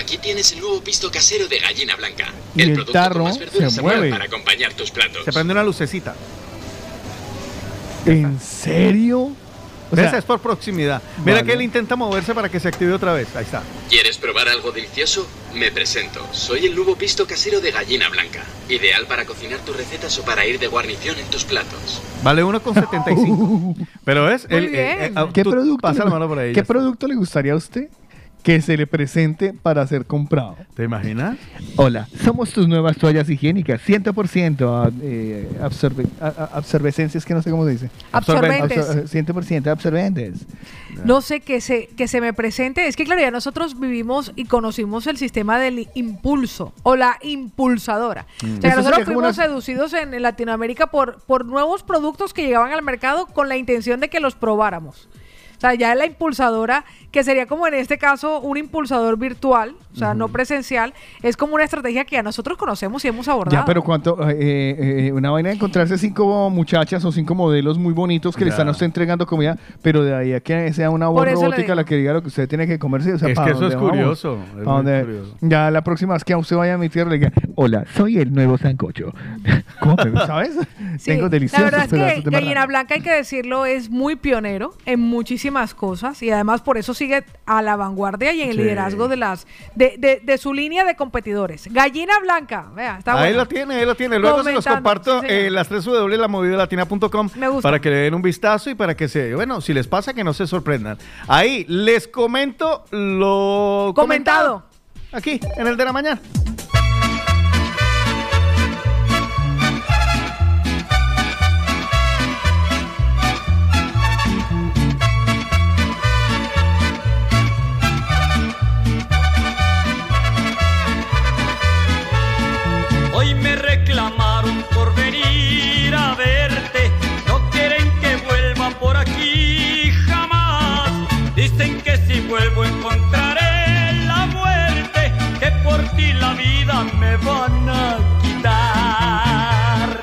Speaker 10: Aquí tienes el nuevo pisto casero de gallina blanca.
Speaker 6: Y el
Speaker 10: producto
Speaker 6: tarro
Speaker 10: con más
Speaker 6: se
Speaker 10: verduras a mano
Speaker 6: mueve.
Speaker 10: Para acompañar tus platos.
Speaker 6: se prende una lucecita.
Speaker 3: ¿En serio? O
Speaker 6: Esa
Speaker 3: sea,
Speaker 6: es por proximidad. Mira
Speaker 10: Vale.
Speaker 6: que él intenta moverse para que se active otra vez. Ahí está.
Speaker 10: ¿Quieres probar algo delicioso? Me presento. Soy el nuevo pisto casero de gallina blanca. Ideal para cocinar tus recetas o para ir de guarnición en tus platos.
Speaker 6: Vale 1,75. Pero es.
Speaker 10: Muy
Speaker 6: el-
Speaker 10: bien.
Speaker 6: ah,
Speaker 3: ¿Qué,
Speaker 6: tú
Speaker 3: producto,
Speaker 6: Pasa
Speaker 3: le,
Speaker 6: la mano por ahí.
Speaker 3: ¿qué
Speaker 6: ya está.
Speaker 3: producto le gustaría a usted que se le presente para ser comprado?
Speaker 6: ¿Te imaginas?
Speaker 3: Hola, somos tus nuevas toallas higiénicas, 100% eh, absorbe- a- a- absorbescencias, que no sé cómo se dice.
Speaker 5: Absorbentes.
Speaker 3: Absor- 100% absorbentes.
Speaker 5: No sé, que se, que se me presente. Es que, claro, ya nosotros vivimos y conocimos el sistema del impulso o la impulsadora.
Speaker 10: Mm.
Speaker 5: O sea,
Speaker 10: Eso
Speaker 5: nosotros
Speaker 10: sería como
Speaker 5: fuimos
Speaker 10: una-
Speaker 5: seducidos en, en Latinoamérica por, por nuevos productos que llegaban al mercado con la intención de que los probáramos. O sea, ya la impulsadora, que sería como en este caso un impulsador virtual, o sea, no presencial, es como una estrategia que a nosotros conocemos y hemos abordado.
Speaker 3: Ya, pero cuánto, eh, eh, una vaina de encontrarse cinco muchachas o cinco modelos muy bonitos que le
Speaker 15: Ya.
Speaker 3: están a usted entregando comida, pero de ahí a que sea una voz
Speaker 5: Por eso le
Speaker 3: robótica
Speaker 5: digo.
Speaker 3: la que diga lo que usted tiene que comerse. O sea,
Speaker 15: Es
Speaker 3: ¿pa'
Speaker 15: que eso
Speaker 3: dónde
Speaker 15: es
Speaker 3: vamos?
Speaker 15: curioso,
Speaker 3: ¿Pa'
Speaker 15: es muy
Speaker 3: dónde?
Speaker 15: curioso.
Speaker 3: Ya la próxima vez que usted vaya a mi tierra le diga, hola, soy el nuevo sancocho. Come, ¿sabes?
Speaker 5: Sí,
Speaker 3: Tengo deliciosos
Speaker 5: La verdad es
Speaker 3: pedazos
Speaker 5: que
Speaker 3: de
Speaker 5: Gallina
Speaker 3: marrano.
Speaker 5: Blanca, hay que decirlo, es muy pionero en muchísimas cosas y además por eso sigue a la vanguardia y en el
Speaker 6: Sí.
Speaker 5: liderazgo de las de, de- de su línea de competidores. Gallina Blanca, vea, está
Speaker 6: ahí
Speaker 5: bueno.
Speaker 6: lo tiene, ahí lo tiene. Luego se los
Speaker 5: Comentando,
Speaker 6: comparto
Speaker 5: sí, señor.
Speaker 6: eh, las tres W la movida latina.com
Speaker 5: Me gusta.
Speaker 6: para que le den un vistazo y para que se, bueno, si les pasa que no se sorprendan. Ahí les comento lo
Speaker 5: Comentado.
Speaker 6: aquí en el de la mañana.
Speaker 16: Hoy me reclamaron por venir a verte, no quieren que vuelva por aquí jamás. Dicen que si vuelvo encontraré la muerte, que por ti la vida me van a quitar.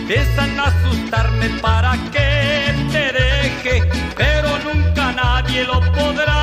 Speaker 16: Empiezan a asustarme para que te deje, pero nunca nadie lo podrá